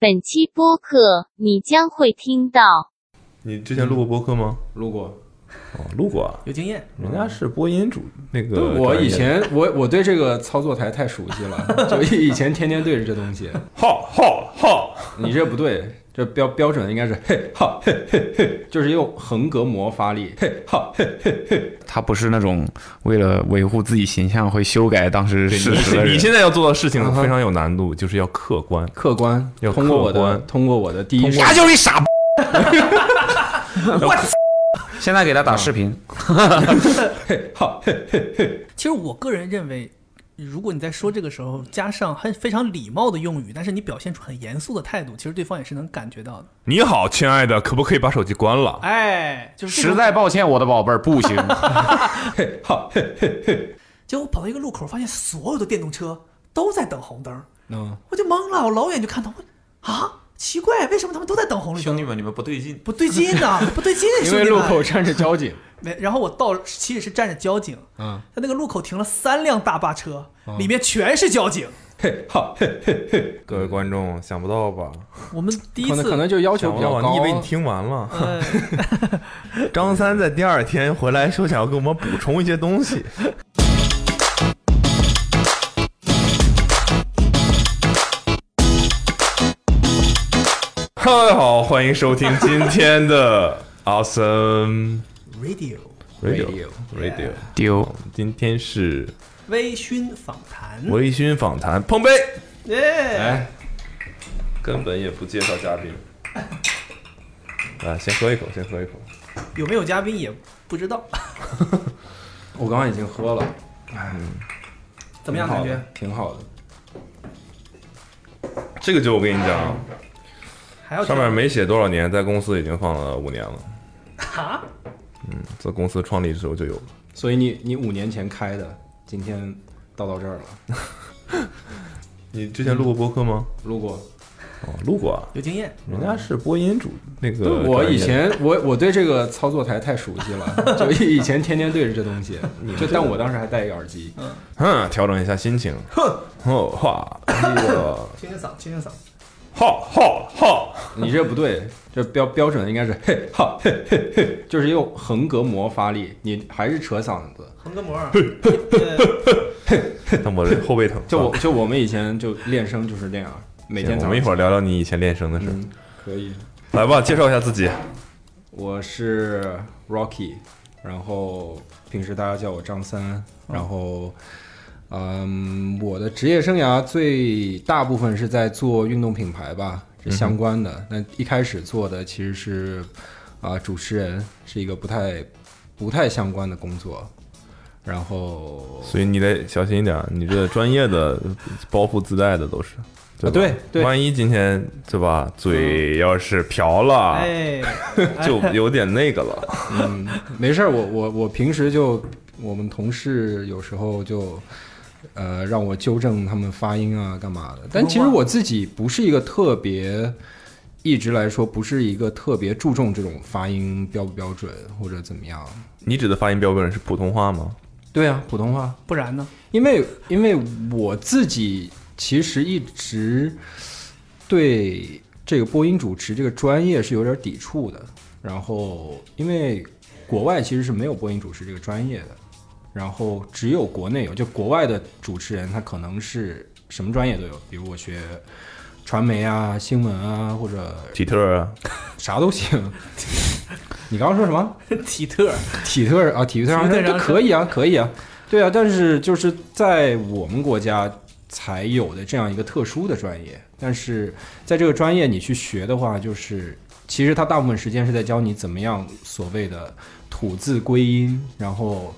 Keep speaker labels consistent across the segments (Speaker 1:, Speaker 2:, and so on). Speaker 1: 本期播客你将会听到
Speaker 2: 你之前录过播客吗？
Speaker 3: 录过，
Speaker 2: 嗯哦，录过啊，
Speaker 3: 有经验。
Speaker 2: 人家是播音主那
Speaker 3: 对
Speaker 2: 个。
Speaker 3: 我以前我我对这个操作台太熟悉了，就以以前天天对着这东西。
Speaker 2: 好好好，
Speaker 3: 你这不对，这标标准应该是嘿哈嘿嘿嘿，就是用横膈膜发力，嘿哈嘿。
Speaker 4: 他不是那种为了维护自己形象会修改当时事实的
Speaker 2: 你
Speaker 4: 人。
Speaker 2: 现在要做的事情非常有难度，就是要客观。
Speaker 3: 客观，
Speaker 2: 要
Speaker 3: 通过我
Speaker 2: 客
Speaker 3: 的
Speaker 2: 观
Speaker 3: 通过我的第一手，
Speaker 4: 他就是一傻逼。我 嗯现在给他打视频，
Speaker 3: 嘿哈嘿。
Speaker 5: 其实我个人认为，如果你在说这个时候加上很非常礼貌的用语，但是你表现出很严肃的态度，其实对方也是能感觉到的。
Speaker 2: 你好，亲爱的，可不可以把手机关了？
Speaker 5: 哎，就是这
Speaker 4: 实
Speaker 5: 种
Speaker 4: 在抱歉，我的宝贝儿，不 行。
Speaker 5: 结果我跑到一个路口，发现所有的电动车都在等红灯，
Speaker 3: 嗯，
Speaker 5: 我就懵了，我老远就看到，我啊，奇怪，为什么他们都在等红绿灯？
Speaker 6: 兄弟们，你们不对劲，
Speaker 5: 不对劲呐、 不对劲，
Speaker 3: 因
Speaker 5: 兄
Speaker 3: 为
Speaker 5: 弟
Speaker 3: 路
Speaker 5: 们
Speaker 3: 口站着交警，
Speaker 5: 没，然后我到其实是站着交警，
Speaker 3: 嗯，
Speaker 5: 他那个路口停了三辆大巴车，里面全是交警。
Speaker 3: 嘿哈嘿。
Speaker 2: 各位观众，想不到吧？
Speaker 5: 我们第一
Speaker 3: 可能可
Speaker 5: 次，
Speaker 3: 能就要求
Speaker 2: 想
Speaker 3: 比
Speaker 2: 不
Speaker 3: 较
Speaker 2: 到吧？
Speaker 3: 高。
Speaker 2: 啊你以为你听完了？
Speaker 5: 呃，
Speaker 2: 张三在第二天回来说想要给我们补充一些东西，哈喽，大家好，欢迎收听今天的 Awesome
Speaker 5: radio
Speaker 2: Radio Radio。
Speaker 4: 丢，
Speaker 2: 今天是
Speaker 5: 微醺访谈，
Speaker 2: 微醺访谈，碰杯，
Speaker 5: 哎，
Speaker 3: 哎，
Speaker 2: 根本也不介绍嘉宾。来，啊先喝一口，先喝一口。
Speaker 5: 有没有嘉宾也不知道，
Speaker 3: 我刚刚已经喝了，
Speaker 5: 怎么样
Speaker 3: 挺
Speaker 5: 感
Speaker 3: 好
Speaker 5: 觉
Speaker 3: 的？挺好的。
Speaker 2: 这个酒我跟你讲啊，
Speaker 5: 还要
Speaker 2: 上面
Speaker 5: 调
Speaker 2: 没写多少年，在公司已经放了五年了。
Speaker 5: 啊？
Speaker 2: 在公司创立的时候就有了。
Speaker 3: 所以你你五年前开的，今天倒到这儿了，
Speaker 2: 你之前录过播客吗？
Speaker 3: 路过。
Speaker 2: 哦，录过啊。
Speaker 5: 有经验，
Speaker 2: 人家是播音主那
Speaker 3: 对
Speaker 2: 个。
Speaker 3: 我以前我我对这个操作台太熟悉了，就以以前天天对着这东西，就但我当时还戴一个耳机，
Speaker 2: 哼，调整一下心情。哼，哦哈，那个
Speaker 5: 清清嗓，清清嗓。
Speaker 2: 哈哈哈。
Speaker 3: 你这不对，这标标准应该是嘿哈嘿嘿嘿，就是用横膈膜发力，你还是扯嗓子。
Speaker 5: 横膈膜儿，呃
Speaker 2: 但 我这后背疼。啊
Speaker 3: 就我就我们以前就练声就是这样，每天
Speaker 2: 行
Speaker 3: 早
Speaker 2: 我
Speaker 3: 上
Speaker 2: 们一会儿聊聊你以前练声的事。
Speaker 3: 嗯可以。
Speaker 2: 来吧，介绍一下自己。
Speaker 3: 我是 Rocky，然后平时大家叫我张三，然后，嗯，我的职业生涯最大部分是在做运动品牌吧，这相关的。那、一开始做的其实是啊、主持人是一个不太不太相关的工作，然后
Speaker 2: 所以你得小心一点，你这专业的包袱自带的都是。吧
Speaker 3: 啊对对
Speaker 2: 万一今天对吧，嘴要是瓢了，
Speaker 5: 哎，
Speaker 2: 就有点那个了。
Speaker 3: 嗯， 没事儿，我我我平时就我们同事有时候就呃让我纠正他们发音啊干嘛的，但其实我自己不是一个特别。一直来说，不是一个特别注重这种发音标不标准或者怎么样。
Speaker 2: 你指的发音标准是普通话吗？
Speaker 3: 对啊，普通话，
Speaker 5: 不然呢？
Speaker 3: 因为因为我自己其实一直对这个播音主持这个专业是有点抵触的。然后，因为国外其实是没有播音主持这个专业的，然后只有国内有。就国外的主持人，他可能是什么专业都有，比如我学传媒啊、新闻啊，或者
Speaker 2: 体特啊，
Speaker 3: 啥都行。 你刚刚说什么？
Speaker 5: 体特，
Speaker 3: 体特啊，体育特长
Speaker 5: 体
Speaker 3: 生这
Speaker 5: 育特长生
Speaker 3: 可以啊，可以啊，对啊，但是就是在我们国家才有的这样一个特殊的专业，但是在这个专业你去学的话，就是其实它大部分时间是在教你怎么样所谓的吐字归音，然后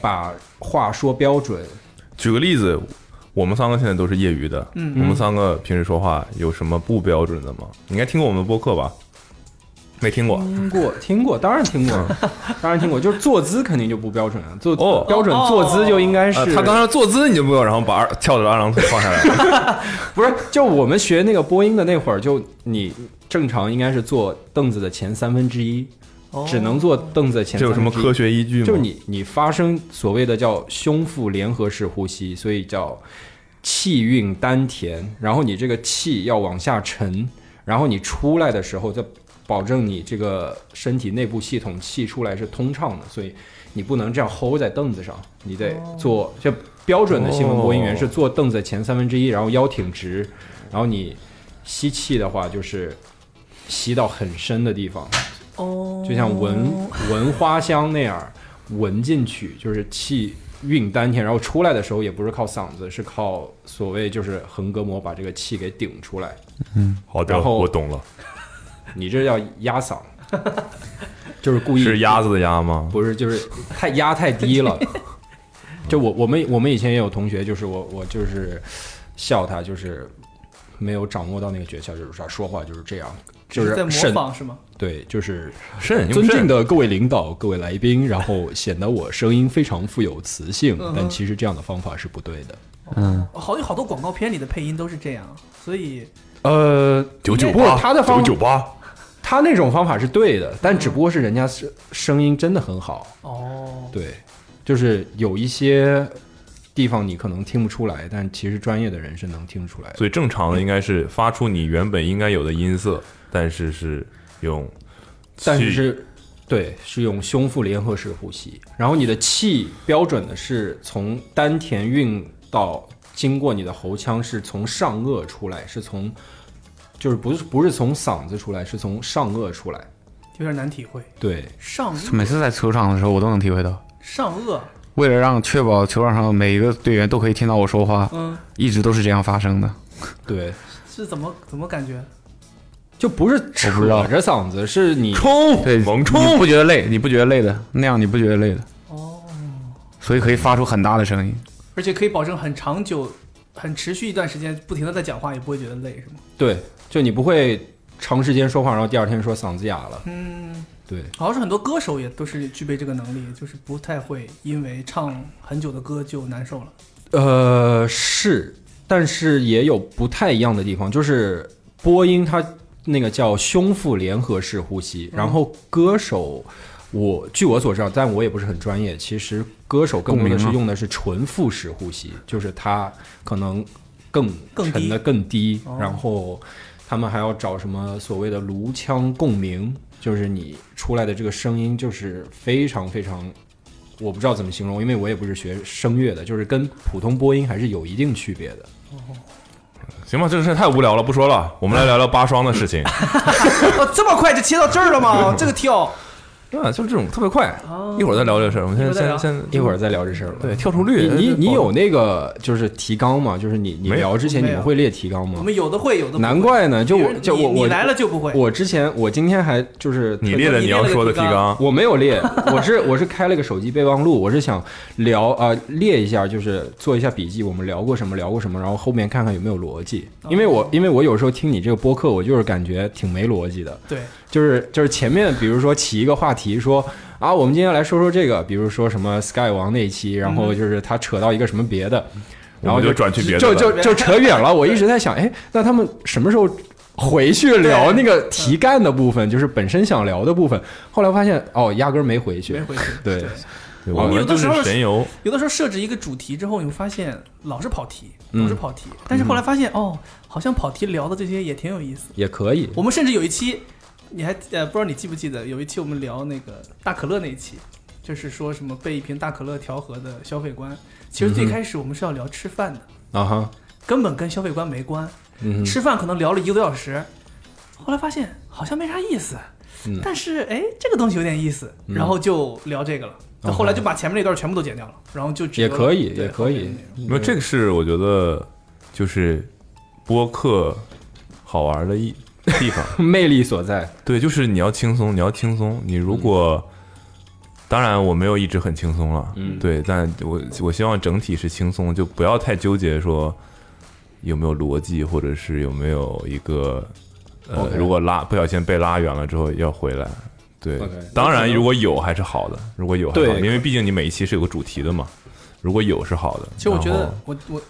Speaker 3: 把话说标准，
Speaker 2: 举个例子，我们三个现在都是业余的，
Speaker 5: 嗯
Speaker 2: 我们三个平时说话有什么不标准的吗？你应该听过我们的播客吧？没听过。
Speaker 5: 嗯
Speaker 3: 听过听过，当然听过，当然听过，就是坐姿肯定就不标准啊，坐、
Speaker 2: 哦
Speaker 3: 标准坐姿就应该是、
Speaker 2: 啊，他刚才坐姿你就不要，然后把二翘着二郎腿放下 来，
Speaker 3: 不是，就我们学那个播音的那会儿，就你正常应该是坐凳子的前三分之一，
Speaker 5: 哦
Speaker 3: 只能坐凳子的前
Speaker 2: 这
Speaker 3: 三
Speaker 2: 有
Speaker 3: 分之
Speaker 2: 什
Speaker 3: 一。
Speaker 2: 么科学依据吗？
Speaker 3: 就是你你发生所谓的叫胸腹联合式呼吸，所以叫气韵丹田，然后你这个气要往下沉，然后你出来的时候，就保证你这个身体内部系统气出来是通畅的，所以你不能这样 hold 在凳子上，你得坐就标准的新闻播音员是坐凳子前三分之一，然后腰挺直，然后你吸气的话就是吸到很深的地方，
Speaker 5: 哦，
Speaker 3: 就像闻闻花香那样闻进去，就是气运丹田，然后出来的时候也不是靠嗓子，是靠所谓就是横膈膜把这个气给顶出来。
Speaker 2: 好的，
Speaker 3: 然后
Speaker 2: 我懂了，
Speaker 3: 你这叫压 嗓，就是故意
Speaker 2: 是鸭子的鸭吗？
Speaker 3: 不是就是太压太低了。就我我们我们以前也有同学，就是我我就是笑他，就是没有掌握到那个诀窍，就是说说话就是这样，就
Speaker 5: 在
Speaker 3: 是
Speaker 5: 模
Speaker 3: 慎
Speaker 5: 仿是吗？
Speaker 3: 对，就是
Speaker 2: 肾，
Speaker 3: 尊敬
Speaker 2: 的
Speaker 3: 的各位领导、各位来宾，然后显得我声音非常富有磁性
Speaker 5: 嗯哼，
Speaker 3: 但其实这样的方法是不对的。
Speaker 4: 嗯，
Speaker 5: 哦好有好多广告片里的配音都是这样，啊所以
Speaker 3: 呃，
Speaker 2: 九九
Speaker 3: 不过
Speaker 2: 八，
Speaker 3: 他的方
Speaker 2: 九九八，
Speaker 3: 他那种方法是对的，但只不过是人家是声音真的很好，
Speaker 5: 哦，
Speaker 3: 对，就是有一些地方你可能听不出来，但其实专业的人是能听出来的。
Speaker 2: 所以正常的应该是发出你原本应该有的音色，但是是用气，
Speaker 3: 但是是，对，是用胸腹联合式呼吸，然后你的气标准的是从丹田运到经过你的喉腔，是从上颚出来，是从就是不是不是从嗓子出来，是从上颚出来。
Speaker 5: 有点难体会。
Speaker 3: 对，
Speaker 5: 上
Speaker 4: 每次在球场的时候，我都能体会到。
Speaker 5: 上颚，
Speaker 4: 为了让确保球场上每一个队员都可以听到我说话，
Speaker 5: 嗯，
Speaker 4: 一直都是这样发生的。
Speaker 3: 对，
Speaker 5: 是怎么怎么感觉？
Speaker 3: 就不是扯
Speaker 4: 我不知道
Speaker 3: 着嗓子，是你
Speaker 2: 冲，
Speaker 4: 对，
Speaker 2: 猛
Speaker 4: 你
Speaker 2: 冲，
Speaker 4: 不觉得累？你不觉得累的？那样你不觉得累的？
Speaker 5: 哦，
Speaker 4: 所以可以发出很大的声音。
Speaker 5: 而且可以保证很长久、很持续一段时间，不停的在讲话，也不会觉得累，是吗？
Speaker 3: 对，就你不会长时间说话，然后第二天说嗓子哑了。
Speaker 5: 嗯，
Speaker 3: 对，
Speaker 5: 好像是很多歌手也都是具备这个能力，就是不太会因为唱很久的歌就难受了。
Speaker 3: 呃，是，但是也有不太一样的地方，就是播音它那个叫胸腹联合式呼吸，然后歌手。我据我所知道，啊但我也不是很专业。其实歌手更多的
Speaker 4: 共鸣
Speaker 3: 是
Speaker 4: 啊
Speaker 3: 用的是纯腹式呼吸，就是他可能更
Speaker 5: 更低
Speaker 3: 沉的更低，
Speaker 5: 哦
Speaker 3: 然后他们还要找什么所谓的颅腔共鸣，就是你出来的这个声音就是非常非常我不知道怎么形容，因为我也不是学声乐的，就是跟普通播音还是有一定区别的。
Speaker 2: 行吧，这个事太无聊了，不说了，我们来聊聊八双的事情。
Speaker 5: 哦，这么快就切到这儿了 吗？这个跳，
Speaker 2: 啊，就这种特别快，一会儿再聊这事儿。我们
Speaker 5: 一会儿
Speaker 2: 先
Speaker 5: 再聊
Speaker 2: 先先
Speaker 3: 一会儿再聊这事儿吧。
Speaker 2: 对，跳出
Speaker 3: 你
Speaker 2: 率，
Speaker 3: 你
Speaker 2: 哎
Speaker 3: 你有那个就是提纲吗？就是你你
Speaker 2: 没有
Speaker 3: 聊之前你
Speaker 5: 没有
Speaker 3: 们会列提纲
Speaker 5: 我
Speaker 3: 吗？
Speaker 5: 们有的会，有的不会
Speaker 3: 难怪呢，就我
Speaker 5: 你
Speaker 3: 就我
Speaker 5: 你
Speaker 3: 我
Speaker 5: 你来了就不会。
Speaker 3: 我之前我今天还就是
Speaker 2: 你
Speaker 3: 特
Speaker 2: 列的你要说的提纲，
Speaker 3: 我没有列， 我是我是开了个手机备忘录，我是想聊啊、呃列一下，就是做一下笔记，我们聊过什么，聊过什么，然后后面看看有没有逻辑。因为我因为我有时候听你这个播客，我就是感觉挺没逻辑的，
Speaker 5: 对，
Speaker 3: 就是就是前面比如说起一个话题说。啊，我们今天来说说这个，比如说什么 Sky 王那一期，然后就是他扯到一个什么别的，
Speaker 2: 我
Speaker 3: 然后
Speaker 2: 们就转去别的
Speaker 3: 就
Speaker 2: 了
Speaker 3: 就就扯远了。我一直在想，哎，那他们什么时候回去聊那
Speaker 5: 对
Speaker 3: 个题干的部分，就是本身想聊的部分？后来发现，哦，压根儿没回去
Speaker 5: 没。回去。
Speaker 3: 对，
Speaker 2: 我们就是神游，
Speaker 5: 有的时候设置一个主题之后，你会发现老是跑题，
Speaker 3: 嗯
Speaker 5: 老是跑题。但是后来发现，哦，好像跑题聊的这些也挺有意思。
Speaker 3: 也可以。
Speaker 5: 我们甚至有一期，你还呃不知道你记不记得，有一期我们聊那个大可乐那一期，就是说什么被一瓶大可乐调和的消费观。其实最开始我们是要聊吃饭的，
Speaker 3: 啊哈，
Speaker 5: 根本跟消费观没关。
Speaker 3: 嗯哼，
Speaker 5: 吃饭可能聊了一个多小时，后来发现好像没啥意思，
Speaker 3: 嗯
Speaker 5: 但是哎，这个东西有点意思，然后就聊这个了。
Speaker 3: 嗯
Speaker 5: 后来就把前面那段全部都剪掉了，然后就只
Speaker 3: 也可以，
Speaker 5: 对
Speaker 3: 也可
Speaker 5: 后面
Speaker 3: 以
Speaker 5: 那
Speaker 2: 那
Speaker 5: 个。
Speaker 2: 这个是我觉得就是播客好玩的一地方。
Speaker 3: 魅力所在。
Speaker 2: 对，就是你要轻松，你要轻松。你如果，当然我没有一直很轻松了，
Speaker 3: 嗯
Speaker 2: 对，但我我希望整体是轻松，就不要太纠结说有没有逻辑，或者是有没有一个呃
Speaker 3: OK
Speaker 2: 如果拉不小心被拉远了之后要回来。对
Speaker 3: OK
Speaker 2: 当然如果有还是好的，如果有还好
Speaker 3: 对
Speaker 2: 因为毕竟你每一期是有个主题的嘛。如果有是好的，
Speaker 5: 其实我觉
Speaker 2: 然
Speaker 5: 得
Speaker 2: 后
Speaker 5: 我我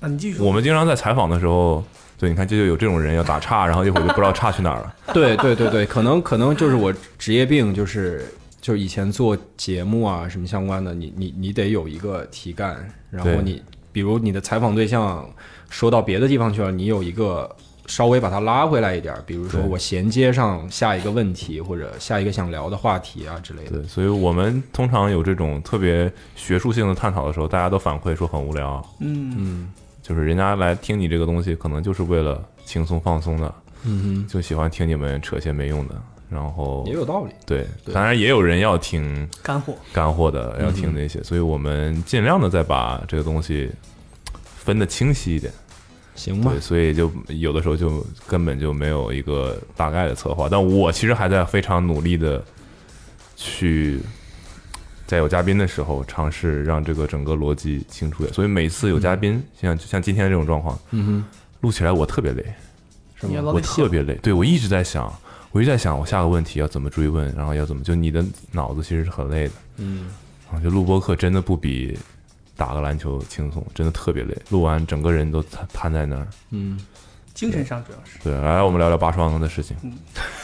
Speaker 5: 啊，你继续说。
Speaker 2: 我们经常在采访的时候，对，你看这就有这种人要打岔，然后一会儿就不知道岔去哪儿了。
Speaker 3: 对对对对，可能可能就是我职业病，就是就是以前做节目啊什么相关的，你你你得有一个题干，然后
Speaker 2: 对
Speaker 3: 你比如你的采访对象说到别的地方去了，你有一个稍微把它拉回来一点儿，比如说
Speaker 2: 对
Speaker 3: 我衔接上下一个问题或者下一个想聊的话题啊之类的。
Speaker 2: 对，所以我们通常有这种特别学术性的探讨的时候，大家都反馈说很无聊，
Speaker 5: 嗯，
Speaker 2: 就是人家来听你这个东西，可能就是为了轻松放松的，
Speaker 3: 嗯
Speaker 2: 就喜欢听你们扯些没用的。然后
Speaker 3: 哼，也有道理。
Speaker 2: 对，
Speaker 3: 对嗯
Speaker 2: 当然也有人要听
Speaker 5: 干货，
Speaker 2: 干货的，要听那些，所以我们尽量的再把这个东西分得清晰一点。
Speaker 3: 行吧
Speaker 2: 对，，所以就有的时候就根本就没有一个大概的策划。但我其实还在非常努力的去，在有嘉宾的时候尝试让这个整个逻辑清楚点。所以每次有嘉宾，像像今天这种状况，
Speaker 3: 嗯
Speaker 2: 录起来我特别累，
Speaker 3: 哼，
Speaker 5: 你
Speaker 3: 是
Speaker 5: 要
Speaker 3: 吗？
Speaker 5: 老
Speaker 2: 我
Speaker 5: 得
Speaker 2: 特
Speaker 5: 想
Speaker 2: 别累。对我一直在想，我一直在想我下个问题要怎么追问，然后要怎么，就你的脑子其实是很累的。
Speaker 3: 嗯，
Speaker 2: 啊，就录播课真的不比打个篮球轻松，真的特别累。录完整个人都瘫瘫在那儿。
Speaker 3: 嗯，
Speaker 5: 精神上主要是
Speaker 2: 对，来，我们聊聊拔双的事情。
Speaker 3: 嗯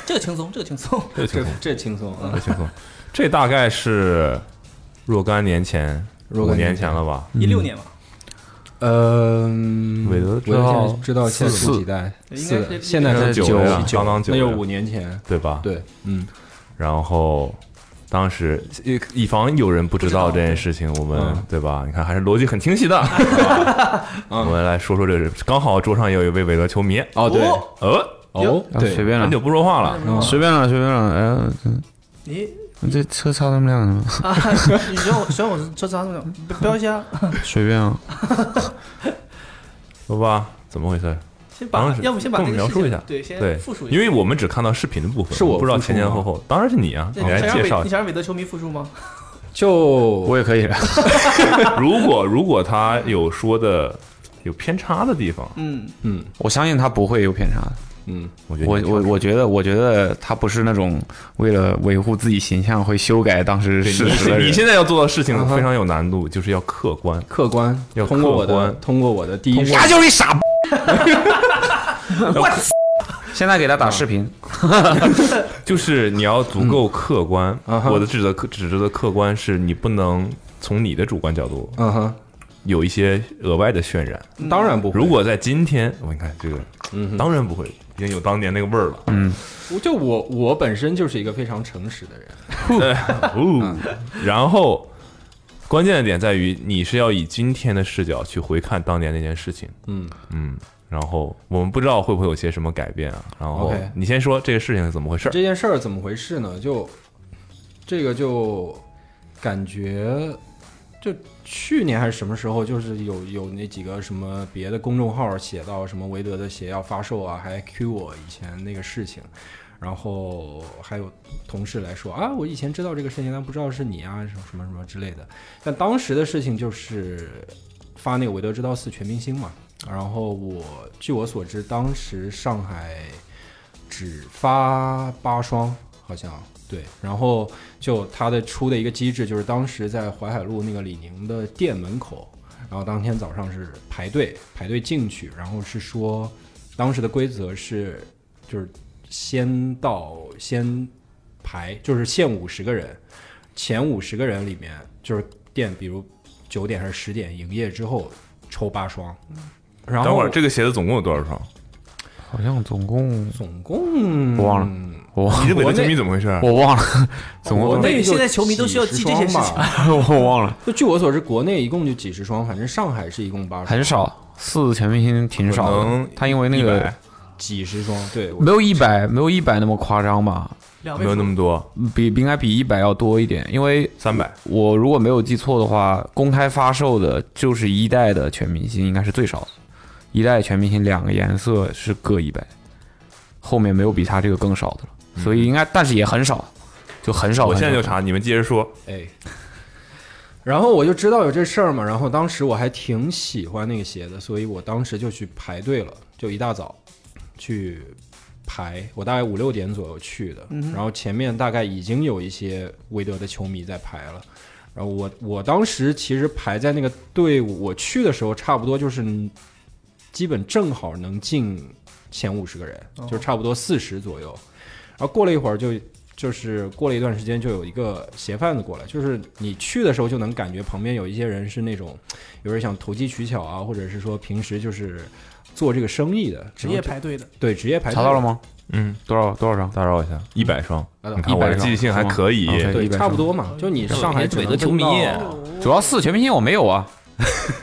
Speaker 5: 这个轻松，这个轻松，
Speaker 2: 这轻
Speaker 3: 这
Speaker 2: 松，
Speaker 3: 这轻松啊
Speaker 2: 这，轻松，这大概是若干年前，
Speaker 3: 若
Speaker 2: 五
Speaker 3: 干
Speaker 2: 年
Speaker 3: 年
Speaker 2: 前了吧？
Speaker 5: 一六年嘛，
Speaker 3: 嗯，
Speaker 2: 韦德知
Speaker 3: 知道
Speaker 2: 道
Speaker 3: 知道现在
Speaker 2: 四
Speaker 3: 是几代？
Speaker 5: 应该
Speaker 3: 四
Speaker 5: 是
Speaker 3: 代，现在
Speaker 4: 应
Speaker 3: 是
Speaker 4: 该是
Speaker 2: 九了呀
Speaker 3: 九，
Speaker 2: 相当久
Speaker 3: 那就
Speaker 2: 了
Speaker 3: 五年前。
Speaker 2: 对吧？。
Speaker 3: 对，嗯，
Speaker 2: 然后当时以以防有人不知道
Speaker 5: 不知道
Speaker 2: 这件事情，我们
Speaker 3: 嗯
Speaker 2: 对吧？你看还是逻辑很清晰 的。我们来说说这个，刚好桌上也有一位韦德球迷，
Speaker 3: 哦对，
Speaker 5: 哦
Speaker 2: 呃，
Speaker 3: 哦
Speaker 4: 啊
Speaker 3: 对，
Speaker 4: 随便
Speaker 2: 很
Speaker 4: 了
Speaker 2: 久，不说话了。
Speaker 3: 嗯
Speaker 4: 随便了，随便了。哎呀，
Speaker 5: 你
Speaker 4: 这这车超他们亮的吗？
Speaker 5: 啊，你知道我知道我是这啥的，标一下，
Speaker 4: 随便啊，
Speaker 2: 说吧，怎么回事？
Speaker 5: 先把
Speaker 2: 当时
Speaker 5: 要不先把
Speaker 2: 跟
Speaker 5: 这
Speaker 2: 我
Speaker 5: 个
Speaker 2: 们
Speaker 5: 事
Speaker 2: 描
Speaker 5: 情
Speaker 2: 述一下
Speaker 5: 对，先
Speaker 2: 对
Speaker 5: 复述，一下，
Speaker 2: 因为我们只看到视频的部分，
Speaker 3: 是我
Speaker 2: 不知道
Speaker 3: 复述
Speaker 2: 前前
Speaker 3: 吗
Speaker 2: 后后，当然是你啊，
Speaker 5: 对
Speaker 2: 你
Speaker 5: 你
Speaker 2: 来
Speaker 5: 想让
Speaker 2: 介
Speaker 5: 韦
Speaker 2: 绍一
Speaker 5: 你
Speaker 2: 下。
Speaker 5: 想让韦德球迷复述吗？
Speaker 3: 就
Speaker 4: 我也可以了。
Speaker 2: 如果如果他有说的有偏差的地方，
Speaker 5: 嗯，
Speaker 4: 我相信他不会有偏差的。
Speaker 3: 嗯
Speaker 2: 我觉得
Speaker 4: 我
Speaker 2: 你
Speaker 4: 我我觉得，我觉得他不是那种为了维护自己形象会修改当时
Speaker 2: 对
Speaker 4: 事
Speaker 2: 你
Speaker 4: 实的
Speaker 2: 现你
Speaker 4: 人。
Speaker 2: 现在要做的事情
Speaker 3: 嗯哼
Speaker 2: 非常有难度，就是要客观。
Speaker 3: 客观，
Speaker 2: 要
Speaker 3: 通过我
Speaker 2: 客
Speaker 3: 的
Speaker 2: 观
Speaker 3: 通过我的第一手
Speaker 4: 他就是一傻逼。现在给他打视频，
Speaker 2: 就是你要足够客观。
Speaker 3: 嗯哼
Speaker 2: 我的指责指责的客观是你不能从你的主观角度
Speaker 3: 嗯哼，
Speaker 2: 有一些额外的渲染。
Speaker 3: 当然不会。
Speaker 2: 如果在今天，我你看这个，
Speaker 3: 嗯哼
Speaker 2: 当然不会，已经有当年那个味儿了。
Speaker 3: 嗯就我我本身就是一个非常诚实的人，
Speaker 2: 哦，然后关键的点在于你是要以今天的视角去回看当年那件事情。
Speaker 3: 嗯
Speaker 2: 嗯，然后我们不知道会不会有些什么改变啊。然后
Speaker 3: OK
Speaker 2: 你先说这个事情是怎么回事儿？
Speaker 3: 这件事儿怎么回事呢？就这个就感觉就去年还是什么时候，就是有有那几个什么别的公众号写到什么韦德的鞋要发售啊，还 Q 我以前那个事情。然后还有同事来说啊，我以前知道这个事情，但不知道是你啊，什么什么什么之类的。但当时的事情就是发那个《韦德之道四全明星》嘛，然后我据我所知，当时上海只发八双，好像对。然后就它的出的一个机制，就是当时在淮海路那个李宁的店门口，然后当天早上是排队排队进去，然后是说当时的规则是就是先到先排，就是限五十个人，前五十个人里面就是店，比如九点还是十点营业之后抽八双。然后
Speaker 2: 等会儿这个鞋子总共有多少双？
Speaker 4: 好像总共
Speaker 3: 总共
Speaker 4: 我忘了
Speaker 3: 了，
Speaker 4: 我
Speaker 2: 你的韦
Speaker 4: 忘了
Speaker 2: 德
Speaker 3: 国内
Speaker 2: 球迷怎么回事啊？
Speaker 4: 我忘了， 总
Speaker 3: 国
Speaker 4: 共
Speaker 3: 内就
Speaker 5: 现在球迷都需要记这些
Speaker 3: 几十双吧。
Speaker 4: 我忘了，
Speaker 3: 就据我所知，国内一共就几十双，反正上海是一共八十，
Speaker 4: 很少，四全明星挺少
Speaker 2: 可
Speaker 4: 的
Speaker 2: 能。
Speaker 4: 他因为那
Speaker 2: 100
Speaker 4: 个
Speaker 3: 几十双。对，我
Speaker 4: 没有一百，没有一百那么夸张吧，
Speaker 5: 两
Speaker 2: 没
Speaker 5: 位
Speaker 2: 有那么多，
Speaker 4: 比应该比一百要多一点，因为
Speaker 2: 三百。
Speaker 4: 我如果没有记错的话，公开发售的就是一代的全明星，应该是最少的。一代全明星两个颜色是各一百，后面没有比它这个更少的
Speaker 5: 嗯
Speaker 4: 了，所以应该，但是也很少，就很少。
Speaker 2: 我现在就
Speaker 4: 很少，
Speaker 2: 查，你们接着说。
Speaker 3: 哎，然后我就知道有这事儿嘛，然后当时我还挺喜欢那个鞋的，所以我当时就去排队了，就一大早去排，我大概五六点左右去的，
Speaker 5: 嗯哼
Speaker 3: 然后前面大概已经有一些韦德的球迷在排了。然后我我当时其实排在那个队伍，我去的时候差不多就是基本正好能进前五十个人，
Speaker 5: 哦
Speaker 3: 就差不多四十左右。然后过了一会儿就就是过了一段时间，就有一个鞋贩子过来，就是你去的时候就能感觉旁边有一些人是那种，有人想投机取巧啊，或者是说平时就是做这个生意的
Speaker 5: 职业，
Speaker 3: 然后
Speaker 5: 排队的，
Speaker 3: 就对职业排
Speaker 4: 查到了？吗？
Speaker 2: 嗯，
Speaker 4: 多少多少张？
Speaker 2: 打扰一下，一百双，
Speaker 3: 啊
Speaker 2: 你看我的记性还可以
Speaker 4: 一，嗯百张
Speaker 3: 对，
Speaker 4: 100
Speaker 3: 差不多嘛，就你上海只能
Speaker 6: 韦德球迷
Speaker 3: 登到
Speaker 4: 主要四全明星我没有啊，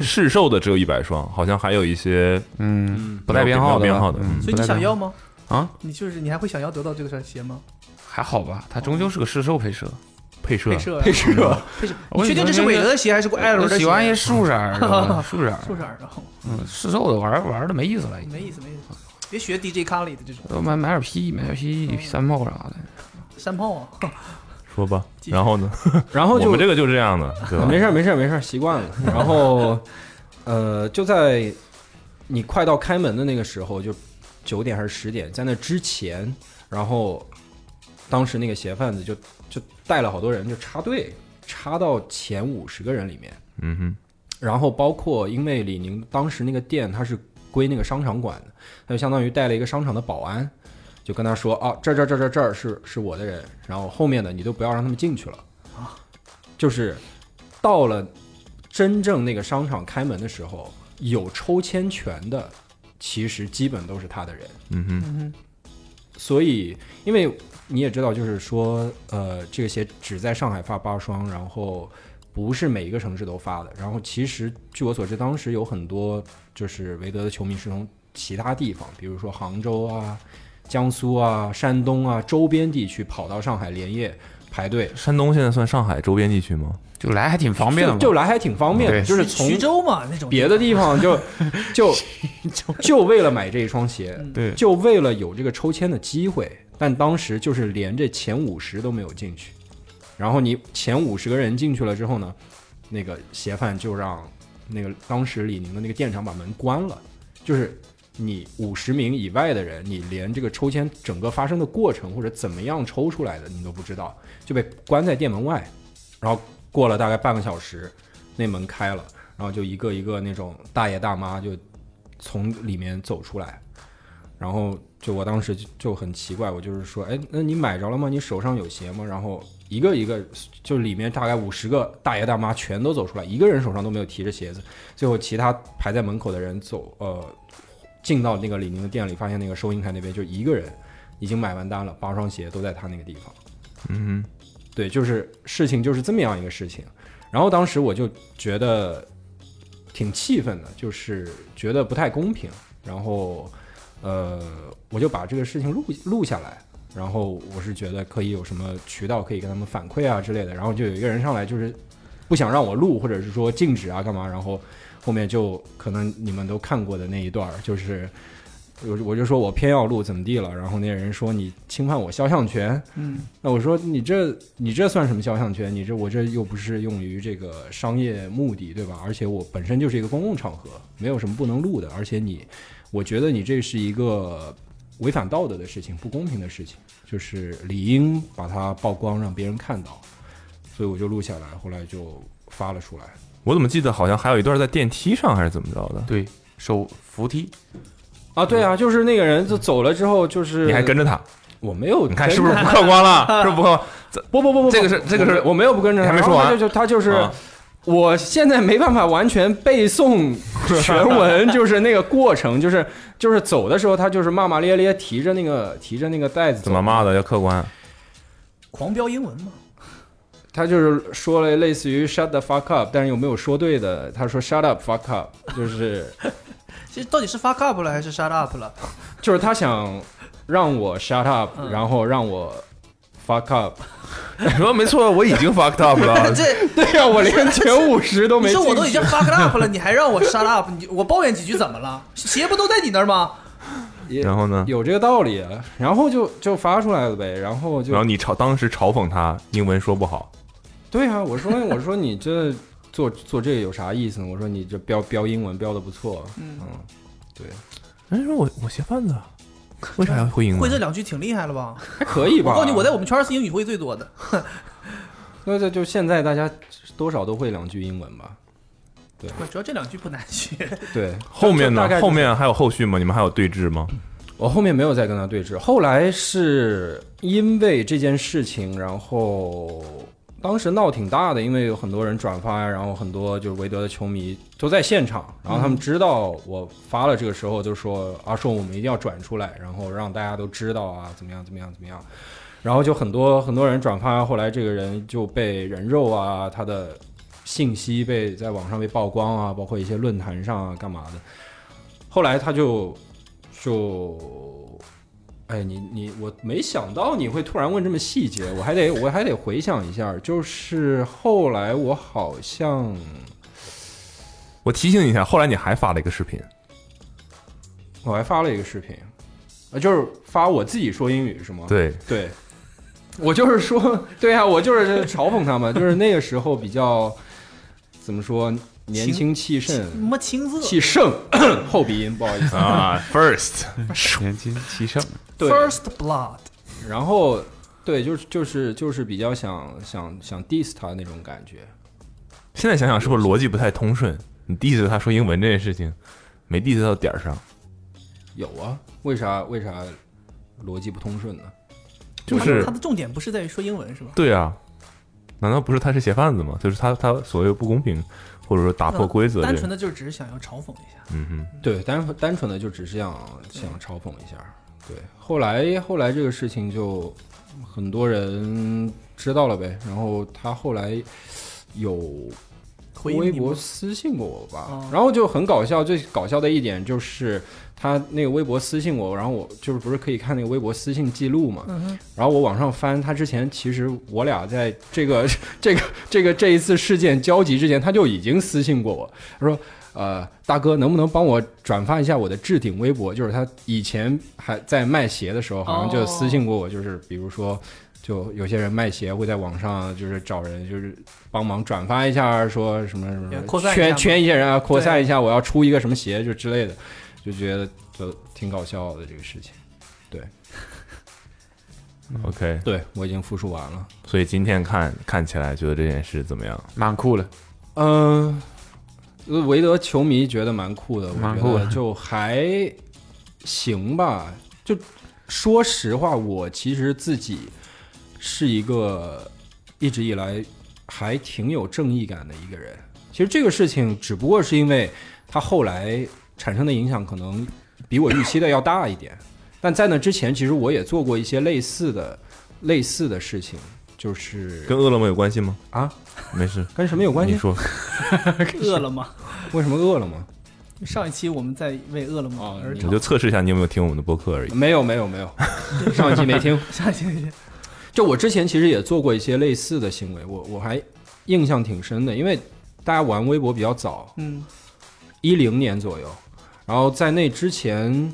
Speaker 2: 市售的只有一百双，好像还有一些
Speaker 4: 嗯，不带编号的吧，
Speaker 2: 没有编号的
Speaker 4: 嗯
Speaker 2: 嗯
Speaker 5: 所以你想要吗？
Speaker 4: 啊？
Speaker 5: 你就是你还会想要得到这个双鞋吗？
Speaker 4: 还好吧，它终究是个市售配色。
Speaker 2: 配色
Speaker 5: 配。色啊，
Speaker 3: 配色，
Speaker 5: 配色，
Speaker 4: 我
Speaker 5: 你确定这是韦德的鞋还是艾伦的鞋？啊
Speaker 4: 我 喜欢一些树色儿的，树色儿，
Speaker 5: 是不是耳朵？
Speaker 4: 嗯，市售的玩儿玩儿的没意思了，已经。
Speaker 5: 没意思，没意思，别学 DJ 卡里的这种
Speaker 4: 呃买买点 P，买点
Speaker 5: 嗯
Speaker 4: P 三炮啥的。
Speaker 5: 山炮啊。
Speaker 2: 说吧，
Speaker 5: 继续
Speaker 2: 然后呢？
Speaker 3: 然后
Speaker 2: 嗯我
Speaker 3: 就
Speaker 2: 们这个就这样的，对吧？
Speaker 3: 没事儿没事儿没事儿，习惯了。然后，呃，就在你快到开门的那个时候，就九点还是十点，在那之前，然后当时那个鞋贩子就就带了好多人，就插队，插到前五十个人里面。
Speaker 2: 嗯哼，
Speaker 3: 然后包括因为李宁当时那个店它是归那个商场管的，他就相当于带了一个商场的保安，就跟他说啊，这儿这儿这儿这儿这儿是是我的人，然后后面的你都不要让他们进去了就是到了真正那个商场开门的时候，有抽签权的，其实基本都是他的人。
Speaker 2: 嗯哼，
Speaker 5: 嗯
Speaker 3: 所以，因为你也知道，就是说，呃，这个鞋只在上海发八双，然后不是每一个城市都发的。然后，其实据我所知，当时有很多就是韦德的球迷是从其他地方，比如说杭州啊、江苏啊、山东啊周边地区跑到上海连夜排队，
Speaker 2: 山东现在算上海周边地区吗？
Speaker 4: 就来还挺方便的
Speaker 3: 就
Speaker 4: 嘛。
Speaker 3: 就来还挺方便的，
Speaker 4: 对
Speaker 3: 就是从
Speaker 5: 徐州嘛那种
Speaker 3: 别的地方就就就为了买这一双鞋，
Speaker 4: 对
Speaker 3: 就为了有这个抽签的机会，但当时就是连这前五十都没有进去。然后你前五十个人进去了之后呢，那个鞋贩就让那个当时李宁的那个店长把门关了，就是你五十名以外的人，你连这个抽签整个发生的过程或者怎么样抽出来的你都不知道，就被关在店门外。然后过了大概半个小时，那门开了，然后就一个一个那种大爷大妈就从里面走出来，然后就我当时就就很奇怪，我就是说，哎，那你买着了吗？你手上有鞋吗？然后一个一个，就里面大概五十个大爷大妈全都走出来，一个人手上都没有提着鞋子。最后其他排在门口的人走，呃，进到那个李宁的店里，发现那个收银台那边就一个人已经买完单了，八双鞋都在他那个地方。
Speaker 2: 嗯
Speaker 3: 对，就是事情就是这么样一个事情。然后当时我就觉得挺气愤的，就是觉得不太公平。然后，呃，我就把这个事情录录下来。然后我是觉得可以有什么渠道可以跟他们反馈啊之类的。然后就有一个人上来就是不想让我录，或者是说禁止啊干嘛。然后后面就可能你们都看过的那一段儿，就是我我就说我偏要录怎么地了。然后那人说你侵犯我肖像权，
Speaker 5: 嗯
Speaker 3: 那我说你这你这算什么肖像权？你这我这又不是用于这个商业目的，对吧？而且我本身就是一个公共场合，没有什么不能录的。而且你，我觉得你这是一个违反道德的事情，不公平的事情，就是理应把它曝光，让别人看到。所以我就录下来，后来就发了出来。
Speaker 2: 哼，我怎么记得好像还有一段在电梯上还是怎么着的？
Speaker 4: 对，手扶梯，
Speaker 3: 啊，对啊，就是那个人就走了之后，就是
Speaker 2: 你还跟着他，
Speaker 3: 我没有，
Speaker 2: 你看是不是不客观了？是不是不客观？
Speaker 3: 不不不不，
Speaker 2: 这个是这个是
Speaker 3: 我没有不跟着他，
Speaker 2: 你还没说完
Speaker 3: 然后他就就他就是、
Speaker 2: 啊
Speaker 3: 我现在没办法完全 背诵全文，就是那个过程，就是就是走的时候他就是骂骂咧咧，提着那个提着那个袋子走
Speaker 2: 怎么骂？的？要客观。
Speaker 5: 狂飙英文嘛，
Speaker 3: 他就是说了类似于 “shut the fuck up”，但是有没有说对的？他说 “shut up fuck up”，就是
Speaker 5: 其实到底是 fuck up 了还是 shut up 了？
Speaker 3: 就是他想让我 shut up，、
Speaker 5: 嗯
Speaker 3: 然后让我 fuck up。
Speaker 2: 你说没错，我已经 fucked up 了。
Speaker 5: 这
Speaker 3: 对呀、我连前五十都
Speaker 5: 你
Speaker 3: 没进
Speaker 5: 说
Speaker 3: 去。
Speaker 5: 我都已经 fuck up 了，你还让我 shut up？你我抱怨几句怎么了？鞋不都在你那儿吗？
Speaker 3: 也
Speaker 2: 然后呢？
Speaker 3: 有这个道理，啊然后就就发出来了呗，然后就
Speaker 2: 然后你嘲当时嘲讽他英文说不好，
Speaker 3: 对啊，我说我说你这做做这个有啥意思呢？我说你这标标英文标的不错，
Speaker 5: 嗯，
Speaker 3: 对，
Speaker 2: 人家说哎我我鞋贩子，啊为啥要会英
Speaker 5: 会这
Speaker 2: 文？
Speaker 5: 两句挺厉害了吧？
Speaker 3: 还可以
Speaker 5: 我
Speaker 3: 吧？
Speaker 5: 告诉你，我在我们圈儿是英语会最多的。
Speaker 3: 那这就现在大家多少都会两句英文吧？
Speaker 5: 主要这两句不难学，
Speaker 3: 对，
Speaker 2: 后面
Speaker 3: 就大
Speaker 2: 呢
Speaker 3: 概？
Speaker 2: 后面还有后续吗？你们还有对峙吗？
Speaker 3: 我后面没有再跟他对峙。后来是因为这件事情，然后当时闹挺大的，因为有很多人转发呀，然后很多就是韦德的球迷都在现场，然后他们知道我发了这个时候，就说阿顺我们一定要转出来，然后让大家都知道啊，怎么样怎么样怎么样。然后就很多很多人转发，后来这个人就被人肉啊，他的信息被在网上被曝光啊，包括一些论坛上啊，干嘛的。后来他就就，哎，你你，我没想到你会突然问这么细节，我还得我还得回想一下。就是后来我好像
Speaker 2: 我提醒你一下，后来你还发了一个视频，
Speaker 3: 我还发了一个视频，啊，就是发我自己说英语是
Speaker 5: 哦
Speaker 3: 吗？
Speaker 2: 对，
Speaker 3: 对，我就是说，对啊，我就是嘲讽他们，就是那个时候比较怎么说，年轻气盛，
Speaker 5: 什么青涩
Speaker 3: 气盛， 后鼻音，不好意思。
Speaker 2: 啊，first，
Speaker 4: 年轻气盛，
Speaker 3: 对，
Speaker 5: ，First Blood，
Speaker 3: 然后对，就是就是就是比较想想想 diss 他那种感觉。
Speaker 2: 现在想想是不是逻辑不太通顺？你 diss 他说英文这件事情，没 diss 到点儿上，
Speaker 3: 有啊，为啥为啥逻辑不通顺呢？
Speaker 2: 就
Speaker 5: 他的
Speaker 2: 是
Speaker 5: 他的重点不是在于说英文是吧？
Speaker 2: 对啊，难道不是他是鞋贩子吗？就是他他所谓不公平，或者说打破规则这，
Speaker 5: 单纯的就只是想要嘲讽一下。
Speaker 2: 嗯哼，
Speaker 3: 对，单单纯的就只是想想嘲讽一下。对，后来后来这个事情就很多人知道了呗，然后他后来有
Speaker 5: 回应
Speaker 3: 微
Speaker 5: 你
Speaker 3: 博
Speaker 5: 吗
Speaker 3: 私信过我吧，
Speaker 5: 哦
Speaker 3: 然后就很搞笑。最搞笑的一点就是他那个微博私信我，然后我就是不是可以看那个微博私信记录嘛？
Speaker 5: 嗯
Speaker 3: 然后我往上翻，他之前其实我俩在这个 这个这个这一次事件交集之前，他就已经私信过我，他说。呃，大哥，能不能帮我转发一下我的置顶微博？就是他以前还在卖鞋的时候，好像就私信过我，就是比如说，就有些人卖鞋会在网上就是找人就是帮忙转发一下，啊说什么什么
Speaker 5: 也
Speaker 3: 什
Speaker 5: 扩
Speaker 3: 么
Speaker 5: 散一
Speaker 3: 圈
Speaker 5: 下嘛
Speaker 3: 圈一些人啊，扩散
Speaker 5: 对
Speaker 3: 一下，我要出一个什么鞋就之类的，就觉得就挺搞笑的这个事情。
Speaker 2: ，OK，
Speaker 3: 对我已经复述完了。
Speaker 2: 所以今天看看起来觉得这件事怎么样？
Speaker 4: 蛮酷的。
Speaker 3: 嗯、呃，韦德球迷觉得蛮酷的，我
Speaker 4: 蛮
Speaker 3: 觉
Speaker 4: 酷
Speaker 3: 得
Speaker 4: 的
Speaker 3: 就还行吧。就说实话，我其实自己是一个一直以来还挺有正义感的一个人。其实这个事情只不过是因为他后来产生的影响可能比我预期的要大一点，但在那之前，其实我也做过一些类似的类似的事情，就是
Speaker 2: 跟饿了么有关系吗？
Speaker 3: 啊，
Speaker 2: 没事，
Speaker 3: 跟什么有关
Speaker 2: 你
Speaker 3: 系？
Speaker 2: 说，
Speaker 5: 饿了么？
Speaker 3: 为什么饿了吗？
Speaker 5: 上一期我们在为饿了么
Speaker 3: 哦
Speaker 5: 而
Speaker 3: 你
Speaker 2: 我
Speaker 5: 吵
Speaker 2: 就，测试一下你有没有听我们的播客 而已。
Speaker 3: 没有没有没有，上一期没听。
Speaker 5: 下一期
Speaker 3: 就我之前其实也做过一些类似的行为，我我还印象挺深的，因为大家玩微博比较早，
Speaker 5: 嗯，
Speaker 3: 一零年左右，然后在那之前，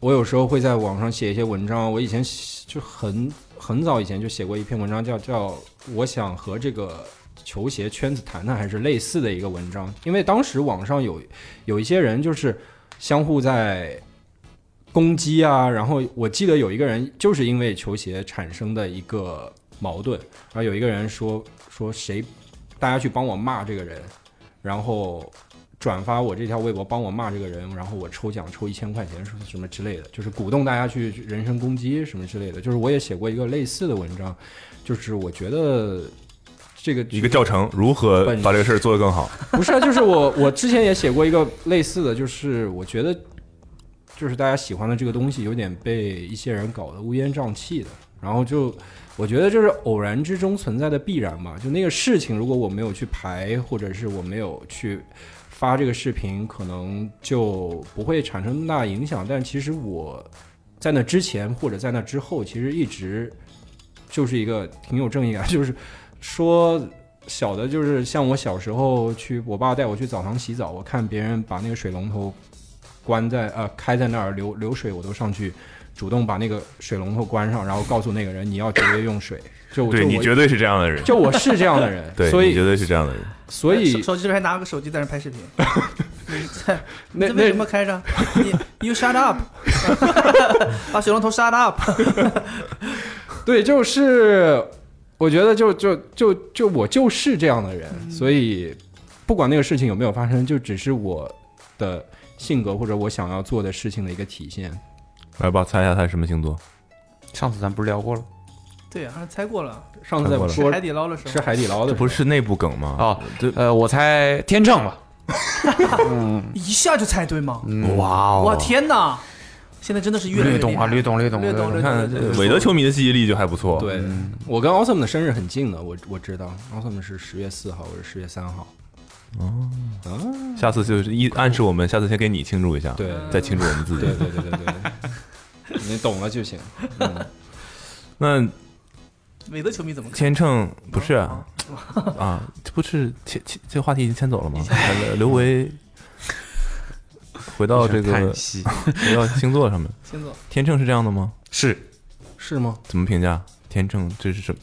Speaker 3: 我有时候会在网上写一些文章。我以前写就很很早以前就写过一篇文章叫，叫我想和这个球鞋圈子谈谈”，还是类似的一个文章。因为当时网上有有一些人就是相互在攻击啊，然后我记得有一个人就是因为球鞋产生的一个矛盾，然后有一个人说说谁，大家去帮我骂这个人，然后转发我这条微博，帮我骂这个人，然后我抽奖抽一千块钱，什么什么之类的，就是鼓动大家去去人身攻击什么之类的。就是我也写过一个类似的文章，就是我觉得这个
Speaker 2: 一个教程如何
Speaker 3: 本
Speaker 2: 把这个事儿做得更好？
Speaker 3: 不是啊，就是我我之前也写过一个类似的，就是我觉得就是大家喜欢的这个东西有点被一些人搞得乌烟瘴气的，然后就我觉得这是偶然之中存在的必然吧。就那个事情，如果我没有去排，或者是我没有去发这个视频，可能就不会产生那么大影响。但其实我在那之前或者在那之后，其实一直就是一个挺有正义感，就是说小的就是像我小时候去，我爸带我去澡堂洗澡，我看别人把那个水龙头关在呃开在那儿流流水，我都上去主动把那个水龙头关上，然后告诉那个人你要节约用水。就
Speaker 2: 对
Speaker 3: 就
Speaker 2: 你
Speaker 3: 我
Speaker 2: 绝对是这样的人，
Speaker 3: 就我是这样的人，
Speaker 2: 对，
Speaker 3: 所
Speaker 2: 你绝
Speaker 3: 以
Speaker 2: 对是这样的人。
Speaker 3: 所
Speaker 5: 手
Speaker 3: 以
Speaker 5: 手机里还拿个手机在那 拍视频，你这
Speaker 3: 那
Speaker 5: 这为
Speaker 3: 那
Speaker 5: 什么开着？你 You shut up，把水龙头 shut up，
Speaker 3: 对，就是我觉得就就就就我就是这样的人，所以不管那个事情有没有发生，就只是我的性格或者我想要做的事情的一个体现。
Speaker 2: 来吧，猜一下他是什么星座？
Speaker 4: 上次咱不是聊过了
Speaker 5: 对，好像猜过了，
Speaker 3: 上次在
Speaker 2: 看过了
Speaker 5: 吃
Speaker 3: 说
Speaker 5: 海底捞的时
Speaker 3: 吃
Speaker 5: 候，
Speaker 3: 海底捞的
Speaker 2: 这
Speaker 3: 时候
Speaker 2: 不是内部梗吗？
Speaker 4: 哦
Speaker 2: 这
Speaker 4: 呃，我猜天秤吧。
Speaker 5: 一下就猜对吗？
Speaker 4: 哇
Speaker 5: 哇
Speaker 4: 哦！
Speaker 5: 天哪！现在真的是越来越
Speaker 4: 略懂啊，
Speaker 5: 厉害
Speaker 4: 略懂，略懂，
Speaker 5: 略懂
Speaker 4: 懂
Speaker 5: 略
Speaker 2: 你。看
Speaker 5: 对对对
Speaker 2: 这韦德球迷的记忆力就还不错。，
Speaker 3: 对，我跟 Awesome 的生日很近的，我我知道 Awesome 是十月四号，我是十月三号。
Speaker 2: 下次就是一暗示我们，下次先给你庆祝一下，
Speaker 3: 对
Speaker 2: 再庆祝我们自己
Speaker 3: 对。对对对对， 你懂了就行。嗯，
Speaker 2: 那
Speaker 5: 韦德球迷怎么看？
Speaker 2: 天秤不是
Speaker 5: 啊
Speaker 2: 啊，啊这不是牵牵这个话题已经牵走了吗？来刘维回到这个
Speaker 4: 叹息
Speaker 2: 回到星座上面，
Speaker 5: 星座
Speaker 2: 天秤是这样的吗？
Speaker 4: 是，
Speaker 3: 是吗？
Speaker 2: 怎么评价天秤？这是什么？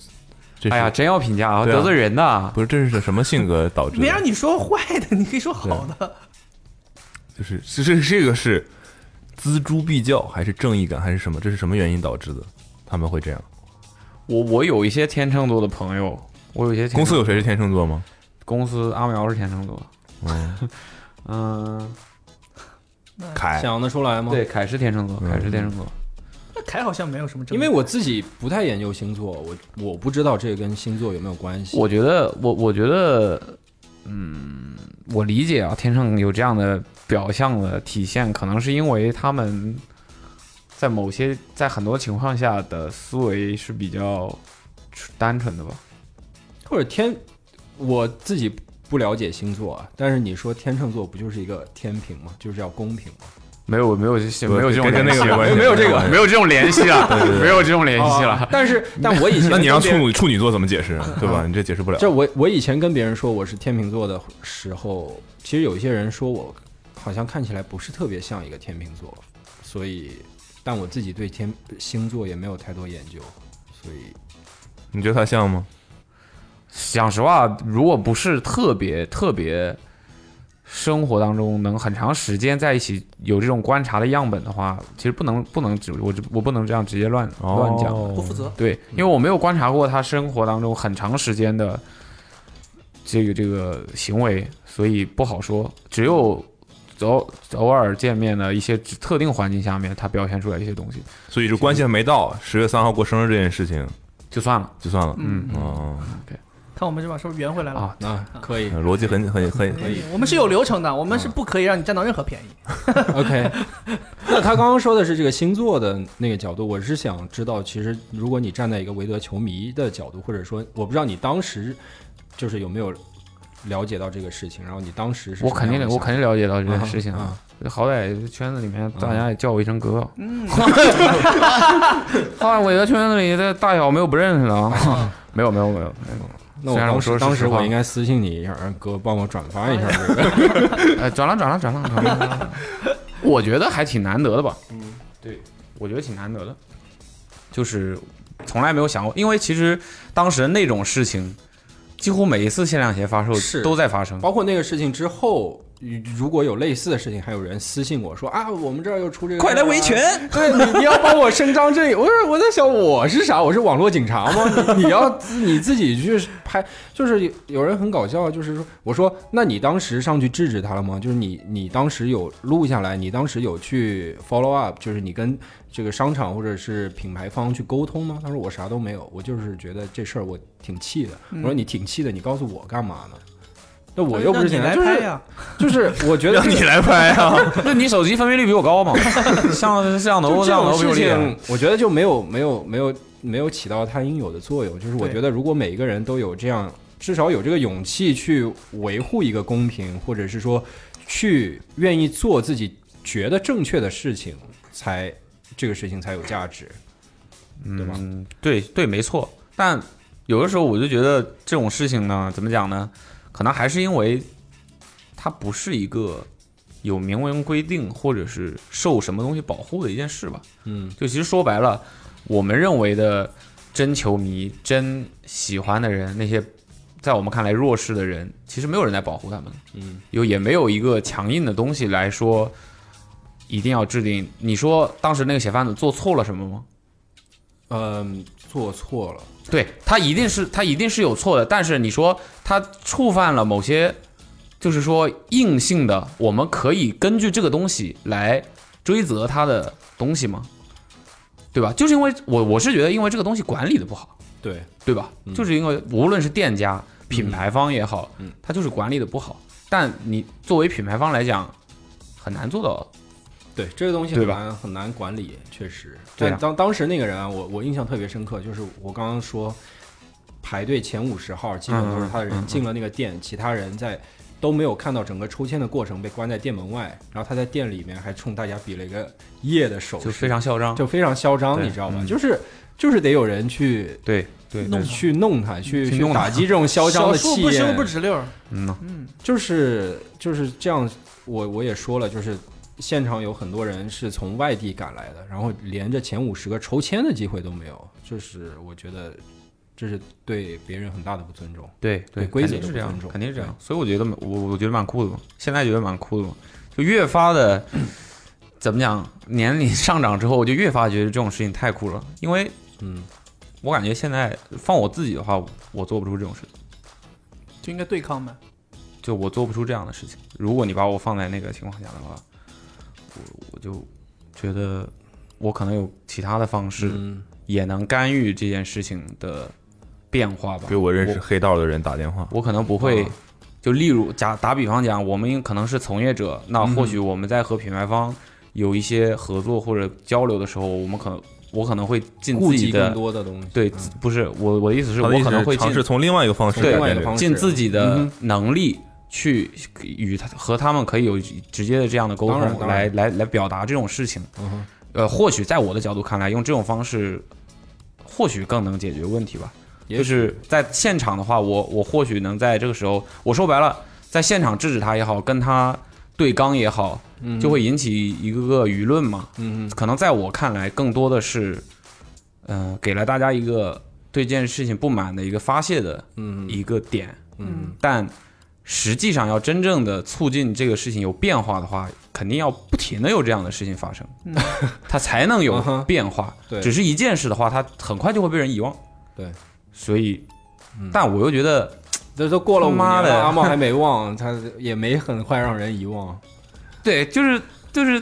Speaker 2: 这是
Speaker 4: 哎呀，真要评价啊，
Speaker 2: 对啊
Speaker 4: 得罪人呐！
Speaker 2: 不是这是什么性格导致
Speaker 5: 没让
Speaker 2: 的？
Speaker 5: 你说坏的，你可以说好的。
Speaker 2: 就是这这这个是锱铢必较，还是正义感，还是什么？这是什么原因导致的？他们会这样？
Speaker 4: 我我有一些天秤座的朋友，我有一些天
Speaker 2: 公司
Speaker 4: 秤
Speaker 2: 有谁是天秤座吗？
Speaker 4: 公司阿苗是天秤座，
Speaker 2: 嗯，
Speaker 4: 嗯，
Speaker 2: 凯
Speaker 3: 想得出来吗？
Speaker 4: 对，，凯是天秤座，凯是天秤座，
Speaker 5: 那凯好像没有什么争
Speaker 3: 因
Speaker 5: 议，
Speaker 3: 为我自己不太研究星座，我我不知道这个跟星座有没有关系。
Speaker 4: 我觉得，我我觉得，嗯，我理解啊，天秤有这样的表象的体现，可能是因为他们在某些在很多情况下的思维是比较单纯的吧。
Speaker 3: 或者天，我自己不了解星座啊，但是你说天秤座不就是一个天平吗？就是要公平 吗？
Speaker 4: 没有没有没有这种
Speaker 2: 跟跟那个没关系，
Speaker 4: 没有这个
Speaker 2: 没
Speaker 4: 没有这种联系 了，没有这种联系
Speaker 3: 啊
Speaker 4: 了。
Speaker 3: 但是，但我 以前
Speaker 2: 那你让
Speaker 3: 跟别
Speaker 2: 处
Speaker 3: 人
Speaker 2: 女处女座怎么解释，啊对吧？你这解释不了。
Speaker 3: 这我我以前跟别人说我是天秤座的时候，其实有一些人说我好像看起来不是特别像一个天秤座，所以，但我自己对天星座也没有太多研究，所以
Speaker 2: 你觉得他像吗？
Speaker 4: 讲实话，如果不是特别特别生活当中能很长时间在一起有这种观察的样本的话，其实不能不能只我我不能这样直接乱、
Speaker 2: 哦
Speaker 4: 乱讲。
Speaker 5: 不负
Speaker 3: 哦
Speaker 5: 责。
Speaker 4: 对，因为我没有观察过他生活当中很长时间的这个这个行为，所以不好说。只有偶偶尔见面的一些特定环境下面，他表现出来一些东西
Speaker 2: 所以就关系还没到十月三号过生日这件事情
Speaker 4: 就算了
Speaker 2: 就算了。
Speaker 5: 嗯，
Speaker 2: 哦，
Speaker 5: 看我们这把是不是圆回来了？
Speaker 4: 啊。
Speaker 3: 啊，可以
Speaker 2: 嗯逻辑很很很
Speaker 5: 可以，我们是有流程的，我们
Speaker 3: 啊
Speaker 5: 是不可以让你占到任何便宜。
Speaker 3: ，OK。那他刚刚说的是这个星座的那个角度，我是想知道，其实如果你站在一个韦德球迷的角度，或者说，我不知道你当时就是有没有了解到这个事情，然后你当时是
Speaker 4: 我肯定我肯定了解到这
Speaker 3: 定
Speaker 4: 件事情
Speaker 3: 嗯
Speaker 4: 啊。好歹圈子里面大家也叫我一声哥，
Speaker 5: 嗯，
Speaker 4: 好歹我一个圈子里的大小没有不认识的
Speaker 3: 嗯
Speaker 4: 啊， 没有没有没有，
Speaker 3: 那我
Speaker 4: 虽然我
Speaker 3: 当
Speaker 4: 说
Speaker 3: 时
Speaker 4: 是
Speaker 3: 当
Speaker 4: 实
Speaker 3: 时
Speaker 4: 话
Speaker 3: 我应该私信你一下，让哥帮我转发一下这个。
Speaker 4: 呃，转了转了转了转了转了， 我觉得还挺难得的吧，嗯，对，我觉得挺难得的，就是从来没有想过，因为其实当时那种事情，几乎每一次限量鞋发售
Speaker 3: 是哦
Speaker 4: 都在发生，
Speaker 3: 包括那个事情之后，如果有类似的事情，还有人私信我说啊，我们这儿又出这个、
Speaker 4: 快来维权！
Speaker 3: 对你，你要帮我伸张正义。我说我在想，我是啥？我是网络警察吗？你你要自你自己去拍，就是有有人很搞笑，啊就是说，我说那你当时上去制止他了吗？就是你你当时有录下来，你当时有去 follow up，就是你跟这个商场或者是品牌方去沟通吗？他说我啥都没有，我就是觉得这事儿我挺气的。我说你挺气的，你告诉我干嘛呢？那我又不是
Speaker 5: 让
Speaker 3: 警
Speaker 5: 嗯你
Speaker 3: 察，
Speaker 5: 来
Speaker 3: 就
Speaker 5: 拍
Speaker 3: 是
Speaker 5: 呀，
Speaker 3: 就是我觉得
Speaker 2: 让
Speaker 3: 这个
Speaker 2: 你来拍啊！
Speaker 4: 那你手机分辨率比 我高嘛？像摄像头
Speaker 3: 就
Speaker 4: 摄
Speaker 3: 这
Speaker 4: 像
Speaker 3: 种
Speaker 4: 头比
Speaker 3: 事
Speaker 4: 我厉害
Speaker 3: 情，，我觉得就没有没有没有没有起到它应有的作用。就是我
Speaker 5: 对
Speaker 3: 觉得，如果每一个人都有这样，至少有这个勇气去维护一个公平，或者是说去愿意做自己觉得正确的事情，才这个事情才有价值，对吧？
Speaker 4: 嗯，对对，没错。但有的时候我就觉得这种事情呢，怎么讲呢？可能还是因为它不是一个有明文规定或者是受什么东西保护的一件事吧。
Speaker 3: 嗯，
Speaker 4: 就其实说白了，我们认为的真球迷、真喜欢的人，那些在我们看来弱势的人，其实没有人来保护他们。
Speaker 3: 嗯，
Speaker 4: 有也没有一个强硬的东西来说，一定要制定。你说当时那个血贩子做错了什么吗？
Speaker 3: 嗯，做错了，
Speaker 4: 对他一定是他一定是有错的，但是你说他触犯了某些，就是说硬性的，我们可以根据这个东西来追责他的东西吗？对吧？就是因为我我是觉得，因为这个东西管理的不好，
Speaker 3: 对，
Speaker 4: 对吧？就是因为无论是店家、品牌方也好，它就是管理的不好。但你作为品牌方来讲，很难做到。
Speaker 3: 对这个东西
Speaker 4: 对
Speaker 3: 很
Speaker 4: 吧
Speaker 3: 难很难管理，确实。
Speaker 4: 对啊
Speaker 3: 但当当时那个人啊，我我印象特别深刻，就是我刚刚说排队前五十号，基本都是他的
Speaker 4: 嗯嗯
Speaker 3: 人
Speaker 4: 嗯
Speaker 3: 进了那个店，其他人在都没有看到整个抽签的过程，被关在店门外。然后他在店里面还冲大家比了一个耶的手势，
Speaker 4: 就非常嚣张。
Speaker 3: 就非常嚣张，
Speaker 4: 对
Speaker 3: 你知道吧？
Speaker 4: 嗯
Speaker 3: 就是就是得有人去
Speaker 4: 对对
Speaker 5: 弄
Speaker 3: 去弄他，去
Speaker 4: 去弄他
Speaker 3: 打击这种嚣张
Speaker 5: 小
Speaker 3: 的
Speaker 5: 数
Speaker 3: 气
Speaker 5: 不
Speaker 3: 焰
Speaker 5: 生不。止六，
Speaker 4: 嗯呐
Speaker 5: 嗯，
Speaker 3: 就是就是这样，我我也说了，就是现场有很多人是从外地赶来的，然后连着前五十个抽签的机会都没有，就是我觉得这是对别人很大的不尊重。
Speaker 4: 对
Speaker 3: 对规
Speaker 4: 肯
Speaker 3: 则
Speaker 4: 定
Speaker 3: 的
Speaker 4: 是
Speaker 3: 不
Speaker 4: 这样
Speaker 3: 尊，重
Speaker 4: 肯定是这样。所以我觉得蛮我我觉得蛮酷的嘛，现在觉得蛮酷的嘛。就越发的怎么讲，年龄上涨之后，我就越发觉得这种事情太酷了，因为
Speaker 3: 嗯，
Speaker 4: 我感觉现在放我自己的话，我做不出这种事情，
Speaker 5: 就应该对抗嘛。
Speaker 4: 就我做不出这样的事情。如果你把我放在那个情况下的话，我我就觉得我可能有其他的方式
Speaker 3: 嗯
Speaker 4: 也能干预这件事情的变化吧。
Speaker 2: 给我认识
Speaker 4: 我
Speaker 2: 黑道的人打电话，
Speaker 4: 我可能不会
Speaker 3: 啊，
Speaker 4: 就例如假打比方讲，我们可能是从业者，那或许我们在和品牌方有一些合作或者交流的时候，我们可能我可能会尽
Speaker 3: 顾
Speaker 4: 自
Speaker 3: 及
Speaker 4: 己
Speaker 3: 更
Speaker 4: 的
Speaker 3: 多的东西。
Speaker 4: 对
Speaker 3: 嗯，
Speaker 4: 自不是我我的意思是
Speaker 2: 他
Speaker 4: 我
Speaker 2: 的意思
Speaker 4: 可能
Speaker 2: 是
Speaker 4: 会尽
Speaker 2: 尝试从另外一个方式
Speaker 4: 对
Speaker 2: 改
Speaker 3: 另外一
Speaker 2: 变
Speaker 3: 个
Speaker 2: 这个
Speaker 3: 方式
Speaker 4: 尽自己的
Speaker 3: 嗯
Speaker 4: 能力去与他和他们可以有直接的这样的沟
Speaker 3: 当然
Speaker 4: 通，
Speaker 3: 当
Speaker 4: 来
Speaker 3: 然
Speaker 4: 来来表达这种事情。
Speaker 3: 嗯哼
Speaker 4: 呃，或许在我的角度看来，用这种方式或许更能解决问题吧。就
Speaker 3: 也许
Speaker 4: 是在现场的话，我我或许能在这个时候，我说白了，在现场制止他也好，跟他对刚也好，就会引起一个个舆论嘛。
Speaker 3: 嗯
Speaker 4: 可能在我看来，更多的是，嗯、给了大家一个对这件事情不满的一个发泄的
Speaker 3: 嗯
Speaker 4: 一个点，
Speaker 3: 嗯，
Speaker 4: 但。实际上，要真正的促进这个事情有变化的话，肯定要不停的有这样的事情发生，
Speaker 5: 嗯
Speaker 4: 它才能有
Speaker 3: 嗯哼
Speaker 4: 变化。
Speaker 3: 对
Speaker 4: 只是一件事的话，它很快就会被人遗忘。
Speaker 3: 对，
Speaker 4: 所以
Speaker 3: 嗯，
Speaker 4: 但我又觉得
Speaker 3: 这都过了五年
Speaker 4: 妈
Speaker 3: 了，
Speaker 4: 的
Speaker 3: 阿茂 还没忘，他也没很快让人遗忘。
Speaker 4: 对，就是就是，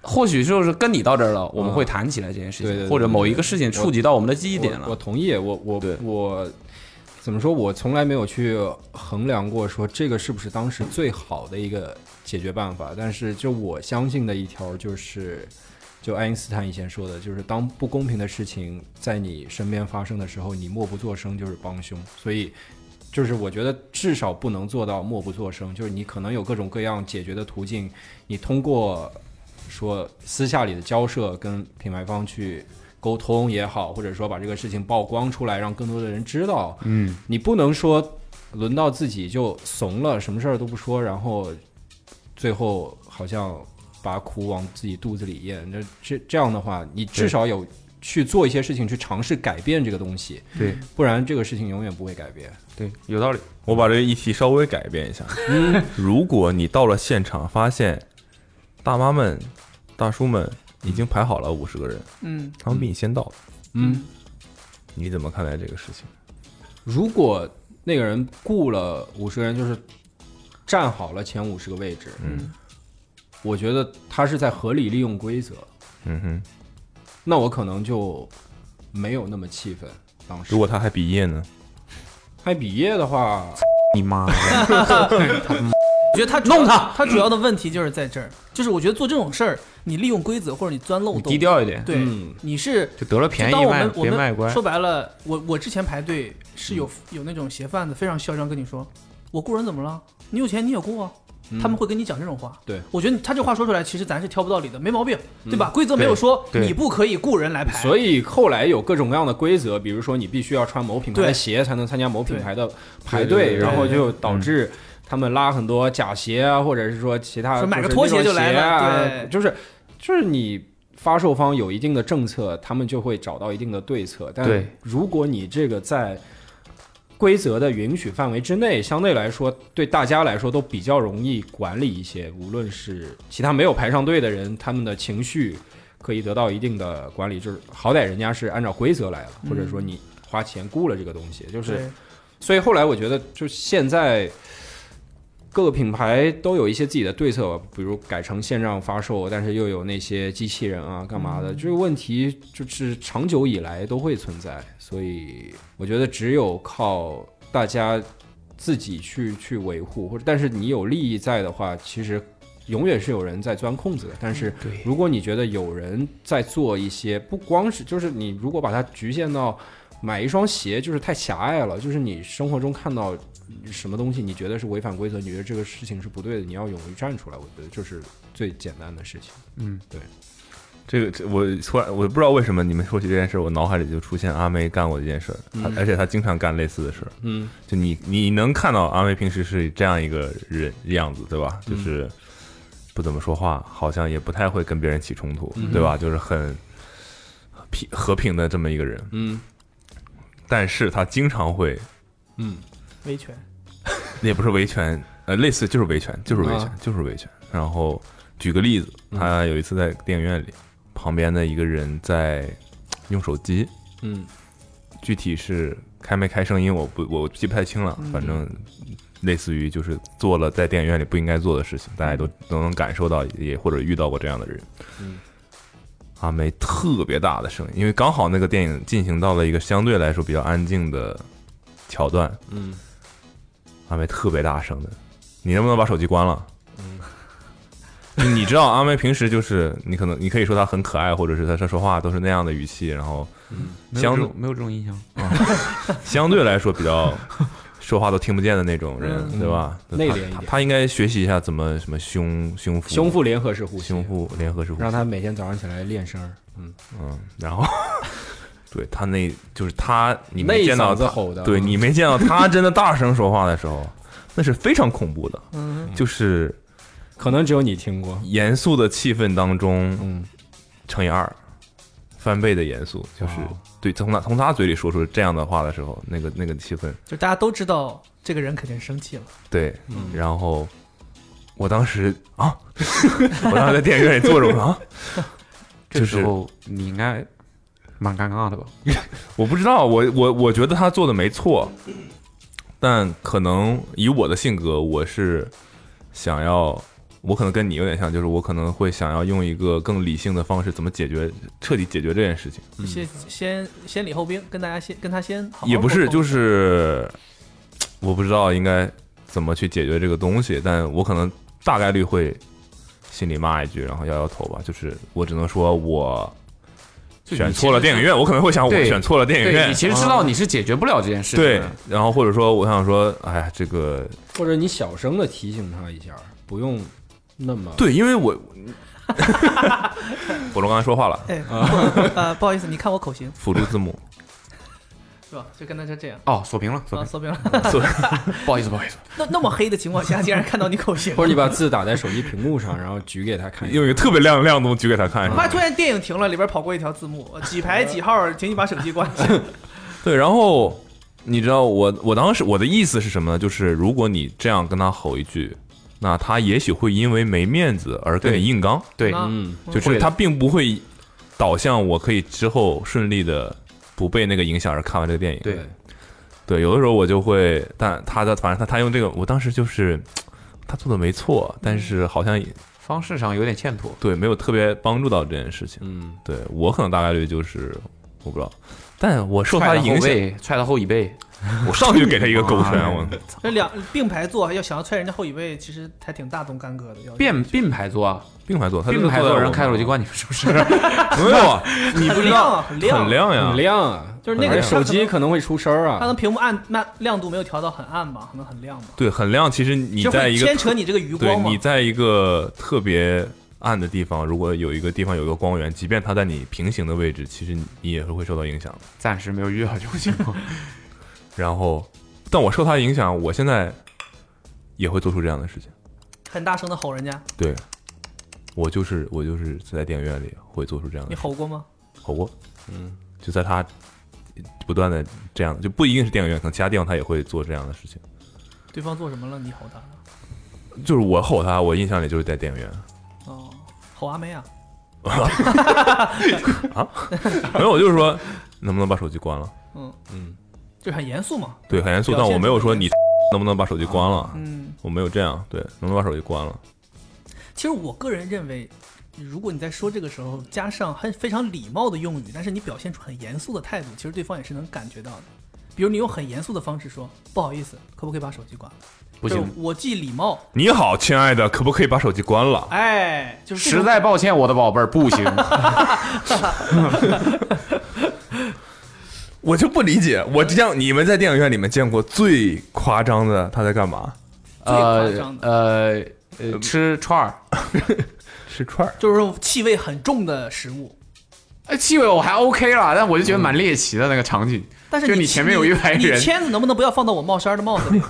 Speaker 4: 或许就是跟你到这儿了，我们
Speaker 3: 嗯
Speaker 4: 会谈起来这件事情，
Speaker 3: 对对对
Speaker 4: 或者某一个事情触及到我们的记忆点
Speaker 3: 我我
Speaker 4: 了。
Speaker 3: 同意，我我我怎么说？我从来没有去衡量过说这个是不是当时最好的一个解决办法。但是就我相信的一条就是，就爱因斯坦以前说的，就是当不公平的事情在你身边发生的时候，你默不作声就是帮凶。所以。就是我觉得至少不能做到默不作声，就是你可能有各种各样解决的途径，你通过说私下里的交涉跟品牌方去沟通也好，或者说把这个事情曝光出来，让更多的人知道。
Speaker 4: 嗯，
Speaker 3: 你不能说轮到自己就怂了，什么事儿都不说，然后最后好像把苦往自己肚子里咽。那这这样的话，你至少有去做一些事情，去尝试改变这个东西，
Speaker 4: 对
Speaker 3: 不然这个事情永远不会改变。
Speaker 4: 对，有道理。
Speaker 2: 我把这个议题稍微改变一下。如果你到了现场，发现大妈们、大叔们已经排好了五十个人，
Speaker 5: 嗯，
Speaker 2: 他们比你先到了，
Speaker 3: 嗯，
Speaker 2: 你怎么看待这个事情？
Speaker 3: 如果那个人雇了五十个人，就是站好了前五十个位置，
Speaker 2: 嗯，
Speaker 3: 我觉得他是在合理利用规则。
Speaker 2: 嗯哼，
Speaker 3: 那我可能就没有那么气愤。当时
Speaker 2: 如果他还毕业呢？
Speaker 3: 还毕业的话，
Speaker 4: 你妈的！
Speaker 5: 我觉得他弄他，他主要的问题就是在这儿，就是我觉得做这种事儿，你利用规则或者你钻漏
Speaker 4: 你
Speaker 5: 洞，
Speaker 4: 低调一点，
Speaker 5: 对，
Speaker 3: 嗯
Speaker 5: 你是
Speaker 4: 就得了
Speaker 5: 就
Speaker 4: 便
Speaker 5: 当
Speaker 4: 宜
Speaker 5: 我
Speaker 4: 卖
Speaker 5: 们我
Speaker 4: 别卖嗯
Speaker 5: 们
Speaker 4: 乖
Speaker 5: 说。白了，我我之前排队是有有那种鞋贩子非常嚣张跟你说，我雇人怎么了？你有钱你也雇啊。
Speaker 4: 嗯
Speaker 5: 他们会跟你讲这种话，
Speaker 3: 对
Speaker 5: 我觉得他这话说出来，其实咱是挑不到理的，没毛病，对吧？规则没有说
Speaker 4: 嗯对对
Speaker 5: 你不可以雇人来排，
Speaker 3: 所以后来有各种各样的规则，比如说你必须要穿某品牌的鞋才能参加某品牌的排队，
Speaker 4: 对
Speaker 3: 然后就导致他们拉很多假鞋啊，或者是说其他
Speaker 5: 嗯说买个
Speaker 3: 就是那种
Speaker 5: 拖鞋就来了
Speaker 3: 啊
Speaker 5: 对
Speaker 3: 就是就是你。发售方有一定的政策，他们就会找到一定的对策。但
Speaker 4: 对
Speaker 3: 如果你这个在规则的允许范围之内，相对来说对大家来说都比较容易管理一些。无论是其他没有排上队的人，他们的情绪可以得到一定的管理，就是好歹人家是按照规则来了，或者说你花钱雇了这个东西，就是。
Speaker 5: 对
Speaker 3: 所以后来我觉得，就现在各个品牌都有一些自己的对策吧，比如改成线上发售，但是又有那些机器人啊，干嘛的？这个问题就是长久以来都会存在，所以我觉得只有靠大家自己去去维护，或者但是你有利益在的话，其实永远是有人在钻空子的。但是
Speaker 5: 对
Speaker 3: 如果你觉得有人在做一些，不光是就是你如果把它局限到买一双鞋就是太狭隘了，就是你生活中看到什么东西，你觉得是违反规则，你觉得这个事情是不对的，你要勇于站出来，我觉得这是最简单的事情。
Speaker 4: 嗯，
Speaker 2: 这个这我突然我不知道为什么你们说起这件事，我脑海里就出现阿妹干过一件事儿，她而且她经常干类似的事儿。
Speaker 3: 嗯
Speaker 2: 就你你能看到阿妹平时是这样一个人样子，对吧？就是不怎么说话，好像也不太会跟别人起冲突，对吧？就是很平和平的这么一个人，
Speaker 3: 嗯
Speaker 2: 但是她经常会
Speaker 3: 嗯，
Speaker 5: 维权，
Speaker 2: 那也不是维权，呃，类似就是维权，就是维权，
Speaker 3: 啊
Speaker 2: 就是维权。然后举个例子，他有一次在电影院里，旁边的一个人在用手机，
Speaker 3: 嗯
Speaker 2: 具体是开没开声音，我不我记不太清了，
Speaker 3: 嗯
Speaker 2: 反正类似于就是做了在电影院里不应该做的事情，大家都都能感受到，也或者遇到过这样的人。
Speaker 3: 嗯
Speaker 2: 阿梅特别大的声音，因为刚好那个电影进行到了一个相对来说比较安静的桥段，
Speaker 3: 嗯
Speaker 2: 阿妹特别大声的，你能不能把手机关了？嗯， 你知道阿妹平时就是你可能你可以说她很可爱，或者是她她说话都是那样的语气，然后
Speaker 3: 嗯
Speaker 4: 没有
Speaker 2: 相
Speaker 4: 这种没有这种印象，
Speaker 2: 相对来说比较说话都听不见的那种人，
Speaker 5: 嗯
Speaker 2: 对吧？
Speaker 3: 内敛一点
Speaker 2: 她她她应该学习一下怎么什么胸胸腹
Speaker 3: 胸腹联合式呼吸，
Speaker 2: 胸腹联合式呼吸
Speaker 3: 让，他每天早上起来练声儿。嗯，
Speaker 2: 嗯，然后。对她那，就是她，你
Speaker 3: 那
Speaker 2: 没
Speaker 3: 一
Speaker 2: 见到
Speaker 3: 嗓子
Speaker 2: 她
Speaker 3: 吼的
Speaker 2: 对
Speaker 3: 嗯
Speaker 2: 你没见到她真的大声说话的时候，那是非常恐怖的，
Speaker 5: 嗯，
Speaker 2: 就是
Speaker 3: 可能只有你听过。
Speaker 2: 严肃的气氛当中
Speaker 3: 嗯，
Speaker 2: 乘以二，翻倍的严肃，就是
Speaker 3: 哇哦
Speaker 2: 对从他从他嘴里说出这样的话的时候，那个那个气氛，
Speaker 5: 就大家都知道这个人肯定生气了，
Speaker 2: 对，
Speaker 4: 嗯
Speaker 2: 然后我当时 啊，我当时在电影院里坐着，我说啊，
Speaker 4: 这
Speaker 2: 就是
Speaker 4: 时候你应该蛮尴尬的吧？
Speaker 2: 我不知道，我我我觉得他做的没错，但可能以我的性格，我是想要。我可能跟你有点像，就是我可能会想要用一个更理性的方式，怎么解决彻底解决这件事情。
Speaker 4: 嗯
Speaker 5: 先先先礼后兵，跟大家先跟他先好好
Speaker 2: 也不
Speaker 5: 沟
Speaker 2: 是，
Speaker 5: 通
Speaker 2: 就是我不知道应该怎么去解决这个东西，但我可能大概率会心里骂一句，然后摇摇头吧。就是我只能说我选错了电影院，我可能会想我
Speaker 4: 对
Speaker 2: 选错了电影
Speaker 4: 对你
Speaker 2: 院，
Speaker 4: 其实知道你是解决不了这件事情
Speaker 2: 对
Speaker 4: 的，，
Speaker 2: 然后或者说我想说，哎呀，这个
Speaker 3: 或者你小声的提醒他一下，不用那么
Speaker 2: 对，因为 我火龙刚才说话了，
Speaker 5: 哎，不呃，不好意思，你看我口型
Speaker 2: 辅助字 母，
Speaker 5: 是吧？就跟他就这样
Speaker 4: 哦，锁屏了，锁
Speaker 5: 啊，
Speaker 4: 屏，
Speaker 5: 缩表了。
Speaker 4: 不好意思，不好意思，
Speaker 5: 那那么黑的情况下，竟然看到你口型，
Speaker 3: 或者你把字打在手机屏幕上，然后举给他看一下。
Speaker 2: 用一个特别亮的亮度举给他看，
Speaker 5: 妈，突然电影停了，里边跑过一条字幕，呃几排几号，请你把手机关了。
Speaker 2: 对，然后你知道我我当时我的意思是什么呢？就是如果你这样跟他吼一句，那他也许会因为没面子而跟你
Speaker 4: 对
Speaker 2: 硬刚，
Speaker 4: 对，
Speaker 5: 啊
Speaker 3: 嗯，
Speaker 2: 就
Speaker 4: 会
Speaker 2: 是
Speaker 4: 的
Speaker 2: 他并不会导向我可以之后顺利的不被那个影响而看完这个电影。
Speaker 4: 对
Speaker 2: 对，有的时候我就会，但他的反正他他用这个，我当时就是。他做的没错，但是好像也
Speaker 4: 方式上有点欠妥。
Speaker 2: 对没有特别帮助到这件事情。
Speaker 3: 嗯，
Speaker 2: 对我可能大概率就是我不知道，但我受
Speaker 4: 踹
Speaker 2: 他
Speaker 4: 到后
Speaker 2: 影响，
Speaker 4: 背，踹到后椅背，
Speaker 2: 我上去给他一个 勾拳，
Speaker 4: 妈
Speaker 2: 我
Speaker 5: 那两并排坐，要想要踹人家后椅背，其实还挺大动干戈的。要
Speaker 4: 并并排坐啊，
Speaker 2: 并排坐，他就
Speaker 4: 并排
Speaker 2: 坐
Speaker 4: 坐，
Speaker 2: 在
Speaker 4: 人
Speaker 2: 我
Speaker 4: 开手机关你们是不是？
Speaker 2: 没有啊，
Speaker 5: 你不知道，很亮啊，
Speaker 2: 很
Speaker 5: 很亮。
Speaker 2: 亮呀
Speaker 3: 很，亮啊，
Speaker 5: 就是那个
Speaker 3: 而且手机可能会出声儿
Speaker 5: 它的
Speaker 3: 啊。
Speaker 5: 屏幕暗慢亮度没有调到很暗吧，可能很亮吧。
Speaker 2: 对，很亮。其实你
Speaker 5: 就
Speaker 2: 在
Speaker 5: 会
Speaker 2: 一个
Speaker 5: 牵扯
Speaker 2: 特
Speaker 5: 你这个余
Speaker 2: 对
Speaker 5: 光嘛
Speaker 2: 你。在一个特别暗的地方，如果有一个地方有一个光源，即便它在你平行的位置，其实你也是会受到影响的。
Speaker 4: 暂时没有遇到这 种情况。
Speaker 2: 然后，但我受它影响，我现在也会做出这样的事情。
Speaker 5: 很大声的吼人家，
Speaker 2: 对，我就是我就是在电影院里会做出这样
Speaker 5: 你
Speaker 2: 的
Speaker 5: 吼过吗？
Speaker 2: 吼过，
Speaker 3: 嗯，
Speaker 2: 就在他不断的这样，就不一定是电影院，可能其他地方他也会做这样的事情。
Speaker 5: 对方做什么了？你吼他了？
Speaker 2: 就是我吼他，我印象里就是在电影院。
Speaker 5: 哦，吼阿妹啊！
Speaker 2: 没有，我就是说，能不能把手机关了？
Speaker 5: 嗯
Speaker 3: 嗯，
Speaker 5: 就很严肃嘛。
Speaker 2: 对，很严肃，
Speaker 5: 表
Speaker 2: 但
Speaker 5: 现
Speaker 2: 我没有说
Speaker 5: 出来
Speaker 2: 你 能不能把手机关了？
Speaker 5: 嗯，
Speaker 2: 我没有这样，对，能不能把手机关了？
Speaker 5: 其实我个人认为，如果你在说这个时候加上很非常礼貌的用语，但是你表现出很严肃的态度，其实对方也是能感觉到的。比如你用很严肃的方式说“不好意思，可不可以把手机关了”，
Speaker 4: 不行
Speaker 5: 就是，我既礼貌，
Speaker 2: 你好，亲爱的，可不可以把手机关了？
Speaker 5: 哎，就是这
Speaker 4: 实
Speaker 5: 种
Speaker 4: 在抱歉，我的宝贝儿，不 行。
Speaker 2: 我就不理解，我这样你们在电影院里面见过最夸张的他在干嘛？
Speaker 5: 最
Speaker 4: 呃
Speaker 5: 夸张的，
Speaker 4: 呃
Speaker 2: 嗯
Speaker 4: 呃，吃串儿，
Speaker 2: 吃串儿。
Speaker 5: 就是用气味很重的食物。
Speaker 4: 哎，气味我还 OK 啦，但我就觉得蛮猎奇的那个场景，
Speaker 5: 但是
Speaker 4: 就
Speaker 5: 你
Speaker 4: 你前面有一排人
Speaker 5: 你签子能不能不要放到我帽衫的帽 子里？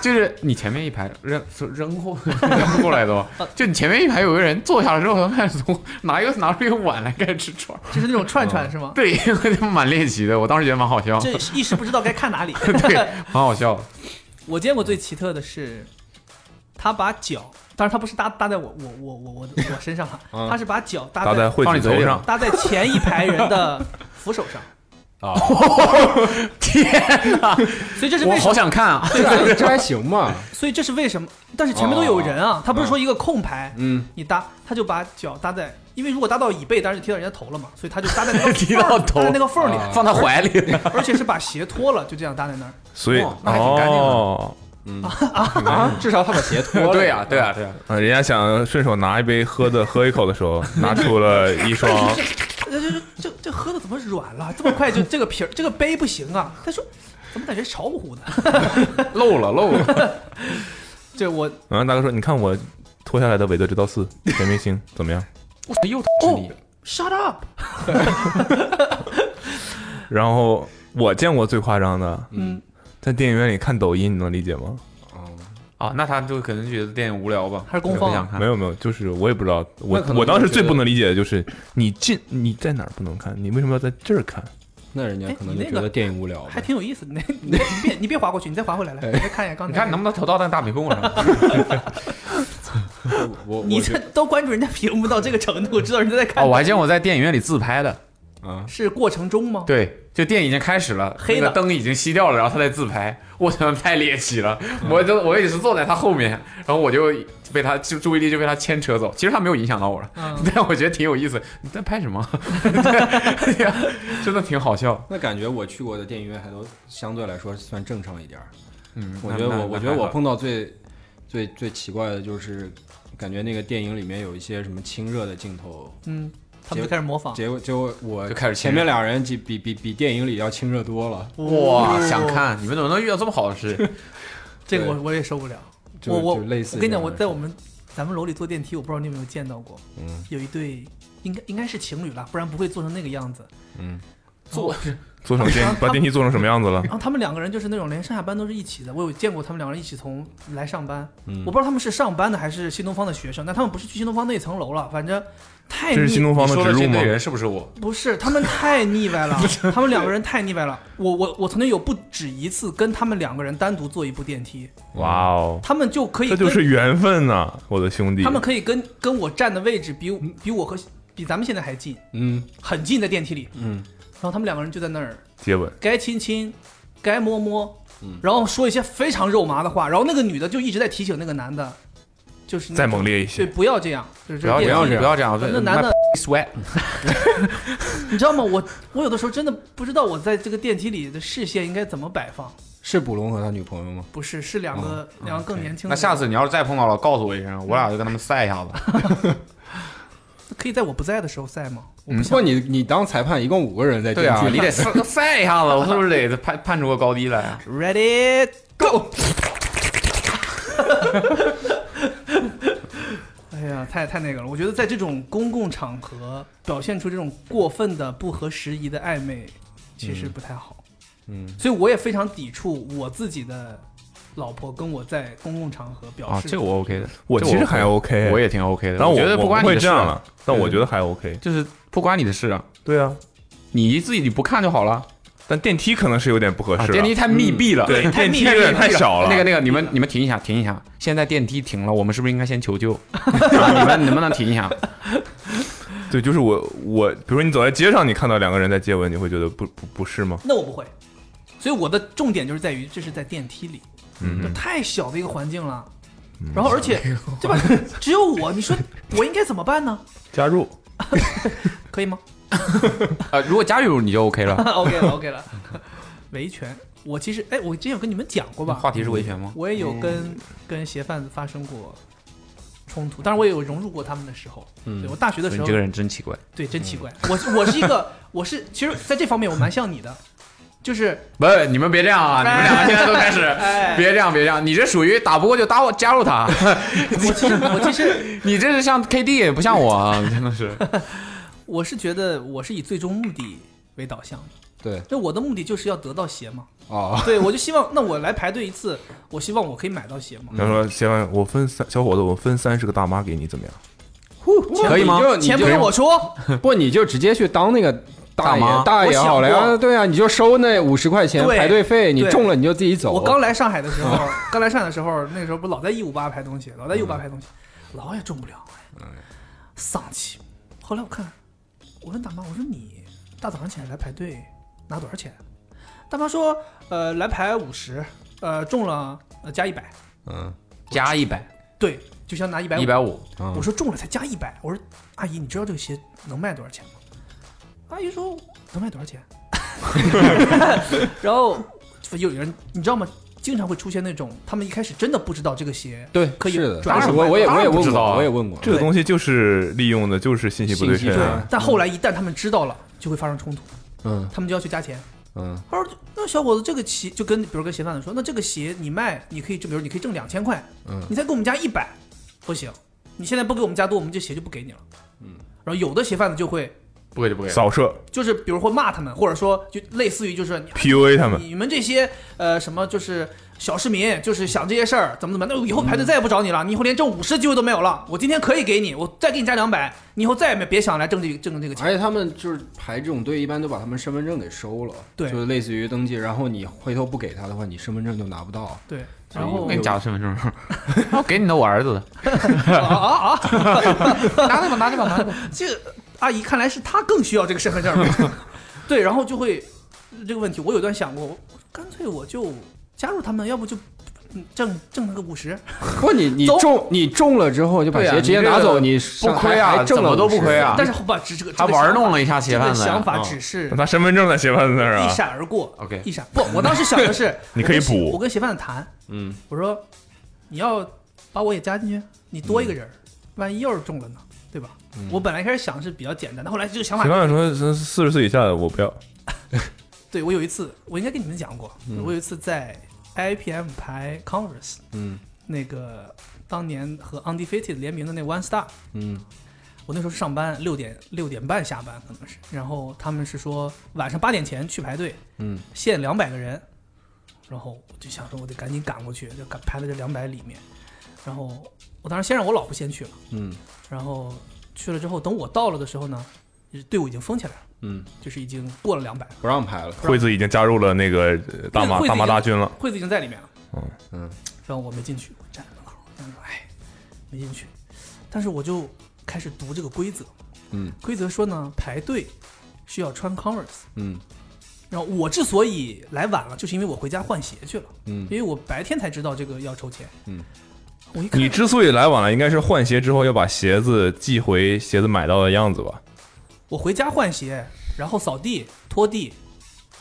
Speaker 4: 就是你前面一排扔 扔过扔过来 的吧
Speaker 5: 啊，
Speaker 4: 就你前面一排有个人坐下了之后，他开始从 拿一个拿出一个碗来开始吃串儿，
Speaker 5: 就是那种串串是吗？
Speaker 4: 对，我就蛮猎奇的，我当时觉得蛮好笑，
Speaker 5: 这一时不知道该看哪里。
Speaker 4: 对，蛮好笑的，
Speaker 5: 我见过最奇特的是，他把脚，当然他不是搭搭在我我我我我我身上了，
Speaker 3: 嗯
Speaker 5: 他是把脚搭
Speaker 2: 搭在
Speaker 5: 在
Speaker 2: 会
Speaker 4: 放
Speaker 2: 子
Speaker 4: 你嘴
Speaker 2: 头
Speaker 4: 里
Speaker 2: 上
Speaker 4: 了，
Speaker 5: 搭在前一排人的扶手 上，
Speaker 4: 天哪，
Speaker 5: 所以这是
Speaker 4: 我
Speaker 5: 为什
Speaker 4: 好
Speaker 5: 么？
Speaker 4: 想看啊，
Speaker 3: 这还这还行吧？
Speaker 5: 所以这是为什么？但是前面都有人啊，他不是说一个空排，
Speaker 3: 哦嗯，
Speaker 5: 你搭，他就把脚搭在，因为如果搭到椅背，当然就贴到人家头了嘛，所以他就搭在 那个
Speaker 4: 提到
Speaker 5: 缝
Speaker 4: 头
Speaker 5: 儿搭在那个缝儿里，
Speaker 3: 啊
Speaker 4: 放他怀里了，
Speaker 5: 而且是把鞋脱了，就这样搭在那儿。
Speaker 2: 所以
Speaker 4: 哦那还挺干净的
Speaker 2: 哦，
Speaker 3: 啊，至少他 把鞋脱了。
Speaker 4: 对啊呀，对呀，对呀，
Speaker 2: 呃人家想顺手拿一杯喝的喝一口的时候， 拿出了一双
Speaker 5: 这这这这喝的怎么软了？这么快就这个瓶儿这个杯不行啊！他说怎么感觉潮乎乎的？
Speaker 4: 漏了漏 了，
Speaker 5: 这我
Speaker 2: 然嗯后大哥说：“你看我脱下来的《韦德之道四》全明星怎么样
Speaker 4: 我操，又是你，
Speaker 5: shut up，？”
Speaker 2: 然后我见过最夸张的，
Speaker 5: 嗯，
Speaker 2: 在电影院里看抖音，你能理解吗？
Speaker 3: 哦
Speaker 4: 啊，那他就可能觉得电影无聊吧，
Speaker 5: 还是公
Speaker 4: 不
Speaker 5: 放
Speaker 4: 想看
Speaker 2: 没，有没有，就是我也不知道，我
Speaker 4: 啊那可能
Speaker 2: 我当时
Speaker 4: 就是觉
Speaker 2: 最
Speaker 4: 得
Speaker 2: 不能理解的就是你进你在哪儿不能看，你为什么要在这儿看？
Speaker 3: 那人家可能就
Speaker 5: 哎你
Speaker 3: 觉
Speaker 5: 那个
Speaker 3: 得电影无聊吧
Speaker 5: 还。挺有意思的。你 你别你别你别划过去，你再划回来
Speaker 3: 哎
Speaker 5: 来，你再看一眼刚才。
Speaker 4: 你看能不能投到那大迷宫啊 上？
Speaker 3: 我
Speaker 5: 你
Speaker 3: 我觉
Speaker 5: 这都关注人家屏幕到这个程 度，知道人家在看
Speaker 4: 哦，我还见我在电影院里自拍的，
Speaker 3: 啊，
Speaker 5: 是过程中吗？
Speaker 4: 对，就电影已经开始了，
Speaker 5: 黑
Speaker 4: 那
Speaker 5: 了
Speaker 4: 个灯已经熄掉了，然后他在自拍，我他妈太猎奇了，我就我也是坐在他后面，然后我就被他就注意力就被他牵扯走，其实他没有影响到我了，
Speaker 5: 嗯，
Speaker 4: 但我觉得挺有意思，你在拍什么？ 对呀，真的挺好笑。
Speaker 3: 那感觉我去过的电影院还都相对来说算正常一点儿。
Speaker 4: 嗯，
Speaker 3: 我
Speaker 4: 那
Speaker 3: 觉得
Speaker 4: 那
Speaker 3: 我
Speaker 4: 那
Speaker 3: 我觉得我
Speaker 4: 还好
Speaker 3: 碰到最最最奇怪的就是，感觉那个电影里面有一些什么亲热的镜头，
Speaker 5: 嗯，他们就开始模仿。
Speaker 3: 结果结果我
Speaker 4: 就开始亲
Speaker 3: 前面俩人比比比比电影里要亲热多了。
Speaker 4: 哇，想看你们怎么能遇到这么好的事？
Speaker 5: 哎这个我我也受不了。
Speaker 3: 就
Speaker 5: 我我
Speaker 3: 就类似
Speaker 5: 我跟你
Speaker 3: 这
Speaker 5: 讲，
Speaker 3: 样
Speaker 5: 我
Speaker 3: 的
Speaker 5: 在
Speaker 3: 事
Speaker 5: 我们咱们楼里坐电梯，我不知道你有没有见到过，
Speaker 3: 嗯，
Speaker 5: 有一对应该应该是情侣了，不然不会做成那个样子。
Speaker 3: 嗯，
Speaker 5: 坐
Speaker 2: 做成 电把电梯做成什么样子了？
Speaker 5: 然后他们两个人就是那种连上下班都是一起的，我有见过他们两个人一起从来上班，
Speaker 3: 嗯
Speaker 5: 我不知道他们是上班的还是新东方的学生，但他们不是去新东方那层楼了，反正太
Speaker 2: 这是新
Speaker 5: 腻，
Speaker 2: 东方
Speaker 4: 哎你说
Speaker 2: 植
Speaker 4: 的
Speaker 2: 入
Speaker 4: 这
Speaker 2: 吗
Speaker 4: 对？人是不是我？
Speaker 5: 不是他们太腻歪 了，他们两个人太腻歪了。我我我曾经有不止一次跟他们两个人单独坐一部电梯，
Speaker 2: 哇哦，
Speaker 5: 他们就可以
Speaker 2: 这
Speaker 5: 跟
Speaker 2: 就是缘分呐、我的兄弟。
Speaker 5: 他们可以跟跟我站的位置比我比我和比咱们现在还近，
Speaker 3: 嗯
Speaker 5: 很近在电梯里，
Speaker 3: 嗯，
Speaker 5: 然后他们两个人就在那儿
Speaker 2: 接
Speaker 4: 嗯
Speaker 2: 吻，
Speaker 5: 该亲亲，该摸摸
Speaker 3: 嗯，
Speaker 5: 然后说一些非常肉麻的话，然后那个女的就一直在提醒那个男的，就是那
Speaker 2: 再
Speaker 5: 种
Speaker 2: 猛，烈一些
Speaker 5: 对，。不要这样，就是
Speaker 4: 不要
Speaker 5: 这
Speaker 4: 这
Speaker 5: 样
Speaker 4: 样，
Speaker 3: 电
Speaker 4: 不
Speaker 3: 梯
Speaker 4: 要这样，对
Speaker 5: 那男的，
Speaker 4: sweat，
Speaker 5: 你知道吗？我我有的时候真的不知道我在这个电梯里的视线应该怎么摆放，
Speaker 3: 是卜龙和他女朋友吗？
Speaker 5: 不是，是两个两个更年轻的
Speaker 4: 嗯那
Speaker 5: 人。
Speaker 4: 下次你要是再碰到了，告诉我一声，我俩就跟他们赛一下子。
Speaker 5: 可以在我不在的时候晒吗？我不
Speaker 3: 不
Speaker 5: 想
Speaker 3: 过你你当裁判，一共五个人在
Speaker 4: 对
Speaker 3: 电
Speaker 4: 啊，
Speaker 3: 梯
Speaker 4: 你
Speaker 3: 里，
Speaker 4: 得赛赛一下子，我是不是得 判判出个高低来啊？
Speaker 5: Ready go！哎呀，太太那个了！我觉得在这种公共场合表现出这种过分的不合时宜的暧昧，其实不太好。
Speaker 3: 嗯，
Speaker 5: 所以我也非常抵触我自己的老婆跟我在公共场合表
Speaker 4: 啊，
Speaker 5: 示。
Speaker 4: 这个我 OK 的，
Speaker 2: 我其实还 OK，
Speaker 4: 我也挺 OK 的。
Speaker 2: 但我
Speaker 4: 我觉得不关
Speaker 2: 我
Speaker 4: 你
Speaker 2: 会
Speaker 4: 的事
Speaker 2: 这
Speaker 4: 啊
Speaker 2: 样了，但我觉得还 OK。
Speaker 4: 就是不关你的事啊，
Speaker 2: 对啊，
Speaker 4: 你自己你不看就好了。
Speaker 2: 但电梯可能是有点不合
Speaker 4: 啊，
Speaker 2: 适了。
Speaker 4: 电梯太密闭了，
Speaker 2: 对
Speaker 5: 太
Speaker 2: 电梯
Speaker 5: 密
Speaker 2: 有
Speaker 5: 闭
Speaker 2: 点
Speaker 5: 了
Speaker 2: 太小了。
Speaker 4: 那个那个，你们你们停一下，停一下，现在电梯停了，我们是不是应该先求救？啊你们能不能停一下？
Speaker 2: 对，就是我我，比如说你走在街上，你看到两个人在接吻，你会觉得不不不适吗？
Speaker 5: 那我不会。所以我的重点就是在于这是在电梯里，
Speaker 2: 嗯哼
Speaker 5: 太小的一个环境了。然后，而且，对吧？只有我，你说我应该怎么办呢？
Speaker 2: 加入
Speaker 5: 可以吗
Speaker 4: 啊，如果加入你就 OK 了。
Speaker 5: ？OK 了，OK 了。维权，我其实，哎，我之前有跟你们讲过吧？
Speaker 4: 话题是维权吗？
Speaker 5: 我也有跟跟鞋贩子发生过冲突，当然我也有融入过他们的时候。对我大学的时
Speaker 4: 嗯你
Speaker 5: 候
Speaker 4: 这，个人真嗯奇怪。
Speaker 5: 对，真奇怪。我是我是一个，我是其实在这方面我蛮像你的，就是
Speaker 4: 不是，你们别这样啊！你们两个现在都开始，
Speaker 5: 哎，
Speaker 4: 别这样，别这样。你这属于打不过就搭我加入他，
Speaker 5: 我其实我其实
Speaker 4: 你这是像 KD 不像我啊，真的是。
Speaker 5: 我是觉得我是以最终目的为导向的，
Speaker 3: 对，
Speaker 5: 那我的目的就是要得到鞋嘛。
Speaker 3: 哦，
Speaker 5: 对，我就希望，那我来排队一次，我希望我可以买到鞋嘛。
Speaker 4: 嗯
Speaker 2: 他说：“先问我分三小伙子，我分三十个大妈给你，怎么样？
Speaker 5: 钱
Speaker 4: 可以吗
Speaker 5: 不
Speaker 3: 就你
Speaker 5: 钱不用
Speaker 3: 就
Speaker 5: 我出，
Speaker 3: 不，你就直接去当那个大
Speaker 4: 大
Speaker 3: 爷
Speaker 4: 妈
Speaker 3: 大爷
Speaker 5: 我想
Speaker 3: 好了
Speaker 5: 过
Speaker 3: 呀，对啊，你就收那五十块钱
Speaker 5: 对
Speaker 3: 排队费，你
Speaker 5: 对
Speaker 3: 中了你就自己走。
Speaker 5: 我刚来上海的时候，刚来上海的时候，那个时候不老在一五八排东西，老在一五八排东西，老也中不了，哎丧气。后来我看，我问大妈，我说你大早上起来来排队拿多少钱？大妈说，呃，来排五十，呃，中了呃加一百，
Speaker 4: 嗯，加一百，
Speaker 5: 对，就像拿一百
Speaker 4: 一百五，
Speaker 5: 我说中了才加一百，我说阿姨，你知道这个鞋能卖多少钱吗？阿姨说能卖多少钱？然后有人你知道吗？经常会出现那种他们一开始真的不知道这个鞋
Speaker 3: 对，
Speaker 5: 可以
Speaker 3: 是的，
Speaker 5: 转手
Speaker 3: 我我也
Speaker 4: 当
Speaker 3: 我
Speaker 4: 然
Speaker 3: 也
Speaker 4: 不知
Speaker 3: 问
Speaker 4: 道
Speaker 3: 过，
Speaker 4: 啊
Speaker 3: 我也问过，
Speaker 2: 这个东西就是利用的，就是信息不对称
Speaker 3: 信息
Speaker 2: 啊
Speaker 3: 对。
Speaker 5: 但后来一旦他们知道了，就会发生冲突，
Speaker 3: 嗯
Speaker 5: 他们就要去加钱。
Speaker 3: 嗯
Speaker 5: 他说：“那小伙子，这个鞋就跟比如跟鞋贩子说，那这个鞋你卖，你可以就比如你可以挣两千块，
Speaker 3: 嗯
Speaker 5: 你再给我们加一百，不行，你现在不给我们加多，我们这鞋就不给你了。”嗯，然后有的鞋贩子就会
Speaker 4: 不给就不给。
Speaker 2: 扫射
Speaker 5: 就是比如会骂他们，或者说就类似于就是你
Speaker 2: PUA 他们，
Speaker 5: 你们这些呃什么就是小市民，就是想这些事儿怎么怎么，那我以后排队再也不找你了，你以后连挣五十的机会都没有了。我今天可以给你，我再给你加两百，你以后再也没别想来挣这个挣这个钱。
Speaker 3: 而且他们就是排这种队，一般都把他们身份证给收了，
Speaker 5: 对
Speaker 3: 就是类似于登记，然后你回头不给他的话，你身份证就拿不到。
Speaker 5: 对，
Speaker 3: 所以
Speaker 5: 然
Speaker 4: 我
Speaker 5: 后
Speaker 4: 给你加个身份证，然 后给你的我儿子的，
Speaker 5: 啊 啊啊！
Speaker 4: 拿着吧，拿着吧，拿着吧。
Speaker 5: 这个阿姨看来是她更需要这个身份证儿。对，然后就会这个问题，我有段想过，我干脆我就加入他们，要不就嗯挣挣那个五十，
Speaker 3: 不，你你
Speaker 5: 走
Speaker 3: 中你中了之后就把
Speaker 4: 对啊
Speaker 3: 鞋直接
Speaker 4: 你这个
Speaker 3: 拿走，你
Speaker 4: 不
Speaker 3: 上
Speaker 4: 亏
Speaker 3: 还
Speaker 4: 啊，
Speaker 3: 还挣
Speaker 4: 怎
Speaker 3: 了
Speaker 4: 么都不
Speaker 3: 50
Speaker 4: 亏啊。
Speaker 5: 但是我把这这个
Speaker 4: 他
Speaker 5: 这个
Speaker 4: 玩
Speaker 5: 想法
Speaker 4: 弄了一下
Speaker 5: 这
Speaker 4: 鞋贩
Speaker 5: 个
Speaker 4: 子，
Speaker 5: 想法
Speaker 4: 嗯
Speaker 5: 只是
Speaker 2: 拿身份证在鞋贩子那儿
Speaker 5: 一
Speaker 2: 啊。，
Speaker 5: 闪而过
Speaker 4: OK
Speaker 5: 一闪不，我当时想的是
Speaker 2: 你可以
Speaker 5: 我跟
Speaker 2: 补
Speaker 5: 我跟鞋贩子谈，
Speaker 3: 嗯，
Speaker 5: 我说你要把我也加进去，你多一个人儿，万一要是中了呢，对吧？我本来一开始想的是比较简单的，后来这个想法
Speaker 2: 鞋贩子啊说：“四十岁以下的我不要。
Speaker 5: 对我有一次，我应该跟你们讲过，我有一次在 IPM 排 Converse，
Speaker 3: 嗯
Speaker 5: 那个当年和 Undefeated 联名的那 One Star，
Speaker 3: 嗯
Speaker 5: 我那时候上班六点六点半下班可能是，然后他们是说晚上八点前去排队，
Speaker 3: 嗯，
Speaker 5: 限两百个人，然后我就想说我得赶紧赶过去，就赶排在这两百里面，然后我当时先让我老婆先去了，
Speaker 3: 嗯
Speaker 5: 然后去了之后等我到了的时候呢，队伍已经封起来了，
Speaker 3: 嗯，
Speaker 5: 就是已经过了两百了。
Speaker 3: 不让排了”。
Speaker 2: 惠子已经加入了那个呃大妈
Speaker 5: 惠子
Speaker 2: 大
Speaker 5: 已
Speaker 2: 妈
Speaker 5: 经
Speaker 2: 大军了。
Speaker 5: 惠子已经在里面了。
Speaker 2: 嗯
Speaker 3: 嗯，
Speaker 5: 然后我没进去，我站在门口，但是哎，没进去。但是我就开始读这个规则，
Speaker 3: 嗯
Speaker 5: 规则说呢，排队是要穿 Converse。
Speaker 3: 嗯
Speaker 5: 然后我之所以来晚了，就是因为我回家换鞋去了，
Speaker 3: 嗯
Speaker 5: 因为我白天才知道这个要抽签。
Speaker 3: 嗯，
Speaker 5: 我一看
Speaker 2: 你之所以来晚了，应该是换鞋之后要把鞋子寄回鞋子买到的样子吧？
Speaker 5: 我回家换鞋，然后扫地、拖地、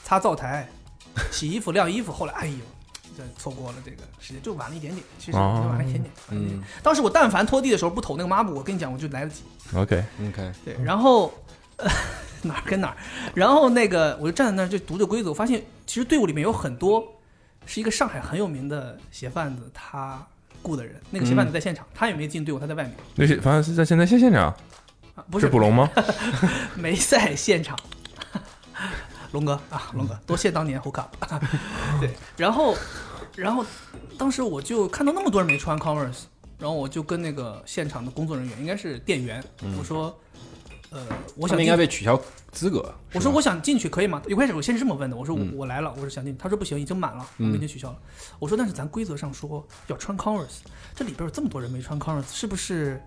Speaker 5: 擦灶台、洗衣服、晾衣服。后来，哎呦，这错过了这个时间，就晚了一点点，其实就
Speaker 2: 哦
Speaker 5: 晚了一点点。晚了一点
Speaker 3: 嗯
Speaker 5: 点当时我但凡拖地的时候不抖那个抹布，我跟你讲，我就来得及。
Speaker 2: OK，
Speaker 3: ，OK，
Speaker 5: 对，然后、 呃、哪儿跟哪儿，然后那个我就站在那儿就读着规则，我发现其实队伍里面有很多是一个上海很有名的鞋贩子他雇的人，那个鞋贩子在现场，他也没进队伍，他在外面，
Speaker 2: 那些反正是在现在现现场
Speaker 5: 啊、不
Speaker 2: 是
Speaker 5: 是
Speaker 2: 捕龙吗？
Speaker 5: 没在现场。 龙哥啊，龙哥，
Speaker 3: 嗯
Speaker 5: 多谢当年 Hook Up。对，然后，然后，当时我就看到那么多人没穿 Converse，然后我就跟那个现场的工作人员，应该是店员，我说，呃，
Speaker 3: 嗯他
Speaker 5: 我想
Speaker 3: 们应
Speaker 5: 进
Speaker 3: 该被取消资格。
Speaker 5: 我
Speaker 3: 是
Speaker 5: 说
Speaker 3: 吧
Speaker 5: 我想进去可以吗？一开始我先是这么问的，我说我、
Speaker 3: 嗯
Speaker 5: 我来了，我说想进去，他说不行，已经满了，我们已经取消了。我说但是咱规则上说要穿 Converse，这里边有这么多人没穿 Converse，是不是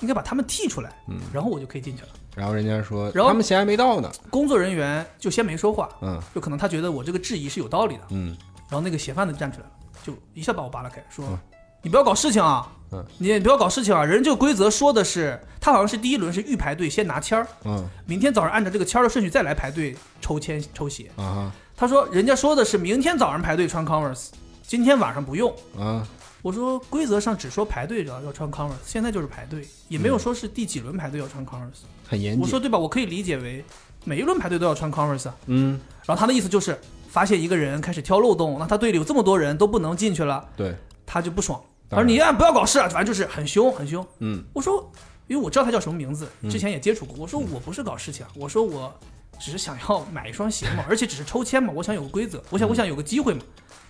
Speaker 5: 应该把他们剔出来？嗯，然后我就可以进去了。
Speaker 3: 然后人家说，
Speaker 5: 然后
Speaker 3: 他们钱还没到呢。
Speaker 5: 工作人员就先没说话，
Speaker 3: 嗯
Speaker 5: 就可能他觉得我这个质疑是有道理的，
Speaker 3: 嗯
Speaker 5: 然后那个鞋贩子站出来了，就一下把我扒拉开，说、你不要搞事情啊，
Speaker 3: 嗯
Speaker 5: 你也不要搞事情啊，人这个规则说的是，他好像是第一轮是预排队先拿签儿，
Speaker 3: 嗯
Speaker 5: 明天早上按照这个签儿的顺序再来排队抽签抽鞋。
Speaker 3: 啊
Speaker 5: 他说人家说的是明天早上排队穿 Converse，今天晚上不用。
Speaker 3: 哈啊
Speaker 5: 我说规则上只说排队要要穿 Converse，现在就是排队，也没有说是第几轮排队要穿 Converse。
Speaker 3: 很严谨。
Speaker 5: 我说对吧？我可以理解为每一轮排队都要穿 Converse 啊。
Speaker 3: 嗯，
Speaker 5: 然后他的意思就是发现一个人开始挑漏洞，那他队里有这么多人都不能进去了，
Speaker 3: 对，
Speaker 5: 他就不爽。他
Speaker 3: 当
Speaker 5: 说
Speaker 3: 然
Speaker 5: 你啊不要搞事啊，反正就是很凶很凶。
Speaker 3: 嗯
Speaker 5: 我说，因为我知道他叫什么名字，之前也接触过。我说我不是搞事情啊，我说我只是想要买一双鞋嘛，而且只是抽签嘛，我想有个规则，
Speaker 3: 嗯
Speaker 5: 我想我想有个机会嘛。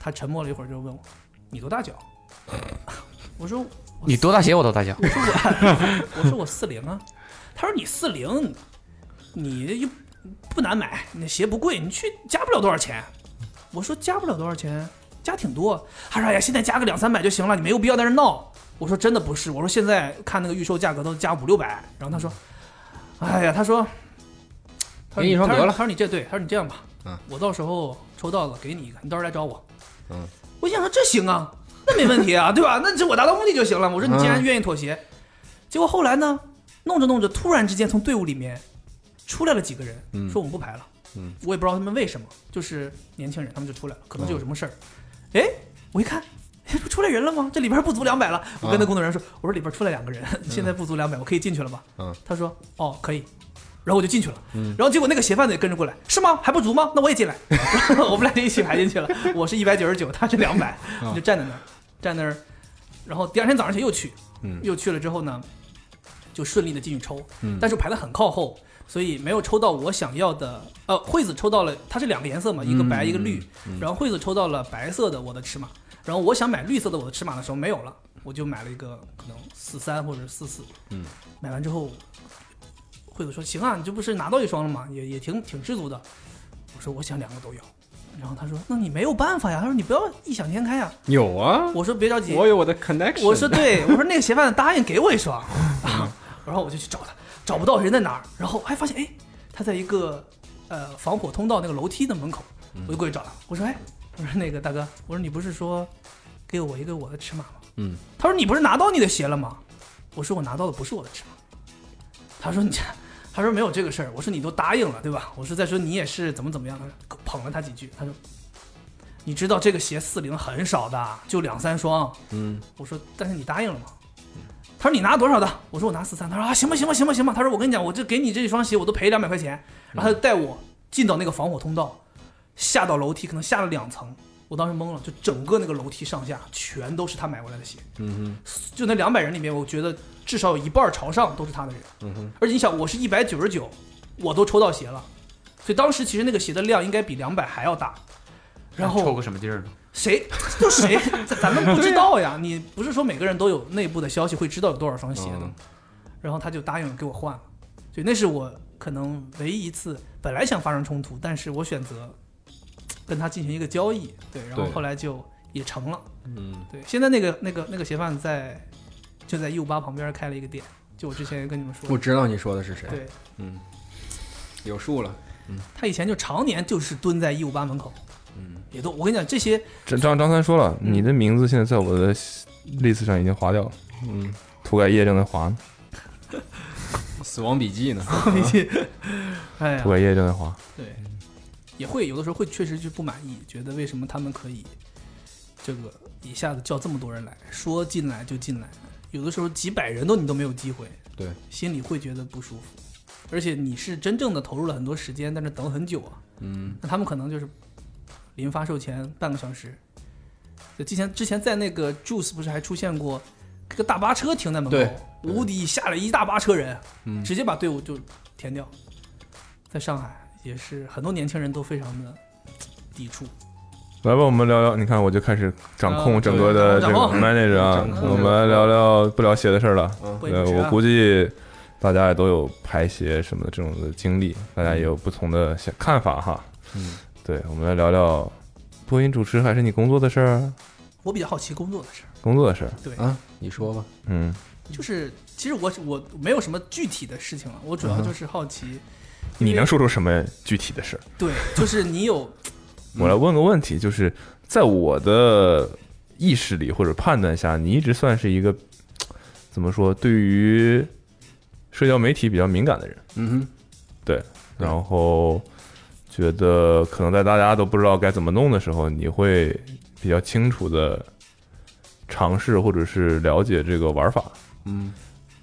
Speaker 5: 他沉默了一会儿，就问我：“你多大脚？” 我说
Speaker 4: 你多大鞋我多大脚，
Speaker 5: 我说我我说我四零啊，他说你四零，你又不难买，你鞋不贵，你去加不了多少钱。我说加不了多少钱，加挺多。他说哎呀，现在加个两三百就行了，你没有必要在这闹。我说真的不是，我说现在看那个预售价格都加五六百。然后他说，哎呀，他说，他
Speaker 3: 给
Speaker 5: 说
Speaker 3: 你一
Speaker 5: 你
Speaker 3: 双
Speaker 5: 他说
Speaker 3: 得了
Speaker 5: 他说你这对，他说你这样吧，
Speaker 3: 嗯
Speaker 5: 我到时候抽到了给你一个，你到时候来找我。
Speaker 3: 嗯，
Speaker 5: 我心想说这行啊，那没问题啊，对吧？那这我达到目的就行了。我说你既
Speaker 3: 嗯
Speaker 5: 然愿意妥协，结果后来呢，弄着弄着，突然之间从队伍里面出来了几个人，
Speaker 3: 嗯
Speaker 5: 说我们不排了。
Speaker 3: 嗯，
Speaker 5: 我也不知道他们为什么，就是年轻人，他们就出来了，可能就
Speaker 3: 嗯
Speaker 5: 有什么事儿。哎、我一看。哎不出来人了吗？这里边不足两百了。我
Speaker 3: 嗯
Speaker 5: 跟那工作人员说：“我说里边出来两个人，现在不足两百，我可以进去了吧？”
Speaker 3: 嗯，
Speaker 5: 他说：“哦，可以。”然后我就进去了。然后结果那个鞋贩子也跟着过来：“是吗？还不足吗？那我也进来。” 我们俩就一起排进去了。我是一百九十九，他是两百，
Speaker 3: 啊
Speaker 5: 就站在那儿，站那儿。然后第二天早上起来又去，
Speaker 3: 嗯
Speaker 5: 又去了之后呢，就顺利的进去抽，
Speaker 3: 嗯
Speaker 5: 但是排的很靠后，所以没有抽到我想要的。呃，惠子抽到了，它是两个颜色嘛，一个
Speaker 3: 嗯
Speaker 5: 白一个绿，然后惠子抽到了白色的我的尺码，然后我想买绿色的我的尺码的时候没有了，我就买了一个可能四三或者四四，
Speaker 3: 嗯，
Speaker 5: 买完之后，惠子说行啊，你这不是拿到一双了吗？也也挺挺知足的。我说我想两个都要，然后他说那你没有办法呀，他说你不要异想天开呀。
Speaker 3: 有啊，
Speaker 5: 我说别着急，
Speaker 3: 我有我的 connection。
Speaker 5: 我说对，我说那个鞋贩子答应给我一双，啊然后我就去找他，找不到人在哪儿，然后还发现哎，他在一个呃防火通道那个楼梯的门口，我就过去找他，我说哎，我说那个大哥，我说你不是说给我一个我的尺码吗？
Speaker 3: 嗯，
Speaker 5: 他说你不是拿到你的鞋了吗？我说我拿到的不是我的尺码。他说你这，他说没有这个事儿。我说你都答应了对吧？我说再说你也是怎么怎么样，他说捧了他几句，他说。你知道这个鞋四零很少的，就两三双。
Speaker 3: 嗯
Speaker 5: 我说，但是你答应了吗？他说你拿多少的？我说我拿四三。他说啊，行吧，行吧，行吧，行吧。他说我跟你讲，我这给你这一双鞋我都赔两百块钱。
Speaker 3: 嗯
Speaker 5: 然后他就带我进到那个防火通道，下到楼梯，可能下了两层。我当时懵了，就整个那个楼梯上下全都是他买回来的鞋。
Speaker 3: 嗯
Speaker 5: 就那两百人里面，我觉得至少有一半朝上都是他的人。
Speaker 3: 哼嗯哼
Speaker 5: 而且你想，我是一百九十九，我都抽到鞋了，所以当时其实那个鞋的量应该比两百还要大。然后
Speaker 4: 抽个什么劲儿呢？
Speaker 5: 谁 就谁，咱们不知道呀。你不是说每个人都有内部的消息会知道有多少双鞋的吗？然后他就答应给我换了，所以那是我可能唯一一次本来想发生冲突，但是我选择跟他进行一个交易，对，然后
Speaker 3: 对
Speaker 5: 后来就也成了。
Speaker 3: 嗯，
Speaker 5: 对，现在那个那个那个鞋贩子在就在 U 八旁边开了一个店，就我之前跟你们说
Speaker 3: 我
Speaker 5: 的，
Speaker 3: 知道你说的是谁。
Speaker 5: 对
Speaker 3: 嗯，有数了。
Speaker 5: 他以前就常年就是蹲在 U 八门口，嗯，也都我跟你讲这 些
Speaker 2: 张张张三说了，
Speaker 5: 嗯
Speaker 2: 你的名字现在在我的 list 上已经划掉了，
Speaker 3: 嗯，
Speaker 2: 涂改液正在划呢，
Speaker 3: 死亡笔记呢？
Speaker 5: 东西， 哎呀
Speaker 2: 涂，改液正在划。
Speaker 5: 对，也会有的时候会确实就不满意，觉得为什么他们可以这个一下子叫这么多人来说进来就进来，有的时候几百人都你都没有机会，
Speaker 3: 对，
Speaker 5: 心里会觉得不舒服。而且你是真正的投入了很多时间，但是等很久啊，
Speaker 3: 嗯，
Speaker 5: 那他们可能就是临发售前半个小时。就之前之前在那个 Juice 不是还出现过这个大巴车停在门
Speaker 3: 对
Speaker 5: 口，无敌下来一大巴车人，
Speaker 3: 嗯
Speaker 5: 直接把队伍就填掉。在上海也是很多年轻人都非常的抵触，
Speaker 2: 来吧，我们聊聊。你看，我就开始掌控
Speaker 5: 啊
Speaker 2: 整个的这
Speaker 5: 掌
Speaker 2: 个
Speaker 5: 控
Speaker 2: manager 啊
Speaker 3: 掌。控
Speaker 2: 我们来聊聊不聊鞋的事儿了。
Speaker 3: 嗯
Speaker 5: 不也
Speaker 2: 呃，
Speaker 5: 不值
Speaker 2: 我
Speaker 5: 啊
Speaker 2: 估计大家也都有排鞋什么的这种的经历，大家也有不同的想看法哈。
Speaker 3: 嗯，
Speaker 2: 对，我们来聊聊播音主持还是你工作的事儿，
Speaker 5: 我比较好奇工作的事儿。
Speaker 2: 工作的事儿。
Speaker 5: 对，
Speaker 3: 啊，你说吧。
Speaker 2: 嗯，
Speaker 5: 就是其实我我没有什么具体的事情了，我主
Speaker 2: 嗯
Speaker 5: 要就是好奇，
Speaker 2: 你能说出什么具体的事儿？
Speaker 5: 对，就是你有
Speaker 2: 我来问个问题，就是在我的意识里或者判断下，你一直算是一个怎么说，对于社交媒体比较敏感的人。
Speaker 3: 嗯哼，
Speaker 2: 对，然后觉得可能在大家都不知道该怎么弄的时候，你会比较清楚的尝试或者是了解这个玩法。
Speaker 3: 嗯，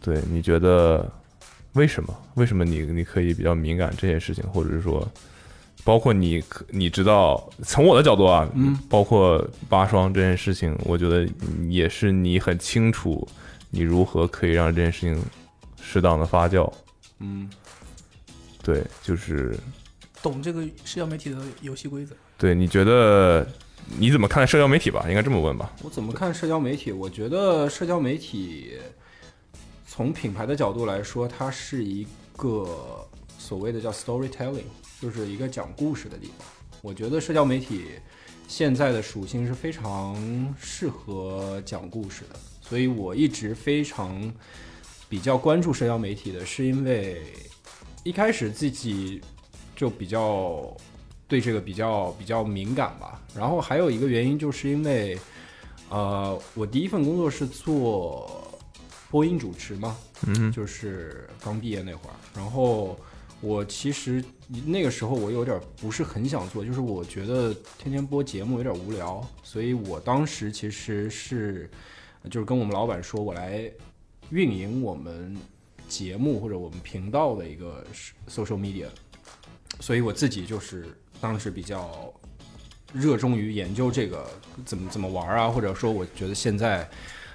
Speaker 2: 对，你觉得为什么？为什么你你可以比较敏感这些事情，或者是说，包括你可你知道，从我的角度啊，
Speaker 3: 嗯，
Speaker 2: 包括八双这件事情，我觉得也是你很清楚你如何可以让这件事情适当的发酵。
Speaker 3: 嗯，
Speaker 2: 对，就是
Speaker 5: 懂这个社交媒体的游戏规则。
Speaker 2: 对，你觉得你怎么看待社交媒体吧？应该这么问吧？
Speaker 3: 我怎么看社交媒体？我觉得社交媒体从品牌的角度来说，它是一个所谓的叫 storytelling，就是一个讲故事的地方。我觉得社交媒体现在的属性是非常适合讲故事的，所以我一直非常比较关注社交媒体的，是因为一开始自己就比较对这个比较比较敏感吧。然后还有一个原因，就是因为呃，我第一份工作是做播音主持嘛，
Speaker 2: 嗯
Speaker 3: 就是刚毕业那会儿。然后我其实那个时候我有点不是很想做，就是我觉得天天播节目有点无聊，所以我当时其实是就是跟我们老板说，我来运营我们节目或者我们频道的一个 social media，所以我自己就是当时比较热衷于研究这个怎么怎么玩啊，或者说我觉得现在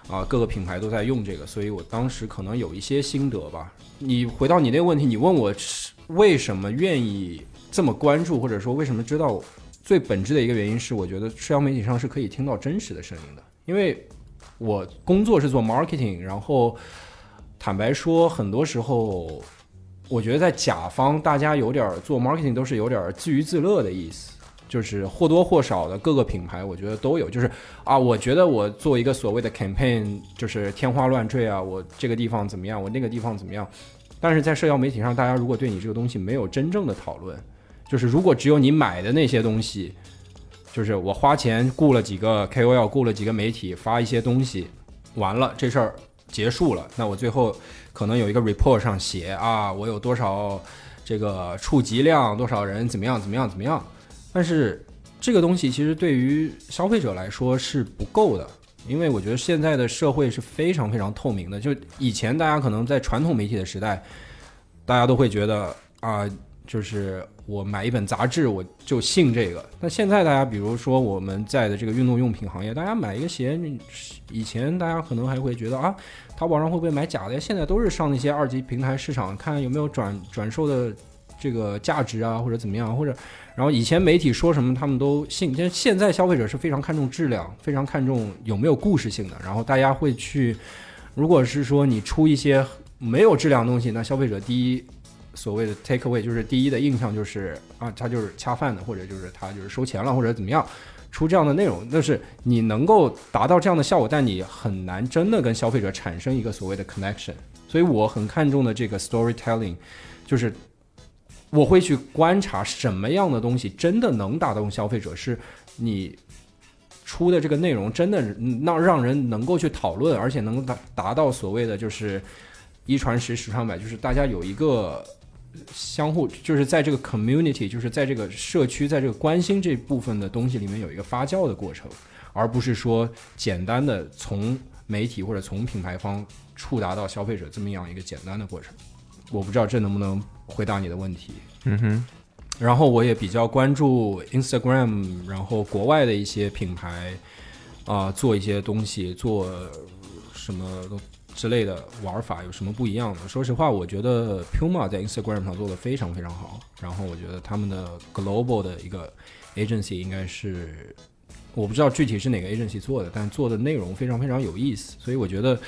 Speaker 3: 啊、各个品牌都在用这个，所以我当时可能有一些心得吧。你回到你那个问题，你问我是为什么愿意这么关注，或者说为什么知道，最本质的一个原因是，我觉得社交媒体上是可以听到真实的声音的，因为我工作是做 marketing，然后坦白说，很多时候我觉得在甲方，大家有点儿做 marketing 都是有点儿自娱自乐的意思，就是或多或少的各个品牌，我觉得都有。就是啊，我觉得我做一个所谓的 campaign，就是天花乱坠啊，我这个地方怎么样，我那个地方怎么样。但是在社交媒体上，大家如果对你这个东西没有真正的讨论，就是如果只有你买的那些东西，就是我花钱雇了几个 KOL，雇了几个媒体发一些东西，完了这事儿结束了，那我最后可能有一个 report 上写啊，我有多少这个触及量，多少人怎么样怎么样怎么样。但是这个东西其实对于消费者来说是不够的，因为我觉得现在的社会是非常非常透明的。就以前大家可能在传统媒体的时代，大家都会觉得啊、就是我买一本杂志我就信这个。那现在大家比如说我们在的这个运动用品行业，大家买一个鞋，你以前大家可能还会觉得啊，淘宝上会不会买假的呀？现在都是上那些二级平台市场看有没有转转售的这个价值啊，或者怎么样，或者然后以前媒体说什么他们都信，但是现在消费者是非常看重质量，非常看重有没有故事性的。然后大家会去，如果是说你出一些没有质量的东西，那消费者第一所谓的 take away 就是第一的印象就是啊，他就是恰饭的，或者就是他就是收钱了，或者怎么样。出这样的内容，那是你能够达到这样的效果，但你很难真的跟消费者产生一个所谓的 connection。所以我很看重的这个 storytelling，就是我会去观察什么样的东西真的能打动消费者，是你出的这个内容真的让让人能够去讨论，而且能够达达到所谓的就是一传十，十传百，就是大家有一个相互就是在这个 community，就是在这个社区，在这个关心这部分的东西里面有一个发酵的过程，而不是说简单的从媒体或者从品牌方触达到消费者这么样一个简单的过程。我不知道这能不能回答你的问题。
Speaker 2: 嗯哼，
Speaker 3: 然后我也比较关注 Instagram，然后国外的一些品牌啊、做一些东西，做什么都之类的玩法有什么不一样的？说实话，我觉得 Puma 在 Instagram 上做的非常非常好，然后我觉得他们的 global 的一个 agency 应该是。我不知道具体是哪个 agency 做的，但做的内容非常非常有意思，所以我觉得，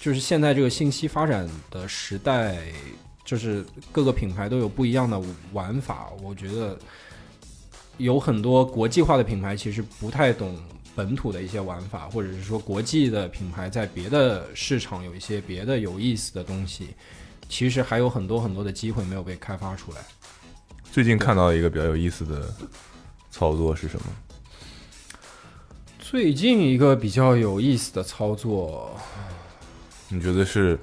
Speaker 3: 就是现在这个信息发展的时代，就是各个品牌都有不一样的玩法。我觉得有很多国际化的品牌其实不太懂本土的一些玩法，或者是说国际的品牌在别的市场有一些别的有意思的东西，其实还有很多很多的机会没有被开发出来。
Speaker 2: 最近看到一个比较有意思的操作是什么？
Speaker 3: 最近一个比较有意思的操作，
Speaker 2: 你觉得是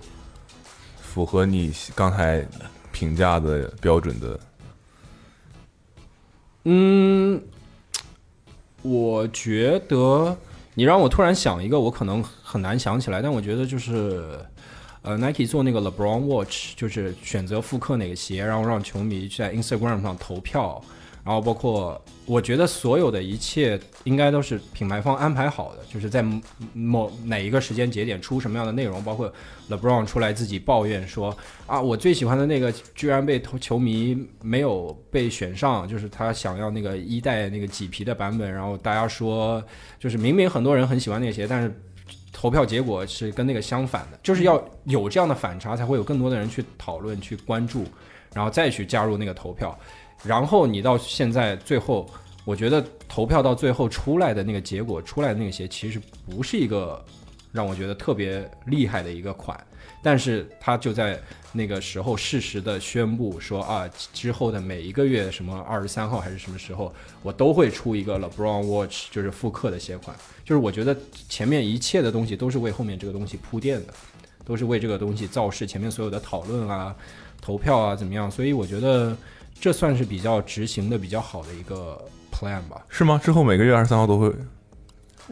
Speaker 2: 符合你刚才评价的标准的？
Speaker 3: 嗯，我觉得你让我突然想一个，我可能很难想起来，但我觉得就是，呃，Nike 做那个 LeBron Watch，就是选择复刻哪个鞋，然后让球迷在 Instagram 上投票，然后包括我觉得所有的一切应该都是品牌方安排好的，就是在某某哪一个时间节点出什么样的内容，包括 LeBron 出来自己抱怨说啊，我最喜欢的那个居然被投球迷没有被选上，就是他想要那个一代那个麂皮的版本，然后大家说就是明明很多人很喜欢那个鞋，但是投票结果是跟那个相反的，就是要有这样的反差，才会有更多的人去讨论、去关注，然后再去加入那个投票，然后你到现在最后。我觉得投票到最后出来的那个结果，出来的那个鞋其实不是一个让我觉得特别厉害的一个款，但是他就在那个时候适时的宣布说啊，之后的每一个月什么二十三号还是什么时候，我都会出一个 LeBron Watch，就是复刻的鞋款。就是我觉得前面一切的东西都是为后面这个东西铺垫的，都是为这个东西造势。前面所有的讨论啊、投票啊怎么样，所以我觉得这算是比较执行的比较好的一个 plan 吧。
Speaker 2: 是吗？之后每个月二十三号都会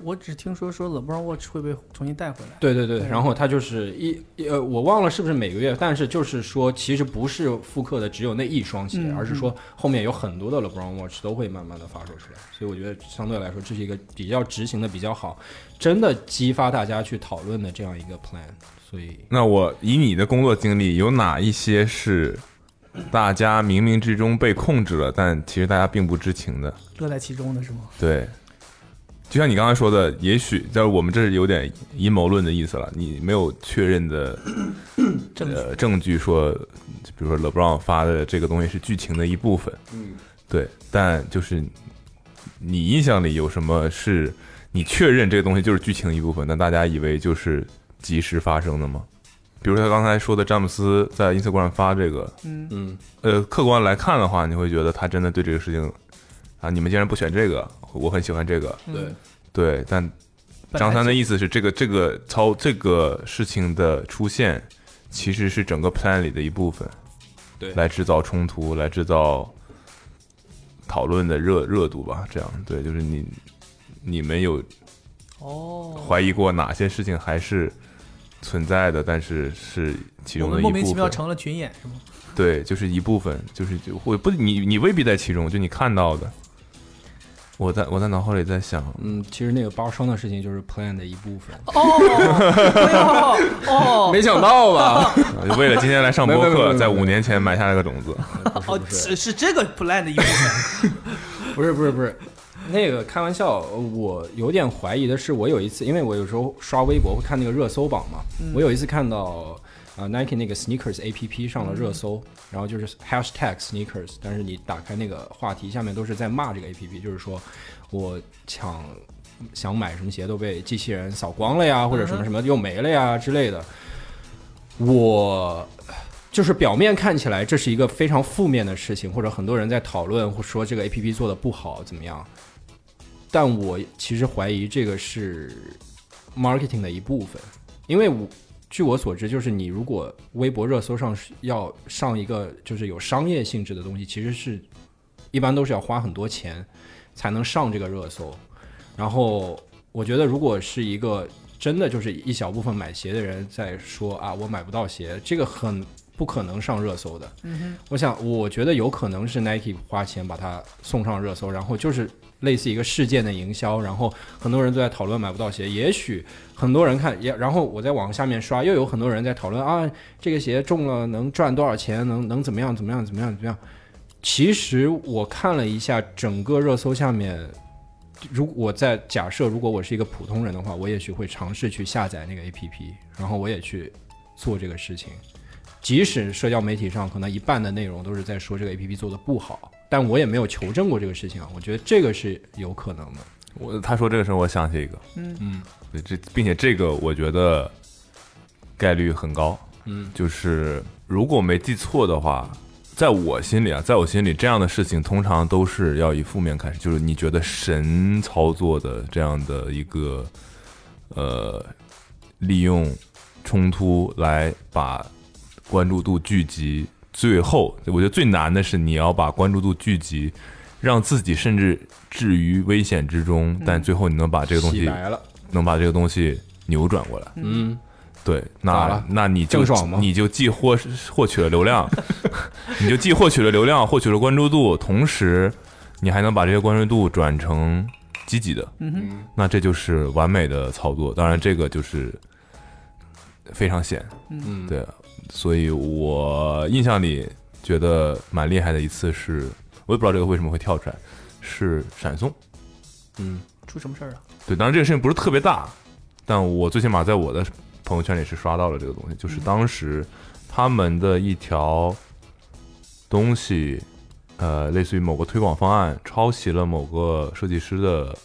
Speaker 5: 我只听说说 LeBron Watch 会被重新带回来，
Speaker 3: 对对对，
Speaker 5: 对
Speaker 3: 然后它就是一一呃，我忘了是不是每个月，但是就是说，其实不是复刻的只有那一双鞋，
Speaker 5: 嗯
Speaker 3: 而是说后面有很多的 LeBron Watch 都会慢慢的发售出来，所以我觉得相对来说，这是一个比较执行的比较好，真的激发大家去讨论的这样一个 plan，所以
Speaker 2: 那我以你的工作经历，有哪一些是大家冥冥之中被控制了，但其实大家并不知情的？
Speaker 5: 乐在其中的是吗？
Speaker 2: 对，就像你刚才说的，也许在我们这是有点阴谋论的意思了，你没有确认的
Speaker 5: 证据
Speaker 2: 呃证据说，比如说 LeBron 发的这个东西是剧情的一部分，嗯，对，但就是你印象里有什么是你确认这个东西就是剧情的一部分，但大家以为就是及时发生的吗？比如他刚才说的詹姆斯在 Instagram 发这个，
Speaker 5: 嗯
Speaker 3: 嗯，
Speaker 2: 呃，客观来看的话，你会觉得他真的对这个事情啊，你们竟然不选这个，我很喜欢这个，
Speaker 3: 对，
Speaker 2: 对，但
Speaker 5: 本来
Speaker 2: 张三的
Speaker 5: 就
Speaker 2: 意思是，这个这个操这个事情的出现，其实是整个 plan 里的一部分，
Speaker 3: 对
Speaker 2: 来制造冲突，来制造讨论的热热度吧。这样，对，就是你你们有
Speaker 5: 哦，
Speaker 2: 怀疑过哪些事情还是存在的，但是是其
Speaker 5: 我
Speaker 2: 中的
Speaker 5: 们
Speaker 2: 一
Speaker 5: 莫名
Speaker 2: 部
Speaker 5: 其妙
Speaker 2: 分。
Speaker 5: 成了 群演是吗？
Speaker 2: 对，就是一部分，就是就会不你你未必在其中，就你看到的。我在我在脑海里在想，
Speaker 3: 嗯，其实那个包双的事情就是 plan 的一部分，
Speaker 5: 哦 哦
Speaker 3: 没想到 吧？
Speaker 2: 为了今天来上播
Speaker 3: 没没没没
Speaker 2: 客，
Speaker 3: 没
Speaker 2: 在五年前埋下了个种子。
Speaker 5: 哦，是是这个 plan 的一部分，
Speaker 3: 不是不是不是，那个开玩笑，呃我有点怀疑的是，我有一次，因为我有时候刷微博会看那个热搜榜嘛，我有一次看到呃 Nike 那个 sneakers A P P 上了热搜，然后就是 hashtag sneakers，但是你打开那个话题下面都是在骂这个 A P P，就是说我抢想买什么鞋都被机器人扫光了呀，或者什么什么又没了呀之类的，我。就是表面看起来这是一个非常负面的事情，或者很多人在讨论或说这个 A P P 做的不好怎么样，但我其实怀疑这个是 marketing 的一部分，因为我据我所知，就是你如果微博热搜上是要上一个就是有商业性质的东西，其实是一般都是要花很多钱才能上这个热搜。然后我觉得，如果是一个真的就是一小部分买鞋的人在说啊，我买不到鞋，这个很不可能上热搜的。我想，我觉得有可能是 Nike 花钱把它送上热搜，然后就是类似一个事件的营销，然后很多人都在讨论买不到鞋，也许很多人看也，然后我在网下面刷，又有很多人在讨论啊，这个鞋中了能赚多少钱，能能怎么样怎么样怎么样怎么样。其实我看了一下整个热搜下面，如果我在假设如果我是一个普通人的话，我也许会尝试去下载那个 APP，然后我也去做这个事情。即使社交媒体上可能一半的内容都是在说这个 APP 做的不好，但我也没有求证过这个事情啊。我觉得这个是有可能的。
Speaker 2: 我他说这个时候，我想起一个，
Speaker 5: 嗯
Speaker 3: 嗯
Speaker 2: 对，这并且这个我觉得概率很高，
Speaker 3: 嗯
Speaker 2: 就是如果没记错的话，在我心里啊，在我心里，这样的事情通常都是要以负面开始，就是你觉得神操作的这样的一个，呃，利用冲突来把关注度聚集。最后，我觉得最难的是你要把关注度聚集，让自己甚至置于危险之中，但最后你能把这个东
Speaker 3: 嗯洗
Speaker 2: 西，
Speaker 3: 白了，
Speaker 2: 能把这个东西扭转过来。
Speaker 3: 嗯，
Speaker 2: 对，
Speaker 3: 咋
Speaker 2: 那
Speaker 3: 了
Speaker 2: 那你就
Speaker 3: 郑爽吗
Speaker 2: 你就既获获取了流 量，你就既获取了流量，获取了关注度，同时你还能把这些关注度转成积极的，
Speaker 5: 嗯哼，
Speaker 2: 那这就是完美的操作。当然，这个就是非常险，
Speaker 3: 嗯
Speaker 2: 对，所以我印象里觉得蛮厉害的一次是，我也不知道这个为什么会跳出来，是闪送。
Speaker 3: 嗯，
Speaker 5: 出什么事儿了？啊
Speaker 2: 对，当然这个事情不是特别大，但我最起码在我的朋友圈里是刷到了这个东西，就是当时他们的一条东西，呃，类似于某个推广方案抄袭了某个设计师的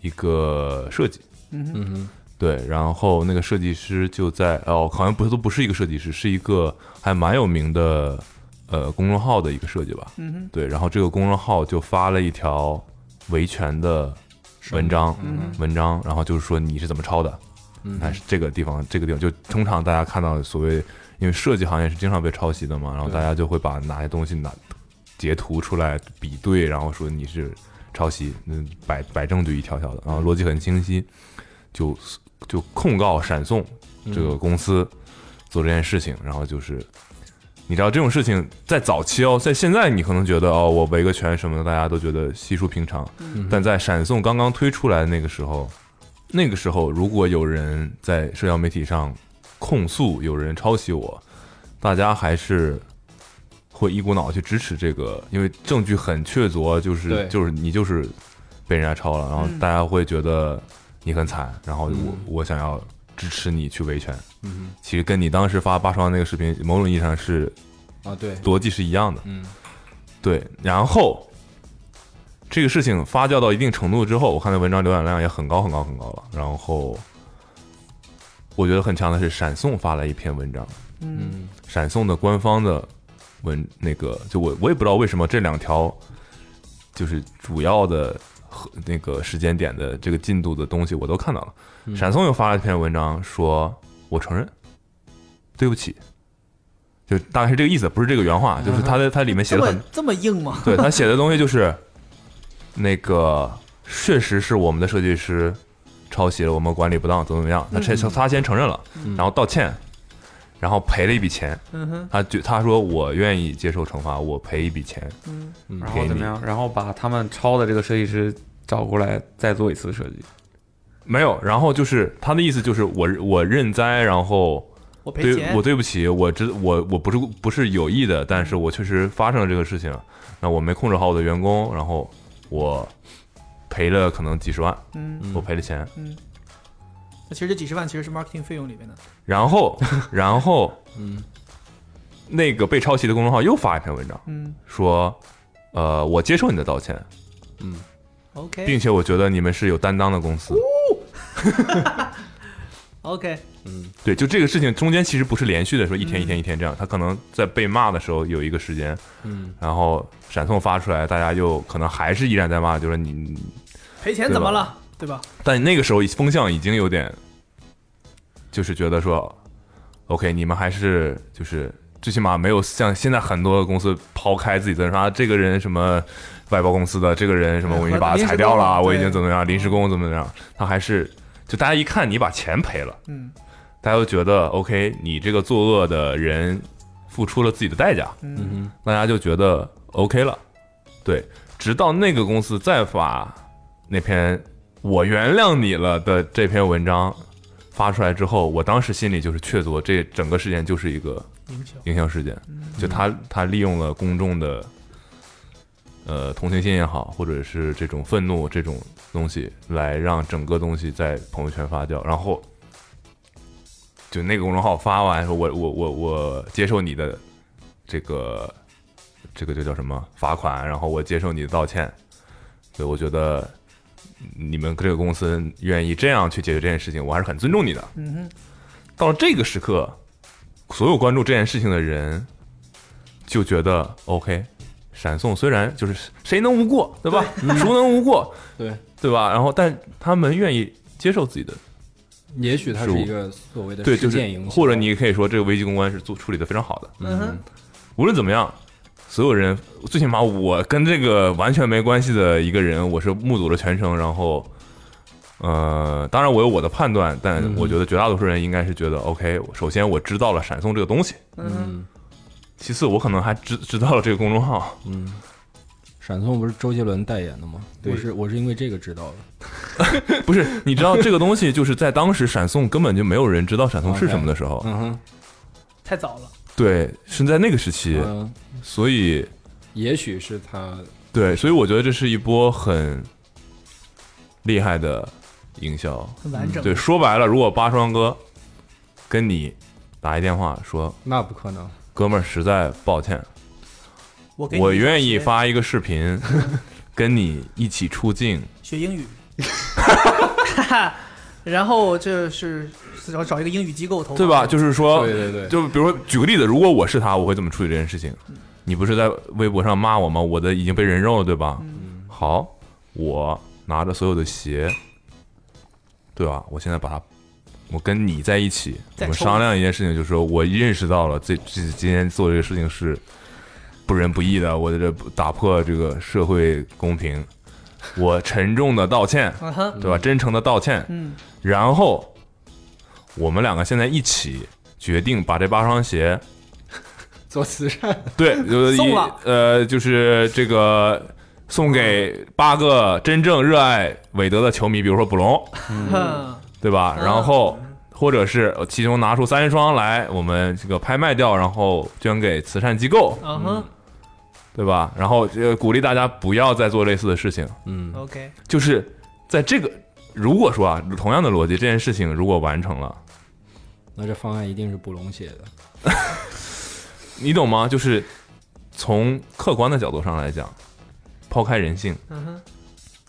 Speaker 2: 一个设计，
Speaker 5: 嗯哼，
Speaker 3: 嗯
Speaker 2: 对，然后那个设计师就在哦，好像不是都不是一个设计师，是一个还蛮有名的呃公众号的一个设计吧，
Speaker 5: 嗯哼，
Speaker 2: 对，然后这个公众号就发了一条维权的文章，
Speaker 5: 嗯
Speaker 2: 文章，然后就是说你是怎么抄的，
Speaker 3: 嗯
Speaker 2: 还是哎这个地方这个地方，就通常大家看到所谓，因为设计行业是经常被抄袭的嘛，然后
Speaker 3: 对
Speaker 2: 大家就会把哪些东西拿截图出来比对，然后说你是抄袭，嗯，摆摆证据一条条的，然后逻辑很清晰，就就控告闪送
Speaker 3: 嗯
Speaker 2: 这个公司做这件事情，然后就是。你知道这种事情在早期哦，在现在你可能觉得哦，我维个权什么的，大家都觉得稀疏平常。
Speaker 3: 嗯
Speaker 2: 但在闪送刚刚推出来的那个时候，那个时候如果有人在社交媒体上控诉有人抄袭我，大家还是会一股脑去支持这个，因为证据很确凿，就是
Speaker 3: 对
Speaker 2: 就是你就是被人家抄了，然后
Speaker 5: 嗯
Speaker 2: 大家会觉得你很惨，然后我、
Speaker 3: 嗯
Speaker 2: 我想要支持你去维权。
Speaker 3: 嗯
Speaker 2: 其实跟你当时发八双那个视频，某种意义上是
Speaker 3: 啊对，
Speaker 2: 逻辑是一样的。
Speaker 3: 嗯
Speaker 2: 对，然后这个事情发酵到一定程度之后，我看那文章浏览量也很高很高很高了。然后我觉得很强的是闪送发了一篇文章，
Speaker 5: 嗯
Speaker 3: 嗯
Speaker 2: 闪送的官方的文那个，就我我也不知道为什么这两条就是主要的和那个时间点的这个进度的东西我都看到了。
Speaker 3: 嗯
Speaker 2: 闪送又发了一篇文章，说我承认，对不起。就大概是这个意思，不是这个原话，
Speaker 3: 嗯
Speaker 2: 就是他在他里面写
Speaker 5: 这
Speaker 2: 的很
Speaker 5: 么这么硬吗？
Speaker 2: 对他写的东西就是，那个确实是我们的设计师抄袭了，我们管理不当，怎么怎么样？他承
Speaker 5: 嗯
Speaker 2: 他先承认了，
Speaker 3: 嗯
Speaker 2: 然后道歉，然后赔了一笔钱。
Speaker 5: 嗯哼，
Speaker 2: 他就他说我愿意接受惩罚，我赔一笔钱。
Speaker 5: 嗯，
Speaker 4: 然
Speaker 2: 给
Speaker 4: 后
Speaker 2: 你
Speaker 4: 怎么样？然后把他们抄的这个设计师找过来再做一次设计。
Speaker 2: 没有，然后就是他的意思就是我我认栽，然后
Speaker 5: 我赔
Speaker 2: 对
Speaker 5: 钱
Speaker 2: 我，对不起，我知我我不是不是有意的，但是我确实发生了这个事情，那我没控制好我的员工，然后我赔了可能几十万，
Speaker 5: 嗯，
Speaker 2: 我赔了钱。
Speaker 5: 嗯，那其实这几十万其实是 marketing 费用里面的。
Speaker 2: 然 后，然后
Speaker 3: 嗯
Speaker 2: 那个被抄袭的公众号又发一篇文章，
Speaker 5: 嗯
Speaker 2: 说，呃，我接受你的道歉，
Speaker 5: 哎
Speaker 3: 嗯
Speaker 2: 并
Speaker 5: ，OK
Speaker 2: 且我觉得你们是有担当的公司。
Speaker 5: OK，
Speaker 3: 嗯
Speaker 2: 对，就这个事情中间其实不是连续的，说一
Speaker 5: 嗯
Speaker 2: 天一天一天这样，他可能在被骂的时候有一个时间，
Speaker 3: 嗯
Speaker 2: 然后闪送发出来，大家又可能还是依然在骂，就是你，
Speaker 5: 赔钱怎么了？对吧？
Speaker 2: 但那个时候风向已经有点，就是觉得说，OK，你们还是就是最起码没有像现在很多公司抛开自己责任说啊，这个人什么外包公司的，这个人什么
Speaker 5: 嗯
Speaker 2: 我已经把他
Speaker 5: 临时
Speaker 2: 裁掉了，
Speaker 5: 工
Speaker 2: 我已经
Speaker 5: 对嗯
Speaker 2: 怎么样，临时工怎么怎么样，他还是就大家一看你把钱赔了，
Speaker 5: 嗯
Speaker 2: 大家就觉得 OK，你这个作恶的人付出了自己的代价，
Speaker 5: 嗯
Speaker 3: 嗯
Speaker 2: 大家就觉得 OK 了。对，直到那个公司再发那篇“我原谅你了”的这篇文章发出来之后，我当时心里就是确凿，这整个事件就是一个
Speaker 5: 营销。
Speaker 2: 营销事件，就他他利用了公众的呃同情心也好，或者是这种愤怒这种东西，来让整个东西在朋友圈发酵，然后就那个公众号发完说我我我我接受你的这个这个就叫什么罚款，然后我接受你的道歉，对我觉得。你们这个公司愿意这样去解决这件事情，我还是很尊重你的。
Speaker 5: 嗯哼，
Speaker 2: 到了这个时刻，所有关注这件事情的人，就觉得 OK。闪送虽然就是谁能无过，对吧？孰能无过，
Speaker 3: 对，
Speaker 2: 对吧？然后，但他们愿意接受自己的，
Speaker 3: 也许它是一个所谓的
Speaker 2: 对，就
Speaker 3: 事
Speaker 2: 是
Speaker 3: 件影响，
Speaker 2: 或者你可以说这个危机公关是做处理的非常好的。
Speaker 5: 嗯哼，
Speaker 2: 无论怎么样，所有人最起码我跟这个完全没关系的一个人，我是目睹了全程，然后。呃，当然我有我的判断，但
Speaker 3: 嗯
Speaker 2: 我觉得绝大多数人应该是觉得、OK。首先我知道了闪送这个东西，
Speaker 5: 嗯哼，
Speaker 2: 其次我可能还知知道了这个公众号，
Speaker 3: 闪送不是周杰伦代言的吗？我是我是因为这个知道的。
Speaker 2: 不是，你知道这个东西就是在当时闪送根本就没有人知道闪送是什么的时候，
Speaker 3: 嗯哼，
Speaker 5: 太早了，
Speaker 2: 对，是在那个时期，
Speaker 3: 嗯，
Speaker 2: 所以
Speaker 3: 也许是他，
Speaker 2: 对，所以我觉得这是一波很厉害的营销。
Speaker 5: 很完整。
Speaker 2: 嗯对，说白了，如果八双哥跟你打一电话说，
Speaker 3: 那不可能。
Speaker 2: 哥们儿，实在抱歉，
Speaker 5: 我给你
Speaker 2: 我愿意
Speaker 5: 学
Speaker 2: 发一个视 频，跟你一起出镜，
Speaker 5: 学英语， 然后这是找找一个英语机构投，
Speaker 2: 对吧？？就是说，
Speaker 3: 对 对对，
Speaker 2: 就比如说举个例子，如果我是他，我会怎么处理这件事情？你不是在微博上骂我吗？我的已经被人肉了，对吧？好，我拿着所有的鞋，对吧？我现在把它，我跟你在一起，我
Speaker 5: 再
Speaker 2: 们
Speaker 5: 抽
Speaker 2: 商量一件事情，就是说我认识到了这这今天做这个事情是不仁不义的，我这打破这个社会公平，我沉重的道歉，
Speaker 5: 嗯哼，
Speaker 2: 对吧？真诚的道歉，
Speaker 5: 嗯，
Speaker 2: 然后我们两个现在一起决定把这八双 鞋，
Speaker 3: 做慈善，
Speaker 2: 对，呃
Speaker 5: 送
Speaker 2: 一
Speaker 5: 了
Speaker 2: 呃，就是这个送给八个真正热爱韦德的球迷，比如说捕龙，
Speaker 5: 哼
Speaker 2: 对吧？
Speaker 5: 啊
Speaker 2: 然后或者是其中拿出三双来，我们这个拍卖掉，然后捐给慈善机构，
Speaker 5: 嗯哼
Speaker 2: 对吧？然后呃鼓励大家不要再做类似的事情，
Speaker 3: 嗯，
Speaker 5: ，OK，
Speaker 2: 就是在这个。如果说啊，同样的逻辑，这件事情如果完成了，
Speaker 3: 那这方案一定是布隆写的。
Speaker 2: 你懂吗？就是从客观的角度上来讲，抛开人性，
Speaker 5: 嗯哼，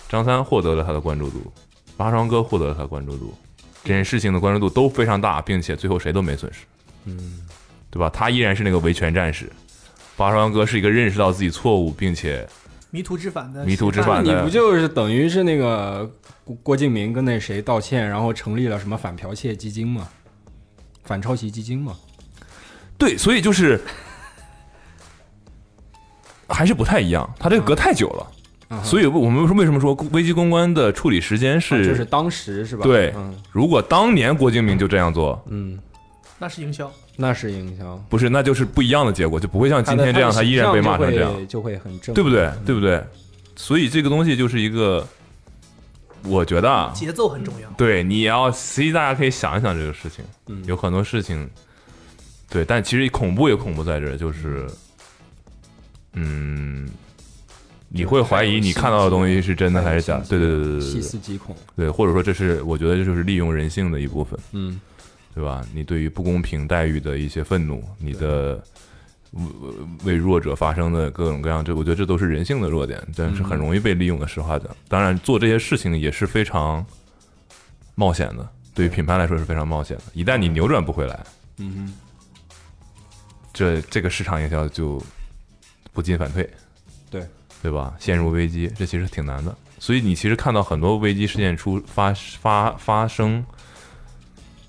Speaker 2: 张三获得了他的关注度，八双哥获得了他的关注度，这件事情的关注度都非常大，并且最后谁都没损失，
Speaker 3: 嗯，
Speaker 2: 对吧？他依然是那个维权战士，八双哥是一个认识到自己错误并且
Speaker 5: 迷途知返的
Speaker 2: 迷途知
Speaker 5: 示范
Speaker 2: 返
Speaker 3: 你不
Speaker 2: 的，
Speaker 3: 就是等于是那个郭郭敬明跟那谁道歉，然后成立了什么反剽窃基金嘛，反抄袭基金嘛？
Speaker 2: 对，所以就是还是不太一样，他这个隔太久了。
Speaker 3: 啊哈
Speaker 2: 所以，我们为什么说危机公关的处理时间
Speaker 3: 啊就是
Speaker 2: 是？
Speaker 3: 当时是吧？
Speaker 2: 对
Speaker 3: 嗯
Speaker 2: 如果当年郭敬明就这样做，
Speaker 3: 嗯，
Speaker 5: 那是营销，
Speaker 2: 啊
Speaker 3: 那是营销。
Speaker 2: 不是，那就是不一样的结果，就不会像今天这样，
Speaker 3: 他
Speaker 2: 他
Speaker 3: 的
Speaker 2: 依然被骂成这
Speaker 3: 形
Speaker 2: 样，
Speaker 3: 象就会就会嗯很正，
Speaker 2: 对不对？对不对？所以这个东西就是一个，我觉得啊，
Speaker 5: 节奏很重要。
Speaker 2: 对你也要，实际大家可以想一想这个事情，
Speaker 3: 嗯
Speaker 2: 有很多事情，对，但其实恐怖也恐怖在这儿，就是，嗯，你会怀疑你看到的东西是真的还是假的，对对对对对
Speaker 3: 细
Speaker 2: 对
Speaker 3: 思极恐。
Speaker 2: 对，或者说这是我觉得这就是利用人性的一部分。
Speaker 3: 嗯，
Speaker 2: 对吧？你对于不公平待遇的一些愤怒，你的为为弱者发声的各种各样，这我觉得这都是人性的弱点，但是很容易被利用的。实话讲，当然做这些事情也是非常冒险的，对于品牌来说是非常冒险的。一旦你扭转不回来，
Speaker 3: 嗯
Speaker 2: 这这个市场营销就不进反退，
Speaker 3: 对
Speaker 2: 对吧？陷入危机，这其实挺难的。所以你其实看到很多危机事件出发发发生，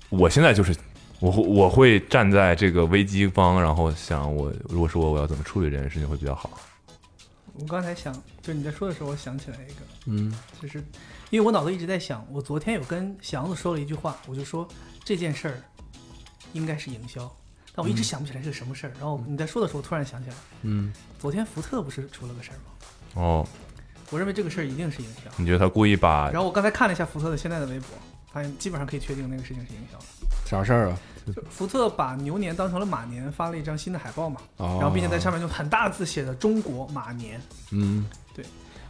Speaker 2: 我现在就是我会我会站在这个危机方，然后想我如果说我要怎么处理这件事情会比较好。
Speaker 5: 我刚才想，就你在说的时候，我想起来一个，
Speaker 3: 嗯
Speaker 5: 就是因为我脑子一直在想，我昨天有跟祥子说了一句话，我就说这件事儿应该是营销，但
Speaker 2: 嗯
Speaker 5: 我一直想不起来是个什么事儿。然后你在说的时候，我突然想起来，
Speaker 3: 嗯，
Speaker 5: 昨天福特不是出了个事儿吗？
Speaker 2: 哦，
Speaker 5: 我认为这个事儿一定是营销。
Speaker 2: 你觉得他故意把
Speaker 5: 然后我刚才看了一下福特的现在的微博，发现基本上可以确定那个事情是营销的。
Speaker 3: 啥事儿啊？
Speaker 5: 就福特把牛年当成了马年，发了一张新的海报嘛，
Speaker 3: 哦
Speaker 5: 然后并且在上面用很大字写的“中国马年
Speaker 3: 嗯，”。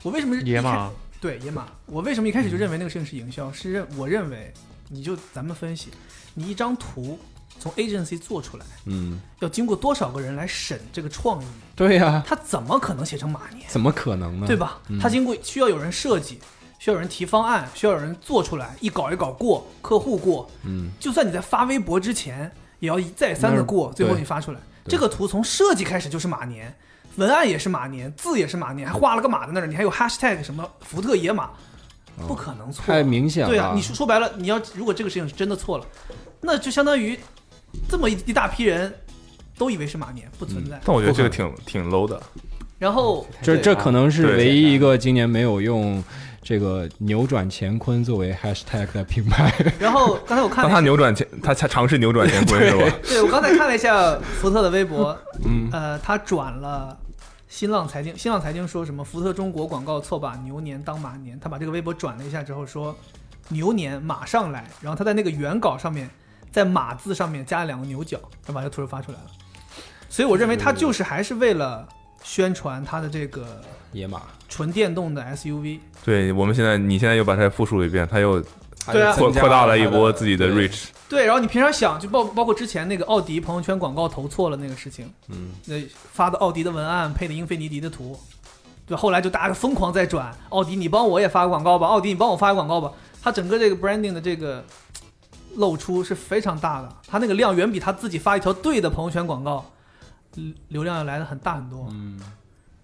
Speaker 5: 我为什么一开
Speaker 4: 野马
Speaker 5: 对野马，我为什么一开始就认为那个事情是营销？是认我认为，你就咱们分析，你一张图从 agency 做出来，
Speaker 3: 嗯，
Speaker 5: 要经过多少个人来审这个创意，
Speaker 3: 对呀、
Speaker 5: 它怎么可能写成马年？
Speaker 3: 怎么可能呢？
Speaker 5: 对？吧？它经过需要有人设计，需要有人提方案，需要有人做出来，一稿一稿过，客户过，
Speaker 3: 嗯，
Speaker 5: 就算你在发微博之前，也要一再三的过，
Speaker 3: 那是
Speaker 5: 最后
Speaker 3: 对
Speaker 5: 你发出来。这个图从设计开始就是马年，文案也是马年，字也是马年，
Speaker 3: 嗯
Speaker 5: 还画了个马在那儿，你还有 hashtag 什么福特野马，不可能错。
Speaker 3: 哦太明显了。
Speaker 5: 对啊，你说说白了，你要如果这个事情是真的错了，那就相当于这么一一大批人都以为是马年不存在。
Speaker 3: 嗯
Speaker 2: 但我觉得这个挺挺 low 的，
Speaker 5: 然后
Speaker 4: 哎
Speaker 3: 这
Speaker 5: 对
Speaker 3: 这
Speaker 4: 啊
Speaker 3: 可能是
Speaker 2: 对
Speaker 3: 唯一一个今年没有用这个扭转乾坤作为 hashtag 的品牌。
Speaker 5: 然后刚才我看
Speaker 2: 当
Speaker 5: 了一
Speaker 2: 他
Speaker 5: 下
Speaker 2: 扭转乾，他他尝试扭转 乾坤是吧？
Speaker 5: 对我刚才看了一下福特的微博，呃，他转了新浪财经，新浪财经说什么福特中国广告错把牛年当马年，他把这个微博转了一下之后说牛年马上来，然后他在那个原稿上面在马字上面加了两个牛角，然后把这图儿发出来了，所以我认为他就是还是为了宣传他的这个
Speaker 3: 野马，
Speaker 5: 纯电动的 SUV，
Speaker 2: 对，我们现在你现在又把它复述了一遍，他又
Speaker 5: 对啊
Speaker 2: 扩扩大了一波自己的 reach，
Speaker 5: 对，然后你平常想，就包包括之前那个奥迪朋友圈广告投错了那个事情，嗯，那发的奥迪的文案配的英菲尼迪的图，对，后来就大家疯狂在转奥迪，你帮我也发个广告吧，奥迪你帮我发个广告吧，它整个这个 branding 的这个露出是非常大的，它那个量远比他自己发一条对的朋友圈广告流流量要来的很大很多，
Speaker 3: 嗯，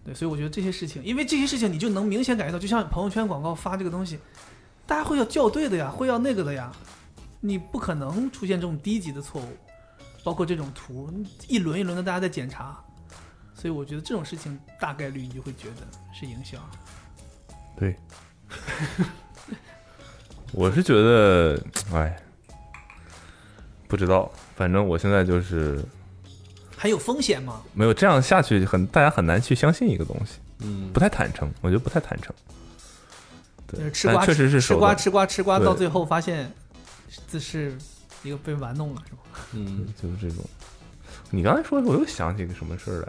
Speaker 5: 对，所以我觉得这些事情，因为这些事情你就能明显感觉到，就像朋友圈广告发这个东西，大家会要校对的呀，会要那个的呀，你不可能出现这种低级的错误，包括这种图一轮一轮的大家在检查，所以我觉得这种事情大概率你就会觉得是营销。
Speaker 2: 对，我是觉得，哎，不知道，反正我现在就是
Speaker 5: 还有风险吗？
Speaker 2: 没有这样下去很，大家很难去相信一个东西，嗯，不太坦诚，我觉得不太坦诚。
Speaker 5: 就
Speaker 2: 对，
Speaker 5: 是呃吃
Speaker 2: 但
Speaker 5: 瓜
Speaker 2: 哎确实是
Speaker 5: 吃
Speaker 2: 手
Speaker 5: 瓜
Speaker 2: 段，
Speaker 5: 吃瓜吃瓜，到
Speaker 2: 对
Speaker 5: 最后发现这是一个被玩弄了，是吧？
Speaker 3: 嗯，
Speaker 2: 就是这种。你刚才说，我又想起个什么事儿来。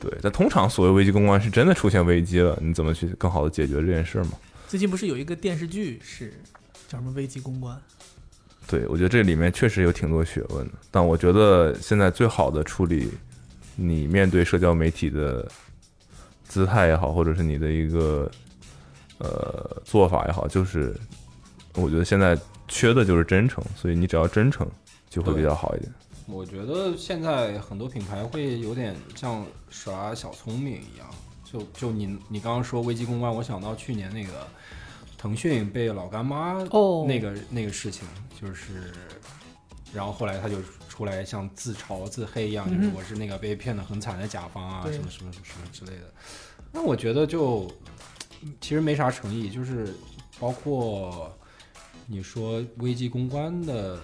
Speaker 2: 对，但通常所谓危机公关是真的出现危机了，你怎么去更好的解决这件事儿嘛？
Speaker 5: 最近不是有一个电视剧是叫什么危机公关？
Speaker 2: 对，我觉得这里面确实有挺多学问的，但我觉得现在最好的处理你面对社交媒体的姿态也好，或者是你的一个呃做法也好，就是我觉得现在缺的就是真诚，所以你只要真诚就会比较好一点。
Speaker 3: 我觉得现在很多品牌会有点像耍小聪明一样，就就你你刚刚说危机公关，我想到去年那个腾讯被老干妈
Speaker 5: 哦
Speaker 3: 那个那个事情，就是，然后后来他就出来像自嘲自黑一样，就是
Speaker 5: 嗯哼
Speaker 3: 我是那个被骗的很惨的甲方啊，
Speaker 5: 对
Speaker 3: 什么什么什么什么之类的。那我觉得就嗯其实没啥诚意，就是包括你说危机公关的，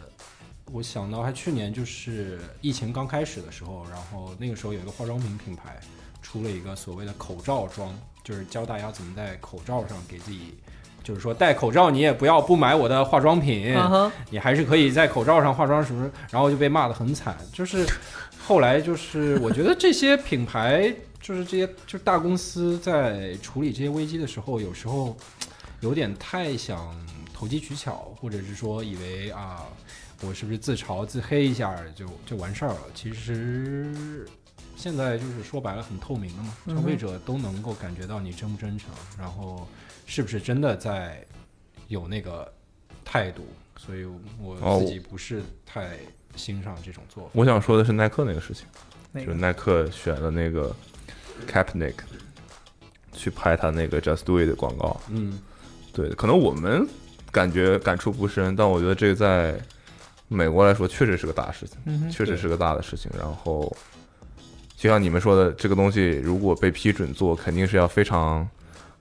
Speaker 3: 我想到还去年就是疫情刚开始的时候，然后那个时候有一个化妆品品牌出了一个所谓的口罩妆，就是教大家怎么在口罩上给自己。就是说，戴口罩你也不要不买我的化妆品，
Speaker 5: 啊哈，
Speaker 3: 你还是可以在口罩上化妆什么，然后就被骂得很惨。就是后来就是，我觉得这些品牌，就是这些就是大公司在处理这些危机的时候，有时候有点太想投机取巧，或者是说以为啊，我是不是自嘲自黑一下就就完事儿了？其实。现在就是说白了，很透明的嘛，
Speaker 5: 嗯
Speaker 3: 消
Speaker 5: 哼
Speaker 3: 费者都能够感觉到你真不真诚，然后是不是真的在有那个态度，所以
Speaker 2: 哦
Speaker 3: 我自己不是太欣赏这种做法。
Speaker 2: 我想说的是耐克那个事情，
Speaker 5: 那
Speaker 2: 就
Speaker 5: 个
Speaker 2: 是耐克选了那个 Capnik 去拍他那个 Just Do It 的广告，
Speaker 3: 嗯，
Speaker 2: 对，可能我们感觉感触不深，但我觉得这个在美国来说确实是个大事情，
Speaker 5: 嗯哼
Speaker 2: 确实
Speaker 3: 对
Speaker 2: 是个大的事情。然后，就像你们说的，这个东西如果被批准做，肯定是要非常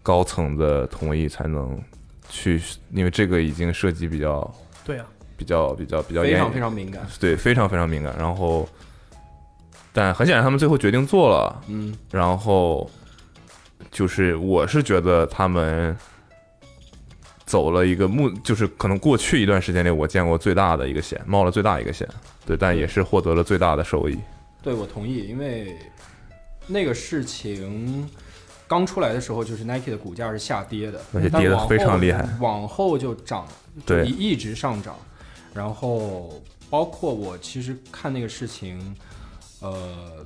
Speaker 2: 高层的同意才能去，因为这个已经涉及比较
Speaker 5: 对啊，
Speaker 2: 比较比较比较
Speaker 3: 非
Speaker 2: 严
Speaker 3: 常非常敏感。
Speaker 2: 对非常非常敏感。然后，但很显然他们最后决定做了，
Speaker 3: 嗯，
Speaker 2: 然后就是我是觉得他们走了一个目，就是可能过去一段时间内我见过最大的一个险，冒了最大一个险，对，但也是获得了最大的收益。
Speaker 3: 对我同意，因为那个事情刚出来的时候，就是 Nike 的股价是下跌的，
Speaker 2: 而且
Speaker 3: 但
Speaker 2: 跌得
Speaker 3: 往后
Speaker 2: 非常厉害
Speaker 3: 往后就涨，就
Speaker 2: 对
Speaker 3: 一一直上涨。然后包括我其实看那个事情，呃，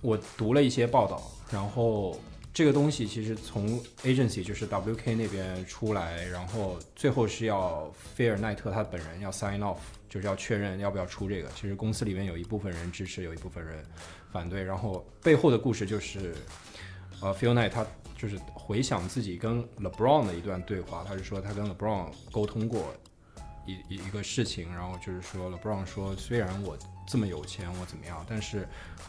Speaker 3: 我读了一些报道，然后这个东西其实从 agency 就是 WK 那边出来，然后最后是要菲尔奈特他本人要 sign off，就是要确认要不要出这个。其实公司里面有一部分人支持，有一部分人反对。然后背后的故事就是，呃，菲尔奈他就是回想自己跟 LeBron 的一段对话，他是说他跟 LeBron 沟通过一一一个事情，然后就是说 LeBron 说，虽然我这么有钱，我怎么样，但是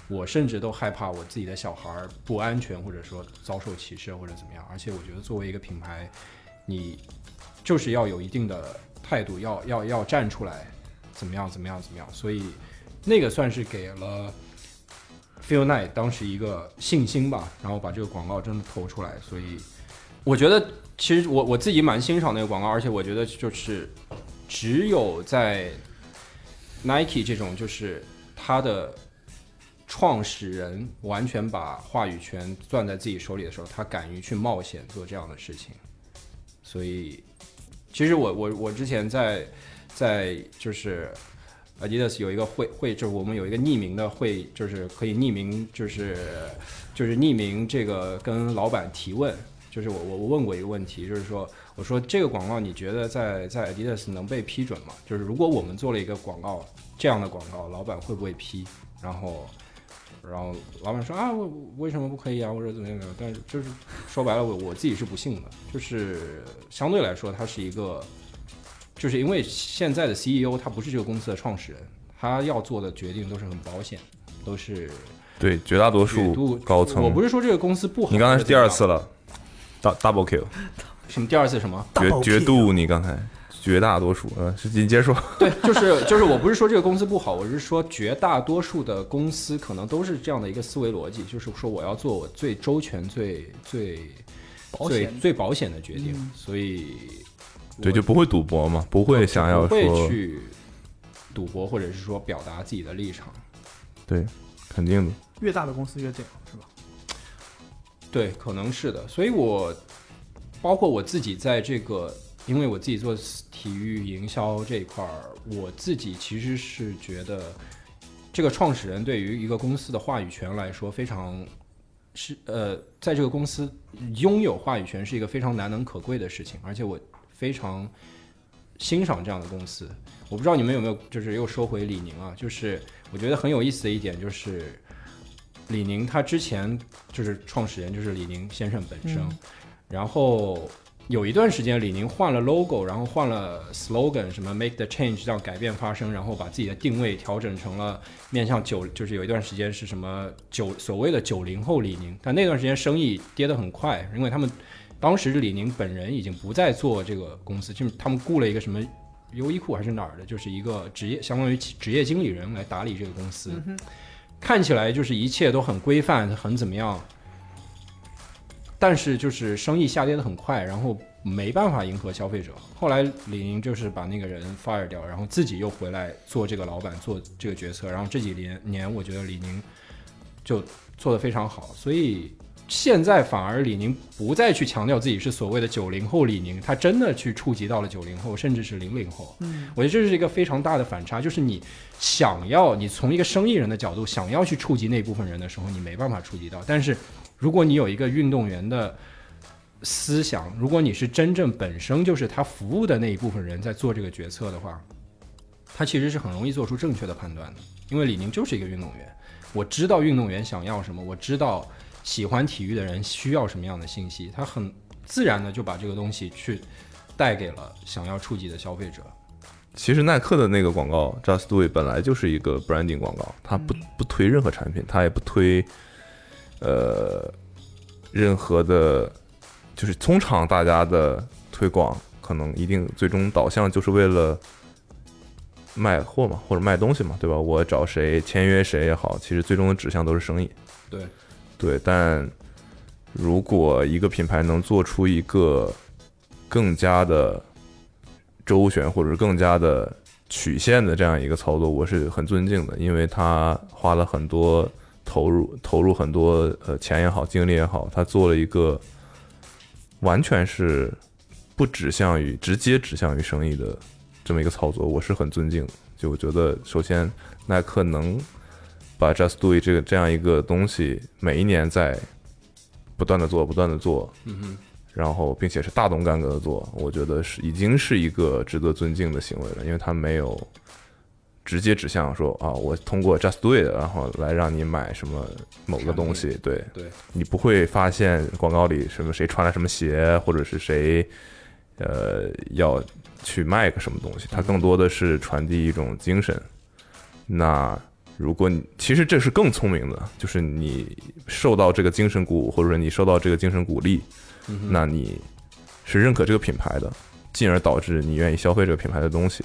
Speaker 3: 我甚至都害怕我自己的小孩儿不安全，或者说遭受歧视或者怎么样。而且我觉得作为一个品牌，你就是要有一定的态度，要要要站出来，怎么样怎么样怎么样。所以那个算是给了 Feel Night 当时一个信心吧，然后把这个广告真的投出来。所以我觉得其实我我自己蛮欣赏那个广告，而且我觉得就是只有在 Nike 这种就是它的创始人完全把话语权攥在自己手里的时候，他敢于去冒险做这样的事情。所以，其实我我我之前在在就是 Adidas 有一个会会，就是我们有一个匿名的会，就是可以匿名，就是就是匿名这个跟老板提问。就是我我我问过一个问题，就是说我说这个广告你觉得在在 Adidas 能被批准吗？就是如果我们做了一个广告这样的广告，老板会不会批？然后然后老板说啊，我我为什么不可以啊，或者怎么样怎么样？但是就是说白了，我我自己是不信的，就是相对来说，它是一个，就是因为现在的 CEO 他不是这个公司的创始人，他要做的决定都是很保险，都是
Speaker 2: 对，绝大多
Speaker 3: 尺
Speaker 2: 数
Speaker 3: 度
Speaker 2: 高层。
Speaker 3: 我不是说这个公司不好，
Speaker 2: 你刚才是第二次
Speaker 3: 了，
Speaker 2: 了，大 double kill，
Speaker 3: 什么第二次什么？
Speaker 2: 绝
Speaker 5: Double
Speaker 2: 绝
Speaker 5: kill
Speaker 2: 度，你刚才绝大多数，嗯，是你接着说。
Speaker 3: 对，就是就是，我不是说这个公司不好，我是说绝大多数的公司可能都是这样的一个思维逻辑，就是说我要做我最周全、最最
Speaker 5: 保
Speaker 3: 最
Speaker 5: 险
Speaker 3: 最保险的决定，
Speaker 5: 嗯
Speaker 3: 所以我
Speaker 2: 对，就不会赌博嘛，不会想要
Speaker 3: 不会
Speaker 2: 说，
Speaker 3: 去赌博，或者是说表达自己的立场。
Speaker 2: 对，肯定的。
Speaker 5: 越大的公司越这样，是吧？
Speaker 3: 对，可能是的。所以我包括我自己在这个，因为我自己做体育营销这一块儿，我自己其实是觉得这个创始人对于一个公司的话语权来说非常。是呃，在这个公司拥有话语权是一个非常难能可贵的事情，而且我非常欣赏这样的公司。我不知道你们有没有，就是又说回李宁啊，就是我觉得很有意思的一点就是，李宁他之前就是创始人就是李宁先生本身，
Speaker 5: 嗯
Speaker 3: 然后有一段时间李宁换了 logo，然后换了 slogan，什么 make the change 让改变发生，然后把自己的定位调整成了面向九，就是有一段时间是什么九所谓的九零后李宁，但那段时间生意跌得很快，因为他们当时李宁本人已经不再做这个公司，就是他们雇了一个什么。优衣库还是哪儿的，就是一个职业，相当于职业经理人来打理这个公司。
Speaker 5: 嗯哼，
Speaker 3: 看起来就是一切都很规范，很怎么样，但是就是生意下跌的很快，然后没办法迎合消费者。后来李宁就是把那个人 fire 掉，然后自己又回来做这个老板，做这个决策。然后这几年年，我觉得李宁就做得非常好，所以。现在反而李宁不再去强调自己是所谓的九零后李宁，他真的去触及到了九零后，甚至是零零后。
Speaker 5: 嗯，
Speaker 3: 我觉得这是一个非常大的反差，就是你想要，你从一个生意人的角度想要去触及那部分人的时候，你没办法触及到。但是如果你有一个运动员的思想，如果你是真正本身就是他服务的那一部分人在做这个决策的话，他其实是很容易做出正确的判断的。因为李宁就是一个运动员，我知道运动员想要什么，我知道喜欢体育的人需要什么样的信息，他很自然的就把这个东西去带给了想要触及的消费者。
Speaker 2: 其实耐克的那个广告 Just Do It 本来就是一个 branding 广告，它不不推任何产品，它也不推呃任何的，就是通常大家的推广可能一定最终导向就是为了卖货嘛，或者卖东西嘛，对吧？我找谁签约谁也好，其实最终的指向都是生意。
Speaker 3: 对，
Speaker 2: 对，但如果一个品牌能做出一个更加的周旋，或者是更加的曲线的这样一个操作，我是很尊敬的，因为他花了很多投入，投入很多呃钱也好，精力也好，他做了一个完全是不指向于直接指向于生意的这么一个操作，我是很尊敬的。就我觉得，首先耐克能把 Just Do It 这个这样一个东西，每一年在不断的做，不断的做，
Speaker 3: 嗯哼，
Speaker 2: 然后并且是大动干戈的做，我觉得是已经是一个值得尊敬的行为了，因为他没有直接指向说啊，我通过 Just Do It 然后来让你买什么某个东西，对
Speaker 3: 对，
Speaker 2: 你不会发现广告里什么谁穿了什么鞋，或者是谁呃要去卖个什么东西，它更多的是传递一种精神。那如果你其实这是更聪明的，就是你受到这个精神鼓舞，或者说你受到这个精神鼓励，
Speaker 3: 嗯
Speaker 2: 那你是认可这个品牌的，进而导致你愿意消费这个品牌的东西。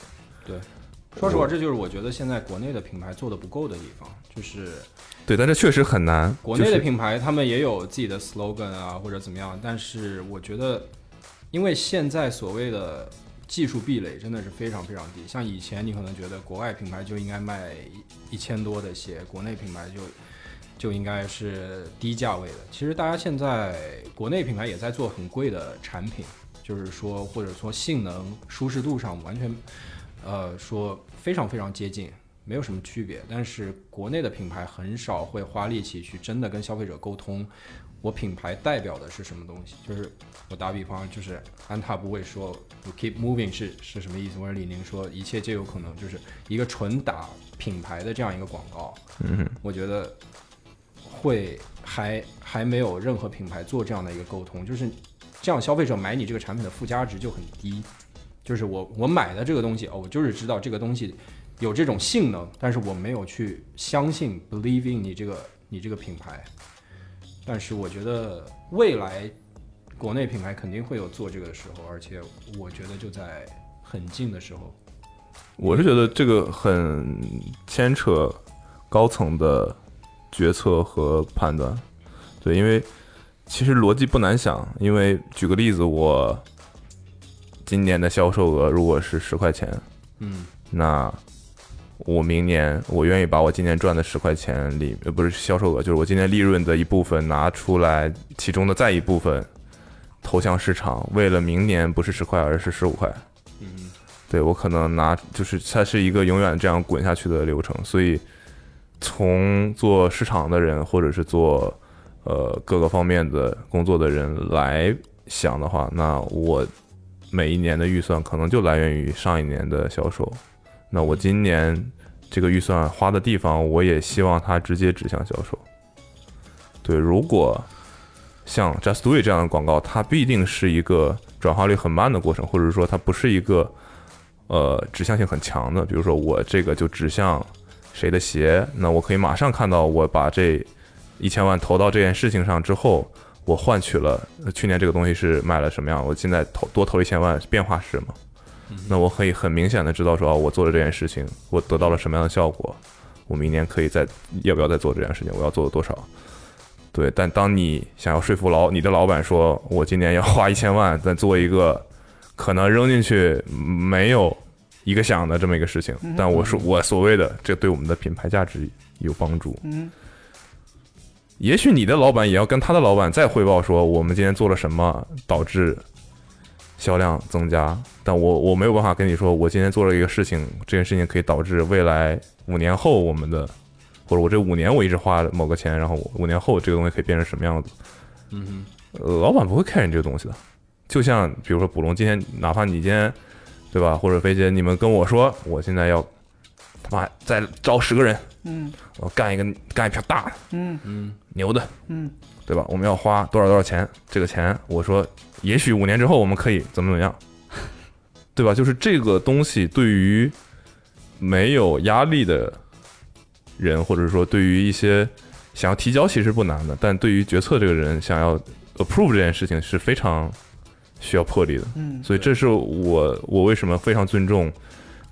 Speaker 3: 说实话，这就是我觉得现在国内的品牌做的不够的地方，就是
Speaker 2: 对，但这确实很难。
Speaker 3: 国
Speaker 2: 就
Speaker 3: 内
Speaker 2: 是
Speaker 3: 的品牌他们也有自己的 slogan 啊，或者怎么样，但是我觉得，因为现在所谓的技术壁垒真的是非常非常低。像以前你可能觉得国外品牌就应该卖一千多的鞋，国内品牌就就应该是低价位的。其实大家现在国内品牌也在做很贵的产品，就是说或者说性能、舒适度上完全，呃，说非常非常接近。没有什么区别。但是国内的品牌很少会花力气去真的跟消费者沟通，我品牌代表的是什么东西。就是我打比方，就是安踏不会说 “you keep moving” 是是什么意思，或者李宁说“一切皆有可能”，就是一个纯打品牌的这样一个广告。嗯，我觉得会还还没有任何品牌做这样的一个沟通，就是这样消费者买你这个产品的附加值就很低。就是我我买的这个东西哦，我就是知道这个东西有这种性能，但是我没有去相信 believe in 你这个你这个品牌。但是我觉得未来国内品牌肯定会有做这个的时候，而且我觉得就在很近的时候。
Speaker 2: 我是觉得这个很牵扯高层的决策和判断，对，因为其实逻辑不难想，因为举个例子，我今年的销售额如果是十块钱，
Speaker 3: 嗯
Speaker 2: 那我明年我愿意把我今年赚的十块钱里，呃，不是销售额，就是我今年利润的一部分拿出来，其中的再一部分投向市场，为了明年不是十块，而是十五块。
Speaker 3: 嗯，
Speaker 2: 对我可能拿就是它是一个永远这样滚下去的流程，所以从做市场的人或者是做呃各个方面的工作的人来想的话，那我每一年的预算可能就来源于上一年的销售，那我今年这个预算花的地方，我也希望它直接指向销售。对，如果像 Just Do It 这样的广告，它必定是一个转化率很慢的过程，或者说它不是一个呃指向性很强的。比如说我这个就指向谁的鞋，那我可以马上看到我把这一千万投到这件事情上之后，我换取了呃去年这个东西是卖了什么样，我现在投多投一千万变化是什么？那我可以很明显的知道说，啊，我做了这件事情，我得到了什么样的效果，我明年可以再要不要再做这件事情，我要做多少？对，但当你想要说服老你的老板说，我今年要花一千万，再做一个可能扔进去没有一个响的这么一个事情，但我说我所谓的这对我们的品牌价值有帮助。
Speaker 5: 嗯，
Speaker 2: 也许你的老板也要跟他的老板再汇报说，我们今天做了什么导致销量增加，但我我没有办法跟你说，我今天做了一个事情，这件事情可以导致未来五年后我们的，或者我这五年我一直花某个钱，然后我五年后这个东西可以变成什么样子？嗯呃，老板不会 care 你这个东西的。就像比如说捕龙今天，哪怕你今天对吧，或者飞姐，你们跟我说，我现在要他妈再招十个人，
Speaker 5: 嗯，
Speaker 2: 我干一个干一票大的，
Speaker 5: 嗯
Speaker 2: 嗯，牛的，
Speaker 5: 嗯，
Speaker 2: 对吧？我们要花多少多少钱？这个钱，我说，也许五年之后我们可以怎么怎么样，对吧？就是这个东西对于没有压力的人，或者说对于一些想要提交其实不难的，但对于决策这个人想要 approve 这件事情是非常需要魄力的。
Speaker 5: 嗯
Speaker 2: 所以这是我我为什么非常尊重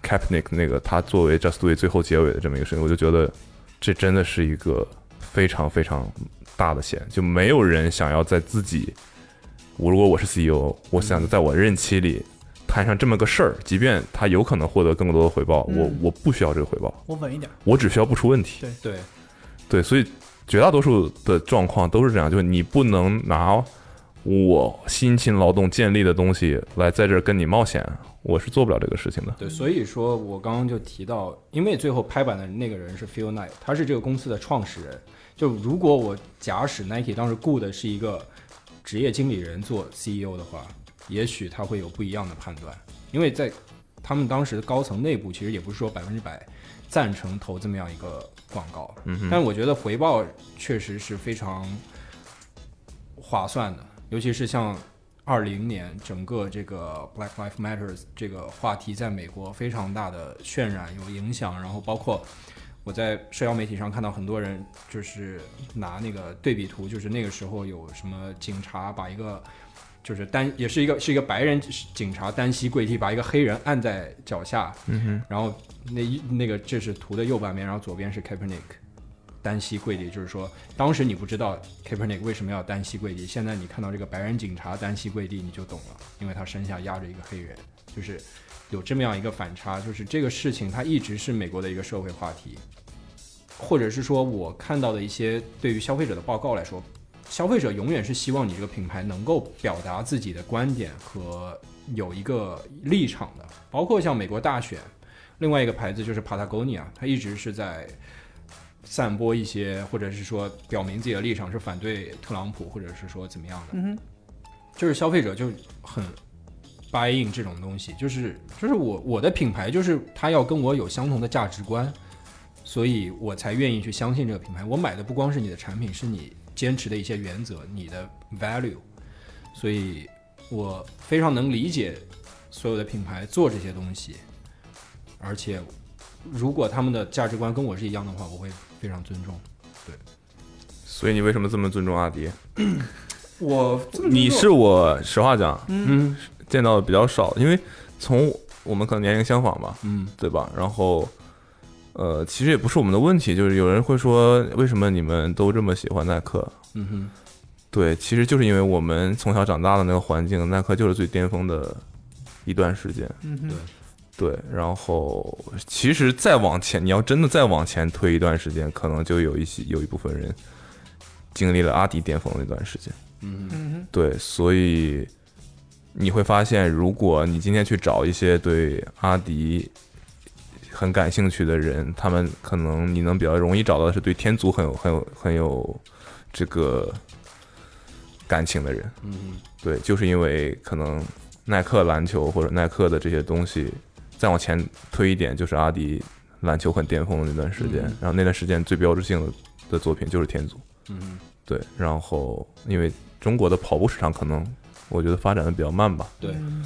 Speaker 2: Kaepernick 那个他作为 Just Do It 最后结尾的这么一个事情，我就觉得这真的是一个非常非常大的险，就没有人想要在自己，我如果我是 CEO，我想在我任期里摊上这么个事儿，即便他有可能获得更多的回报，我
Speaker 5: 嗯
Speaker 2: 我不需要这个回报，
Speaker 5: 我稳一点。
Speaker 2: 我只需要不出问题。
Speaker 3: 对，
Speaker 2: 对，所以绝大多数的状况都是这样，就是你不能拿我辛勤劳动建立的东西来在这儿跟你冒险，我是做不了这个事情的。
Speaker 3: 对，所以说我刚刚就提到，因为最后拍板的那个人是 Phil Knight，他是这个公司的创始人，就如果我假使 Nike 当时雇的是一个职业经理人做 CEO 的话，也许他会有不一样的判断，因为在他们当时的高层内部，其实也不是说百分之百赞成投这么样一个广告，
Speaker 2: 嗯哼，
Speaker 3: 但我觉得回报确实是非常划算的，尤其是像二零年整个这个 Black Lives Matter 这个话题在美国非常大的渲染有影响，然后包括我在社交媒体上看到很多人就是拿那个对比图，就是那个时候有什么警察把一个。就是单也是一个是一个白人警察单膝跪地把一个黑人按在脚下，
Speaker 2: 嗯哼，
Speaker 3: 然后那一那个这是图的右半边，然后左边是 Kaepernick 单膝跪地，就是说当时你不知道 Kaepernick 为什么要单膝跪地，现在你看到这个白人警察单膝跪地你就懂了，因为他身下压着一个黑人，就是有这么样一个反差，就是这个事情它一直是美国的一个社会话题，或者是说我看到的一些对于消费者的报告来说。消费者永远是希望你这个品牌能够表达自己的观点和有一个立场的，包括像美国大选，另外一个牌子就是 Patagonia，它啊一直是在散播一些，或者是说表明自己的立场是反对特朗普，或者是说怎么样的，
Speaker 5: 嗯哼，
Speaker 3: 就是消费者就很 buy in 这种东西，就是就是我我的品牌就是它要跟我有相同的价值观，所以我才愿意去相信这个品牌。我买的不光是你的产品，是你坚持的一些原则，你的 value，所以我非常能理解所有的品牌做这些东西，而且如果他们的价值观跟我是一样的话，我会非常尊重。
Speaker 2: 所以你为什么这么尊重阿迪？
Speaker 3: 我
Speaker 2: 你是我实话讲，
Speaker 3: 嗯
Speaker 2: 见到的比较少，因为从我们可能年龄相仿吧，
Speaker 3: 嗯
Speaker 2: 对吧？然后，呃，其实也不是我们的问题，就是有人会说，为什么你们都这么喜欢耐克？
Speaker 3: 嗯哼
Speaker 2: 对，其实就是因为我们从小长大的那个环境，耐克就是最巅峰的一段时间。
Speaker 5: 嗯哼，
Speaker 2: 对，然后其实再往前，你要真的再往前推一段时间，可能就有一些有一部分人经历了阿迪巅峰那段时间。
Speaker 3: 嗯哼
Speaker 5: 嗯哼，
Speaker 2: 对，所以你会发现，如果你今天去找一些对阿迪很感兴趣的人，他们可能你能比较容易找到的是对天族很有很有很有这个感情的人。
Speaker 3: 嗯哼
Speaker 2: 对，就是因为可能耐克篮球或者耐克的这些东西，再往前推一点，就是阿迪篮球很巅峰的那段时间，
Speaker 3: 嗯
Speaker 2: 然后那段时间最标志性的的作品就是天族。
Speaker 3: 嗯哼
Speaker 2: 对，然后因为中国的跑步市场可能我觉得发展的比较慢吧，
Speaker 3: 对
Speaker 5: 嗯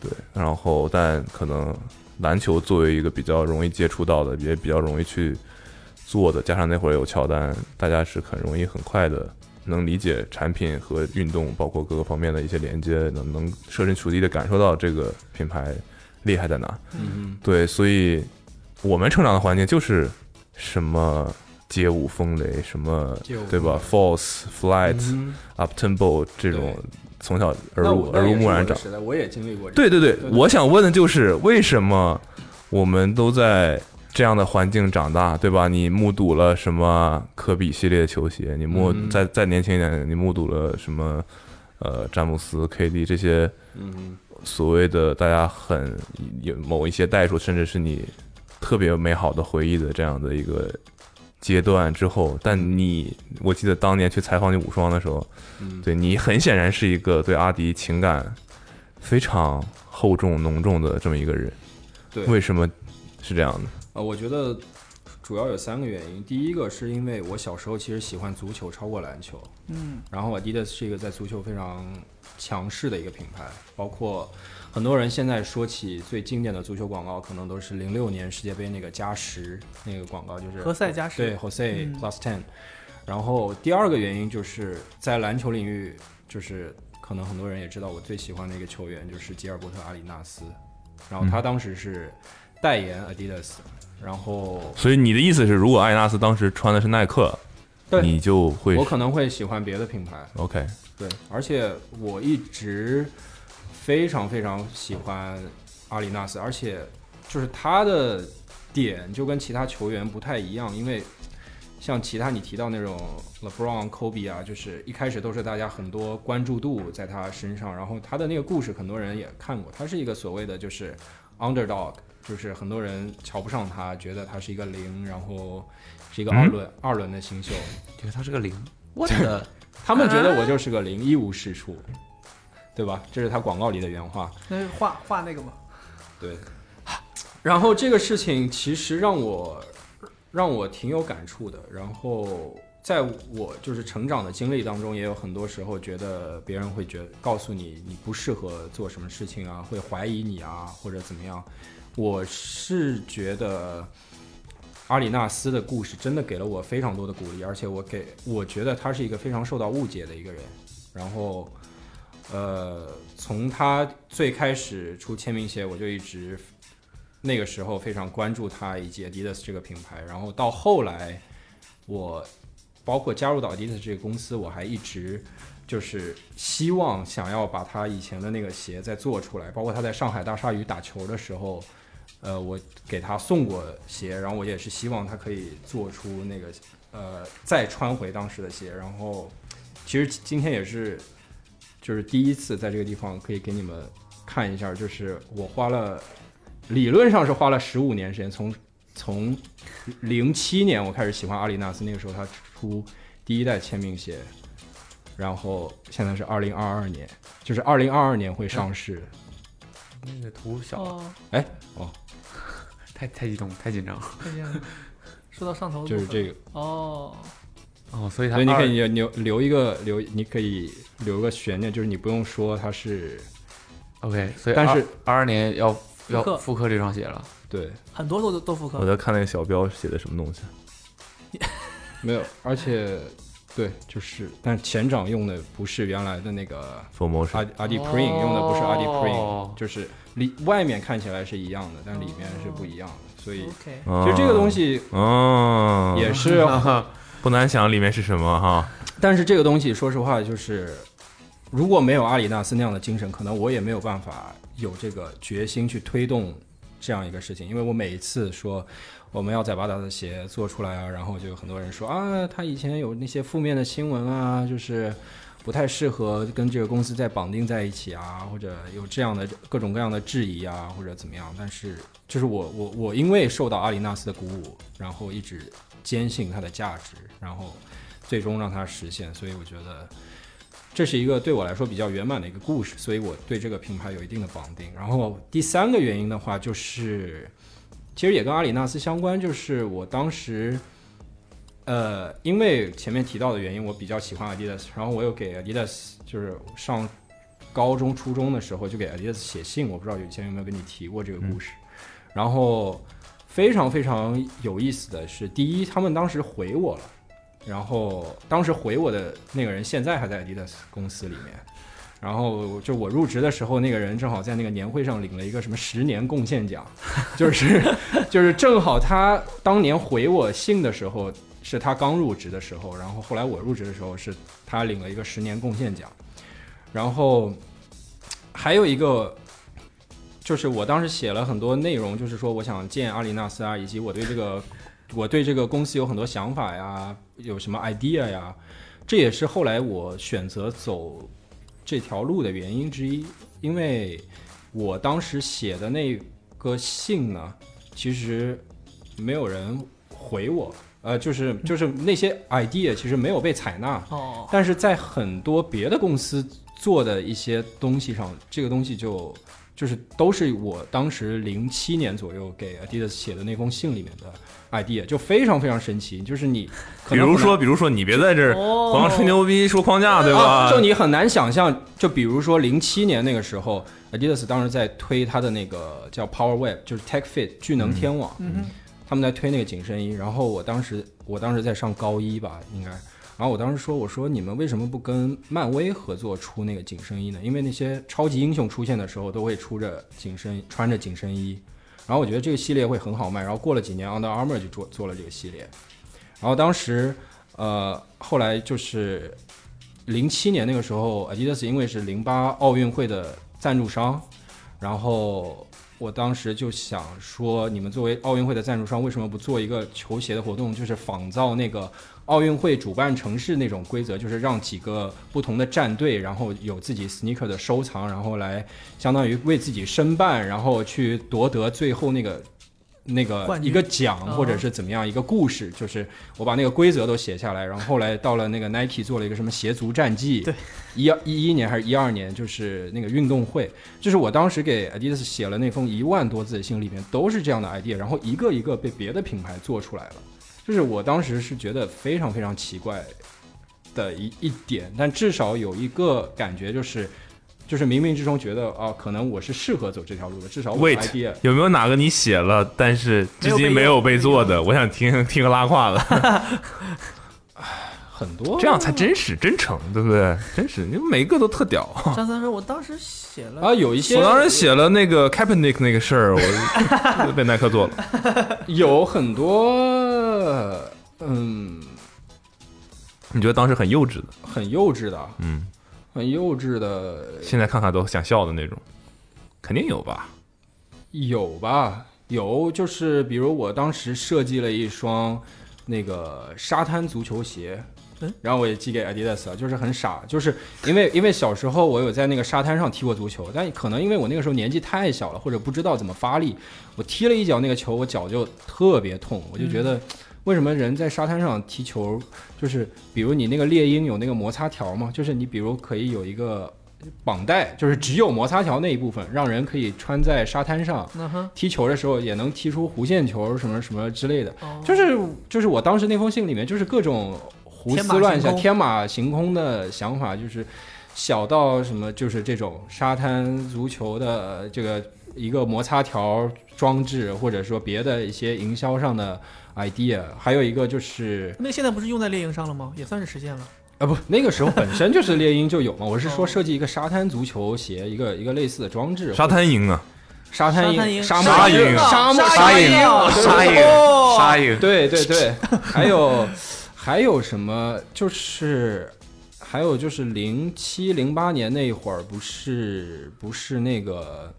Speaker 2: 对，然后但可能篮球作为一个比较容易接触到的，也比较容易去做的，加上那会儿有乔丹，大家是很容易很快的能理解产品和运动，包括各个方面的一些连接，能能设身处地的感受到这个品牌厉害在哪。
Speaker 3: 嗯
Speaker 2: 对，所以我们成长的环境就是什么街舞风雷，什么
Speaker 3: 街舞
Speaker 2: 对吧？False
Speaker 3: 哼
Speaker 2: Flight、
Speaker 3: 嗯哼
Speaker 2: Up Tempo 这种从小耳
Speaker 3: 那
Speaker 2: 濡
Speaker 3: 我
Speaker 2: 耳濡
Speaker 3: 那也是
Speaker 2: 目
Speaker 3: 我
Speaker 2: 染
Speaker 3: 的
Speaker 2: 长。
Speaker 3: 时代我也经历过这
Speaker 2: 对
Speaker 3: 个。
Speaker 2: 对对，
Speaker 3: 对
Speaker 2: 我想问的就是为什么我们都在这样的环境长大，对吧？你目睹了什么科比系列球鞋，你目、
Speaker 3: 嗯
Speaker 2: 再再年轻一点，你目睹了什么呃詹姆斯、KD 这些
Speaker 3: 嗯哼
Speaker 2: 所谓的大家很有某一些代数，甚至是你特别美好的回忆的这样的一个阶段之后，但你我记得当年去采访你五双的时候，
Speaker 3: 嗯
Speaker 2: 对你很显然是一个对阿迪情感非常厚重浓重的这么一个人，
Speaker 3: 对
Speaker 2: 为什么是这样的？
Speaker 3: 呃，我觉得主要有三个原因。第一个是因为我小时候其实喜欢足球超过篮球，
Speaker 5: 嗯
Speaker 3: 然后 Adidas 是一个在足球非常强势的一个品牌，包括很多人现在说起最经典的足球广告，可能都是零六年世界杯那个加时那个广告，就是
Speaker 5: 何塞加时
Speaker 3: 对 Jose
Speaker 5: 嗯
Speaker 3: plus ten、然后第二个原因就是在篮球领域，就是可能很多人也知道，我最喜欢的一个球员就是吉尔伯特阿里纳斯，然后他当时是代言 Adidas，然后
Speaker 2: 所以你的意思是，如果艾纳斯当时穿的是耐克，
Speaker 3: 对
Speaker 2: 你就会
Speaker 3: 我可能会喜欢别的品牌，
Speaker 2: OK，
Speaker 3: 对，而且我一直非常非常喜欢阿里纳斯，而且就是他的点就跟其他球员不太一样，因为像其他你提到那种 LeBron、Kobe 啊，就是一开始都是大家很多关注度在他身上，然后他的那个故事很多人也看过，他是一个所谓的就是 underdog，就是很多人瞧不上他，觉得他是一个零，然后是一个
Speaker 2: 嗯
Speaker 3: 二轮、二轮的新秀，
Speaker 4: 觉得他是个零，
Speaker 3: 我的，他们觉得我就是个零，一无是处，对吧？这是他广告里的原话。
Speaker 5: 那画画那个嘛，
Speaker 3: 对，然后这个事情其实让我让我挺有感触的。然后在我就是成长的经历当中，也有很多时候觉得别人会觉告诉你你不适合做什么事情啊，会怀疑你啊，或者怎么样。我是觉得阿里纳斯的故事真的给了我非常多的鼓励，而且我给我觉得他是一个非常受到误解的一个人。然后，呃，从他最开始出签名鞋，我就一直那个时候非常关注他以及 Adidas 这个品牌。然后到后来，我包括加入到 Adidas 这个公司，我还一直就是希望想要把他以前的那个鞋再做出来。包括他在上海大鲨鱼打球的时候，呃，我给他送过鞋，然后我也是希望他可以做出那个呃再穿回当时的鞋。然后其实今天也是就是第一次在这个地方可以给你们看一下，就是我花了理论上是花了十五年时间，从从零七年我开始喜欢阿里纳斯，那个时候他出第一代签名鞋，然后现在是二零二二年，就是二零二二年会上市。
Speaker 4: 那个图小了，
Speaker 5: 哦，
Speaker 3: 哎，哦，
Speaker 4: 太太激动，太紧张了。
Speaker 5: 看见了。说到上头
Speaker 3: 就是这
Speaker 5: 个
Speaker 3: 个，
Speaker 5: 哦，
Speaker 4: 哦，所以他
Speaker 3: 所以你可
Speaker 4: 二
Speaker 3: 以留留一个留，你可以留个悬念，就是你不用说它是
Speaker 4: OK，所以
Speaker 3: 但是
Speaker 4: 二二年要
Speaker 5: 刻
Speaker 4: 要复刻这双鞋了。
Speaker 3: 对，
Speaker 5: 很多都都复刻
Speaker 2: 我，在看那个小标写的什么东西，
Speaker 3: 没有，而且对，就是，但前掌用的不是原来的那个
Speaker 2: f o r m o s i o
Speaker 3: 阿
Speaker 2: n
Speaker 3: 阿迪 Print 用的不是阿迪 Print，
Speaker 4: 哦
Speaker 3: 就是里外面看起来是一样的，但里面是不一样的，所以
Speaker 5: OK，
Speaker 2: 嗯
Speaker 3: 其实这个东西
Speaker 2: 哦，
Speaker 3: 也是，
Speaker 2: 不难想里面是什么哈。
Speaker 3: 但是这个东西说实话就是，如果没有阿里纳斯那样的精神，可能我也没有办法有这个决心去推动这样一个事情，因为我每一次说。我们要在巴达的鞋做出来啊，然后就有很多人说啊，他以前有那些负面的新闻啊，就是不太适合跟这个公司再绑定在一起啊，或者有这样的各种各样的质疑啊，或者怎么样。但是就是我我我因为受到阿里纳斯的鼓舞，然后一直坚信它的价值，然后最终让它实现。所以我觉得这是一个对我来说比较圆满的一个故事，所以我对这个品牌有一定的绑定。然后第三个原因的话，就是其实也跟阿里纳斯相关，就是我当时。呃，因为前面提到的原因，我比较喜欢 Adidas，然后我有给 Adidas，就是上高中、初中的时候就给 Adidas 写信，我不知道以前有没有跟你提过这个故事。然后非常非常有意思的是，第一，他们当时回我了，然后当时回我的那个人现在还在 Adidas 公司里面。然后就我入职的时候，那个人正好在那个年会上领了一个什么十年贡献奖， 就是就是正好他当年回我信的时候是他刚入职的时候，然后后来我入职的时候是他领了一个十年贡献奖，然后还有一个就是我当时写了很多内容，就是说我想见阿里纳斯啊，以及我对这个我对这个公司有很多想法呀，有什么 idea 呀，这也是后来我选择走这条路的原因之一，因为我当时写的那个信呢，其实没有人回我，呃，就是就是那些 idea 其实没有被采纳，
Speaker 5: 哦，
Speaker 3: 但是在很多别的公司做的一些东西上，这个东西就就是都是我当时零七年左右给 Adidas 写的那封信里面的 idea，就非常非常神奇，就是你可
Speaker 2: 比
Speaker 3: 能
Speaker 2: 如说，比如说，你别在这儿
Speaker 5: 哦
Speaker 2: 光吹牛逼说框架，对吧？
Speaker 3: 啊就你很难想象，就比如说零七年那个时候，Adidas 当时在推它的那个叫 Power Web，就是 Tech Fit 聚能天网，
Speaker 5: 嗯
Speaker 3: 他们在推那个紧身衣，然后我当时我当时在上高一吧，应该，然后我当时说我说你们为什么不跟漫威合作出那个紧身衣呢？因为那些超级英雄出现的时候都会出着紧身穿着紧身衣，然后我觉得这个系列会很好卖，然后过了几年 Under Armour 就做做了这个系列，然后当时呃后来就是零七年那个时候，Adidas 因为是零八奥运会的赞助商，然后我当时就想说，你们作为奥运会的赞助商，为什么不做一个球鞋的活动，就是仿造那个奥运会主办城市那种规则，就是让几个不同的战队，然后有自己 sneaker 的收藏，然后来相当于为自己申办，然后去夺得最后那个。那个
Speaker 5: 冠军
Speaker 3: 一个奖
Speaker 5: 哦
Speaker 3: 或者是怎么样一个故事，就是我把那个规则都写下来，然后后来到了那个 Nike 做了一个什么鞋足战绩，
Speaker 5: 对，
Speaker 3: 一一一年还是一二年，就是那个运动会，就是我当时给 Adidas 写了那封一万多字的信，里面都是这样的 idea，然后一个一个被别的品牌做出来了，就是我当时是觉得非常非常奇怪的一一点，但至少有一个感觉就是。就是冥冥之中觉得啊，可能我是适合走这条路的，至少我的
Speaker 2: Wait
Speaker 3: idea
Speaker 2: 有没有哪个你写了，但是至今没有被做的？我想听听个拉胯的，
Speaker 3: 很多。
Speaker 2: 这样才真实真诚，对不对？真实，你们每个都特 屌。
Speaker 5: 张三说，我当时写了
Speaker 3: 啊，有一些
Speaker 2: 我当时写了那个 Kaepernick 那个事儿，我就被耐克做了。
Speaker 3: 有很多，嗯，
Speaker 2: 你觉得当时很幼稚的，
Speaker 3: 很幼稚的，
Speaker 2: 嗯，
Speaker 3: 很幼稚的，
Speaker 2: 现在看看都想笑的那种，肯定有吧？
Speaker 3: 有吧？有，就是比如我当时设计了一双那个沙滩足球鞋
Speaker 5: 嗯。
Speaker 3: 然后我也寄给 Adidas 了，就是很傻，就是因为因为小时候我有在那个沙滩上踢过足球，但可能因为我那个时候年纪太小了，或者不知道怎么发力，我踢了一脚那个球，我脚就特别痛，我就觉得为什么人在沙滩上踢球，就是比如你那个猎鹰有那个摩擦条嘛，就是你比如可以有一个绑带，就是只有摩擦条那一部分，让人可以穿在沙滩上，
Speaker 5: 嗯哼，
Speaker 3: 踢球的时候也能踢出弧线球什么什么之类的，
Speaker 5: 哦
Speaker 3: 就是就是我当时那封信里面就是各种胡思乱想、
Speaker 5: 天
Speaker 3: 天马行空的想法，就是小到什么就是这种沙滩足球的这个一个摩擦条装置，或者说别的一些营销上的 idea，还有一个就是
Speaker 5: 那现在不是用在猎鹰上了吗？也算是实现了。
Speaker 3: 啊，不，那个时候本身就是猎鹰就有嘛。我是
Speaker 5: 哦
Speaker 3: 说设计一个沙滩足球鞋，一个一个类似的装置，
Speaker 2: 沙滩营啊，
Speaker 3: 沙
Speaker 5: 沙
Speaker 3: 滩
Speaker 5: 滩营
Speaker 3: 沙
Speaker 2: 沙
Speaker 3: 漠
Speaker 2: 鹰
Speaker 3: 沙漠
Speaker 5: 沙
Speaker 3: 鹰
Speaker 5: 鹰
Speaker 4: 沙鹰
Speaker 5: 哦
Speaker 4: 沙鹰，
Speaker 3: 对对对，还有还有什么？就是还有就是零七零八年那一会儿，不是不是那个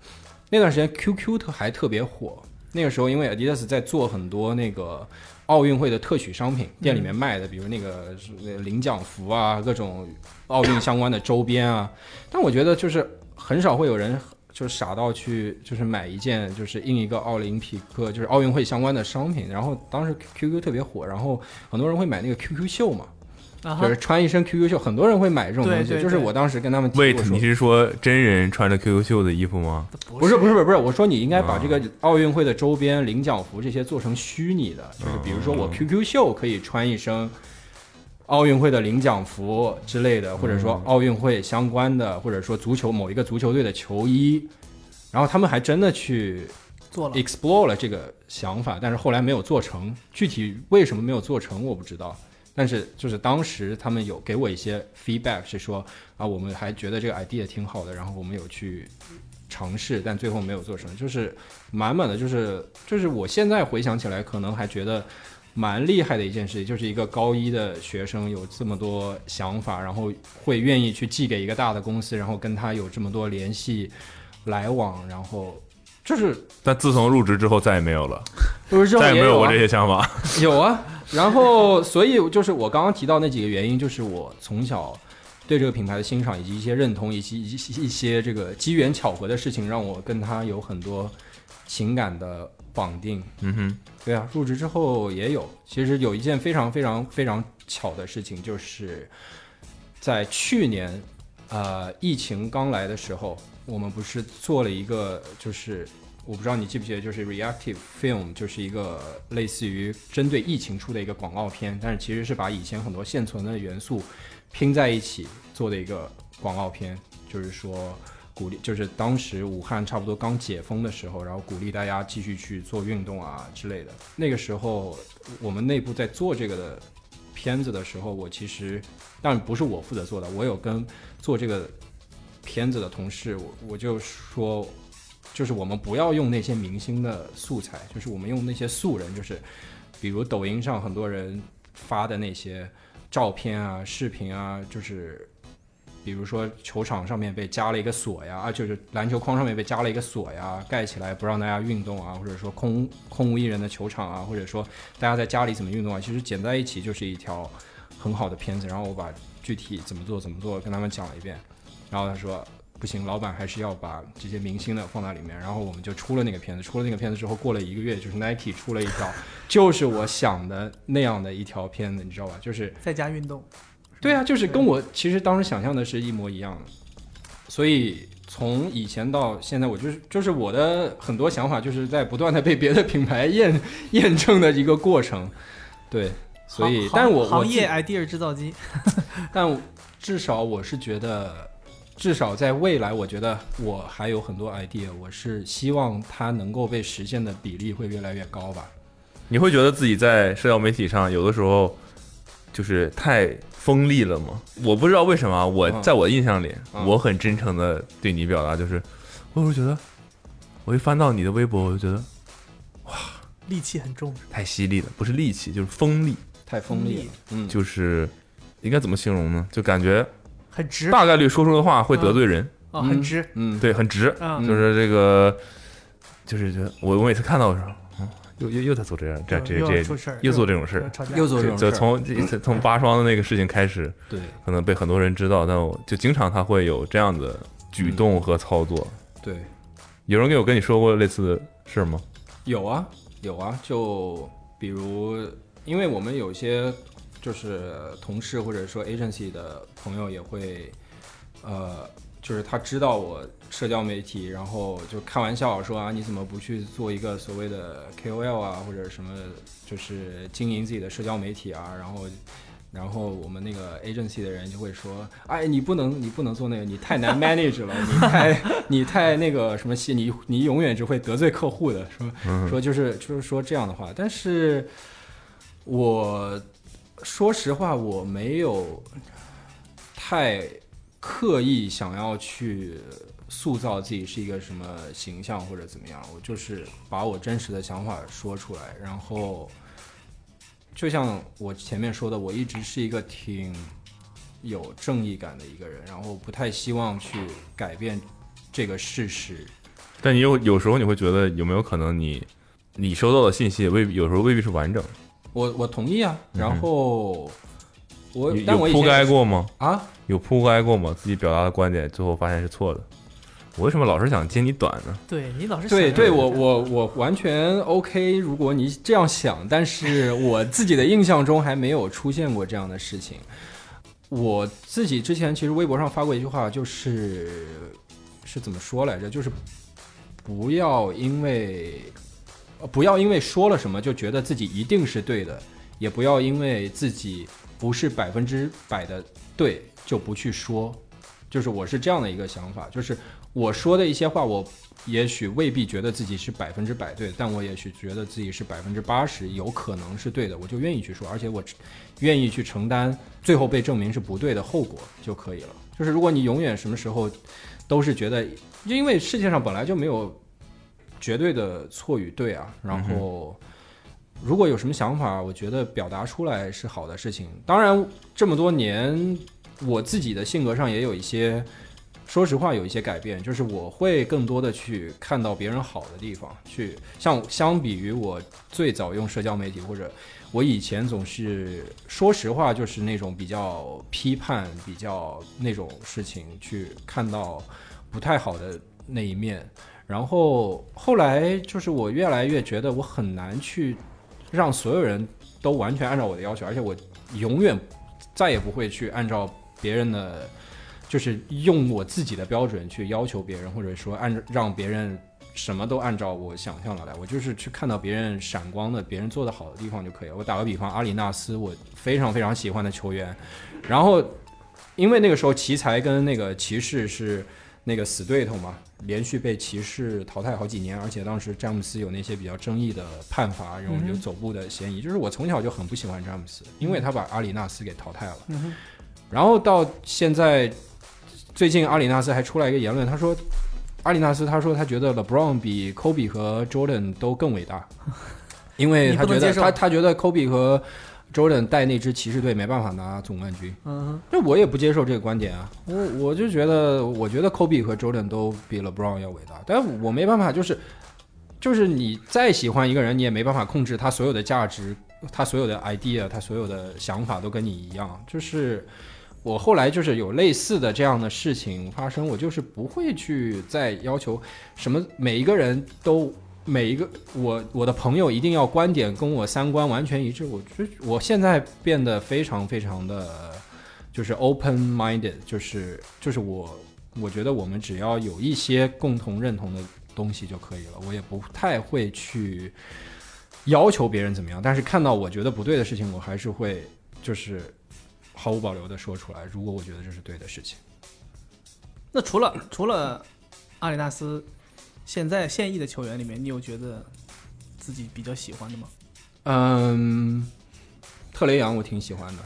Speaker 3: 那段时间 QQ 特还特别火。那个时候，因为 Adidas 在做很多那个奥运会的特许商品，店里
Speaker 5: 嗯
Speaker 3: 面卖的，比如那个是那个领奖服啊，各种奥运相关的周边啊。但我觉得就是很少会有人就是傻到去就是买一件就是印一个奥林匹克就是奥运会相关的商品，然后当时 QQ 特别火，然后很多人会买那个 QQ 秀嘛，
Speaker 5: 啊
Speaker 3: 就
Speaker 5: 哈
Speaker 3: 是，穿一身 QQ 秀，很多人会买这种东西。
Speaker 5: 对对
Speaker 3: 就是
Speaker 5: 对
Speaker 3: 我当时跟他们提
Speaker 2: Wait，
Speaker 3: 过说
Speaker 2: 你是说真人穿着 QQ 秀的衣服吗？
Speaker 3: 不是不是不是不是，我说你应该把这个奥运会的周边、领奖服这些做成虚拟的，就是比如说我 QQ 秀可以穿一身奥运会的领奖服之类的，或者说奥运会相关的，或者说足球某一个足球队的球衣。然后他们还真的去
Speaker 5: 做了。
Speaker 3: explore 了这个想法，但是后来没有做成。具体为什么没有做成，我不知道。但是就是当时他们有给我一些 feedback，是说啊，我们还觉得这个 idea 挺好的，然后我们有去尝试，但最后没有做成，就是满满的就是就是我现在回想起来，可能还觉得蛮厉害的一件事情，就是一个高一的学生有这么多想法，然后会愿意去寄给一个大的公司，然后跟他有这么多联系来往，然后就是
Speaker 2: 但自从入职之后再也没有了，
Speaker 3: 不是之后
Speaker 2: 再也没
Speaker 3: 有
Speaker 2: 过
Speaker 3: 啊
Speaker 2: 这些想法。
Speaker 3: 有啊。然后，所以就是我刚刚提到那几个原因，就是我从小对这个品牌的欣赏，以及一些认同，以及一些一些这个机缘巧合的事情，让我跟他有很多情感的绑定。
Speaker 2: 嗯哼，
Speaker 3: 对啊，入职之后也有。其实有一件非常非常非常巧的事情，就是在去年，呃，疫情刚来的时候，我们不是做了一个，就是我不知道你记不记得，就是 Reactive Film，就是一个类似于针对疫情出的一个广告片，但是其实是把以前很多现存的元素拼在一起做的一个广告片，就是说。鼓励，就是当时武汉差不多刚解封的时候，然后鼓励大家继续去做运动啊之类的。那个时候，我们内部在做这个的片子的时候，我其实但不是我负责做的，我有跟做这个片子的同事，我我就说，就是我们不要用那些明星的素材，就是我们用那些素人，就是比如抖音上很多人发的那些照片啊、视频啊，就是比如说球场上面被加了一个锁呀，啊，就是篮球框上面被加了一个锁呀，盖起来不让大家运动啊，或者说空空无一人的球场啊，或者说大家在家里怎么运动啊，其实剪在一起就是一条很好的片子。然后我把具体怎么做怎么做跟他们讲了一遍，然后他说不行，老板还是要把这些明星的放在里面。然后我们就出了那个片子，出了那个片子之后，过了一个月，就是 Nike 出了一条，就是我想的那样的一条片子，你知道吧？就是
Speaker 5: 在家运动，
Speaker 3: 对啊，就是跟我其实当时想象的是一模一样的，所以从以前到现在，我就是就是我的很多想法就是在不断的被别的品牌验验证的一个过程，对，所以
Speaker 5: 行
Speaker 3: 但我我
Speaker 5: 行
Speaker 3: 自
Speaker 5: 业 idea 制造机，
Speaker 3: 但至少我是觉得，至少在未来，我觉得我还有很多 idea，我是希望它能够被实现的比例会越来越高吧。
Speaker 2: 你会觉得自己在社交媒体上有的时候就是太锋利了吗？我不知道为什么啊，我
Speaker 3: 嗯
Speaker 2: 在我的印象里，
Speaker 3: 嗯
Speaker 2: 我很真诚的对你表达，就是我有时候觉得，我一翻到你的微博，我就觉得
Speaker 5: 戾气很重，
Speaker 2: 太犀利了，不是戾气，就是锋利，
Speaker 3: 太锋利了，嗯，
Speaker 2: 就是应该怎么形容呢？就感觉
Speaker 5: 很直
Speaker 2: 大概率说出的话会得罪人，
Speaker 5: 啊，很
Speaker 3: 嗯
Speaker 5: 直，
Speaker 3: 嗯，
Speaker 2: 对，很直，
Speaker 5: 啊
Speaker 3: 嗯
Speaker 2: 就是这个，就是觉得我我每次看到的时候，嗯，又又又在做这样这这
Speaker 5: 又要出
Speaker 2: 这
Speaker 5: 事儿，
Speaker 2: 又做这种事
Speaker 5: 又
Speaker 2: 儿。
Speaker 5: 吵架，
Speaker 3: 又做这种事
Speaker 2: 就
Speaker 3: 儿，
Speaker 2: 从这从八双的那个事情开始，
Speaker 3: 对，
Speaker 2: 可能被很多人知道，但我就经常他会有这样的举动和操作。
Speaker 3: 对，
Speaker 2: 有人给我跟你说过类似的事吗？
Speaker 3: 有啊，有啊，就比如，因为我们有些就是同事或者说 agency 的朋友也会，呃，就是他知道我社交媒体，然后就开玩笑说啊，你怎么不去做一个所谓的 KOL 啊，或者什么，就是经营自己的社交媒体啊，然后。然后我们那个 agency 的人就会说：“哎，你不能，你不能做那个，你太难 manage 了，你太，你太那个什么戏，你你永远只会得罪客户的。”说说就是就是说这样的话，但是我说实话，我没有太刻意想要去塑造自己是一个什么形象或者怎么样，我就是把我真实的想法说出来，然后就像我前面说的，我一直是一个挺有正义感的一个人，然后不太希望去改变这个事实。
Speaker 2: 但你有有时候你会觉得有没有可能你你收到的信息也未必有时候未必是完整，
Speaker 3: 我我同意啊，然后我、
Speaker 2: 嗯你有
Speaker 3: 但我以前
Speaker 2: 铺盖过吗？
Speaker 3: 啊，
Speaker 2: 有铺盖过吗？自己表达的观点最后发现是错的，我为什么老是想揭你短呢？
Speaker 5: 对你老是
Speaker 3: 对
Speaker 5: 想
Speaker 3: 对，
Speaker 5: 着
Speaker 3: 我我我完全 OK。如果你这样想，但 是我自己的印象中还没有出现过这样的事情。我自己之前其实微博上发过一句话，就是是怎么说来着？就是不要因为呃不要因为说了什么就觉得自己一定是对的，也不要因为自己不是百分之百的对就不去说。就是我是这样的一个想法，就是我说的一些话，我也许未必觉得自己是百分之百对，但我也许觉得自己是百分之八十有可能是对的，我就愿意去说，而且我愿意去承担最后被证明是不对的后果就可以了。就是如果你永远什么时候都是觉得，就因为世界上本来就没有绝对的错与对啊，然后。如果有什么想法，我觉得表达出来是好的事情。当然，这么多年，我自己的性格上也有一些说实话有一些改变，就是我会更多的去看到别人好的地方，去像相比于我最早用社交媒体或者我以前总是说实话就是那种比较批判、比较那种事情去看到不太好的那一面，然后后来就是我越来越觉得我很难去让所有人都完全按照我的要求，而且我永远再也不会去按照别人的。就是用我自己的标准去要求别人，或者说按让别人什么都按照我想象的来，我就是去看到别人闪光的、别人做的好的地方就可以了。我打个比方，阿里纳斯，我非常非常喜欢的球员，然后因为那个时候奇才跟那个骑士是那个死对头嘛，连续被骑士淘汰好几年，而且当时詹姆斯有那些比较争议的判罚，然后有
Speaker 5: 嗯
Speaker 3: 走步的嫌疑。就是我从小就很不喜欢詹姆斯，因为他把阿里纳斯给淘汰了。
Speaker 5: 嗯哼
Speaker 3: 然后到现在，最近阿里纳斯还出来一个言论，他说阿里纳斯他说他觉得 LeBron 比 Kobe 和 Jordan 都更伟大，因为
Speaker 5: 你
Speaker 3: 他
Speaker 5: 不能
Speaker 3: 觉得
Speaker 5: 接受
Speaker 3: 他他觉得 Kobe 和 Jordan 带那支骑士队没办法拿总冠军，
Speaker 5: 嗯
Speaker 3: 那我也不接受这个观点啊，我我就觉得，我觉得 Kobe 和 Jordan 都比 LeBron 要伟大，但我没办法，就是就是你再喜欢一个人，你也没办法控制他所有的价值，他所有的 idea，他所有的想法都跟你一样。就是我后来就是有类似的这样的事情发生，我就是不会去再要求什么每一个人都。每一个我我的朋友一定要观点跟我三观完全一致，我就我现在变得非常非常的就是 open minded，就是就是我我觉得我们只要有一些共同认同的东西就可以了，我也不太会去要求别人怎么样，但是看到我觉得不对的事情，我还是会就是毫无保留的说出来，如果我觉得这是对的事情。
Speaker 5: 哼，那除了除了阿里纳斯现在现役的球员里面，你有觉得自己比较喜欢的吗？
Speaker 3: 嗯，特雷杨我挺喜欢的。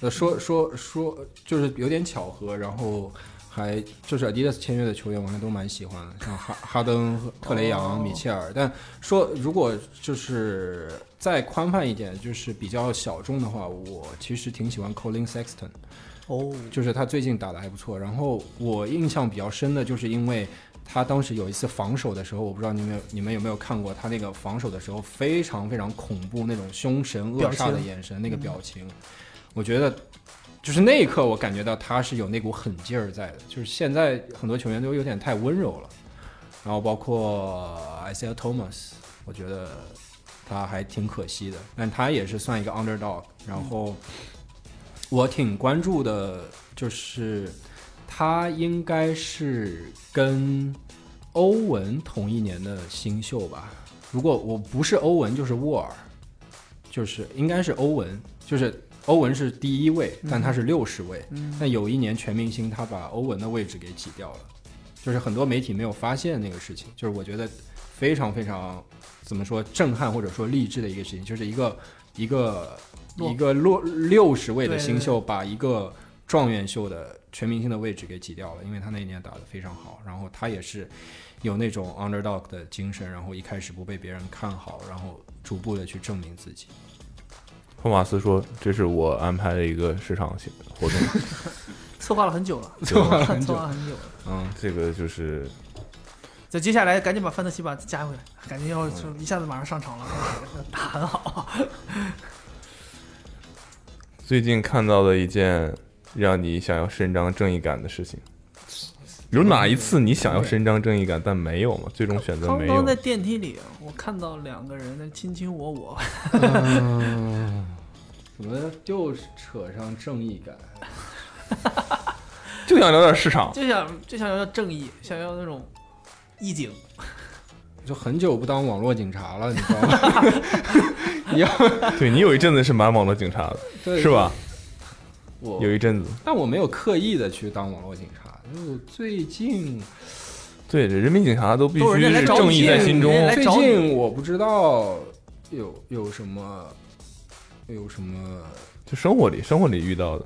Speaker 3: 呃，说说说，就是有点巧合，然后还就是 Adidas 签约的球员，我还都蛮喜欢的，像哈哈登、特雷杨、
Speaker 5: 哦
Speaker 3: 米切尔。但说如果就是再宽泛一点，就是比较小众的话，我其实挺喜欢 Colin Sexton。
Speaker 5: 哦，
Speaker 3: 就是他最近打的还不错。然后我印象比较深的就是因为他当时有一次防守的时候，我不知道你们有你们有没有看过他那个防守的时候非常非常恐怖那种凶神恶煞的眼神，那个表情，我觉得。就是那一刻，我感觉到他是有那股狠劲儿在的。就是现在很多球员都有点太温柔了，然后包括 Isaiah Thomas，我觉得他还挺可惜的，但他也是算一个 underdog。然后我挺关注的，就是他应该是跟欧文同一年的新秀吧？如果我不是欧文，就是沃尔，就是应该是欧文，就是欧文是第一位，但他是六十位。但有一年全明星他把欧文的位置给挤掉了，就是很多媒体没有发现那个事情，就是我觉得非常非常怎么说震撼或者说励志的一个事情，就是一个一个
Speaker 5: 落
Speaker 3: 一个落六十位的
Speaker 5: 对对
Speaker 3: 新
Speaker 5: 对
Speaker 3: 秀把一个状元秀的全明星的位置给挤掉了，因为他那一年打得非常好，然后他也是有那种 underdog 的精神，然后一开始不被别人看好，然后逐步的去证明自己。
Speaker 2: 托马斯说：“这是我安排的一个市场性活动，
Speaker 5: 策划了很久了，
Speaker 2: 策划
Speaker 3: 了很久
Speaker 5: 策划很久了。
Speaker 3: 嗯，
Speaker 2: 这个就是
Speaker 5: 这接下来赶紧把范特西把加回来，感觉要就一下子马上上场了，打很好。
Speaker 2: 最近看到的一件让你想要伸张正义感的事情。有哪一次你想要伸张正义感，但没有吗？最终选择
Speaker 5: 刚
Speaker 2: 没有
Speaker 5: 刚在。电梯里，我看到两个人在卿卿我我，
Speaker 2: 嗯
Speaker 3: 怎么又扯上正义感？
Speaker 2: 就想聊点市 场，
Speaker 5: 就想就想要正义，想要那种义警。
Speaker 3: 就很久不当网络警察了，你知道 吗？你要
Speaker 2: 对你有一阵子是蛮网络警察的，
Speaker 3: 对
Speaker 2: 是吧？
Speaker 3: 我
Speaker 2: 有一阵子，
Speaker 3: 但我没有刻意的去当网络警察，就最近
Speaker 2: 对，人民警察都必
Speaker 5: 都有
Speaker 2: 须
Speaker 5: 人来
Speaker 2: 是
Speaker 5: 找
Speaker 2: 正义
Speaker 5: 你
Speaker 2: 在心中。
Speaker 5: 人来
Speaker 3: 哎最
Speaker 5: 找你
Speaker 3: 近我不知道有有什么有什么
Speaker 2: 就生活里，生活里遇到的，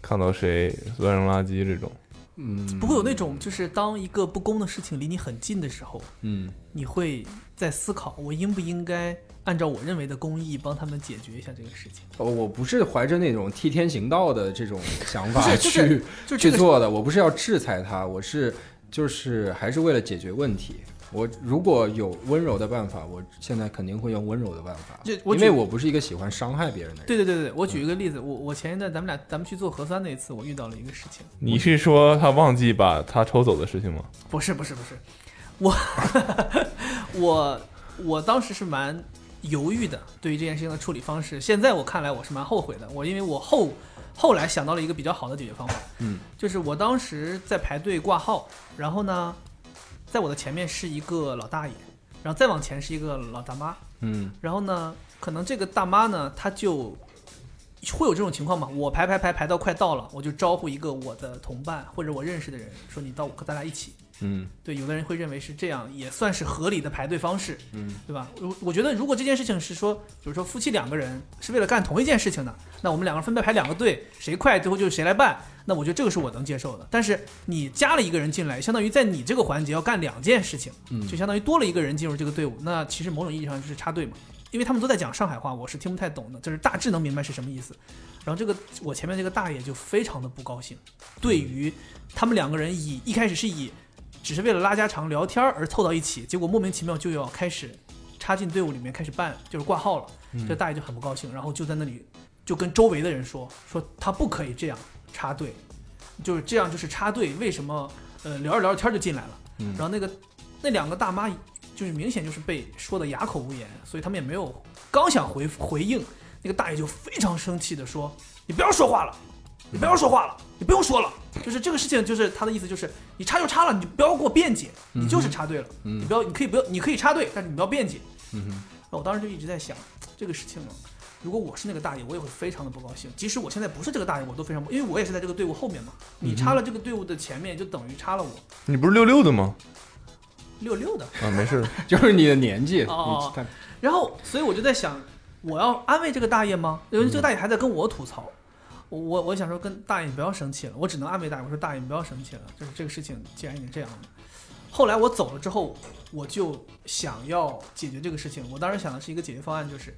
Speaker 2: 看到谁乱扔垃圾这种，
Speaker 3: 嗯，
Speaker 5: 不会有那种就是当一个不公的事情离你很近的时候，
Speaker 3: 嗯
Speaker 5: 你会在思考我应不应该按照我认为的公义帮他们解决一下这个事情。
Speaker 3: 哦，我不是怀着那种替天行道的这种想法
Speaker 5: 不是
Speaker 3: 去、
Speaker 5: 就是就这
Speaker 3: 去
Speaker 5: 个
Speaker 3: 做的，我不是要制裁他，我是就是还是为了解决问题。我如果有温柔的办法，我现在肯定会用温柔的办法，
Speaker 5: 就我
Speaker 3: 因
Speaker 5: 举
Speaker 3: 为我不是一个喜欢伤害别人的人。
Speaker 5: 对对对对，我举一个例子，我我前一段咱们俩咱们去做核酸那一次，我遇到了一个事情，
Speaker 2: 你是说他忘记把他抽走的事情吗？
Speaker 5: 不是不是不是，我我我当时是蛮犹豫的，对于这件事情的处理方式，现在我看来我是蛮后悔的，我因为我后后来想到了一个比较好的解决方法，
Speaker 3: 嗯，
Speaker 5: 就是我当时在排队挂号，然后呢，在我的前面是一个老大爷，然后再往前是一个老大妈，
Speaker 3: 嗯
Speaker 5: 然后呢，可能这个大妈呢，她就会有这种情况嘛。我排排排排到快到了，我就招呼一个我的同伴或者我认识的人，说你到我和咱俩一起。
Speaker 3: 嗯
Speaker 5: 对，有的人会认为是这样，也算是合理的排队方式，
Speaker 3: 嗯，
Speaker 5: 对吧？我我觉得如果这件事情是说，比如说夫妻两个人是为了干同一件事情的，那我们两个人分别排两个队，谁快最后就是谁来办，那我觉得这个是我能接受的。但是你加了一个人进来，相当于在你这个环节要干两件事情，
Speaker 3: 嗯
Speaker 5: 就相当于多了一个人进入这个队伍，那其实某种意义上就是插队嘛。因为他们都在讲上海话，我是听不太懂的，就是大致能明白是什么意思。然后这个我前面这个大爷就非常的不高兴，
Speaker 3: 嗯
Speaker 5: 对于他们两个人以一开始是以只是为了拉家常聊天而凑到一起，结果莫名其妙就要开始插进队伍里面开始办，就是挂号了。
Speaker 3: 嗯
Speaker 5: 这大爷就很不高兴，然后就在那里就跟周围的人说说他不可以这样插队，就是这样就是插队，为什么呃聊着聊着天就进来了？
Speaker 3: 嗯
Speaker 5: 然后那个那两个大妈就是明显就是被说的哑口无言，所以他们也没有刚想回回应，那个大爷就非常生气的说：“你不要说话了，你不要说话了，你不用说了。”就是这个事情，就是他的意思就是你插就插了，你不要给我辩解，你就是插队了，你不要，你可以不要，你可以插队，但是你不要辩解。那我当时就一直在想，这个事情啊，如果我是那个大爷，我也会非常的不高兴。即使我现在不是这个大爷，我都非常不，因为我也是在这个队伍后面嘛。你插了这个队伍的前面，就等于插了我
Speaker 2: 你不是六六的吗？
Speaker 5: 六六的。
Speaker 2: 啊，没事儿，
Speaker 3: 就是你的年纪，
Speaker 5: 哦
Speaker 3: 你
Speaker 5: 然后，所以我就在想，我要安慰这个大爷吗？因为这个大爷还在跟我吐槽。我我我想说，跟大爷你不要生气了，我只能安慰大爷，我说大爷你不要生气了，就是这个事情既然已经这样了。后来我走了之后，我就想要解决这个事情。我当时想的是一个解决方案，就是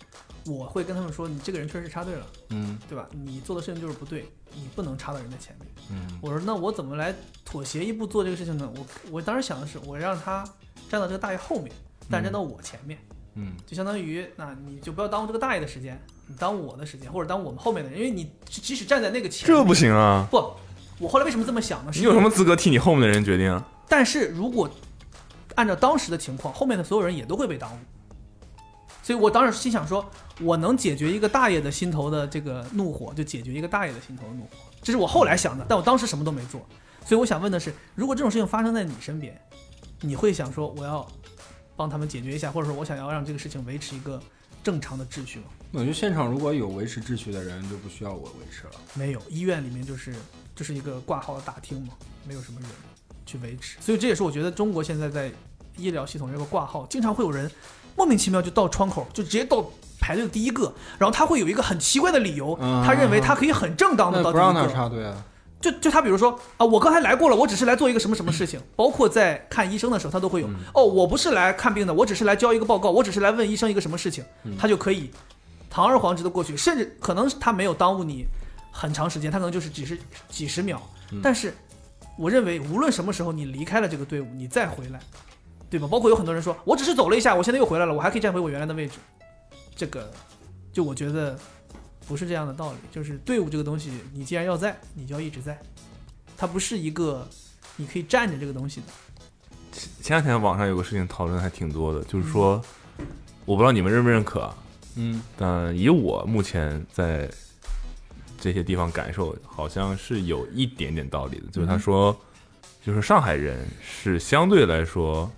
Speaker 5: 我会跟他们说，你这个人确实是插队了，
Speaker 3: 嗯
Speaker 5: 对吧？你做的事情就是不对，你不能插到人家前面。
Speaker 3: 嗯
Speaker 5: 我说那我怎么来妥协一步做这个事情呢？我我当时想的是，我让他站到这个大爷后面，但站到我前面，
Speaker 3: 嗯
Speaker 5: 就相当于那你就不要耽误这个大爷的时间，你耽误我的时间，或者耽误我们后面的人，因为你即即使站在那个前面，
Speaker 2: 这不行啊！
Speaker 5: 不，我后来为什么这么想呢？是
Speaker 2: 你
Speaker 5: 因为
Speaker 2: 有什么资格替你后面的人决定啊？
Speaker 5: 但是如果按照当时的情况，后面的所有人也都会被耽误。所以我当时心想说，我能解决一个大爷的心头的这个怒火，就解决一个大爷的心头的怒火。这是我后来想的，但我当时什么都没做。所以我想问的是，如果这种事情发生在你身边，你会想说我要帮他们解决一下，或者说我想要让这个事情维持一个正常的秩序吗？
Speaker 3: 我觉得现场如果有维持秩序的人，就不需要我维持了。
Speaker 5: 没有，医院里面就是就是一个挂号的大厅嘛，没有什么人去维持，所以这也是我觉得中国现在在医疗系统这个挂号，经常会有人莫名其妙就到窗口，就直接到排队的第一个，然后他会有一个很奇怪的理由，
Speaker 3: 嗯
Speaker 5: 他认为他可以很正当的
Speaker 3: 那
Speaker 5: 到
Speaker 3: 不
Speaker 5: 第一
Speaker 3: 让他
Speaker 5: 个，
Speaker 3: 插队啊？
Speaker 5: 就就他比如说啊，我刚才来过了，我只是来做一个什么什么事情，包括在看医生的时候，他都会有、哦，我不是来看病的，我只是来交一个报告，我只是来问医生一个什么事情，他就可以堂而皇之的过去，甚至可能他没有耽误你很长时间，他可能就是几十几十秒。但是我认为，无论什么时候你离开了这个队伍，你再回来，对吧？包括有很多人说，我只是走了一下，我现在又回来了，我还可以站回我原来的位置。这个，就我觉得不是这样的道理。就是队伍这个东西，你既然要在，你就要一直在，它不是一个你可以站着这个东西的。
Speaker 2: 前两天网上有个事情讨论还挺多的，就是说，我不知道你们认不认可啊，
Speaker 3: 嗯
Speaker 2: 但以我目前在这些地方感受，好像是有一点点道理的。就是他说，就是上海人是相对来说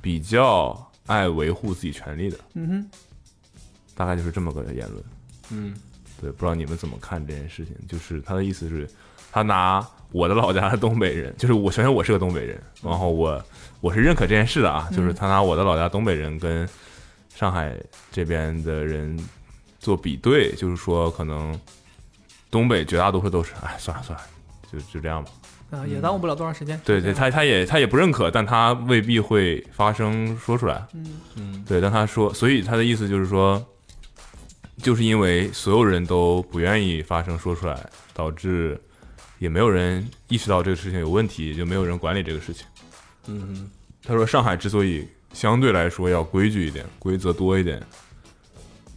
Speaker 2: 比较爱维护自己权利的，
Speaker 5: 嗯哼，
Speaker 2: 大概就是这么个言论。
Speaker 3: 嗯
Speaker 2: 对，不知道你们怎么看这件事情？就是他的意思是，他拿我的老家的东北人，就是我首先我是个东北人，然后我我是认可这件事的啊，就是他拿我的老家东北人跟上海这边的人做比对，就是说可能东北绝大多数都是，哎，算了算了，就就这样吧。
Speaker 5: 啊、也耽误不了多长时间。
Speaker 2: 嗯对对，他他也他也不认可，但他未必会发声说出来。
Speaker 5: 嗯
Speaker 3: 嗯
Speaker 2: 对，但他说，所以他的意思就是说，就是因为所有人都不愿意发声说出来，导致也没有人意识到这个事情有问题，就没有人管理这个事情。
Speaker 3: 嗯
Speaker 2: 他说，上海之所以相对来说要规矩一点、规则多一点，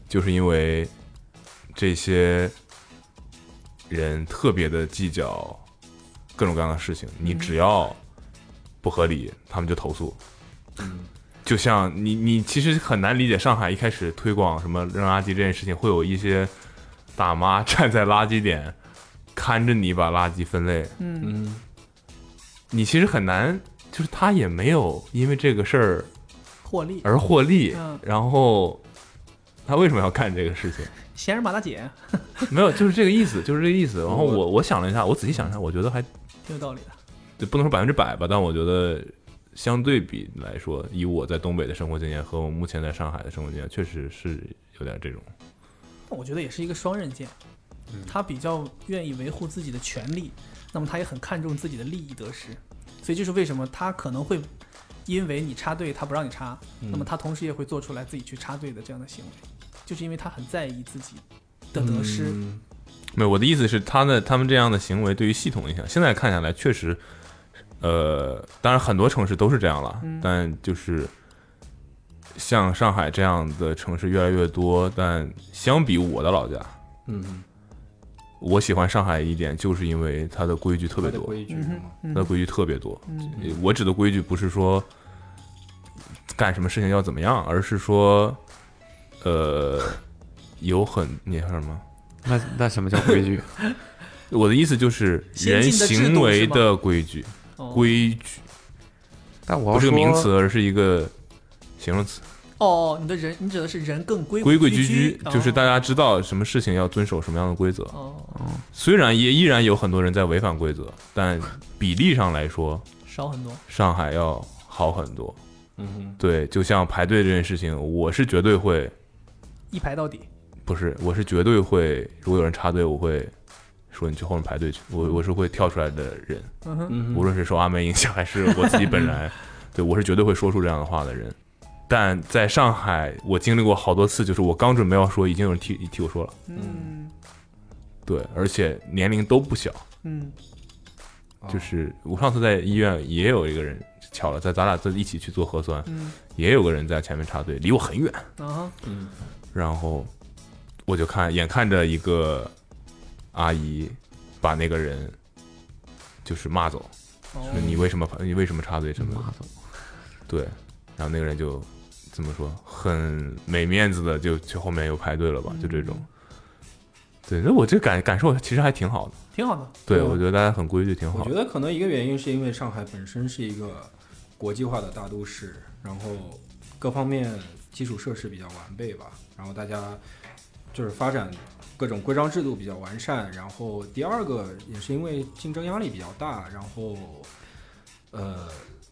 Speaker 2: 就是因为这些人特别的计较各种各样的事情，你只要不合理，他们就投诉。
Speaker 3: 嗯
Speaker 2: 就像你你其实很难理解上海一开始推广什么扔垃圾这件事情，会有一些大妈站在垃圾点看着你把垃圾分类，
Speaker 5: 嗯，
Speaker 3: 嗯
Speaker 2: 你其实很难，就是他也没有因为这个事儿
Speaker 5: 获利。
Speaker 2: 而获利
Speaker 5: 嗯，
Speaker 2: 然后他为什么要干这个事情？
Speaker 5: 闲人马大姐，
Speaker 2: 没有，就是这个意思，就是这个意思。然后我我想了一下，我仔细想一下，我觉得还
Speaker 5: 挺有道理的。
Speaker 2: 就不能说百分之百吧，但我觉得相对比来说，以我在东北的生活经验和我目前在上海的生活经验，确实是有点这种。
Speaker 5: 但我觉得也是一个双刃剑，
Speaker 2: 嗯
Speaker 5: 他比较愿意维护自己的权利，那么他也很看重自己的利益得失，所以这是为什么他可能会因为你插队他不让你插，
Speaker 3: 嗯
Speaker 5: 那么他同时也会做出来自己去插队的这样的行为，就是因为他很在意自己的得失。
Speaker 3: 嗯
Speaker 2: 没有，我的意思是，他的他们这样的行为对于系统影响，现在看下来确实，呃，当然很多城市都是这样了，
Speaker 5: 嗯
Speaker 2: 但就是像上海这样的城市越来越多。但相比我的老家，
Speaker 3: 嗯，
Speaker 2: 我喜欢上海一点，就是因为它的规矩特别
Speaker 3: 他的
Speaker 2: 多，
Speaker 3: 规矩
Speaker 5: 嗯
Speaker 3: 是
Speaker 5: 哼
Speaker 3: 吗？
Speaker 5: 嗯
Speaker 2: 它的规矩特别多。
Speaker 5: 嗯
Speaker 2: 呃我指的规矩不是说干什么事情要怎么样，而是说，呃，有很你看什么？
Speaker 4: 那那什么叫规矩？
Speaker 2: 我的意思就是
Speaker 5: 先
Speaker 2: 人
Speaker 5: 进的制度是
Speaker 2: 行为
Speaker 5: 吗
Speaker 2: 的规矩，
Speaker 5: 哦
Speaker 2: 规矩
Speaker 4: 但我要
Speaker 2: 不是个
Speaker 4: 说
Speaker 2: 名词，而是一个形容词，
Speaker 5: 哦，你的人，你指的是人更规
Speaker 2: 规规
Speaker 5: 规
Speaker 2: 矩矩
Speaker 5: 矩，，
Speaker 2: 就是大家
Speaker 5: 哦
Speaker 2: 知道什么事情要遵守什么样的规则。
Speaker 5: 哦
Speaker 2: 虽然也依然有很多人在违反规则，但比例上来说，
Speaker 5: 少很多。
Speaker 2: 上海要好很多。
Speaker 3: 嗯哼，
Speaker 2: 对，就像排队这件事情，我是绝对会，
Speaker 5: 一排到底，
Speaker 2: 不是，我是绝对会，如果有人插队，我会说你去后面排队去，我我是会跳出来的人，
Speaker 5: 嗯哼，
Speaker 3: 嗯
Speaker 2: 无
Speaker 3: 哼，
Speaker 2: 论是受阿梅影响还是我自己本来，对我是绝对会说出这样的话的人。但在上海，我经历过好多次，就是我刚准备要说，已经有人替替我说了，
Speaker 5: 嗯
Speaker 2: 对，而且年龄都不小，
Speaker 5: 嗯，
Speaker 2: 就是我上次在医院也有一个人，巧了，在咱俩在一起去做核酸，
Speaker 5: 嗯
Speaker 2: 也有个人在前面插队，离我很远，
Speaker 5: 啊哈，
Speaker 3: 嗯
Speaker 2: 然后我就看，眼看着一个阿姨把那个人就是骂走，
Speaker 5: 哦
Speaker 2: 说你为什么你为什么插队什么的
Speaker 3: 哦
Speaker 4: 妈的
Speaker 2: 对，然后那个人就怎么说，很没面子的就去后面又排队了吧，
Speaker 3: 嗯
Speaker 2: 就这种。对，那我这感感受其实还挺好的。
Speaker 5: 挺好的，
Speaker 2: 对，
Speaker 3: 嗯
Speaker 2: 我觉得大家很规矩，挺
Speaker 3: 我
Speaker 2: 好
Speaker 3: 觉
Speaker 2: 的。
Speaker 3: 得可能一个原因是因为上海本身是一个国际化的大都市，然后各方面基础设施比较完备吧，然后大家就是发展各种规章制度比较完善，然后第二个也是因为竞争压力比较大，然后呃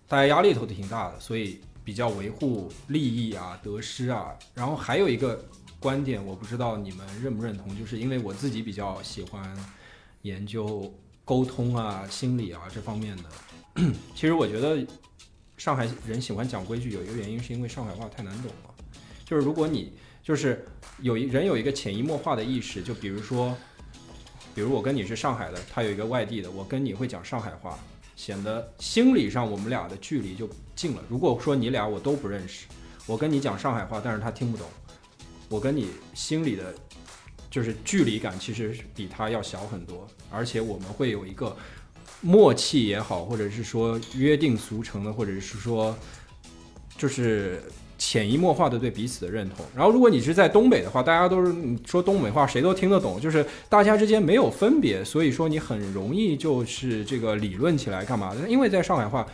Speaker 3: 大家压力都挺大的，所以比较维护利益啊、得失啊，然后还有一个观点，我不知道你们认不认同，就是因为我自己比较喜欢研究沟通啊、心理啊这方面的。 其实我觉得上海人喜欢讲规矩，有一个原因是因为上海话太难懂了。就是如果你就是有一人有一个潜移默化的意识，就比如说，比如我跟你是上海的，他有一个外地的，我跟你会讲上海话，显得心理上我们俩的距离就近了。如果说你俩我都不认识，我跟你讲上海话，但是他听不懂，我跟你心里的就是距离感其实是比他要小很多，而且我们会有一个默契也好，或者是说约定俗成的，或者是说就是潜移默化的对彼此的认同。然后，如果你是在东北的话，大家都是你说东北话，谁都听得懂，就是大家之间没有分别，所以说你很容易就是这个理论起来干嘛的？因为在上海话。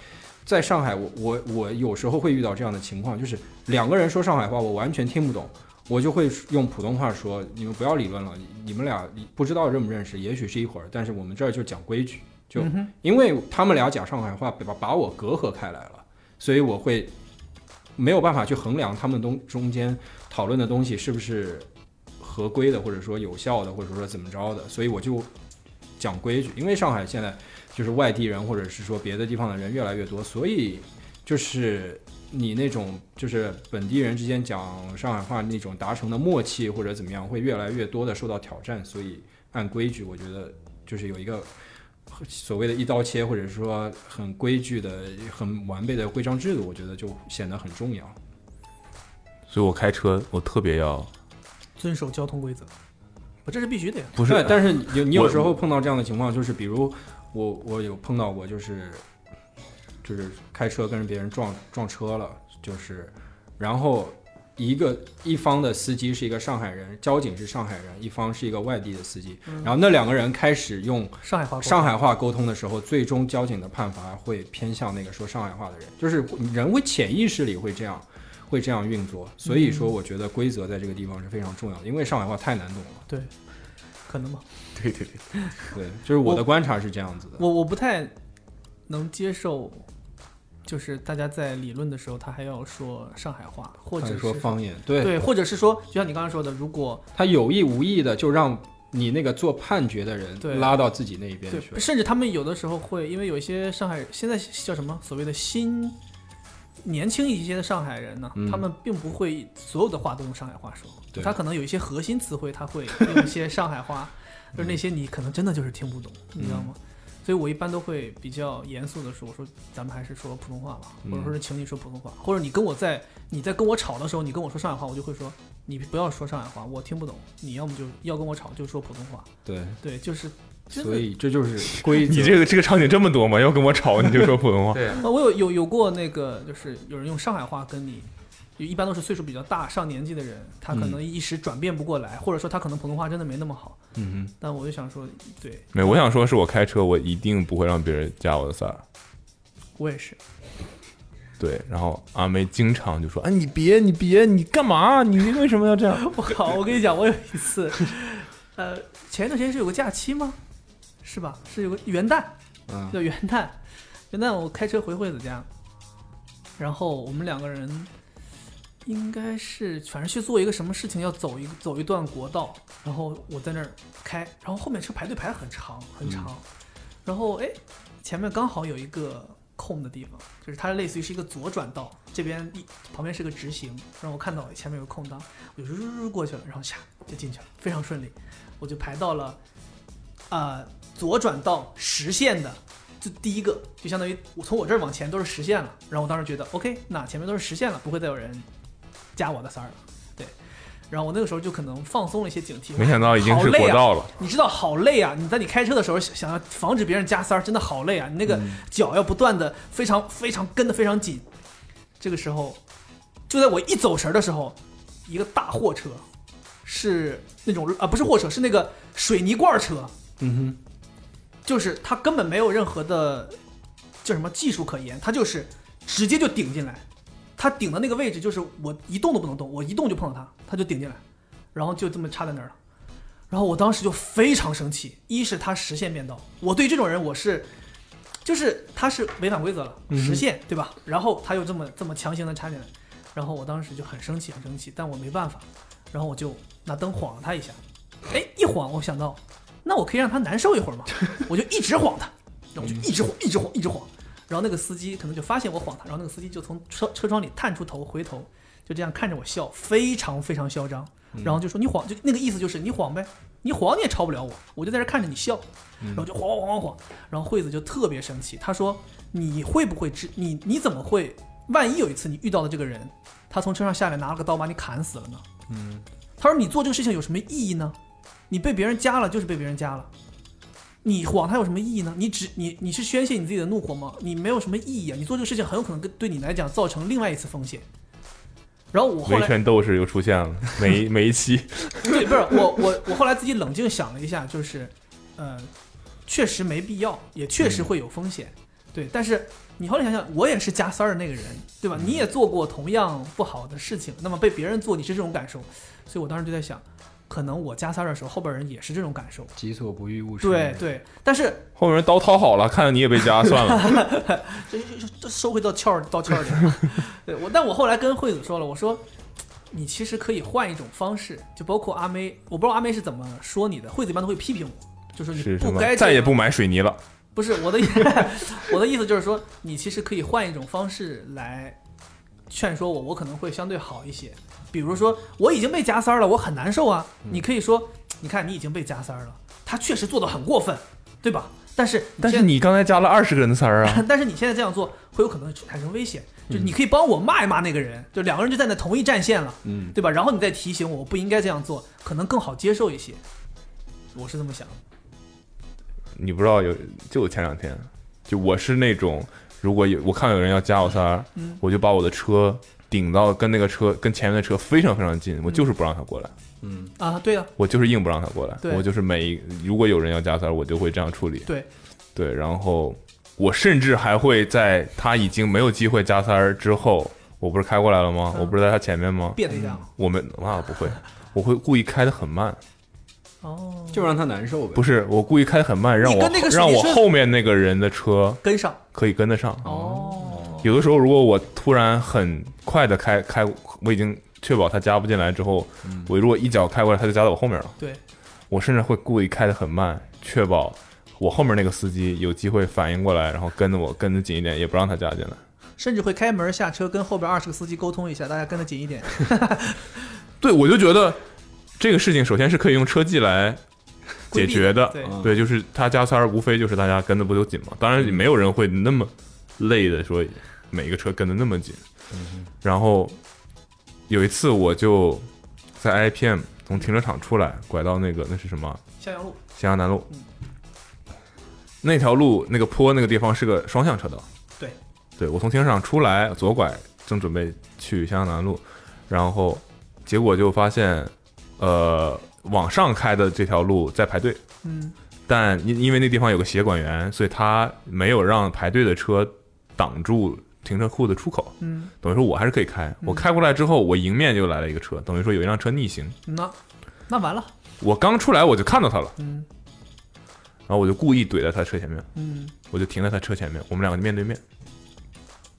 Speaker 3: 在上海我，我我有时候会遇到这样的情况，就是两个人说上海话，我完全听不懂，我就会用普通话说：“你们不要理论了，你你们俩不知道认不认识，也许是一会儿，但是我们这儿就讲规矩，就
Speaker 5: 嗯哼，
Speaker 3: 因为他们俩讲上海话，把把我隔阂开来了，所以我会没有办法去衡量他们东中间讨论的东西是不是合规的，或者说有效的，或者说怎么着的，所以我就讲规矩。因为上海现在就是外地人或者是说别的地方的人越来越多，所以就是你那种就是本地人之间讲上海话那种达成的默契或者怎么样，会越来越多的受到挑战。所以按规矩，我觉得就是有一个所谓的一刀切，或者说很规矩的、很完备的规章制度，我觉得就显得很重要。
Speaker 2: 所以我开车，我特别要
Speaker 5: 遵守交通规则，我这是必须的呀。
Speaker 2: 不是
Speaker 3: 对，但是你有你有
Speaker 2: 我
Speaker 3: 时候碰到这样的情况，就是比如我我有碰到过，就是就是开车跟别人撞撞车了，就是然后一个一方的司机是一个上海人，交警是上海人，一方是一个外地的司机，
Speaker 2: 嗯
Speaker 3: 然后那两个人开始用
Speaker 5: 上海话，
Speaker 3: 上海话沟通的时候，最终交警的判罚会偏向那个说上海话的人，就是人会潜意识里会这样，会这样运作。所以说，我觉得规则在这个地方是非常重要的，因为上海话太难懂了。
Speaker 5: 对，可能吧。
Speaker 4: 对对对，
Speaker 3: 对，就是我的观察是这样子的。
Speaker 5: 我我不太能接受，就是大家在理论的时候，他还要说上海话，或
Speaker 3: 或
Speaker 5: 者是
Speaker 3: 说方言，对，
Speaker 5: 对，或者是说，就像你刚刚说的，如果
Speaker 3: 他有意无意的就让你那个做判决的
Speaker 5: 对
Speaker 3: 人拉到自己那一边
Speaker 5: 对
Speaker 3: 去，了。
Speaker 5: 甚至他们有的时候会，因为有一些上海现在叫什么所谓的新年轻一些的上海人呢，
Speaker 3: 嗯
Speaker 5: 他们并不会所有的话都用上海话说，
Speaker 3: 对
Speaker 5: 他可能有一些核心词汇他会用一些上海 话，就是那些你可能真的就是听不懂，你知道
Speaker 3: 嗯
Speaker 5: 吗？所以我一般都会比较严肃的说，我说咱们还是说普通话吧，
Speaker 3: 嗯
Speaker 5: 或者说是请你说普通话，或者你跟我在你在跟我吵的时候，你跟我说上海话，我就会说你不要说上海话，我听不懂，你要么就要跟我吵就说普通话，
Speaker 3: 对，
Speaker 5: 对，就是真的
Speaker 3: 所以这就是规则。
Speaker 2: 你这个这个场景这么多吗？要跟我吵你就说普通话。
Speaker 4: 对，
Speaker 5: 啊，我有有有过那个，就是有人用上海话跟你，一般都是岁数比较大、上年纪的人，他可能一时转变不过来，或者说他可能普通话真的没那么好。
Speaker 3: 嗯哼，
Speaker 5: 但我就想说，对
Speaker 2: 没，我想说是我开车，我一定不会让别人加我的塞儿。
Speaker 5: 我也是，
Speaker 2: 对，然后阿梅经常就说：“啊，你别，你别，你干嘛？你为什么要这样
Speaker 5: 我靠！我跟你讲，我有一次，呃，前一段时间是有个假期吗？是吧？是有个元旦，
Speaker 3: 啊，
Speaker 5: 叫元旦，元旦我开车回惠子家，然后我们两个人应该是反正去做一个什么事情，要走一走一段国道，然后我在那儿开，然后后面车排队排得很长很长，然后哎前面刚好有一个空的地方，就是它类似于是一个左转道，这边一旁边是个直行，让我看到前面有个空档，我就呜呜过去了，然后下就进去了，非常顺利，我就排到了啊、呃左转道实线的就第一个，就相当于我从我这儿往前都是实线了。然后我当时觉得，OK，那前面都是实线了，不会再有人加我的三儿了。对，然后我那个时候就可能放松了一些警 惕。？”
Speaker 2: 没想到已经是
Speaker 5: 好累
Speaker 2: 国
Speaker 5: 啊
Speaker 2: 道了，
Speaker 5: 你知道好累啊！你在你开车的时候想想要防止别人加塞儿，真的好累啊！你那个脚要不断的非常非常跟的非常紧。这个时候，就在我一走神儿的时候，一个大货车，是那种啊不是货车，是那个水泥罐儿车，
Speaker 3: 嗯哼，
Speaker 5: 就是它根本没有任何的叫什么技术可言，它就是直接就顶进来。它顶的那个位置就是我一动都不能动，我一动就碰到它，它就顶进来，然后就这么插在那儿了。然后我当时就非常生气，一是他实线变道，我对这种人我是，就是他是违反规则了，实线对吧？然后他又这么这么强行的插进来，然后我当时就很生气，很生气，但我没办法，然后我就拿灯晃了他一下，哎，一晃我想到，那我可以让他难受一会儿嘛，我就一直晃他，然后我就一直晃，一直晃，一直晃，然后那个司机可能就发现我晃他，然后那个司机就从车车窗里探出头回头，就这样看着我笑，非常非常嚣张，然后就说你晃，就那个意思就是你晃呗，你晃你也超不了我，我就在这看着你笑，然后就晃晃晃晃晃，然后惠子就特别生气，她说你会不会知你你怎么会，万一有一次你遇到的这个人，他从车上下来拿了个刀把你砍死了呢？嗯，她说你做这个事情有什么意义呢？你被别人加了就是被别人加了。你晃他有什么意义呢？你只你你是宣泄你自己的怒火吗？你没有什么意义啊！你做这个事情很有可能跟对你来讲造成另外一次风险。然后我后
Speaker 2: 维
Speaker 5: 来
Speaker 2: 权斗士又出现了， 每一每一期。
Speaker 5: 对，不是我我我后来自己冷静想了一下，就是，呃，确实没必要，也确实会有风险，对。但是你后来想想，我也是加三儿的那个人，对吧？你也做过同样不好的事情，那么被别人做，你是这种感受，所以我当时就在想，可能我加三儿的时候，后边人也是这种感受。
Speaker 3: 己所不欲，勿施于
Speaker 5: 对
Speaker 3: 人。
Speaker 5: 对，但是
Speaker 2: 后面人刀掏好了，看到你也被加算 了。
Speaker 5: 这这这收回到窍儿到窍儿里了。 对我，但我后来跟惠子说了，我说你其实可以换一种方式，就包括阿妹，我不知道阿妹是怎么说你的，惠子一般都会批评我，就说你
Speaker 2: 是什
Speaker 5: 不
Speaker 2: 么
Speaker 5: 该？这
Speaker 2: 再
Speaker 5: 样
Speaker 2: 也不买水泥了。
Speaker 5: 不是我的意， 我的意思就是说，你其实可以换一种方式来劝说我，我可能会相对好一些。比如说，我已经被加塞儿了，我很难受啊。
Speaker 2: 嗯
Speaker 5: 你可以说，你看你已经被加塞儿了，他确实做的很过分，对吧？但是你
Speaker 2: 但
Speaker 5: 现
Speaker 2: 是你刚才加了二十个人的词儿啊！嗯
Speaker 5: 但是你现在这样做会有可能产生危险，就你可以帮我骂一骂那个人，就两个人就站在同一战线了，
Speaker 3: 嗯，
Speaker 5: 对吧？然后你再提醒我，我不应该这样做，可能更好接受一些。我是这么想的，
Speaker 2: 你不知道有，就前两天，就我是那种，如果有我看到有人要加我塞儿，
Speaker 5: 嗯
Speaker 2: 我就把我的车顶到跟那个车跟前面的车非常非常近，我就是不让他过来，
Speaker 3: 嗯，
Speaker 5: 啊，对啊，
Speaker 2: 我就是硬不让他过来，
Speaker 5: 对
Speaker 2: 我就是每一如果有人要加塞儿，我就会这样处理。
Speaker 5: 对，
Speaker 2: 对，然后我甚至还会在他已经没有机会加塞儿之后，我不是开过来了吗？
Speaker 5: 嗯
Speaker 2: 我不是在他前面吗？
Speaker 5: 别的一样。
Speaker 2: 我们那不会，我会故意开的很慢，嗯
Speaker 5: 哦，
Speaker 3: 就让他难受呗。
Speaker 2: 不是我故意开得很慢，让
Speaker 5: 你
Speaker 2: 我
Speaker 5: 跟那个水
Speaker 2: 让
Speaker 5: 泥
Speaker 2: 我
Speaker 5: 车
Speaker 2: 后面那个人的车
Speaker 5: 跟上
Speaker 2: 可以跟得上。
Speaker 5: 哦，
Speaker 2: 有的时候，如果我突然很快的开开，我已经确保他加不进来之后，
Speaker 5: 嗯
Speaker 2: 我如果一脚开过来，他就夹到我后面了。
Speaker 5: 对，
Speaker 2: 我甚至会故意开得很慢，确保我后面那个司机有机会反应过来，然后跟着我跟得紧一点，也不让他加进来。
Speaker 5: 甚至会开门下车跟后边二十个司机沟通一下，大家跟得紧一点。
Speaker 2: 对，我就觉得这个事情首先是可以用车技来解决的，
Speaker 5: 对，
Speaker 3: 嗯
Speaker 2: 对，就是他加塞儿无非就是大家跟的不都紧嘛，当然也没有人会那么累的说每一个车跟的那么紧。然后有一次我就在 IPM 从停车场出来，拐到那个那是什么啊
Speaker 5: 襄阳路
Speaker 2: 咸阳南路，那条路那个坡那个地方是个双向车道。
Speaker 5: 对，
Speaker 2: 对我从停车场出来左拐，正准备去襄阳南路，然后结果就发现，呃，往上开的这条路在排队。
Speaker 5: 嗯，
Speaker 2: 但因因为那地方有个协管员，所以他没有让排队的车挡住停车库的出口，
Speaker 5: 嗯，
Speaker 2: 等于说我还是可以开。我开过来之后，我迎面就来了一个车，等于说有一辆车逆行。
Speaker 5: 那那完了，
Speaker 2: 我刚出来我就看到他了，
Speaker 5: 嗯
Speaker 2: 然后我就故意怼在他车前面，
Speaker 5: 嗯，
Speaker 2: 我就停在他车前面，我们两个就面对面。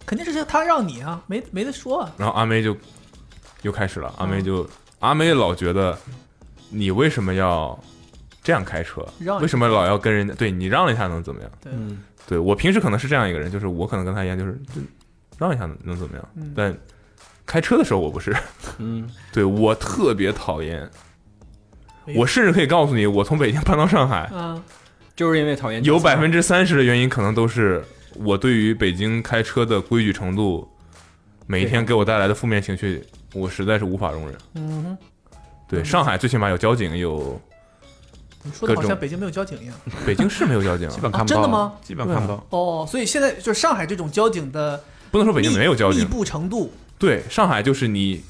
Speaker 5: 肯定是他让你啊，没没得说啊。
Speaker 2: 然后阿妹就又开始了，阿
Speaker 5: 嗯
Speaker 2: 妹就、阿妹老觉得你为什么要这样开车
Speaker 5: 让一下？
Speaker 2: 为什么老要跟人家对你让一下能怎么样？
Speaker 5: 对，
Speaker 3: 嗯，
Speaker 2: 对我平时可能是这样一个人，就是我可能跟他一样，就是就让一下能能怎么样？
Speaker 5: 嗯
Speaker 2: 但开车的时候我不是，
Speaker 3: 嗯，
Speaker 2: 对我特别讨厌
Speaker 5: 哎。呦
Speaker 2: 我甚至可以告诉你，我从北京搬到上海，
Speaker 5: 嗯，
Speaker 3: 就是因为讨厌
Speaker 2: 有百分之三十的原因可能都是我对于北京开车的规矩程度，每一天给我带来的负面情绪，我实在是无法容忍。
Speaker 5: 嗯哼，
Speaker 2: 对，上海最起码有交警，有
Speaker 5: 你说的好
Speaker 2: 各
Speaker 5: 像
Speaker 2: 种
Speaker 5: 北京没有交警一样
Speaker 2: 北京市没有交警啊，
Speaker 4: 基本
Speaker 5: 啊，
Speaker 4: 看不
Speaker 5: 真
Speaker 4: 到。
Speaker 5: 的？吗？
Speaker 2: 基本看不到。
Speaker 5: 哦，所以现在就是上海这种交警的
Speaker 2: 不能说北京
Speaker 5: 密
Speaker 2: 没有交
Speaker 5: 密
Speaker 2: 警，啊
Speaker 5: 布程度，
Speaker 2: 对，上海就是你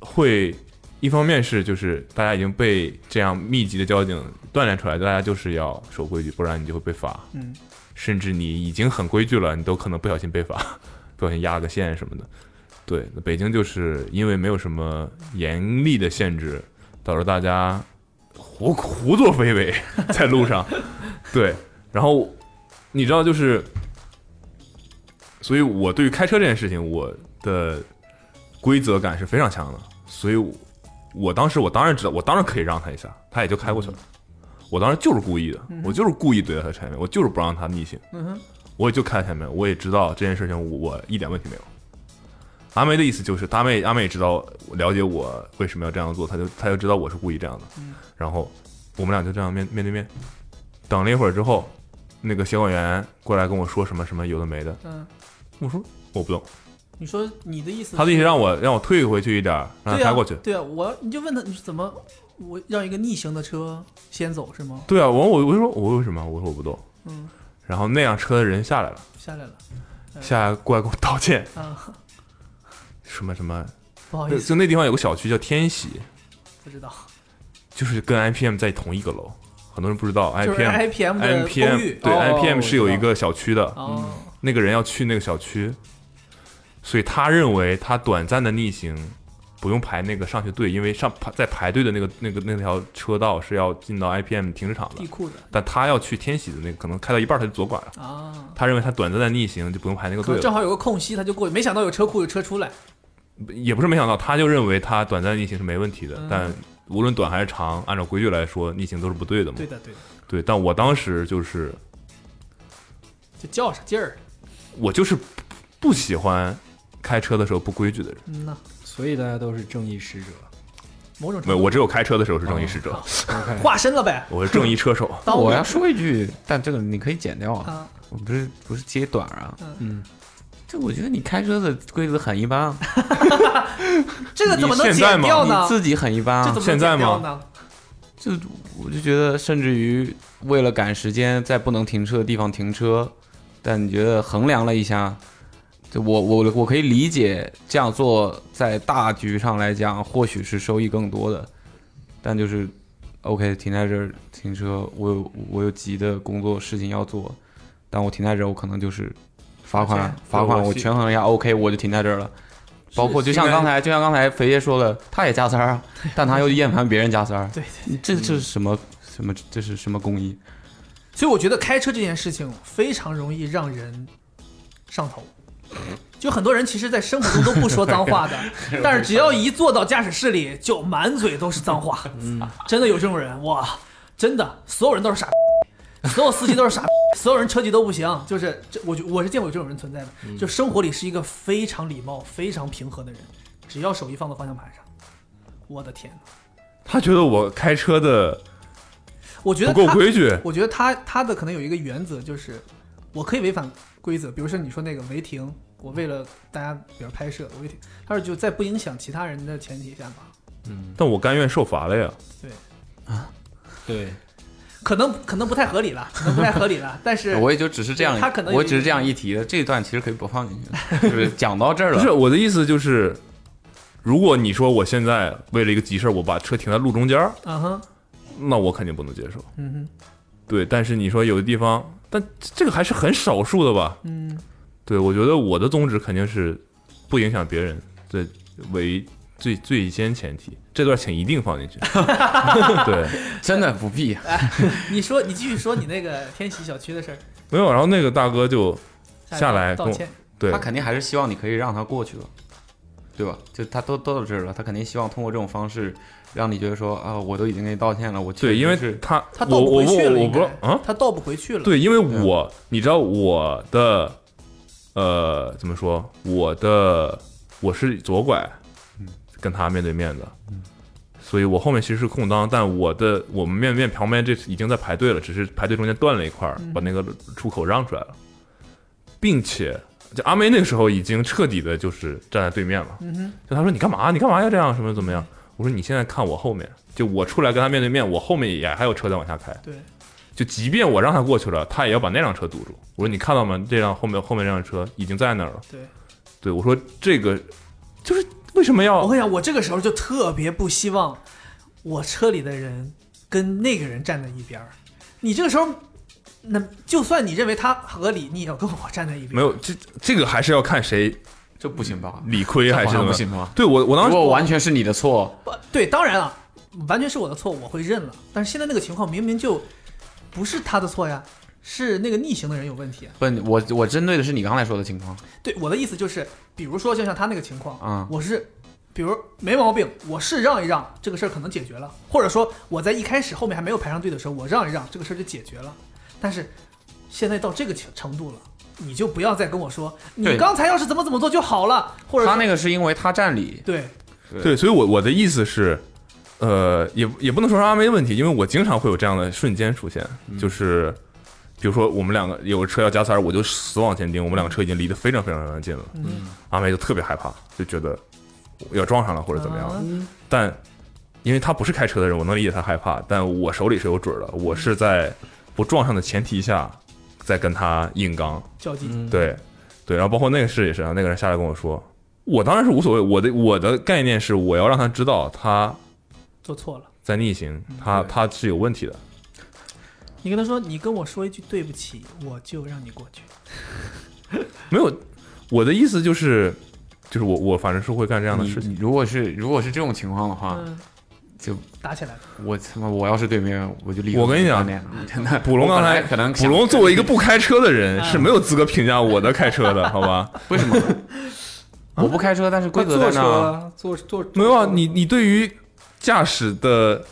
Speaker 2: 会一方面是就是大家已经被这样密集的交警锻炼出来，大家就是要守规矩，不然你就会被罚，
Speaker 5: 嗯，
Speaker 2: 甚至你已经很规矩了，你都可能不小心被罚， 不小心压个线什么的。对，那北京就是因为没有什么严厉的限制，导致大家胡胡作非为 在路上。对，然后你知道就是，所以我对于开车这件事情，我的规则感是非常强的。所以我，我当时我当然知道，我当然可以让他一下，他也就开过去了。我当时就是故意的，我就是故意怼在他前面，我就是不让他逆行。
Speaker 5: 嗯哼，
Speaker 2: 我也就开在前面，我也知道这件事情我我一点问题没有。阿梅的意思就是，阿妹阿妹也知道了解我为什么要这样做，她就她就知道我是故意这样的。
Speaker 5: 嗯
Speaker 2: 然后我们俩就这样面面对面，等了一会儿之后，那个协管员过来跟我说什么什么有的没的，
Speaker 5: 嗯，
Speaker 2: 我说我不懂，
Speaker 5: 你说你的意思是，
Speaker 2: 他的意思让我让我退回去一点儿，让他
Speaker 5: 嗯对啊
Speaker 2: 开过去。
Speaker 5: 对啊，我你就问他你怎么我让一个逆行的车先走是吗？
Speaker 2: 对啊，我我我就说我为什么？我说我不懂。
Speaker 5: 嗯，
Speaker 2: 然后那辆车的人下来了，
Speaker 5: 下来了
Speaker 2: 下来过来跟我道歉，
Speaker 5: 啊，
Speaker 2: 什么什么，
Speaker 5: 不好
Speaker 2: 对
Speaker 5: 哦意思，
Speaker 2: 就那地方有个小区叫天喜，
Speaker 5: 不知道，
Speaker 2: 就是跟 IPM 在同一个楼，很多人不知道
Speaker 5: 就是
Speaker 2: IPM。
Speaker 5: IPM 的公
Speaker 2: IPM
Speaker 5: 寓
Speaker 2: 对
Speaker 3: 哦
Speaker 2: IPM
Speaker 3: 我
Speaker 2: 是有
Speaker 3: 知道
Speaker 2: 一个小区的，
Speaker 5: 哦，
Speaker 2: 那个人要去那个小区，所以他认为他短暂的逆行不用排那个上去队，因为上排在排队的那个那个那条车道是要进到 IPM 停车场
Speaker 5: 地
Speaker 2: 的，
Speaker 5: 库的
Speaker 2: 但他要去天喜的那个，可能开到一半他就左拐了。
Speaker 5: 啊，
Speaker 2: 他认为他短暂的逆行就不用排那个
Speaker 5: 可
Speaker 2: 队
Speaker 5: 能正
Speaker 2: 了，
Speaker 5: 好有个空隙，他就过去，没想到有车库有车出来，
Speaker 2: 也不是没想到，他就认为他短暂逆行是没问题的
Speaker 5: 嗯，
Speaker 2: 但无论短还是长，按照规矩来说，逆行都是不对的嘛
Speaker 5: 对。的对的，
Speaker 2: 对，但我当时就是
Speaker 5: 就较上劲儿，
Speaker 2: 我就是不不喜欢开车的时候不规矩的人。
Speaker 5: 嗯呐，
Speaker 3: 所以大家都是正义使者。
Speaker 5: 某种
Speaker 2: 没有，
Speaker 5: 程度
Speaker 2: 我只有开车的时候是正义使者，
Speaker 3: OK，
Speaker 5: 化身了呗，
Speaker 2: 我是正义车手。
Speaker 5: 当
Speaker 4: 我
Speaker 5: 你
Speaker 4: 要说一句，但这个你可以剪掉啊，
Speaker 5: 啊，
Speaker 4: 我不是不是揭短啊。
Speaker 3: 嗯，
Speaker 4: 这我觉得你开车的规则很一般啊，
Speaker 5: 这个怎么能
Speaker 2: 你现在
Speaker 5: 剪
Speaker 2: 吗
Speaker 5: 掉
Speaker 4: 你
Speaker 5: 呢？
Speaker 4: 自己很一般
Speaker 5: 这
Speaker 4: 啊
Speaker 5: 怎。么能
Speaker 2: 现在
Speaker 5: 剪
Speaker 2: 吗
Speaker 5: 掉呢？
Speaker 4: 就我就觉得，甚至于为了赶时间，在不能停车的地方停车，但你觉得衡量了一下，就我我我可以理解这样做，在大局上来讲，或许是收益更多的，但就是 OK 停在这儿停车，我有我有急的工作事情要做，但我停在这儿，我可能就是罚
Speaker 5: 罚
Speaker 4: 款
Speaker 5: 钱
Speaker 4: 罚款，
Speaker 2: 对
Speaker 4: 我
Speaker 2: 我是
Speaker 4: 权衡一下，OK 我就停在这儿了。包括就像刚才，就像刚才肥爷说的，他也加塞儿啊，但他又厌烦别人加塞儿，
Speaker 5: 对
Speaker 4: 你这这是什么什么？这是什么工艺？
Speaker 5: 所以我觉得开车这件事情非常容易让人上头。就很多人其实，在生活中都不说脏话的，但是只要一坐到驾驶室里，就满嘴都是脏话。真的有这种人哇！真的，所有人都是傻逼，所有司机都是傻，所有人车技都不行，就是这，我就我是见过有这种人存在的。就生活里是一个非常礼貌、非常平和的人，只要手一放到方向盘上，我的天呐，
Speaker 2: 他觉得我开车的
Speaker 5: 我觉
Speaker 2: 不够
Speaker 5: 得他
Speaker 2: 规矩，
Speaker 5: 我觉得他他的可能有一个原则，就是我可以违反规则，比如说你说那个违停，我为了大家比如拍摄我违停，他是就在不影响其他人的前提下吧，
Speaker 3: 嗯
Speaker 2: 但我甘愿受罚了呀。
Speaker 3: 对，
Speaker 5: 可能可能不太合理了，可能不太合理了，但是
Speaker 6: 我也就只是这样，
Speaker 5: 对他可能有
Speaker 6: 我
Speaker 5: 一
Speaker 6: 只是这样一提的，这一段其实可以不放进去，就是讲到这儿
Speaker 2: 不是
Speaker 6: 了。
Speaker 2: 我的意思就是，如果你说我现在为了一个急事儿，我把车停在路中间儿，
Speaker 5: 嗯哼
Speaker 2: 那我肯定不能接受。
Speaker 5: 嗯哼
Speaker 2: 对，但是你说有的地方，但这个还是很少数的吧？
Speaker 5: 嗯，
Speaker 2: 对，我觉得我的宗旨肯定是不影响别人，这为最最先前提。这段请一定放进去。对，
Speaker 6: 真的不必，
Speaker 5: 你说你继续说你那个天喜小区的事儿，
Speaker 2: 没有。然后那个大哥就
Speaker 5: 一
Speaker 2: 下
Speaker 5: 个
Speaker 2: 来
Speaker 5: 道
Speaker 2: 跟我
Speaker 5: 歉，
Speaker 2: 对
Speaker 6: 他肯定还是希望你可以让他过去的，对吧？就他都都到这儿了，他肯定希望通过这种方式让你觉得说啊，我都已经跟你道歉了，我确
Speaker 2: 对，
Speaker 6: 实
Speaker 2: 因为
Speaker 6: 是
Speaker 2: 他
Speaker 5: 他
Speaker 2: 我
Speaker 5: 倒不
Speaker 2: 我
Speaker 5: 回去了
Speaker 2: 我我
Speaker 5: 应
Speaker 2: 不
Speaker 5: 该，
Speaker 2: 知道啊。
Speaker 5: 他倒不回去了，
Speaker 2: 对，因为
Speaker 6: 嗯
Speaker 2: 我、你知道我的呃怎么说？我的我是左拐，跟他面对面的，所以我后面其实是空档，但我的我们面对面旁边这已经在排队了，只是排队中间断了一块儿，
Speaker 5: 嗯
Speaker 2: 把那个出口让出来了，并且。就阿妹那个时候已经彻底的就是站在对面了，
Speaker 5: 嗯
Speaker 2: 就她说你干嘛？你干嘛要这样？什么怎么样？我说你现在看我后面，就我出来跟她面对面，我后面也还有车在往下开，
Speaker 5: 对
Speaker 2: 就即便我让他过去了，他也要把那辆车堵住。我说你看到吗？这辆后面后面那辆车已经在那儿了。
Speaker 5: 对。
Speaker 2: 对，我说这个就是为什么
Speaker 5: 我
Speaker 2: 要
Speaker 6: 哦
Speaker 5: 跟你讲，我这个时候就特别不希望我车里的人跟那个人站在一边儿。你这个时候，那就算你认为他合理，你也要跟我站在一边儿。
Speaker 2: 没有这这个还是要看谁
Speaker 6: 这不行吧？
Speaker 2: 理亏
Speaker 6: 这
Speaker 2: 还
Speaker 6: 好像
Speaker 2: 是怎
Speaker 6: 不
Speaker 2: 么。
Speaker 6: 行吧？
Speaker 2: 对我我当
Speaker 6: 如
Speaker 2: 时
Speaker 6: 果完全是你的错，
Speaker 5: 不，对，当然了，完全是我的错，我会认了。但是现在那个情况明明就不是他的错呀，是那个逆行的人有问题啊。
Speaker 6: 不，我我针对的是你刚才说的情况。
Speaker 5: 对，我的意思就是，比如说就像他那个情况啊
Speaker 4: 啊
Speaker 6: 嗯
Speaker 5: 我是。比如没毛病，我是让一让，这个事儿可能解决了，或者说我在一开始后面还没有排上队的时候，我让一让，这个事儿就解决了。但是现在到这个程程度了，你就不要再跟我说你
Speaker 6: 对
Speaker 5: 刚才要是怎么怎么做就好了，或者
Speaker 6: 他
Speaker 5: 说
Speaker 6: 那个是因为他占理，
Speaker 5: 对
Speaker 2: 对，所以我我的意思是，呃，也也不能说是阿妹的问题，因为我经常会有这样的瞬间出现，就是比如说我们两个有车要加塞儿，我就死往前盯，我们两个车已经离得非常非常非常近了，
Speaker 5: 嗯
Speaker 2: 阿妹就特别害怕，就觉得要撞上了或者怎么样了
Speaker 5: 啊
Speaker 3: 嗯
Speaker 2: 但因为他不是开车的人，我能理解他害怕，但我手里是有准儿的，我是在不撞上的前提下，在跟他硬刚，
Speaker 5: 较劲，
Speaker 3: 嗯
Speaker 2: 对，对，然后包括那个事也是啊，那个人下来跟我说，我当然是无所谓，我的我的概念是我要让他知道他
Speaker 5: 做错了。
Speaker 2: 在逆行，他
Speaker 6: 嗯对
Speaker 2: 他是有问题的，
Speaker 5: 你跟他说，你跟我说一句对不起，我就让你过去。
Speaker 2: 没有，我的意思就是，就是我我反正是会干这样的
Speaker 6: 你
Speaker 2: 事情，
Speaker 6: 你如果是如果是这种情况的
Speaker 4: 啊
Speaker 6: 话，
Speaker 5: 嗯，
Speaker 6: 就
Speaker 5: 打起来了。
Speaker 6: 我他妈我要是对面我就立刻
Speaker 2: 我跟你讲
Speaker 6: 翻脸 了真的。
Speaker 2: 捕龙
Speaker 6: 我
Speaker 2: 刚
Speaker 6: 本来
Speaker 2: 才
Speaker 6: 可能
Speaker 2: 捕龙作为一个不开车的人
Speaker 6: 嗯
Speaker 2: 是没有资格评价我的开车的，好吧？
Speaker 6: 为 什么
Speaker 2: 啊
Speaker 6: 我不开车，但是规则在那儿。
Speaker 3: 那坐坐
Speaker 2: 没有啊，你你对于驾驶的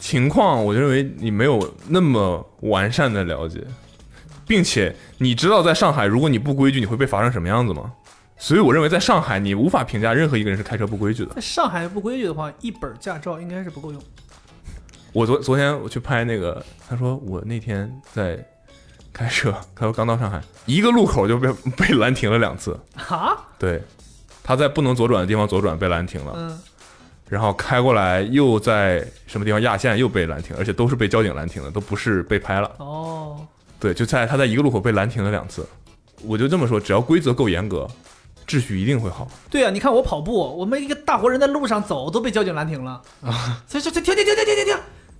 Speaker 2: 情况，我认为你没有那么完善的了解，并且你知道在上海，如果你不规矩，你会被罚成什么样子吗？所以我认为在上海，你无法评价任何一个人是开车不规矩的。
Speaker 5: 在上海不规矩的话，一本驾照应该是不够用。
Speaker 2: 我昨昨天我去拍那个，他说我那天在开车， 他说刚到上海，一个路口就被被拦停了两次，
Speaker 5: 哈，
Speaker 2: 对，他在不能左转的地方左转被拦停了，
Speaker 5: 嗯，
Speaker 2: 然后开过来又在什么地方压线又被拦停，而且都是被交警拦停的，都不是被拍了。
Speaker 5: 哦，
Speaker 2: 对，就在他在一个路口被拦停了两次。我就这么说，只要规则够严格，秩序一定会好。
Speaker 5: 对啊，你看我跑步，我们一个大活人在路上走都被交警拦停了啊！这这这停停停停停停停！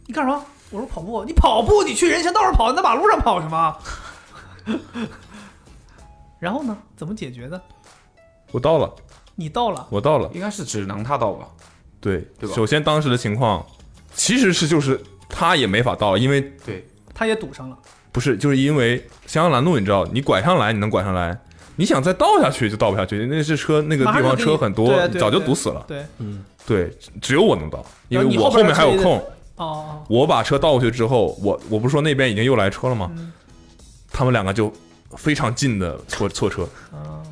Speaker 5: 你干什么？我说跑步，你跑步，你去人行道上跑，你在马路上跑什么？ 然后呢？怎么解决的？
Speaker 2: 我到了，
Speaker 5: 你到了，
Speaker 2: 我到了。
Speaker 6: 应该是只能他到吧？
Speaker 2: 对，
Speaker 6: 对吧
Speaker 2: 首先当时的情况其实是就是他也没法到，因为
Speaker 6: 对，
Speaker 5: 他也堵上了，
Speaker 2: 不是就是因为襄阳拦路，你知道，你拐上来你能拐上来，你想再倒下去就倒不下去，那是车那个
Speaker 5: 马
Speaker 2: 地
Speaker 5: 上
Speaker 2: 方
Speaker 5: 就给你
Speaker 2: 车很多
Speaker 5: 对，对
Speaker 2: 早就
Speaker 5: 对
Speaker 2: 堵死了。
Speaker 5: 对，
Speaker 2: 对，只有我能到，因
Speaker 5: 然后
Speaker 2: 为
Speaker 5: 你
Speaker 2: 我
Speaker 5: 后边
Speaker 2: 面还有
Speaker 5: 车也
Speaker 2: 空。
Speaker 5: 哦
Speaker 2: 我把车倒过去之后，我我不是说那边已经又来车了吗？
Speaker 5: 嗯
Speaker 2: 他们两个就非常近的错错车，
Speaker 5: 哦哦，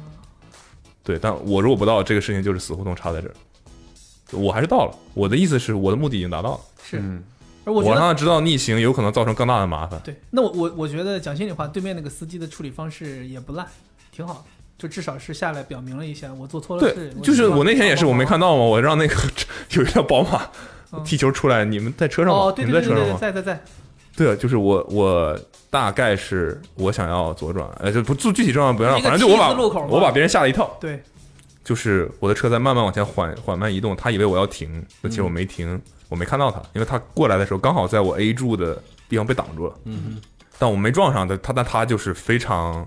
Speaker 2: 对，但我如果不到，这个事情就是死胡同插在这儿。我还是到了，我的意思是我的目的已经达到了，
Speaker 5: 是。
Speaker 6: 嗯
Speaker 5: 而我
Speaker 2: 我
Speaker 5: 觉
Speaker 2: 让他
Speaker 5: 得
Speaker 2: 知道逆行有可能造成更大的麻烦。
Speaker 5: 对，那我我我觉得讲心里话，对面那个司机的处理方式也不赖，挺好的。就至少是下来表明了一下，我做错了
Speaker 2: 对
Speaker 5: 事。，
Speaker 2: 就是我那天也是，我没看
Speaker 5: 到。
Speaker 2: 到嘛，我让那个 有一辆宝马
Speaker 5: 嗯
Speaker 2: 踢球出来，你们在车上
Speaker 5: 哦
Speaker 2: 吗，？
Speaker 5: 对
Speaker 2: 你
Speaker 5: 对
Speaker 2: 们在
Speaker 5: 对
Speaker 2: 车上
Speaker 5: 对，
Speaker 2: 吗？
Speaker 5: 在在在，
Speaker 2: 对，就是我我大概是我想要左转，呃，就不具具体状况不要
Speaker 5: 一
Speaker 2: 让，
Speaker 5: 个
Speaker 2: 反正就我把
Speaker 5: 梯子路口嘛
Speaker 2: 我把别人吓了一跳，
Speaker 5: 对，
Speaker 2: 就是我的车在慢慢往前缓缓慢移动，他以为我要停，但其实我没停，我没看到他，因为他过来的时候刚好在我 A 柱的地方被挡住了，
Speaker 3: 嗯
Speaker 2: 但我没撞上他，他但他就是非常，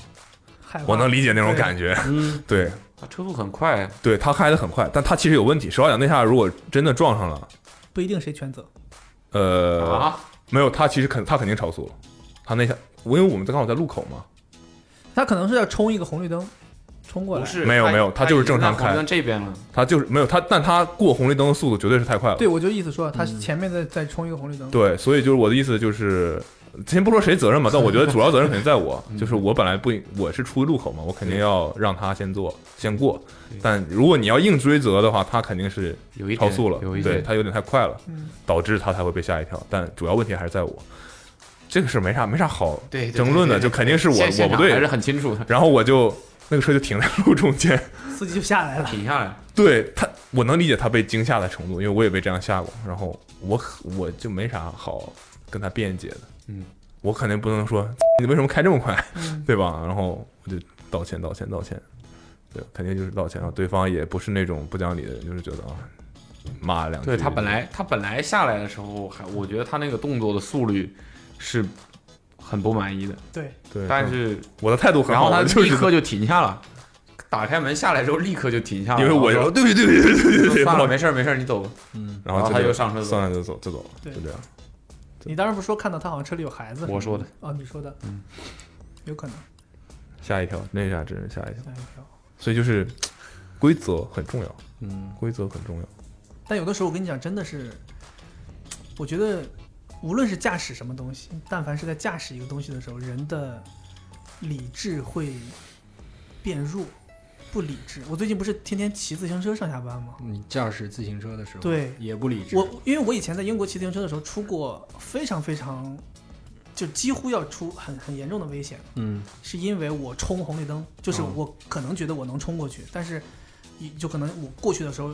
Speaker 5: 害怕
Speaker 2: 我能理解那种
Speaker 5: 对
Speaker 2: 感觉，
Speaker 3: 嗯，
Speaker 2: 对
Speaker 6: 他车速很快，
Speaker 2: 对，他开的很快，但他其实有问题，实话讲那下如果真的撞上了，
Speaker 5: 不一定谁全责。
Speaker 2: 呃，
Speaker 6: 啊，
Speaker 2: 没有，他其实肯他肯定超速了，他那下，因为我们在刚好在路口嘛，
Speaker 5: 他可能是要冲一个红绿灯，冲过来。
Speaker 6: 不是
Speaker 2: 没有没有他
Speaker 6: 他
Speaker 2: 就是正常开
Speaker 6: 到这边了，
Speaker 2: 他就是没有他，但他过红绿灯的速度绝对是太快了。
Speaker 5: 对，我就意思说，他
Speaker 6: 嗯
Speaker 5: 前面在在冲一个红绿灯。
Speaker 2: 对所以就是我的意思就是，先不说谁责任吧，但我觉得主要责任肯定在我，
Speaker 6: 嗯
Speaker 2: 就是我本来不应我是出路口嘛，我肯定要让他先做先过。但如果你要硬追责的话，他肯定是
Speaker 6: 有一
Speaker 2: 超
Speaker 6: 点
Speaker 2: 速了
Speaker 6: 有一，
Speaker 2: 对
Speaker 6: 点
Speaker 2: 他有点太快了，
Speaker 5: 嗯，
Speaker 2: 导致他才会被吓一跳。但主要问题还是在我，这个事儿没啥没啥好
Speaker 6: 对对对
Speaker 2: 争论的，
Speaker 6: 对对
Speaker 2: 就肯定是我
Speaker 6: 现
Speaker 2: 我
Speaker 6: 现
Speaker 2: 不
Speaker 6: 场还是
Speaker 2: 对，
Speaker 6: 很清楚的，
Speaker 2: 然后我就那个车就停在路中间。
Speaker 5: 司机就下 来了。
Speaker 6: 停下 来，
Speaker 2: 对他，我能理解他被惊吓的程度，因为我也被这样吓过。然后我我就没啥好跟他辩解的，
Speaker 6: 嗯，
Speaker 2: 我肯定不能说你为什么开这么快，
Speaker 5: 嗯，
Speaker 2: 对吧？然后我就道歉，道歉，道歉，对，肯定就是道歉。然后对方也不是那种不讲理的人，就是觉得啊，骂两句。
Speaker 6: 对他本来他本来下来的时候，还我觉得他那个动作的速率是很不满意的，
Speaker 5: 对，
Speaker 2: 对，
Speaker 6: 但是
Speaker 2: 我的 态度很
Speaker 6: 然
Speaker 2: 好，
Speaker 6: 后他
Speaker 2: 我就
Speaker 6: 立
Speaker 2: 是
Speaker 6: 刻就停下了，打开门下来之后立刻就停下了，
Speaker 2: 因为我
Speaker 6: 然
Speaker 2: 说
Speaker 6: 后
Speaker 2: 对不起，对不起，对不起对不
Speaker 6: 说
Speaker 2: 起，
Speaker 6: 算了，
Speaker 2: 不好意
Speaker 6: 没事儿没事儿，你走吧。
Speaker 3: 嗯
Speaker 2: 思然后
Speaker 6: 然后他
Speaker 2: 就
Speaker 6: 就上车走
Speaker 2: 算了就走就走了，
Speaker 5: 对
Speaker 2: 就这样。
Speaker 5: 你当时不是说看到他好像车里有孩子？
Speaker 6: 我说的。
Speaker 5: 哦，你说的。嗯，有可能。
Speaker 2: 吓一跳，那下真是吓一跳。
Speaker 5: 哎呦
Speaker 2: 所以就是规则很重要，
Speaker 3: 嗯，
Speaker 2: 规则很重要。
Speaker 5: 但有的时候我跟你讲，真的是，我觉得无论是驾驶什么东西，但凡是在驾驶一个东西的时候，人的理智会变弱，不理智。我最近不是天天骑自行车上下班吗？
Speaker 3: 你驾驶自行车的时
Speaker 6: 嗯
Speaker 3: 候，
Speaker 5: 对
Speaker 3: 也不理智。
Speaker 5: 我因为我以前在英国骑自行车的时候出过非常非常，就几乎要出很很严重的危险，
Speaker 3: 嗯
Speaker 5: 是因为我冲红绿灯，就是
Speaker 3: 嗯
Speaker 5: 我可能觉得我能冲过去，但是一就可能我过去的时候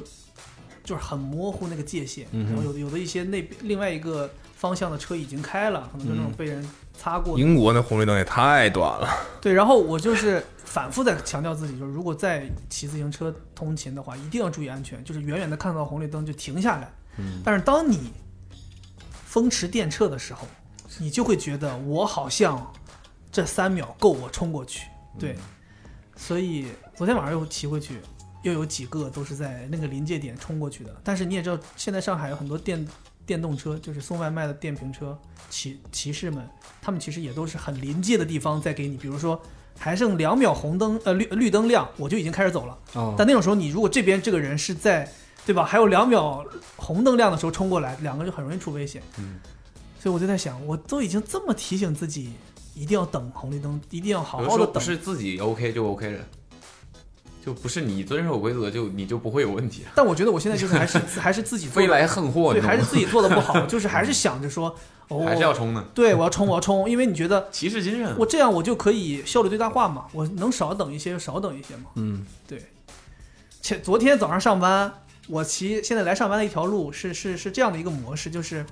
Speaker 5: 就是很模糊那个界限，
Speaker 3: 嗯哼
Speaker 5: 然后有有的一些那边另外一个方向的车已经开了，可能就那种
Speaker 3: 嗯
Speaker 5: 被人擦过的
Speaker 2: 英国那红绿灯也太短了，
Speaker 5: 对，然后我就是反复在强调自己，就是如果再骑自行车通勤的话，一定要注意安全，就是远远的看到红绿灯就停下来。
Speaker 3: 嗯
Speaker 5: 但是当你风驰电掣的时候，你就会觉得我好像这三秒够我冲过去。对，所以昨天晚上又骑回去，又有几个都是在那个临界点冲过去的。但是你也知道，现在上海有很多电电动车，就是送外卖的电瓶车骑骑士们，他们其实也都是很临界的地方在给你，比如说还剩两秒红灯，呃绿绿灯亮，我就已经开始走了。
Speaker 3: 哦，
Speaker 5: 但那种时候，你如果这边这个人是在，对吧？还有两秒红灯亮的时候冲过来，两个就很容易出危险。
Speaker 6: 嗯，
Speaker 5: 所以我就在想，我都已经这么提醒自己，一定要等红绿灯，一定要好
Speaker 6: 有的
Speaker 5: 好
Speaker 6: 时候
Speaker 5: 的
Speaker 6: 不
Speaker 5: 等。
Speaker 6: 是自己 OK 就 OK 了，就不是你遵守规则就你就不会有问题了，
Speaker 5: 但我觉得我现在就是还 是还是自己做
Speaker 6: 飞
Speaker 5: 的，
Speaker 6: 来横祸，
Speaker 5: 对，
Speaker 6: 你知道
Speaker 5: 还
Speaker 6: 吗
Speaker 5: 是自己做的不好，就是还是想着说，哦，
Speaker 6: 还是要冲的，
Speaker 5: 对我要冲，我要冲，因为你觉得
Speaker 6: 骑士精神。
Speaker 5: 我这样我就可以效率最大化嘛，我能少等一些就少等一些嘛。
Speaker 3: 嗯
Speaker 5: 对，前昨天早上上班，我骑现在来上班的一条路是是是这样的一个模式，就是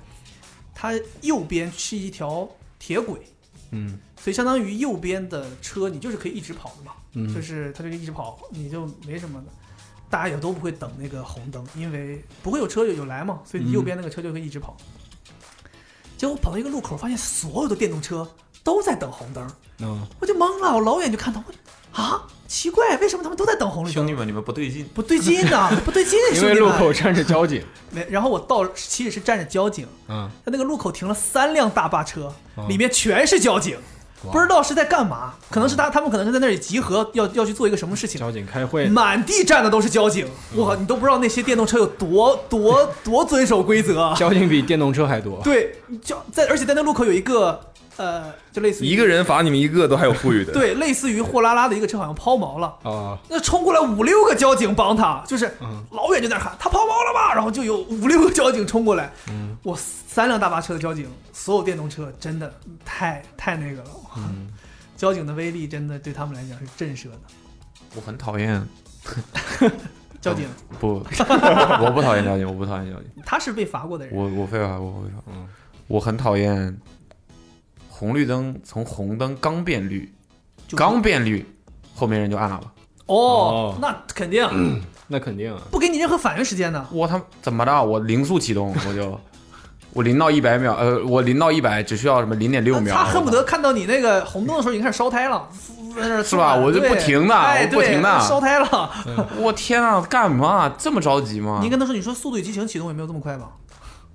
Speaker 5: 它右边是一条铁轨，
Speaker 3: 嗯
Speaker 5: 所以相当于右边的车你就是可以一直跑的嘛，
Speaker 3: 嗯
Speaker 5: 就是它就一直跑，你就没什么的。大家也都不会等那个红灯，因为不会有车有有来嘛，
Speaker 3: 嗯
Speaker 5: 所以你右边那个车就可以一直跑。结果我跑到一个路口，发现所有的电动车都在等红灯，
Speaker 3: 嗯
Speaker 5: 我就懵了，我老远就看到，我就啊，奇怪，为什么他们都在等红绿灯
Speaker 6: 兄？弟们，你们不对劲，
Speaker 5: 不对劲呐、不对劲，
Speaker 3: 因
Speaker 5: 兄
Speaker 3: 为
Speaker 5: 弟
Speaker 3: 路
Speaker 5: 们
Speaker 3: 口站着交警。
Speaker 5: 没，然后我到其实是站着交警，
Speaker 3: 嗯
Speaker 5: 在那个路口停了三辆大巴车
Speaker 3: 哦，
Speaker 5: 里面全是交警。不知道是在干嘛，可能是他他们可能是在那里集合，要要去做一个什么事情。
Speaker 3: 交警开会，
Speaker 5: 满地站的都是交警，我靠，你都不知道那些电动车有多多多遵守规则啊。
Speaker 3: 交警比电动车还多。
Speaker 5: 对，交在而且在那路口有一个呃，就类似于
Speaker 2: 一个人罚你们一个都还有富裕的，，
Speaker 5: 对，类似于货拉拉的一个车好像抛锚了。
Speaker 3: 啊，
Speaker 5: 那冲过来五六个交警帮他，就是
Speaker 4: 嗯
Speaker 5: 老远就在那喊他抛锚了吧，然后就有五六个交警冲过来，
Speaker 4: 嗯
Speaker 5: 我三辆大巴车的交警，所有电动车真的太太那个了，
Speaker 4: 嗯
Speaker 5: 交警的威力真的对他们来讲是震慑的。
Speaker 4: 我很讨厌，
Speaker 5: 交警
Speaker 4: 不，我不讨厌交警，我不讨厌交警，
Speaker 5: 他是被罚过的人，
Speaker 4: 我我废话，我废话，
Speaker 6: 嗯
Speaker 4: 我很讨厌红绿灯从红灯刚变绿，
Speaker 5: 就
Speaker 4: 刚变绿，后面人就按喇叭，
Speaker 5: 哦
Speaker 3: 哦，
Speaker 5: 那肯定啊
Speaker 4: 嗯
Speaker 3: 那肯定啊，
Speaker 5: 不给你任何反应时间呢。
Speaker 4: 我他妈怎么的？我零速启动， 我就我零到一百秒，呃，我零到一百只需要什么零点六秒，
Speaker 5: 他恨不得看到你那个红灯的时候已经开始烧胎 了，在那儿
Speaker 4: 是吧
Speaker 5: 窜
Speaker 4: 我就
Speaker 5: 对
Speaker 4: 不停的
Speaker 5: 哎，
Speaker 4: 我不
Speaker 5: 对
Speaker 4: 停的
Speaker 5: 烧胎了。
Speaker 4: 我天啊，干嘛这么着急吗
Speaker 5: 你？跟他说，你说《速度与激情》启动有没有这么快吧？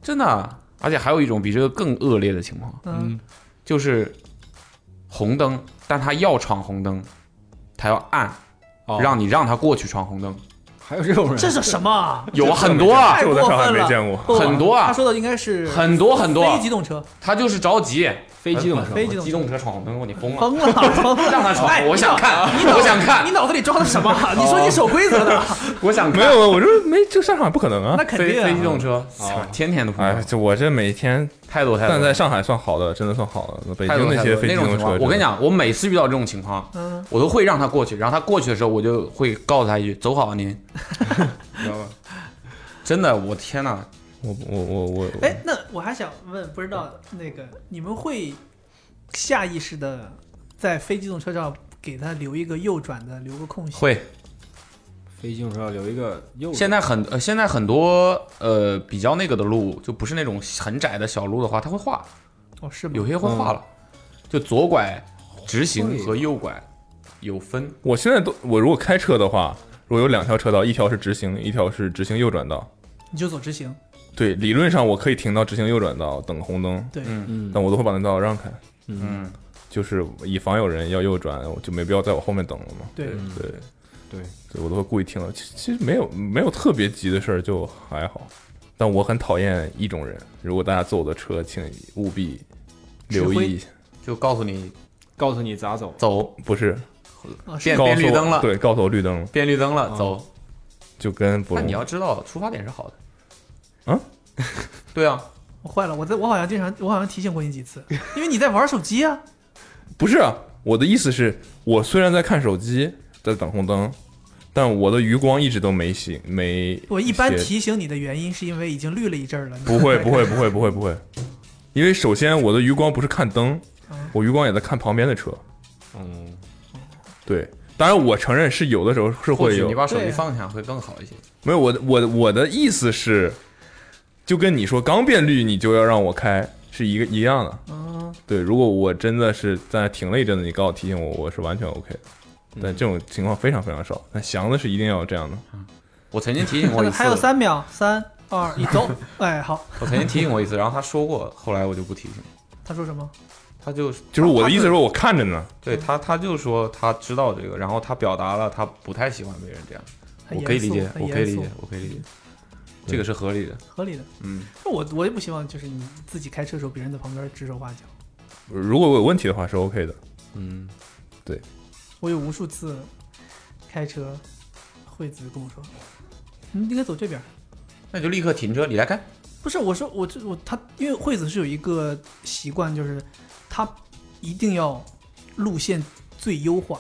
Speaker 4: 真的，啊而且还有一种比这个更恶劣的情况，
Speaker 5: 嗯，
Speaker 4: 就是红灯，但他要闯红灯，他要按，
Speaker 3: 哦
Speaker 4: 让你让他过去闯红灯，
Speaker 3: 还有这种人，
Speaker 5: 这是什么啊？
Speaker 4: 有很多啊
Speaker 5: 太，
Speaker 2: 这我
Speaker 5: 过
Speaker 2: 在
Speaker 5: 分
Speaker 2: 上海没
Speaker 5: 了
Speaker 2: 见过。
Speaker 5: 不
Speaker 4: 很多啊
Speaker 5: 他说的应该是
Speaker 4: 很多很多，啊
Speaker 5: 非机动车，
Speaker 4: 他就是着急，
Speaker 3: 非机动车，
Speaker 5: 非机动
Speaker 4: 机
Speaker 5: 车。
Speaker 4: 动车闯红灯，我你疯了，
Speaker 5: 疯 了，疯了！
Speaker 4: 让他
Speaker 5: 哎
Speaker 4: 闯，我
Speaker 5: 你
Speaker 4: 想
Speaker 5: 脑
Speaker 4: 看，
Speaker 5: 你脑
Speaker 4: 我想看哦
Speaker 5: 你，脑子里装的什么？啊 你说你守规则的，
Speaker 4: 我想
Speaker 2: 没
Speaker 4: 看，
Speaker 2: 有，我说没，这上海不可能啊
Speaker 5: 那！肯
Speaker 4: 非
Speaker 5: 定
Speaker 4: 非机
Speaker 5: 啊。
Speaker 4: 动车，天天都碰到
Speaker 2: 哎，，就我这每天，
Speaker 4: 太多太多
Speaker 2: 但。在上海算好的，真的算好的。北
Speaker 4: 太
Speaker 2: 京
Speaker 4: 多
Speaker 2: 那
Speaker 4: 太
Speaker 2: 些
Speaker 4: 多
Speaker 2: 非机
Speaker 4: 种
Speaker 2: 动
Speaker 4: 情
Speaker 2: 车，
Speaker 4: 况，我跟你，讲，我每次遇到这种情况，
Speaker 5: 嗯，
Speaker 4: 我都会让他过去，然后他过去的时候，我就会告诉他一句：“走好啊，您。” 你知道吧？真的，我天哪！
Speaker 2: 我我我我，
Speaker 5: 哎，那我还想问，不知道那个你们会下意识的在非机动车上给他留一个右转的，留个空隙？
Speaker 4: 会，
Speaker 3: 非机动车要留一个右。
Speaker 4: 现在很呃，现在很多呃比较那个的路，就不是那种很窄的小路的话，它会画，
Speaker 5: 哦，
Speaker 2: 嗯
Speaker 5: 是吗？
Speaker 4: 有些会画了，就左拐、直行
Speaker 3: 会
Speaker 4: 和右拐有分。
Speaker 2: 我现在都，我如果开车的话，如果有两条车道，一条是直行，一条是直行右转道。
Speaker 5: 你就走直行。
Speaker 2: 对，理论上我可以停到直行右转道等红灯，
Speaker 5: 对，
Speaker 4: 嗯
Speaker 3: 嗯
Speaker 2: 但我都会把那道让开，
Speaker 4: 嗯，
Speaker 2: 就是以防有人要右转，我就没必要在我后面等了嘛。
Speaker 5: 对，
Speaker 2: 对，
Speaker 3: 对，
Speaker 2: 对我都会故意听了。其其实没有没有特别急的事儿，就还好。但我很讨厌一种人，如果大家坐我的车，请务必留意，
Speaker 4: 就告诉你
Speaker 3: 告诉你咋走，
Speaker 4: 走，
Speaker 2: 不是
Speaker 5: 啊，是
Speaker 4: 变
Speaker 2: 告
Speaker 4: 变
Speaker 2: 诉
Speaker 4: 绿灯
Speaker 2: 我，
Speaker 4: 了，
Speaker 2: 对，告诉我绿灯了，
Speaker 4: 变绿灯了，走。
Speaker 2: 就跟哦不
Speaker 4: 但你要知道，出发点是好的。
Speaker 2: 啊？
Speaker 4: 对啊，
Speaker 5: 我坏了，我在我好像经常，我好像提醒过你几次，因为你在玩手机啊。
Speaker 2: 不是啊，我的意思是，我虽然在看手机，在等红灯，但我的余光一直都没醒，没
Speaker 5: 我一般
Speaker 2: 斜
Speaker 5: 提醒你的原因是因为已经绿了一阵儿了。你
Speaker 2: 不会，不会，不会，不会，不会，因为首先我的余光不是看灯
Speaker 5: 嗯，
Speaker 2: 我余光也在看旁边的车。
Speaker 3: 嗯，
Speaker 2: 对，当然我承认是有的时候是
Speaker 4: 或
Speaker 2: 会
Speaker 4: 许
Speaker 2: 有
Speaker 4: 你，把手
Speaker 5: 对
Speaker 4: 机
Speaker 5: 啊
Speaker 4: 放下会更好一些。
Speaker 2: 没有我的我的我的意思是，就跟你说刚变绿你就要让我开是一个一样的。
Speaker 4: 哦
Speaker 5: 嗯，
Speaker 2: 对，如果我真的是在那停了一阵子，你告诉我提醒我，我是完全 OK 的。但这种情况非常非常少，但祥子是一定要这样的。
Speaker 4: 我曾经提醒过
Speaker 5: 还
Speaker 4: 一
Speaker 5: 有
Speaker 4: 次，
Speaker 5: 还有三秒，三二一，走！ 哎，好，
Speaker 4: 我曾经提醒过一次，然后他说过，后来我就不提醒。
Speaker 5: 他说什么？
Speaker 4: 他就
Speaker 2: 就是我的意思是，我看着呢，
Speaker 4: 对他，他就说他知道这个，然后他表达了他不太喜欢别人这样，
Speaker 5: 很
Speaker 4: 我
Speaker 5: 严
Speaker 4: 可以理
Speaker 5: 肃
Speaker 4: 解，
Speaker 5: 很
Speaker 4: 我可以
Speaker 5: 严
Speaker 4: 理
Speaker 5: 肃
Speaker 4: 解，，我可以理解，这个是合理的。
Speaker 5: 合理的。
Speaker 4: 嗯，
Speaker 5: 那我我也不希望就是你自己开车的时候，别人在旁边指手画脚。
Speaker 2: 如果我有问题的话是 OK 的。
Speaker 4: 嗯，
Speaker 5: 我有无数次开车，惠子跟我说，嗯你应该走这边儿。
Speaker 4: 那就立刻停车，你来开。
Speaker 5: 不是，我说我这我他，因为惠子是有一个习惯，就是他一定要路线最优化，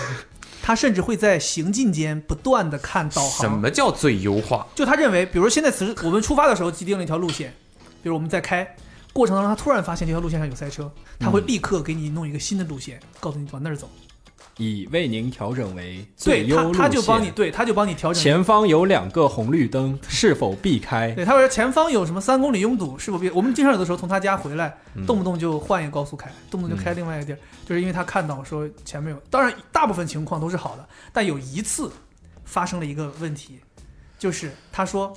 Speaker 5: 他甚至会在行进间不断的看导
Speaker 4: 什
Speaker 5: 航。
Speaker 4: 么叫最优化？
Speaker 5: 就他认为，比如现在此时我们出发的时候既定了一条路线，比如我们在开过程当中，他突然发现这条路线上有塞车，他会立刻给你弄一个新的路线，告诉你往那儿走。
Speaker 3: 已为您调整为最
Speaker 5: 对
Speaker 3: 优
Speaker 5: 他
Speaker 3: 路，线。
Speaker 5: 他就帮你，对他就帮你调整。
Speaker 3: 前方有两个红绿灯，是否避开？
Speaker 5: 对，他说前方有什么三公里拥堵，是否必？我们经常有的时候从他家回来，动不动就换一个高速开，动不动就开另外一个地儿，就是因为他看到说前面有。当然，大部分情况都是好的，但有一次发生了一个问题，就是他说，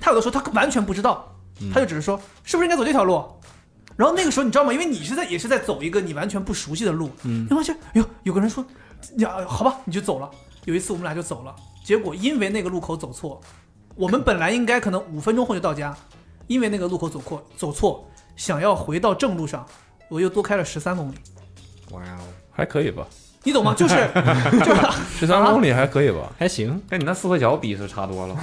Speaker 5: 他有的时候他完全不知道，他就只是说是不是应该走这条路，然后那个时候你知道吗？因为你是在也是在走一个你完全不熟悉的路，你发现哎呦有个人说呀好吧你就走了。有一次我们俩就走了，结果因为那个路口走错，我们本来应该可能五分钟后就到家，因为那个路口走错走错，想要回到正路上，我又多开了十三公里，
Speaker 3: 哇哦，
Speaker 2: 还可以吧？
Speaker 5: 你懂吗？就是就是
Speaker 2: 十三公里还可以
Speaker 6: 啊
Speaker 2: 吧？
Speaker 3: 还行，
Speaker 6: 跟你那四合脚比是差 多了，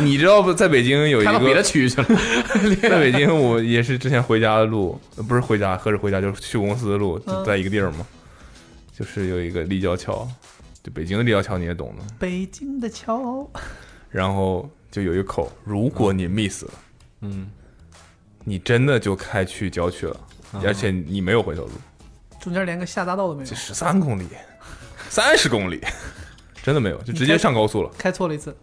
Speaker 2: 你知道不？在北京有一
Speaker 6: 开到别的
Speaker 2: 个，
Speaker 6: 区域去了。
Speaker 2: 在北京我也是之前回家的路，呃不是回家，何止回家，就是去公司的路
Speaker 5: 嗯，
Speaker 2: 在一个地儿嘛，就是有一个立交桥，就北京的立交桥你也懂的。
Speaker 5: 北京的桥，
Speaker 2: 然后就有一口，如果你 miss 了，
Speaker 3: 嗯，
Speaker 2: 你真的就开去郊区了，
Speaker 6: 嗯
Speaker 2: 而且你没有回头路，
Speaker 5: 中间连个下匝道都没有
Speaker 2: 这，十三公里，三十公里， 真的没有，就直接上高速了。
Speaker 5: 开错了一次。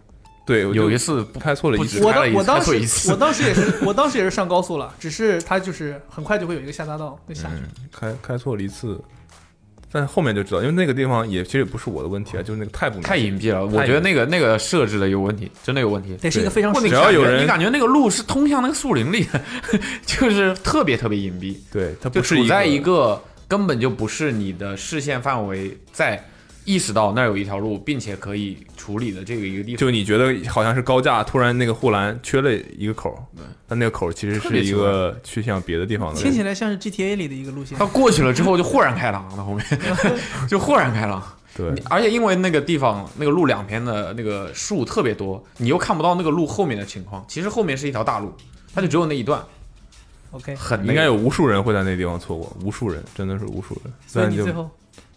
Speaker 2: 对，我就
Speaker 6: 有一次不
Speaker 2: 开错了一
Speaker 6: 不
Speaker 2: 次
Speaker 6: 止
Speaker 5: 我
Speaker 6: 开了
Speaker 5: 当
Speaker 6: 一
Speaker 5: 我
Speaker 6: 次
Speaker 5: 当
Speaker 6: 开错一
Speaker 5: 时
Speaker 6: 次
Speaker 5: 我当时也是 我当时也是上高速了，只是它就是很快就会有一个下匝道就下去。
Speaker 2: 嗯，开开错了一次，但后面就知道，因为那个地方也其实也不是我的问题啊，就是那个太不明
Speaker 6: 哦太隐蔽了，
Speaker 2: 太
Speaker 6: 我觉得
Speaker 2: 隐蔽
Speaker 6: 那个那个设置的有问题，真的有问题。
Speaker 5: 得是一个非常
Speaker 6: 不你
Speaker 2: 只
Speaker 6: 感
Speaker 2: 要
Speaker 6: 觉
Speaker 2: 有人
Speaker 6: 你感觉那个路是通向那个树林里的， 就是特别特别隐蔽，
Speaker 2: 对，它
Speaker 6: 就
Speaker 2: 不是
Speaker 6: 处在
Speaker 2: 一
Speaker 6: 一个根本就不是你的视线范围，在意识到那儿有一条路，并且可以处理的这个一个地方。
Speaker 2: 就你觉得好像是高架，突然那个护栏缺了一个口，但那个口其实
Speaker 6: 特
Speaker 2: 是
Speaker 6: 别
Speaker 2: 一
Speaker 6: 奇
Speaker 2: 个去向别的地方的
Speaker 5: 听起来像是 GTA 里的一个路线
Speaker 6: 它。过去了之后就豁然开朗了，后 面就豁然开朗。
Speaker 2: 对
Speaker 6: 你而且因为那个地方那个路两边的那个树特别多，你又看不到那个路后面的情况。其实后面是一条大路，它就只有那一段，
Speaker 5: OK，
Speaker 6: 很那个
Speaker 2: 应该有无数人会在那地方错过，无数人真的是无数人，
Speaker 5: 所以
Speaker 2: 但
Speaker 5: 你
Speaker 2: 就
Speaker 5: 最后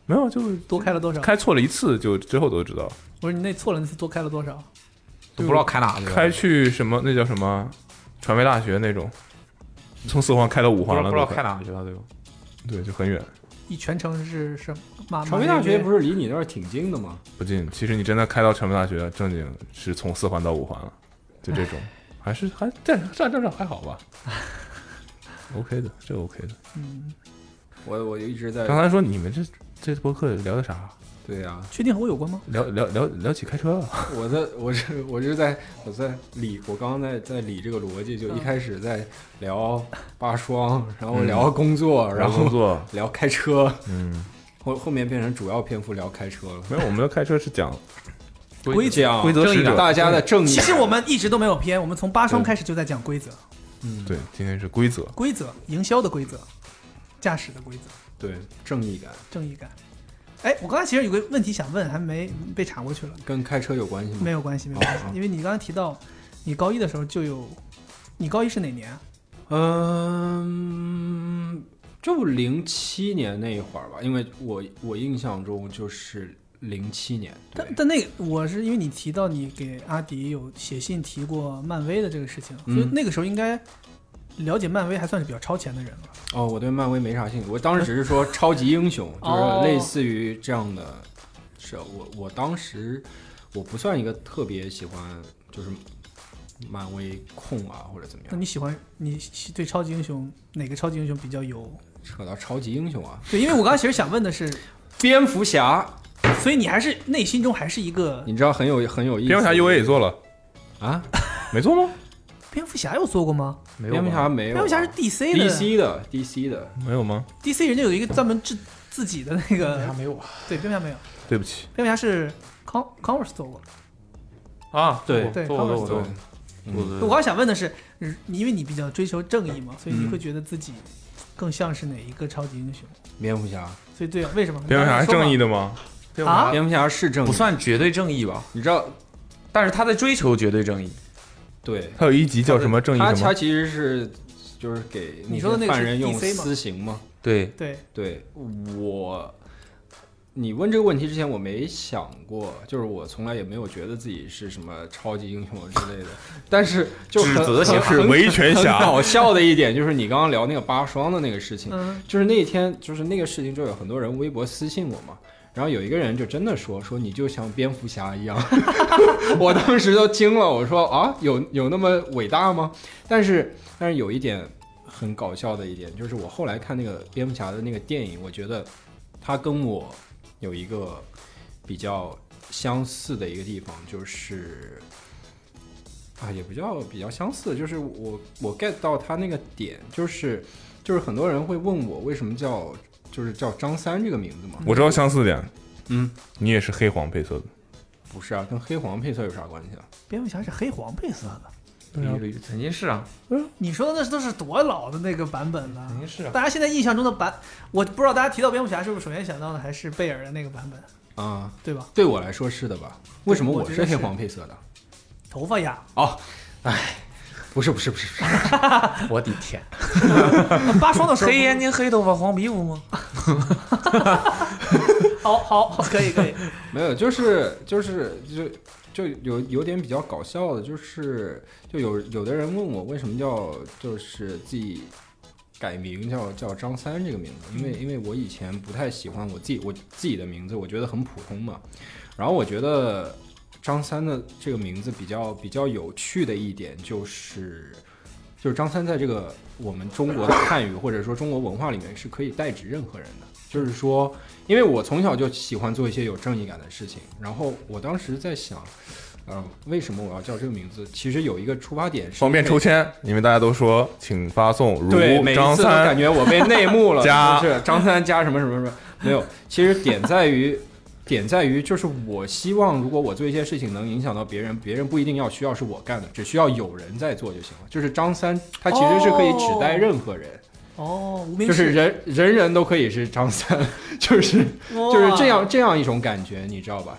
Speaker 2: 没有就是
Speaker 5: 多开了多少？
Speaker 2: 开错了一次就之后都知道，
Speaker 5: 我说你那错了那次多开了多少？
Speaker 6: 都不知道开哪去了。
Speaker 2: 开去什么那叫什么传媒大学那种，从四环开到五
Speaker 6: 不知
Speaker 2: 环
Speaker 6: 道
Speaker 2: 了
Speaker 6: 不
Speaker 2: 都
Speaker 6: 知道开
Speaker 2: 快，
Speaker 6: 哪去了，对吧？
Speaker 2: 对就很远
Speaker 5: 一全程是什么？
Speaker 3: 传媒大学不
Speaker 5: 是
Speaker 3: 是离你那儿挺近的吗？
Speaker 2: 不近。其实你真的开到传媒大学正经是从四环到五环了，就这种还是还这这这这还好 吧，OK 的，这 OK 的。
Speaker 5: 嗯，
Speaker 3: 我我就一直在
Speaker 2: 刚才说你们这这播客聊的啥？
Speaker 3: 对呀、
Speaker 5: 确定和我有关吗？
Speaker 2: 聊聊聊聊起开车 了，
Speaker 3: 我在我是我是在我在理，我刚刚在在理这个逻辑，
Speaker 5: 嗯
Speaker 3: 就一开始在聊八双，然后聊工作，然
Speaker 2: 工
Speaker 3: 后
Speaker 2: 作，
Speaker 3: 嗯聊开车，
Speaker 2: 嗯，
Speaker 3: 后后面变成主要篇幅聊开车了。
Speaker 2: 没有，我们的开车是讲
Speaker 3: 规则
Speaker 2: 规则使者
Speaker 3: 大家的正义
Speaker 5: 其 实我们一直都没有偏，我们从八双开始就在讲规则，
Speaker 2: 对，今天是规则，
Speaker 5: 规则、营销的规则、驾驶的规则、
Speaker 3: 对正义感
Speaker 5: 正义感。哎，我刚才其实有个问题想问，还没被查过去了。
Speaker 3: 跟开车有关系吗？
Speaker 5: 没有关系，没有关系，
Speaker 3: 哦
Speaker 5: 因为你刚才提到，你高一的时候就有，你高一是哪年啊？
Speaker 3: 嗯，就零七年那一会儿吧，因为我我印象中就是零七年，对
Speaker 5: 但但那个我是因为你提到你给阿迪有写信提过漫威的这个事情，
Speaker 3: 嗯
Speaker 5: 所以那个时候应该了解漫威还算是比较超前的人了。
Speaker 3: 哦，我对漫威没啥兴趣，我当时只是说超级英雄，
Speaker 5: 哦
Speaker 3: 就是类似于这样的。是我我当时我不算一个特别喜欢就是漫威控啊或者怎么
Speaker 5: 那
Speaker 3: 样，
Speaker 5: 你喜欢你喜对超级英雄哪个超级英雄比较有？
Speaker 3: 扯到超级英雄啊，
Speaker 5: 对，因为我刚才其实想问的是，
Speaker 3: 蝙蝠侠，
Speaker 5: 所以你还是内心中还是一个
Speaker 3: 你知道很有很有意思。
Speaker 2: 蝙蝠侠 U A 也做了，
Speaker 3: 啊，
Speaker 2: 没做吗？
Speaker 5: 蝙蝠侠有做过吗？
Speaker 6: 没有吧
Speaker 3: 蝙蝠侠没有，啊
Speaker 5: 蝙蝠侠是 DC 的
Speaker 3: DC 的 DC 的，
Speaker 2: 没有吗？
Speaker 5: DC 人家有一个专门制自己的那
Speaker 6: 蝙蝠
Speaker 5: 个
Speaker 6: 侠，没有吧？
Speaker 5: 对，蝙蝠侠没有，
Speaker 2: 对不起，
Speaker 5: 蝙蝠侠是 Con Converse 做过。
Speaker 6: 啊，
Speaker 3: 对
Speaker 5: 对
Speaker 6: 做做
Speaker 5: 我
Speaker 6: 做
Speaker 3: 对
Speaker 6: 做，
Speaker 3: 嗯
Speaker 5: 我刚想问的是，嗯因为你比较追求正义嘛，所以你会觉得自己更像是哪一个超级英雄？
Speaker 3: 蝙蝠侠，
Speaker 5: 所以对啊，为什么？
Speaker 2: 蝙蝠侠是正义
Speaker 5: 的
Speaker 2: 的吗？
Speaker 6: 蝙蝠侠
Speaker 5: 啊？
Speaker 3: 蝙蝠侠是正义
Speaker 6: 不，算绝对正义吧，
Speaker 3: 你知道
Speaker 6: 但是他在追求绝对正义。
Speaker 3: 对，
Speaker 2: 他有一集叫什么正义
Speaker 3: 他
Speaker 2: 什么
Speaker 3: 他？其实是就是给
Speaker 5: 你说的那
Speaker 3: 些
Speaker 5: 个
Speaker 3: 犯
Speaker 5: 是
Speaker 3: 人用
Speaker 5: DC 吗
Speaker 3: 私刑嘛，
Speaker 6: 对，
Speaker 5: 对，
Speaker 3: 对我，你问这个问题之前我没想过，就是我从来也没有觉得自己是什么超级英雄之类的，但是就很
Speaker 6: 指责型
Speaker 2: 是
Speaker 3: 很
Speaker 2: 维权
Speaker 3: 很
Speaker 2: 侠，
Speaker 3: 搞笑的一点就是你刚刚聊那个八双的那个事情，
Speaker 5: 嗯，
Speaker 3: 就是那天就是那个事情就有很多人微博私信我嘛。然后有一个人就真的说说你就像蝙蝠侠一样， 我当时都惊了，我说啊有有那么伟大吗？但是但是有一点很搞笑的一点，就是我后来看那个蝙蝠侠的那个电影，我觉得他跟我有一个比较相似的一个地方，就是啊，也比较比较相似，就是我我 get 到他那个点，就是就是很多人会问我为什么叫就是叫张三这个名字嘛？
Speaker 2: 我知道相似点，
Speaker 3: 嗯，
Speaker 2: 你也是黑黄配色的，
Speaker 3: 不是啊，跟黑黄配色有啥关系啊？
Speaker 5: 蝙蝠侠是黑黄配色的。
Speaker 6: 对啊，曾经是啊，
Speaker 5: 你说的那都是多老的那个版本了
Speaker 2: 嗯
Speaker 6: 肯？定是啊。
Speaker 5: 大家现在印象中的版，我不知道大家提到蝙蝠侠是不是首先想到的还是贝尔的那个版本，
Speaker 3: 啊，
Speaker 5: 对吧？
Speaker 3: 对我来说是的吧？为什么
Speaker 5: 我
Speaker 3: 我
Speaker 5: 觉
Speaker 3: 是
Speaker 5: 得
Speaker 3: 黑
Speaker 5: 是
Speaker 3: 黄配色的？
Speaker 5: 头发呀，
Speaker 3: 哦，哎，不是不是不是 不是，
Speaker 6: 我的 天，
Speaker 5: 八双的时候，
Speaker 6: 黑眼睛、黑头发、黄皮肤吗？
Speaker 5: 好好好，可以可以，
Speaker 3: 没有，就是就是就就有有点比较搞笑的，就是就有有的人问我为什么叫就是自己改名叫叫张三这个名字，
Speaker 2: 嗯
Speaker 3: 因为因为我以前不太喜欢我自己我自己的名字，我觉得很普通嘛。然后我觉得张三的这个名字比较比较有趣的一点就是。就是张三在这个我们中国的汉语或者说中国文化里面是可以代指任何人的，就是说，因为我从小就喜欢做一些有正义感的事情，然后我当时在想，呃，为什么我要叫这个名字？其实有一个出发点是
Speaker 2: 方便
Speaker 3: 因为
Speaker 2: 抽签，因为大家都说请发送如
Speaker 3: 对，每一
Speaker 2: 张
Speaker 3: 次都感
Speaker 2: 三，
Speaker 3: 觉我被内幕 了，
Speaker 2: 加
Speaker 3: 就是张三加什么什么什么，没有。其实点在于，点在于就是我希望，如果我做一些事情能影响到别人，别人不一定要需要是我干的，只需要有人在做就行了。就是张三，他其实是可以指代任何人，
Speaker 5: 哦，无名
Speaker 3: 就
Speaker 5: 氏
Speaker 3: 是人人人都可以是张三， 就是就是这，
Speaker 5: 哇
Speaker 3: 样这样一种感觉，你知道吧？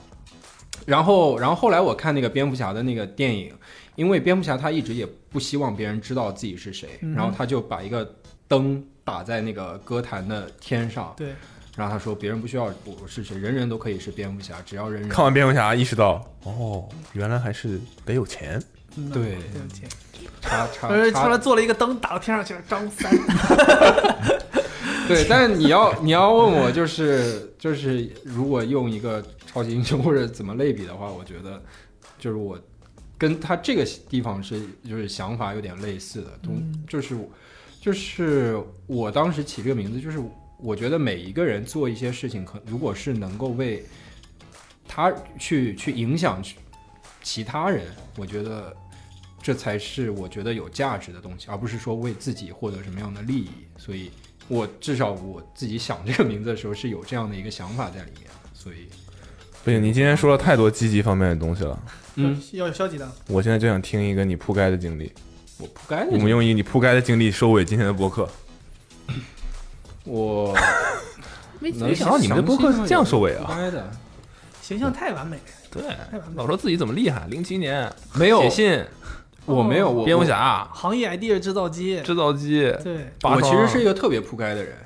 Speaker 3: 然后，然后后来我看那个蝙蝠侠的那个电影，因为蝙蝠侠他一直也不希望别人知道自己是谁，
Speaker 5: 嗯哼
Speaker 3: 然后他就把一个灯打在那个歌坛的天上，
Speaker 5: 对，
Speaker 3: 然后他说别人不需要我是谁，人人都可以是蝙蝠侠，只要人人
Speaker 2: 看完蝙蝠侠意识到，哦，原来还是得有钱，
Speaker 5: 嗯
Speaker 3: 对
Speaker 5: 对不起，
Speaker 3: 叉叉
Speaker 5: 呃，后来
Speaker 3: 叉，
Speaker 5: 做了一个灯打到天上去了，张三，
Speaker 3: 对。但是你要你要问我，就是就是如果用一个超级英雄或者怎么类比的话，我觉得就是我跟他这个地方是就是想法有点类似的，都、
Speaker 5: 嗯
Speaker 3: 就是我就是我当时起这个名字，就是我觉得每一个人做一些事情，可如果是能够为他去去影响去其他人，我觉得这才是我觉得有价值的东西，而不是说为自己获得什么样的利益。所以我至少我自己想这个名字的时候是有这样的一个想法在里面的，所以
Speaker 2: 不行，你今天说了太多积极方面的东西了，
Speaker 3: 嗯，
Speaker 5: 要有消极的，
Speaker 2: 我现在就想听一个你铺盖的经历。
Speaker 3: 我不该
Speaker 2: 我们用以你铺盖的经历收尾今天的播客。
Speaker 3: 我
Speaker 2: 没想到你们的播客是这样收尾啊
Speaker 3: 不该的。
Speaker 5: 形象太完美了，
Speaker 2: 对
Speaker 5: 太完美了，
Speaker 2: 老说自己怎么厉害，零七年
Speaker 3: 没有
Speaker 2: 写信、
Speaker 3: 我没有，我
Speaker 2: 蝙蝠侠、
Speaker 5: 行业 idea 制造机，
Speaker 2: 制造机，
Speaker 5: 对，
Speaker 3: 我，
Speaker 2: 八
Speaker 3: 我其
Speaker 2: 双
Speaker 3: 实是一个特别铺盖的人。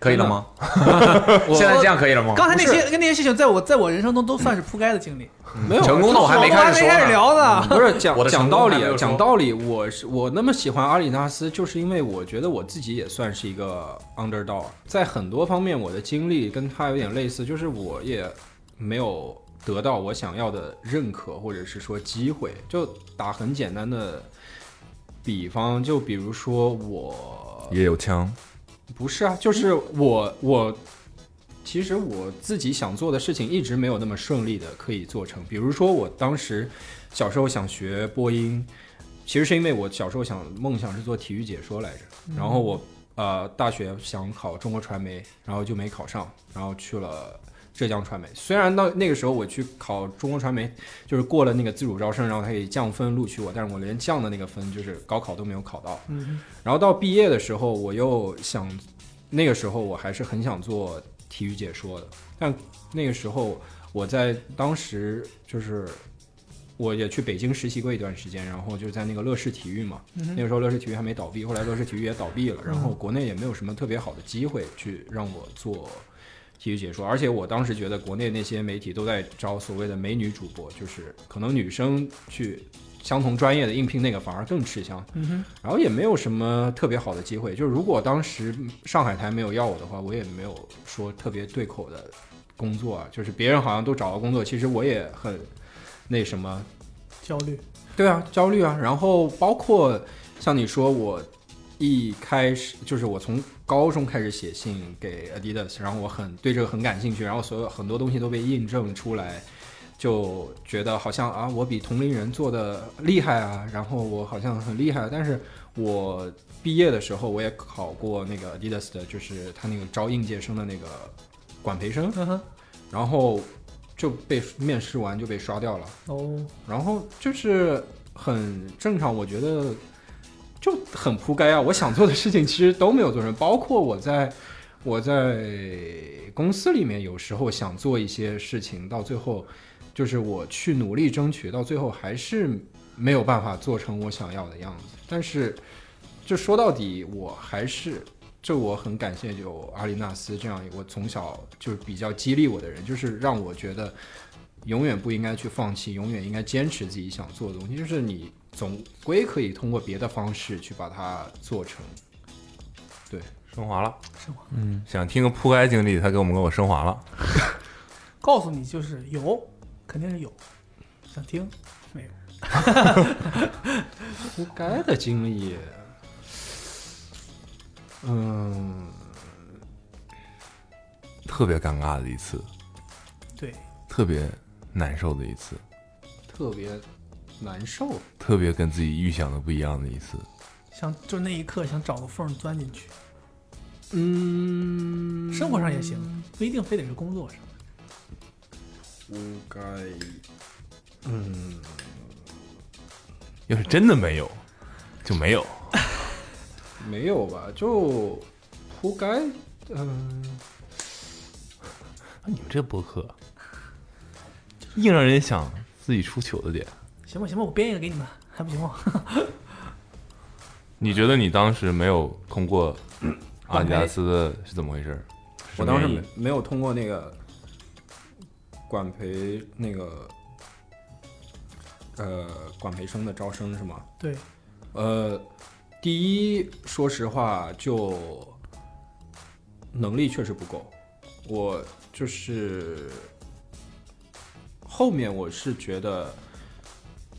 Speaker 6: 可以了吗？ 现在这样可以了
Speaker 4: 哦
Speaker 6: 吗？
Speaker 5: 刚才那些跟那些事情，在我在我人生中都算是铺盖的经历，
Speaker 2: 嗯
Speaker 5: 哦
Speaker 3: 没有
Speaker 6: 成功的我还没
Speaker 5: 我
Speaker 6: 开始
Speaker 5: 还没
Speaker 6: 说呢
Speaker 5: 开始聊呢，
Speaker 3: 不是讲
Speaker 6: 啊我的成
Speaker 3: 讲
Speaker 6: 功
Speaker 3: 道
Speaker 6: 还没有
Speaker 3: 理，啊
Speaker 6: 说
Speaker 3: 讲道理，我是我那么喜欢阿里纳斯，就是因为我觉得我自己也算是一个 underdog，在很多方面我的经历跟他有点类似，就是我也没有得到我想要的认可或者是说机会。就打很简单的比方，就比如说我
Speaker 2: 也有枪，
Speaker 3: 不是啊，就是我我其实我自己想做的事情一直没有那么顺利的可以做成。比如说我当时小时候想学播音，其实是因为我小时候想梦想是做体育解说来着，然后我呃大学想考中国传媒，然后就没考上，然后去了。浙江传媒，虽然到那个时候我去考中国传媒，就是过了那个自主招生，然后他可以降分录取我，但是我连降的那个分就是高考都没有考到，
Speaker 5: 嗯，
Speaker 3: 然后到毕业的时候，我又想，那个时候我还是很想做体育解说的，但那个时候我在当时就是我也去北京实习过一段时间，然后就在那个乐视体育嘛，
Speaker 5: 嗯哼嗯
Speaker 3: 那个时候乐视体育还没倒闭，后来乐视体育也倒闭了，然后国内也没有什么特别好的机会去让我做。体育解说，而且我当时觉得国内那些媒体都在招所谓的美女主播，就是可能女生去相同专业的应聘那个反而更吃香，
Speaker 5: 嗯
Speaker 3: 然后也没有什么特别好的机会。就是如果当时上海台没有要我的话，我也没有说特别对口的工作啊。就是别人好像都找到工作，其实我也很那什么，
Speaker 5: 焦虑，
Speaker 3: 对啊，焦虑啊。然后包括像你说，我一开始就是我从高中开始写信给 Adidas，然后我很对这个很感兴趣，然后所有很多东西都被印证出来。就觉得好像啊，我比同龄人做的厉害啊，然后我好像很厉害，但是我毕业的时候我也考过那个 Adidas 的，就是他那个招应届生的那个管培生，
Speaker 5: 嗯哼，
Speaker 3: 然后就被面试完就被刷掉了。
Speaker 5: 哦，
Speaker 3: 然后就是很正常，我觉得就很扑街啊！我想做的事情其实都没有做成，包括我在我在公司里面有时候想做一些事情，到最后就是我去努力争取，到最后还是没有办法做成我想要的样子。但是就说到底，我还是。这我很感谢有阿里纳斯这样一个我从小就是比较激励我的人，就是让我觉得永远不应该去放弃，永远应该坚持自己想做的东西。就是你总归可以通过别的方式去把它做成。
Speaker 2: 升华了，
Speaker 5: 升华。
Speaker 2: 嗯，想听个铺盖经历，他给我们给我升华了。
Speaker 5: 告诉你就是有，肯定是有，想听没有？
Speaker 3: 扑街的经历，嗯，
Speaker 2: 特别尴尬的一次，
Speaker 5: 对，
Speaker 2: 特别难受的一次，
Speaker 3: 特别难受。
Speaker 2: 特别跟自己预想的不一样的一次。
Speaker 5: 想就那一刻想找个缝儿钻进去，
Speaker 3: 嗯，
Speaker 5: 生活上也行，不一定非得是工作上。
Speaker 3: 扑街。嗯，
Speaker 2: 要是真的没有，就没有。啊
Speaker 3: 没有吧？就扑街。嗯、
Speaker 2: 你们这播客，硬让人想自己出糗的点。
Speaker 5: 行吧行吧，我编一个给你们，还不行吗？
Speaker 2: 你觉得你当时没有通过阿迪达斯的是怎么回事？
Speaker 3: 我当时
Speaker 2: 什么
Speaker 3: 没
Speaker 2: 原因
Speaker 3: 没有通过那个管培那个呃管培生的招生是吗？
Speaker 5: 对，
Speaker 3: 呃，第一，说实话，就能力确实不够。我就是后面我是觉得，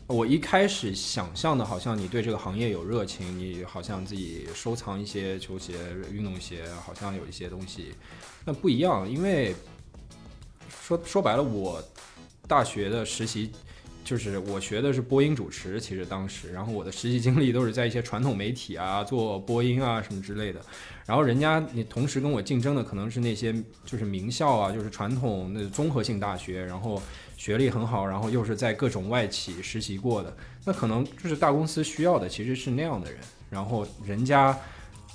Speaker 3: 我一开始想象的好像你对这个行业有热情，你好像自己收藏一些球鞋、运动鞋，好像有一些东西，那不一样，因为说说白了，我大学的实习就是我学的是播音主持，其实当时，然后我的实习经历都是在一些传统媒体啊做播音啊什么之类的。然后人家你同时跟我竞争的可能是那些就是名校啊，就是传统那综合性大学，然后学历很好，然后又是在各种外企实习过的，那可能就是大公司需要的其实是那样的人。然后人家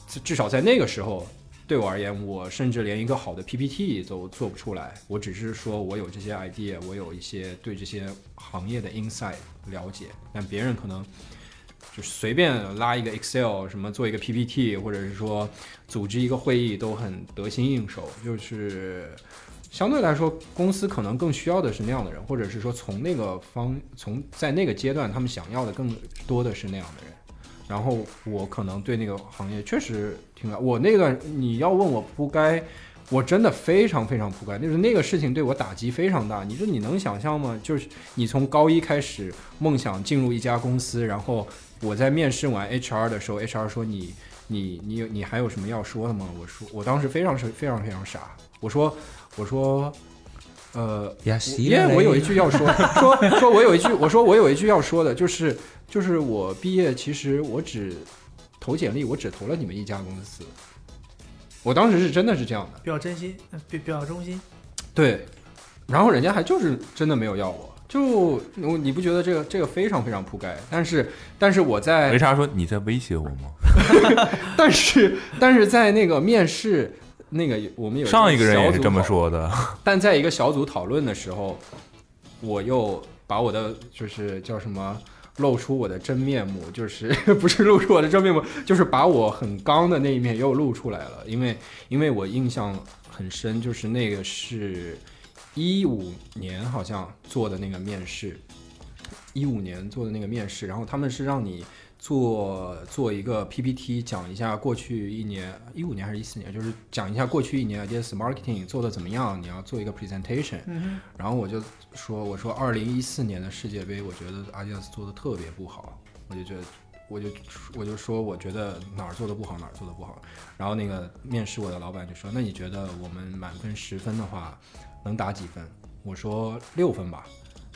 Speaker 3: 至至少在那个时候。对我而言，我甚至连一个好的 PPT 都做不出来。我只是说我有这些 idea，我有一些对这些行业的 insight 了解，但别人可能就是随便拉一个 Excel，什么做一个 PPT，或者是说组织一个会议都很得心应手。就是相对来说，公司可能更需要的是那样的人，或者是说从那个方从在那个阶段，他们想要的更多的是那样的人。然后我可能对那个行业确实挺感，我那段你要问我扑街，我真的非常非常扑街，就是那个事情对我打击非常大。你说你能想象吗？就是你从高一开始梦想进入一家公司，然后我在面试完 HR 的时候，HR 说你你你你还有什么要说的吗？我说我当时非常是非常非常傻，我说我说。呃，
Speaker 6: 呀，
Speaker 3: 因为我有一句要说，说说我有一句，我说我有一句要说的，就是就是我毕业，其实我只投简历，我只投了你们一家公司。我当时是真的是这样的，
Speaker 5: 比较真心，呃比比较忠心。
Speaker 3: 对。然后人家还就是真的没有要我，就我你不觉得这个这个非常非常铺盖？但是但是我在
Speaker 2: 为啥说你在威胁我吗？
Speaker 3: 但是但是在那个面试那个我们有
Speaker 2: 上一个人也是
Speaker 3: 小组
Speaker 2: 这么
Speaker 3: 讨
Speaker 2: 说的，
Speaker 3: 但在一个小组讨论的时候，我又把我的就是叫什么露出我的真面目，就是 不是露出我的真面目，就是把我很刚的那一面又露出来了。因为因为我印象很深，就是那个是一五年好像做的那个面试，一五年做的那个面试，然后他们是让你。做做一个 PPT，讲一下过去一年，一五年还是一四年，就是讲一下过去一年 ADS marketing 做的怎么样，你要做一个 presentation。
Speaker 5: 嗯
Speaker 3: 然后我就说，我说二零一四年的世界杯，我觉得阿迪达斯做的特别不好，我就觉得，我就我就说，我觉得哪儿做的不好，哪儿做的不好。然后那个面试我的老板就说，那你觉得我们满分十分的话，能打几分？我说六分吧。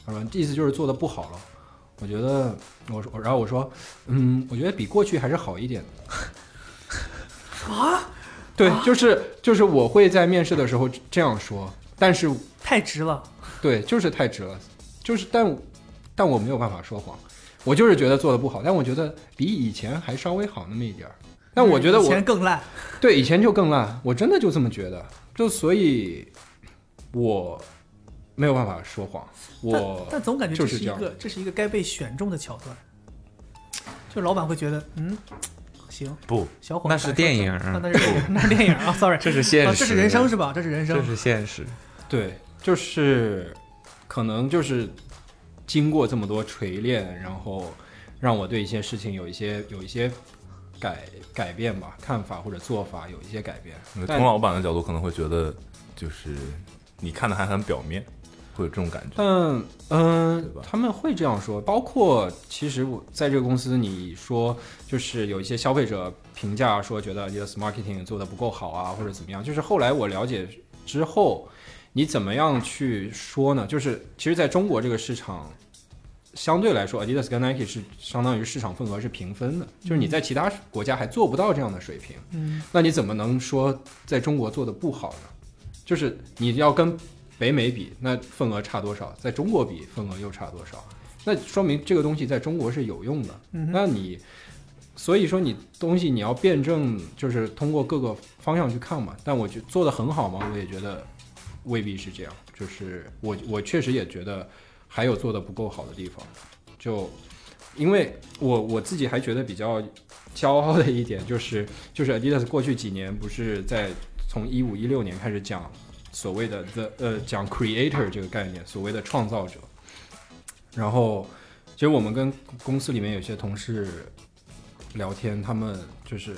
Speaker 3: 他说意思就是做的不好了。我觉得我说，然后我说，嗯，我觉得比过去还是好一点的。啊？对，就是就是我会在面试的时候这样说，但是
Speaker 5: 太直了，
Speaker 3: 对，就是太直了，就是但但我没有办法说谎，我就是觉得做的不好，但我觉得比以前还稍微好那么一点儿。但我觉得
Speaker 5: 嗯以
Speaker 3: 我
Speaker 5: 前更烂，
Speaker 3: 对，以前就更烂，我真的就这么觉得，就所以，我没有办法说谎，我
Speaker 5: 但但总感觉
Speaker 3: 就
Speaker 5: 这
Speaker 3: 是
Speaker 5: 是一
Speaker 3: 这样
Speaker 5: 个这是一个该被选中的桥段，就老板会觉得嗯行，
Speaker 6: 不，
Speaker 5: 小伙
Speaker 4: 那是电影
Speaker 5: 啊那是电影，那是电影啊，sorry，
Speaker 6: 这是现
Speaker 5: 啊
Speaker 6: 实，
Speaker 5: 这是人生，是吧？这是人
Speaker 6: 这
Speaker 5: 生，
Speaker 6: 是现实。
Speaker 3: 对，就是可能就是经过这么多锤炼，然后让我对一些事情有一些有一些改改变吧，看法或者做法有一些改变。但
Speaker 2: 从老板的角度可能会觉得，就是你看的还很表面，会有这种感觉。
Speaker 3: 但嗯、
Speaker 2: 对吧
Speaker 3: 他们会这样说，包括其实我在这个公司，你说就是有一些消费者评价说觉得 yes marketing 做的不够好啊，或者怎么样，就是后来我了解之后，你怎么样去说呢？就是其实在中国这个市场。相对来说，Adidas 跟 Nike 是相当于市场份额是平分的，就是
Speaker 2: 嗯
Speaker 3: 你在其他国家还做不到这样的水平，
Speaker 5: 嗯，
Speaker 3: 那你怎么能说在中国做的不好呢？就是你要跟北美比，那份额差多少？在中国比，份额又差多少？那说明这个东西在中国是有用的。
Speaker 5: 嗯哼
Speaker 3: 那你，所以说你东西你要辩证，就是通过各个方向去看嘛。但我觉做的很好吗？我也觉得未必是这样。就是我我确实也觉得还有做的不够好的地方。就因为我我自己还觉得比较骄傲的一点就是，就是 Adidas 过去几年不是在从一五一六年开始讲所谓的 the 呃讲 creator 这个概念，所谓的创造者。然后，其实我们跟公司里面有些同事聊天，他们就是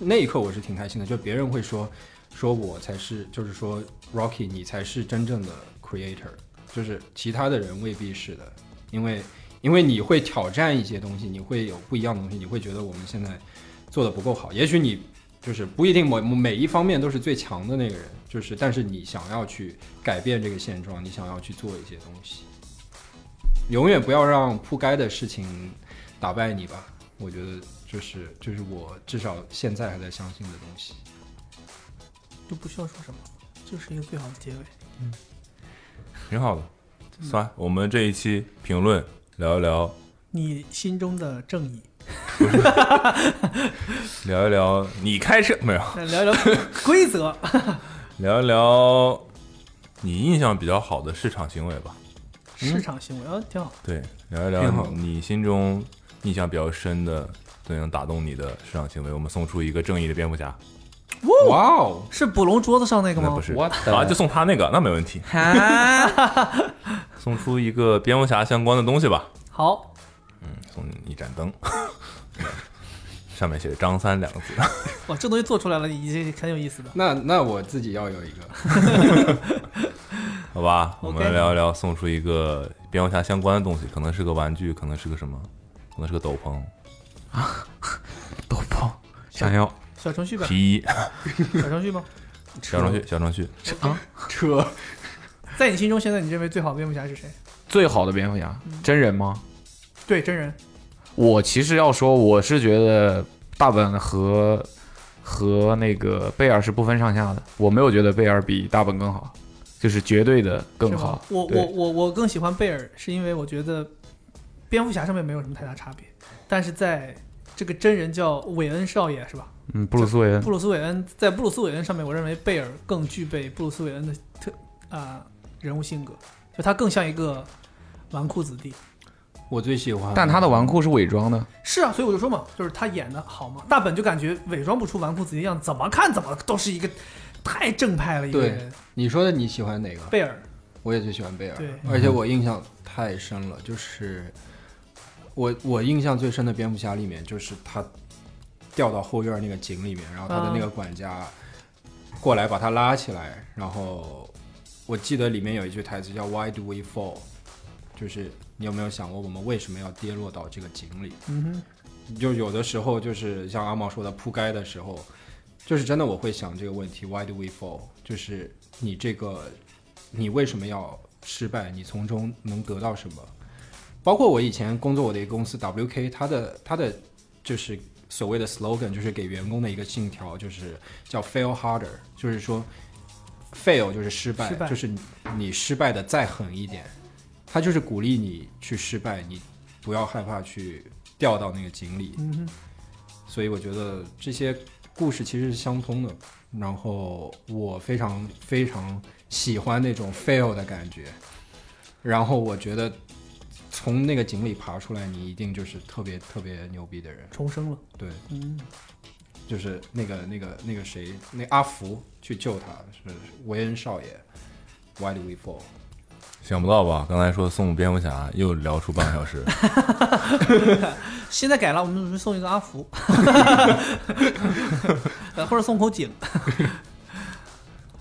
Speaker 3: 那一刻我是挺开心的，就别人会说说我才是，就是说 Rocky 你才是真正的 creator，就是其他的人未必是的，因为因为你会挑战一些东西，你会有不一样的东西，你会觉得我们现在做的不够好，也许你就是不一定每每一方面都是最强的那个人，就是但是你想要去改变这个现状，你想要去做一些东西，永远不要让铺盖的事情打败你吧。我觉得就是就是我至少现在还在相信的东西。
Speaker 5: 就不需要说什么，这是一个最好的结尾。
Speaker 2: 挺好的。算，我们这一期评论聊一聊，
Speaker 5: 你心中的正义，
Speaker 2: 聊一聊你开车没有？
Speaker 5: 来聊聊 规则。
Speaker 2: 聊一聊你印象比较好的市场行为吧。
Speaker 5: 市场行为啊，挺好。
Speaker 2: 对，聊一
Speaker 3: 挺好
Speaker 2: 聊你心中印象比较深的、最能打动你的市场行为。我们送出一个正义的蝙蝠侠，
Speaker 3: 哇哦！
Speaker 5: 是捕龙桌子上那个
Speaker 2: 那
Speaker 5: 吗？
Speaker 2: 不是
Speaker 4: 我的
Speaker 2: 啊，就送他那个，那没问题。送出一个蝙蝠侠相关的东西吧，
Speaker 5: 好，
Speaker 2: 送你一盏灯， 上面写着“张三”两个字。
Speaker 5: 哇，这东西做出来了，已经很有意思的。
Speaker 3: 那那我自己要有一个，
Speaker 2: 好吧，我
Speaker 5: OK
Speaker 2: 们聊一聊送出一个蝙蝠侠相关的东西，可能是个玩具，可能是个什么，可能是个斗篷、
Speaker 4: 豆包想要
Speaker 5: 小 程序呗，
Speaker 2: 皮衣、
Speaker 5: 小程序吗？
Speaker 2: 小程序、小程序。
Speaker 3: 车
Speaker 5: 在你心中，现在你认为最好的蝙蝠侠是谁？
Speaker 4: 最好的蝙蝠侠，真人吗？
Speaker 5: 对，真人。
Speaker 4: 我其实要说，我是觉得大本和和那个贝尔是不分上下的，我没有觉得贝尔比大本更好，就是绝对的更
Speaker 5: 是吗
Speaker 4: 好。
Speaker 5: 我
Speaker 4: 对
Speaker 5: 我我我更喜欢贝尔，是因为我觉得蝙蝠侠上面没有什么太大差别，但是在这个真人叫韦恩少爷是吧？
Speaker 4: 嗯，布鲁斯韦恩
Speaker 5: 布鲁斯韦恩在布鲁斯韦恩上面，我认为贝尔更具备布鲁斯韦恩的特啊、人物性格，就他更像一个纨绔子弟。
Speaker 3: 我最喜欢。
Speaker 4: 但他的纨绔是伪装的，
Speaker 5: 是啊，所以我就说嘛，就是他演的好嘛，大本就感觉伪装不出纨绔子弟样，怎么看怎么都是一个太正派了一个
Speaker 3: 对
Speaker 5: 人。
Speaker 3: 你说的你喜欢哪个？
Speaker 5: 贝尔，
Speaker 3: 我也最喜欢贝尔
Speaker 5: 对，
Speaker 3: 而且我印象太深了，就是我我印象最深的蝙蝠侠里面，就是他掉到后院那个井里面，然后他的那个管家过来把他拉起来，然后我记得里面有一句台词叫 “Why do we fall”，就是你有没有想过我们为什么要跌落到这个井里？
Speaker 5: 嗯哼，
Speaker 3: 就有的时候就是像阿毛说的铺盖的时候，就是真的我会想这个问题：Why do we fall？就是你这个，你为什么要失败，你从中能得到什么？包括我以前工作我的一个公司 WK，它的它的就是所谓的 slogan，就是给员工的一个信条，就是叫 fail harder，就是说 fail 就是失败，
Speaker 5: 失败
Speaker 3: 就是你你失败的再狠一点，它就是鼓励你去失败，你不要害怕去掉到那个井里。
Speaker 5: 嗯哼，
Speaker 3: 所以我觉得这些故事其实是相通的。然后我非常非常喜欢那种 fail 的感觉，然后我觉得从那个井里爬出来，你一定就是特别特别牛逼的人。
Speaker 5: 重生了。
Speaker 3: 对，
Speaker 5: 嗯，
Speaker 3: 就是那个那个那个谁，那阿福去救他是韦恩少爷。Why do we fall？
Speaker 2: 想不到吧？刚才说送蝙蝠侠，又聊出半个小时。
Speaker 5: 现在改了，我们送一个 阿福，呃或者送口井，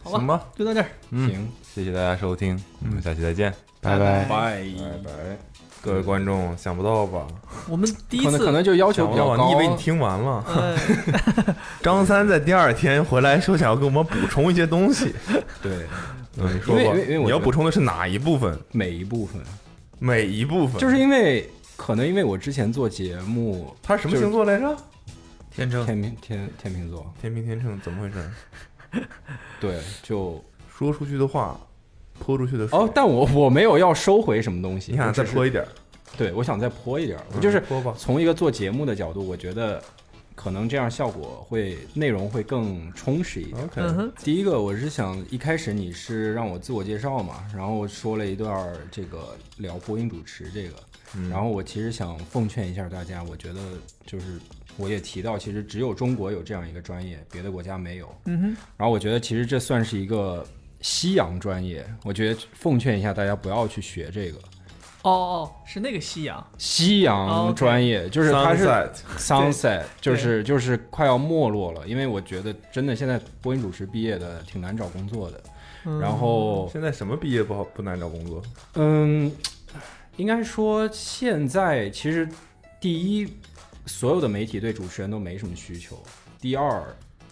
Speaker 5: 好吧
Speaker 2: 行吧，
Speaker 5: 就到这儿。
Speaker 2: 嗯
Speaker 3: 行，
Speaker 2: 谢谢大家收听，我们下期再
Speaker 3: 嗯
Speaker 2: 见，
Speaker 4: 拜拜。
Speaker 3: 拜
Speaker 2: 拜。各位观众，想不到吧？
Speaker 5: 我们第一
Speaker 3: 可能可
Speaker 5: 次，
Speaker 3: 能就要求
Speaker 2: 想
Speaker 3: 比
Speaker 2: 不
Speaker 3: 较
Speaker 2: 到吧？
Speaker 3: 高。啊
Speaker 2: 你以为你听完了？
Speaker 5: 呃，
Speaker 2: 张三在第二天回来说想要给我们补充一些东 西，
Speaker 3: 对
Speaker 2: 嗯，你说
Speaker 3: 因
Speaker 2: 吧
Speaker 3: 为因为因为，我
Speaker 2: 你要
Speaker 3: 觉得
Speaker 2: 补充的是哪一部分？
Speaker 3: 每一部分，
Speaker 2: 每一部分？
Speaker 3: 就是因为可能因为我之前做节目，
Speaker 2: 他是什么星座来着？
Speaker 6: 天秤
Speaker 3: 天平天天秤座，
Speaker 2: 天平天秤，怎么回事？
Speaker 3: 对，就
Speaker 2: 说出去的话，泼出去的水。
Speaker 3: 哦，但我我没有要收回什么东西，
Speaker 2: 你想
Speaker 3: 我
Speaker 2: 再
Speaker 3: 只是
Speaker 2: 泼一点儿？
Speaker 3: 对，我想再泼一点儿，我
Speaker 2: 嗯
Speaker 3: 就是
Speaker 2: 泼吧
Speaker 3: 从一个做节目的角度，我觉得可能这样效果会内容会更充实一点。
Speaker 2: OK，
Speaker 5: 嗯哼，
Speaker 3: 第一个，我是想一开始你是让我自我介绍嘛，然后说了一段儿这个聊播音主持这个，
Speaker 5: 嗯
Speaker 3: 然后我其实想奉劝一下大家，我觉得就是我也提到，其实只有中国有这样一个专业，别的国家没有。
Speaker 5: 嗯哼，
Speaker 3: 然后我觉得其实这算是一个西洋专业，我觉得奉劝一下大家不要去学这个
Speaker 5: 哦哦，是那个夕阳，
Speaker 3: 西
Speaker 5: 哦
Speaker 3: 洋
Speaker 5: ，OK
Speaker 3: 专业，就是它是
Speaker 2: Sunset
Speaker 3: sunset，就是就是快要没落了，因为我觉得真的现在播音主持毕业的挺难找工作的，
Speaker 5: 嗯
Speaker 3: 然后
Speaker 2: 现在什么毕业不好不难找工作？
Speaker 3: 嗯，应该说现在其实第一，所有的媒体对主持人都没什么需求；第二，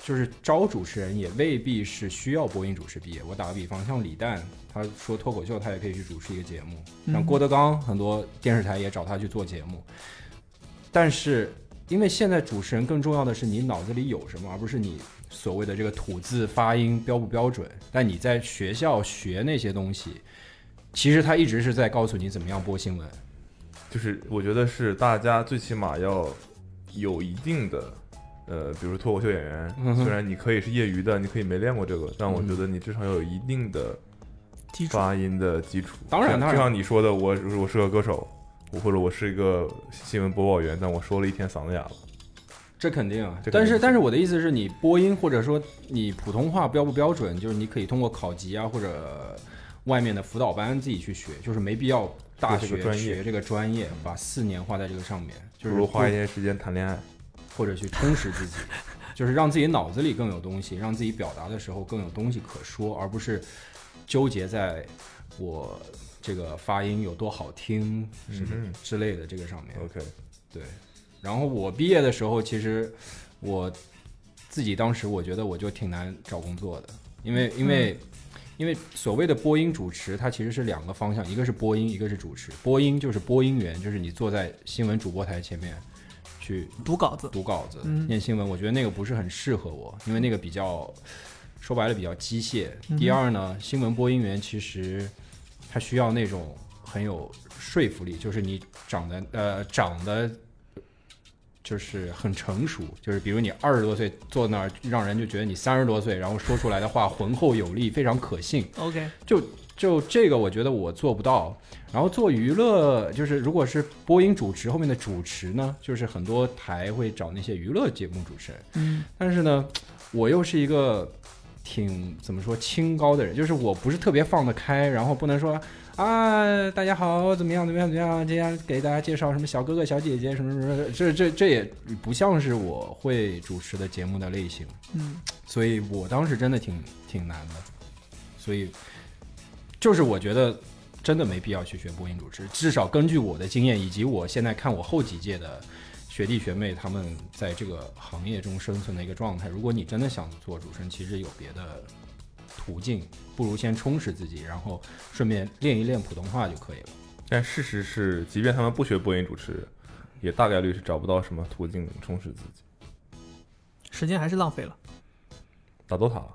Speaker 3: 就是招主持人也未必是需要播音主持毕业。我打个比方，像李诞，他说脱口秀，他也可以去主持一个节目；像郭德纲，很多电视台也找他去做节目。但是，因为现在主持人更重要的是你脑子里有什么，而不是你所谓的这个吐字发音标不标准。但你在学校学那些东西，其实他一直是在告诉你怎么样播新闻。
Speaker 2: 就是我觉得是大家最起码要有一定的，呃，比如脱口秀演员，
Speaker 3: 嗯哼
Speaker 2: 虽然你可以是业余的，你可以没练过这个，但我觉得你至少要有一定的
Speaker 5: 基础
Speaker 2: 发音的基础。
Speaker 3: 当然
Speaker 2: 像
Speaker 3: 当然
Speaker 2: 就像你说的，我我是个歌手，我或者我是一个新闻播报员，但我说了一天嗓子哑了。
Speaker 3: 这肯定啊，
Speaker 2: 这肯定
Speaker 3: 但是
Speaker 2: 是
Speaker 3: 但是我的意思是你播音或者说你普通话标不标准，就是你可以通过考级啊或者外面的辅导班自己去学，就是没必要大
Speaker 2: 学这
Speaker 3: 学
Speaker 2: 个专业
Speaker 3: 学这个专业，把四年花在这个上面，
Speaker 2: 不
Speaker 3: 就是
Speaker 2: 如花一
Speaker 3: 不
Speaker 2: 些时间谈恋爱。
Speaker 3: 或者去充实自己， 就是让自己脑子里更有东西，让自己表达的时候更有东西可说，而不是纠结在我这个发音有多好听什么
Speaker 2: 嗯
Speaker 3: 之类的这个上面。
Speaker 2: OK，
Speaker 3: 对，然后我毕业的时候，其实我自己当时我觉得我就挺难找工作的，因为因为、因为所谓的播音主持，它其实是两个方向，一个是播音，一个是主持。播音就是播音员，就是你坐在新闻主播台前面去
Speaker 5: 读稿子，
Speaker 3: 读稿子、
Speaker 5: 嗯
Speaker 3: 念新闻，我觉得那个不是很适合我，因为那个比较说白了比较机械。
Speaker 5: 嗯
Speaker 3: 第二呢，新闻播音员其实他需要那种很有说服力，就是你长得呃长得就是很成熟，就是比如你二十多岁坐那儿，让人就觉得你三十多岁，然后说出来的话浑厚有力，非常可信。
Speaker 5: OK，
Speaker 3: 就就这个，我觉得我做不到。然后做娱乐，就是如果是播音主持后面的主持呢，就是很多台会找那些娱乐节目主持人。
Speaker 5: 嗯，
Speaker 3: 但是呢，我又是一个挺怎么说清高的人，就是我不是特别放得开，然后不能说啊，大家好，怎么样，怎么样，怎么样，这样给大家介绍什么小哥哥、小姐姐什么什么，这这这也不像是我会主持的节目的类型，
Speaker 5: 嗯，
Speaker 3: 所以我当时真的挺挺难的，所以就是我觉得。真的没必要去学播音主持，至少根据我的经验以及我现在看我后几届的学弟学妹他们在这个行业中生存的一个状态。如果你真的想做主持人，其实有别的途径，不如先充实自己，然后顺便练一练普通话就可以了。
Speaker 2: 但事实是，即便他们不学播音主持，也大概率是找不到什么途径充实自己。
Speaker 5: 时间还是浪费了。
Speaker 2: 打 DOTA 了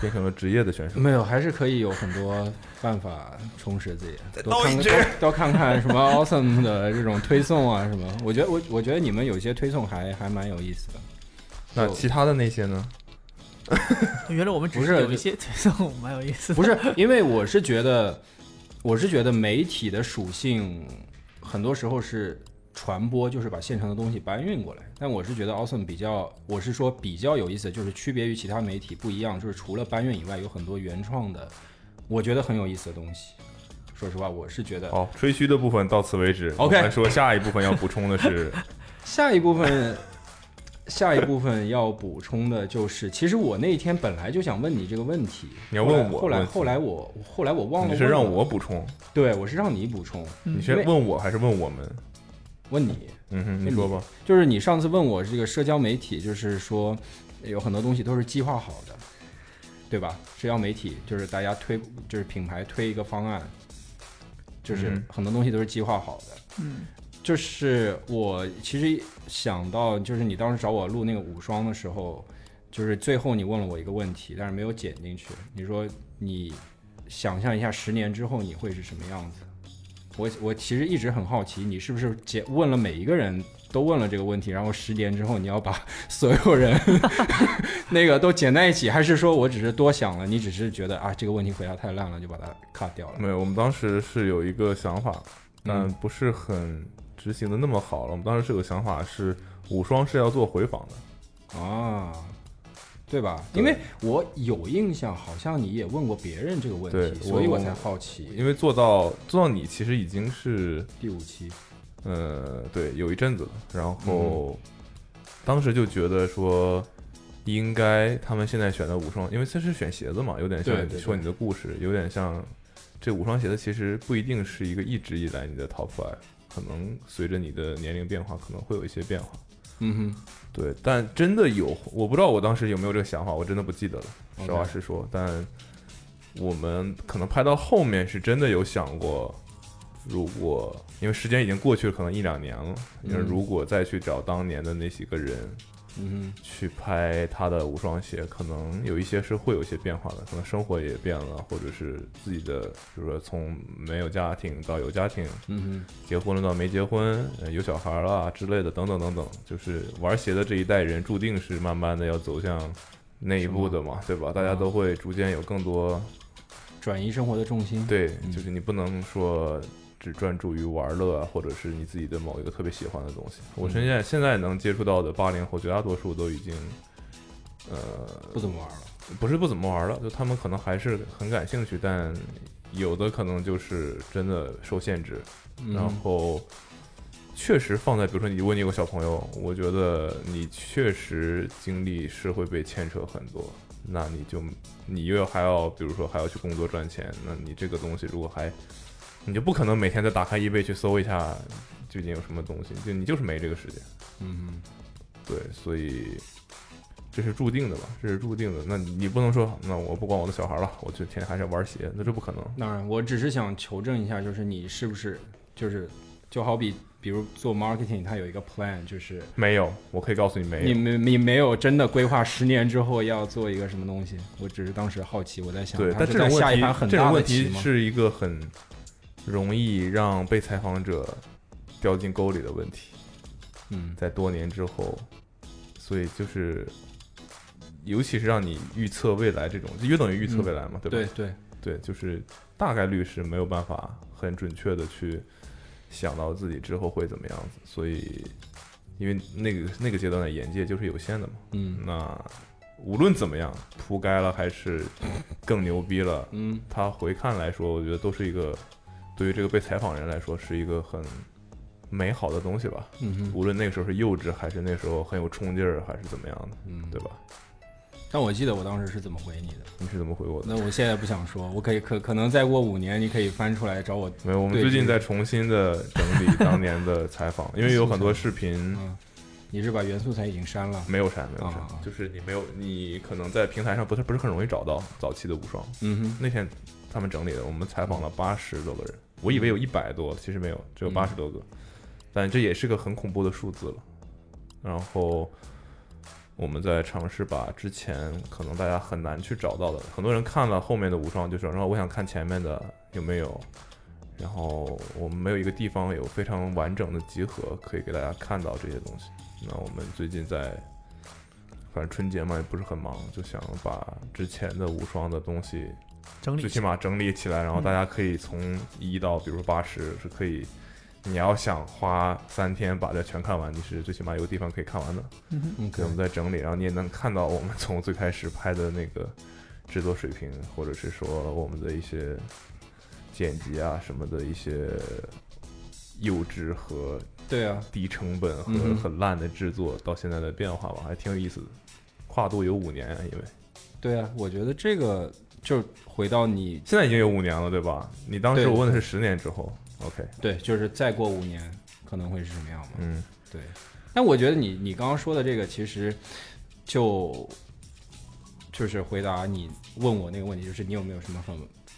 Speaker 2: 变成了职业的选手，
Speaker 3: 没有，还是可以有很多办法充实自己，多
Speaker 2: 刀一
Speaker 3: 看
Speaker 2: 只
Speaker 3: 看 多看看什么 awesome 的这种推送啊什么。我觉得我我觉得你们有些推送还还蛮有意思的。
Speaker 2: 那其他的那些呢？
Speaker 5: 原来我们只
Speaker 3: 不
Speaker 5: 是
Speaker 3: 是
Speaker 5: 有一些推送蛮有意思的，
Speaker 3: 不是，因为我是觉得，我是觉得媒体的属性很多时候是传播，就是把现成的东西搬运过来。但我是觉得 Awesome 比较，我是说比较有意思，就是区别于其他媒体不一样，就是除了搬运以外，有很多原创的，我觉得很有意思的东西。说实话，我是觉得
Speaker 2: 好，吹嘘的部分到此为止。
Speaker 3: OK
Speaker 2: 我们说下一部分要补充的 是，
Speaker 3: 下一部分，下一部分要补充的就是， 其实我那一天本来就想问你这个问题，
Speaker 2: 你要问我
Speaker 3: 后来
Speaker 2: 问
Speaker 3: 后来后来我后来哦我忘了
Speaker 2: 你
Speaker 3: 问
Speaker 2: 是
Speaker 3: 了，嗯
Speaker 2: 让我补充，
Speaker 3: 对，我是让你补充，
Speaker 2: 你是
Speaker 3: 因为
Speaker 2: 问我还是问我们？
Speaker 3: 问你，
Speaker 2: 嗯哼，你说吧。
Speaker 3: 就是你上次问我这个社交媒体，就是说有很多东西都是计划好的，对吧？社交媒体就是大家推，就是品牌推一个方案，就是
Speaker 2: 嗯
Speaker 3: 很多东西都是计划好的。
Speaker 5: 嗯，
Speaker 3: 就是我其实想到，就是你当时找我录那个五双的时候，就是最后你问了我一个问题，但是没有剪进去。你说你想象一下十年之后你会是什么样子？我我其实一直很好奇，你是不是解问了每一个人都问了这个问题，然后十年之后你要把 所有人 那个都剪在一起，还是说我只是多想了？你只是觉得啊这个问题回答太烂了，就把它 cut 掉了？
Speaker 2: 没有，我们当时是有一个想法，但
Speaker 3: 嗯
Speaker 2: 不是很执行的那么好了。我们当时是有个想法是五双是要做回访的，
Speaker 3: 啊，对吧？
Speaker 2: 对
Speaker 3: 因为我有印象，好像你也问过别人这个问
Speaker 2: 对
Speaker 3: 题，所以
Speaker 2: 我
Speaker 3: 我才好奇。
Speaker 2: 因为做到做到你其实已经是
Speaker 3: 第五期，
Speaker 2: 呃对有一阵子了，然后、
Speaker 3: 嗯
Speaker 2: 当时就觉得说。应该他们现在选的五双，因为这是选鞋子嘛，有点像
Speaker 3: 对对对
Speaker 2: 说你的故事，有点像这五双鞋子其实不一定是一个一直以来你的 top five，可能随着你的年龄变化，可能会有一些变化。
Speaker 3: 嗯哼，
Speaker 2: 对，但真的有，我不知道我当时有没有这个想法，我真的不记得了，
Speaker 3: OK
Speaker 2: 实话实说。但我们可能拍到后面是真的有想过，如果因为时间已经过去了，可能一两年了，
Speaker 3: 嗯
Speaker 2: 就是如果再去找当年的那几个人
Speaker 3: 嗯
Speaker 2: 去拍他的无双鞋，可能有一些是会有一些变化的，可能生活也变了，或者是自己的，比如说从没有家庭到有家庭，
Speaker 3: 哼，嗯
Speaker 2: 结婚了到没结婚，呃有小孩啦之类的，等等等等，就是玩鞋的这一代人，注定是慢慢的要走向那一步的嘛，对吧？大家都会逐渐有更多，
Speaker 3: 哼，转移生活的重心。，
Speaker 2: 对，
Speaker 3: 嗯
Speaker 2: 就是你不能说只专注于玩乐啊，或者是你自己的某一个特别喜欢的东西。我现在现在能接触到的八零后，绝大多数都已经，呃，
Speaker 3: 不怎么玩了。
Speaker 2: 不是不怎么玩了，就他们可能还是很感兴趣，但有的可能就是真的受限制，
Speaker 3: 嗯
Speaker 2: 然后确实放在比如说你如果你有个小朋友，我觉得你确实精力是会被牵扯很多，那你就你又还要比如说还要去工作赚钱，那你这个东西如果还你就不可能每天再打开 eBay 去搜一下最近有什么东西，就你就是没这个时间。
Speaker 3: 嗯
Speaker 2: 对，所以这是注定的吧？这是注定的。那你不能说，那我不管我的小孩了，我就天天还是玩鞋，那这不可能。
Speaker 3: 哼，当然，我只是想求证一下，就是你是不是就是就好比比如做 marketing，它有一个 plan，就是
Speaker 2: 没有，我可以告诉你没
Speaker 3: 你
Speaker 2: 有。
Speaker 3: 没你没有真的规划十年之后要做一个什么东西。我只是当时好奇，我在想，
Speaker 2: 对，
Speaker 3: 它
Speaker 2: 但
Speaker 3: 是
Speaker 2: 这种
Speaker 3: 在下
Speaker 2: 问
Speaker 3: 一
Speaker 2: 题
Speaker 3: 盘，很
Speaker 2: 这种
Speaker 3: 大的
Speaker 2: 问
Speaker 3: 棋
Speaker 2: 题
Speaker 3: 吗？
Speaker 2: 是一个很容易让被采访者掉进沟里的问题，
Speaker 3: 嗯
Speaker 2: 在多年之后，所以就是。尤其是让你预测未来这种，就约等于预测未来嘛，对吧？
Speaker 3: 嗯对对，
Speaker 2: 对，就是大概率是没有办法很准确的去想到自己之后会怎么样子，所以因为那个那个阶段的眼界就是有限的嘛。
Speaker 3: 嗯
Speaker 2: 那无论怎么样，铺盖了还是更牛逼了，
Speaker 3: 嗯。
Speaker 2: 他回看来说，我觉得都是一个对于这个被采访人来说是一个很美好的东西吧。
Speaker 3: 嗯哼，
Speaker 2: 无论那个时候是幼稚，还是那时候很有冲劲儿，还是怎么样的，
Speaker 3: 嗯
Speaker 2: 对吧？
Speaker 3: 但我记得我当时是怎么回你的，
Speaker 2: 你是怎么回我的？
Speaker 3: 那我现在不想说，我可以可可能再过五年，你可以翻出来找我。
Speaker 2: 没有，我们
Speaker 3: 对
Speaker 2: 最近
Speaker 3: 这
Speaker 2: 在重新的整理当年的采访，因为有很多视频
Speaker 3: 嗯你是把原素材已经删了。
Speaker 2: 没有删，没有删，
Speaker 3: 啊
Speaker 2: 就是你没有，你可能在平台上不是不是很容易找到早期的无双。
Speaker 3: 嗯哼，
Speaker 2: 那天他们整理的，我们采访了八十多个人，我以为有一百多，其实没有，只有八十多个，但这也是个很恐怖的数字了。然后我们在尝试把之前可能大家很难去找到的，很多人看了后面的无双就说，然后我想看前面的有没有。然后我们没有一个地方有非常完整的集合，可以给大家看到这些东西。那我们最近在反正春节嘛也不是很忙，就想把之前的无双的东西，
Speaker 5: 整理
Speaker 2: 最
Speaker 5: 一
Speaker 2: 起
Speaker 5: 下。
Speaker 2: 码整理起来，然后大家可以从一到比如八十是可以，你要想花三天把这全看完，你是最起码有个地方可以看完的。
Speaker 3: 嗯，
Speaker 2: 对，我们在整理，然后你也能看到我们从最开始拍的那个制作水平，或者是说我们的一些剪辑啊什么的一些幼稚和
Speaker 3: 对啊，
Speaker 2: 低成本和
Speaker 3: 嗯哼
Speaker 2: 很烂的制作到现在的变化吧，还挺有意思的。跨度有五年啊，因为
Speaker 3: 对啊，我觉得这个就回到你
Speaker 2: 现在已经有五年了，对吧？你当时
Speaker 3: 对
Speaker 2: 我问的是十年之后，OK，
Speaker 3: 对，就是再过五年可能会是什么样嘛？
Speaker 2: 嗯，
Speaker 3: 对。但我觉得你你刚刚说的这个，其实就就是回答你问我那个问题，就是你有没有什么很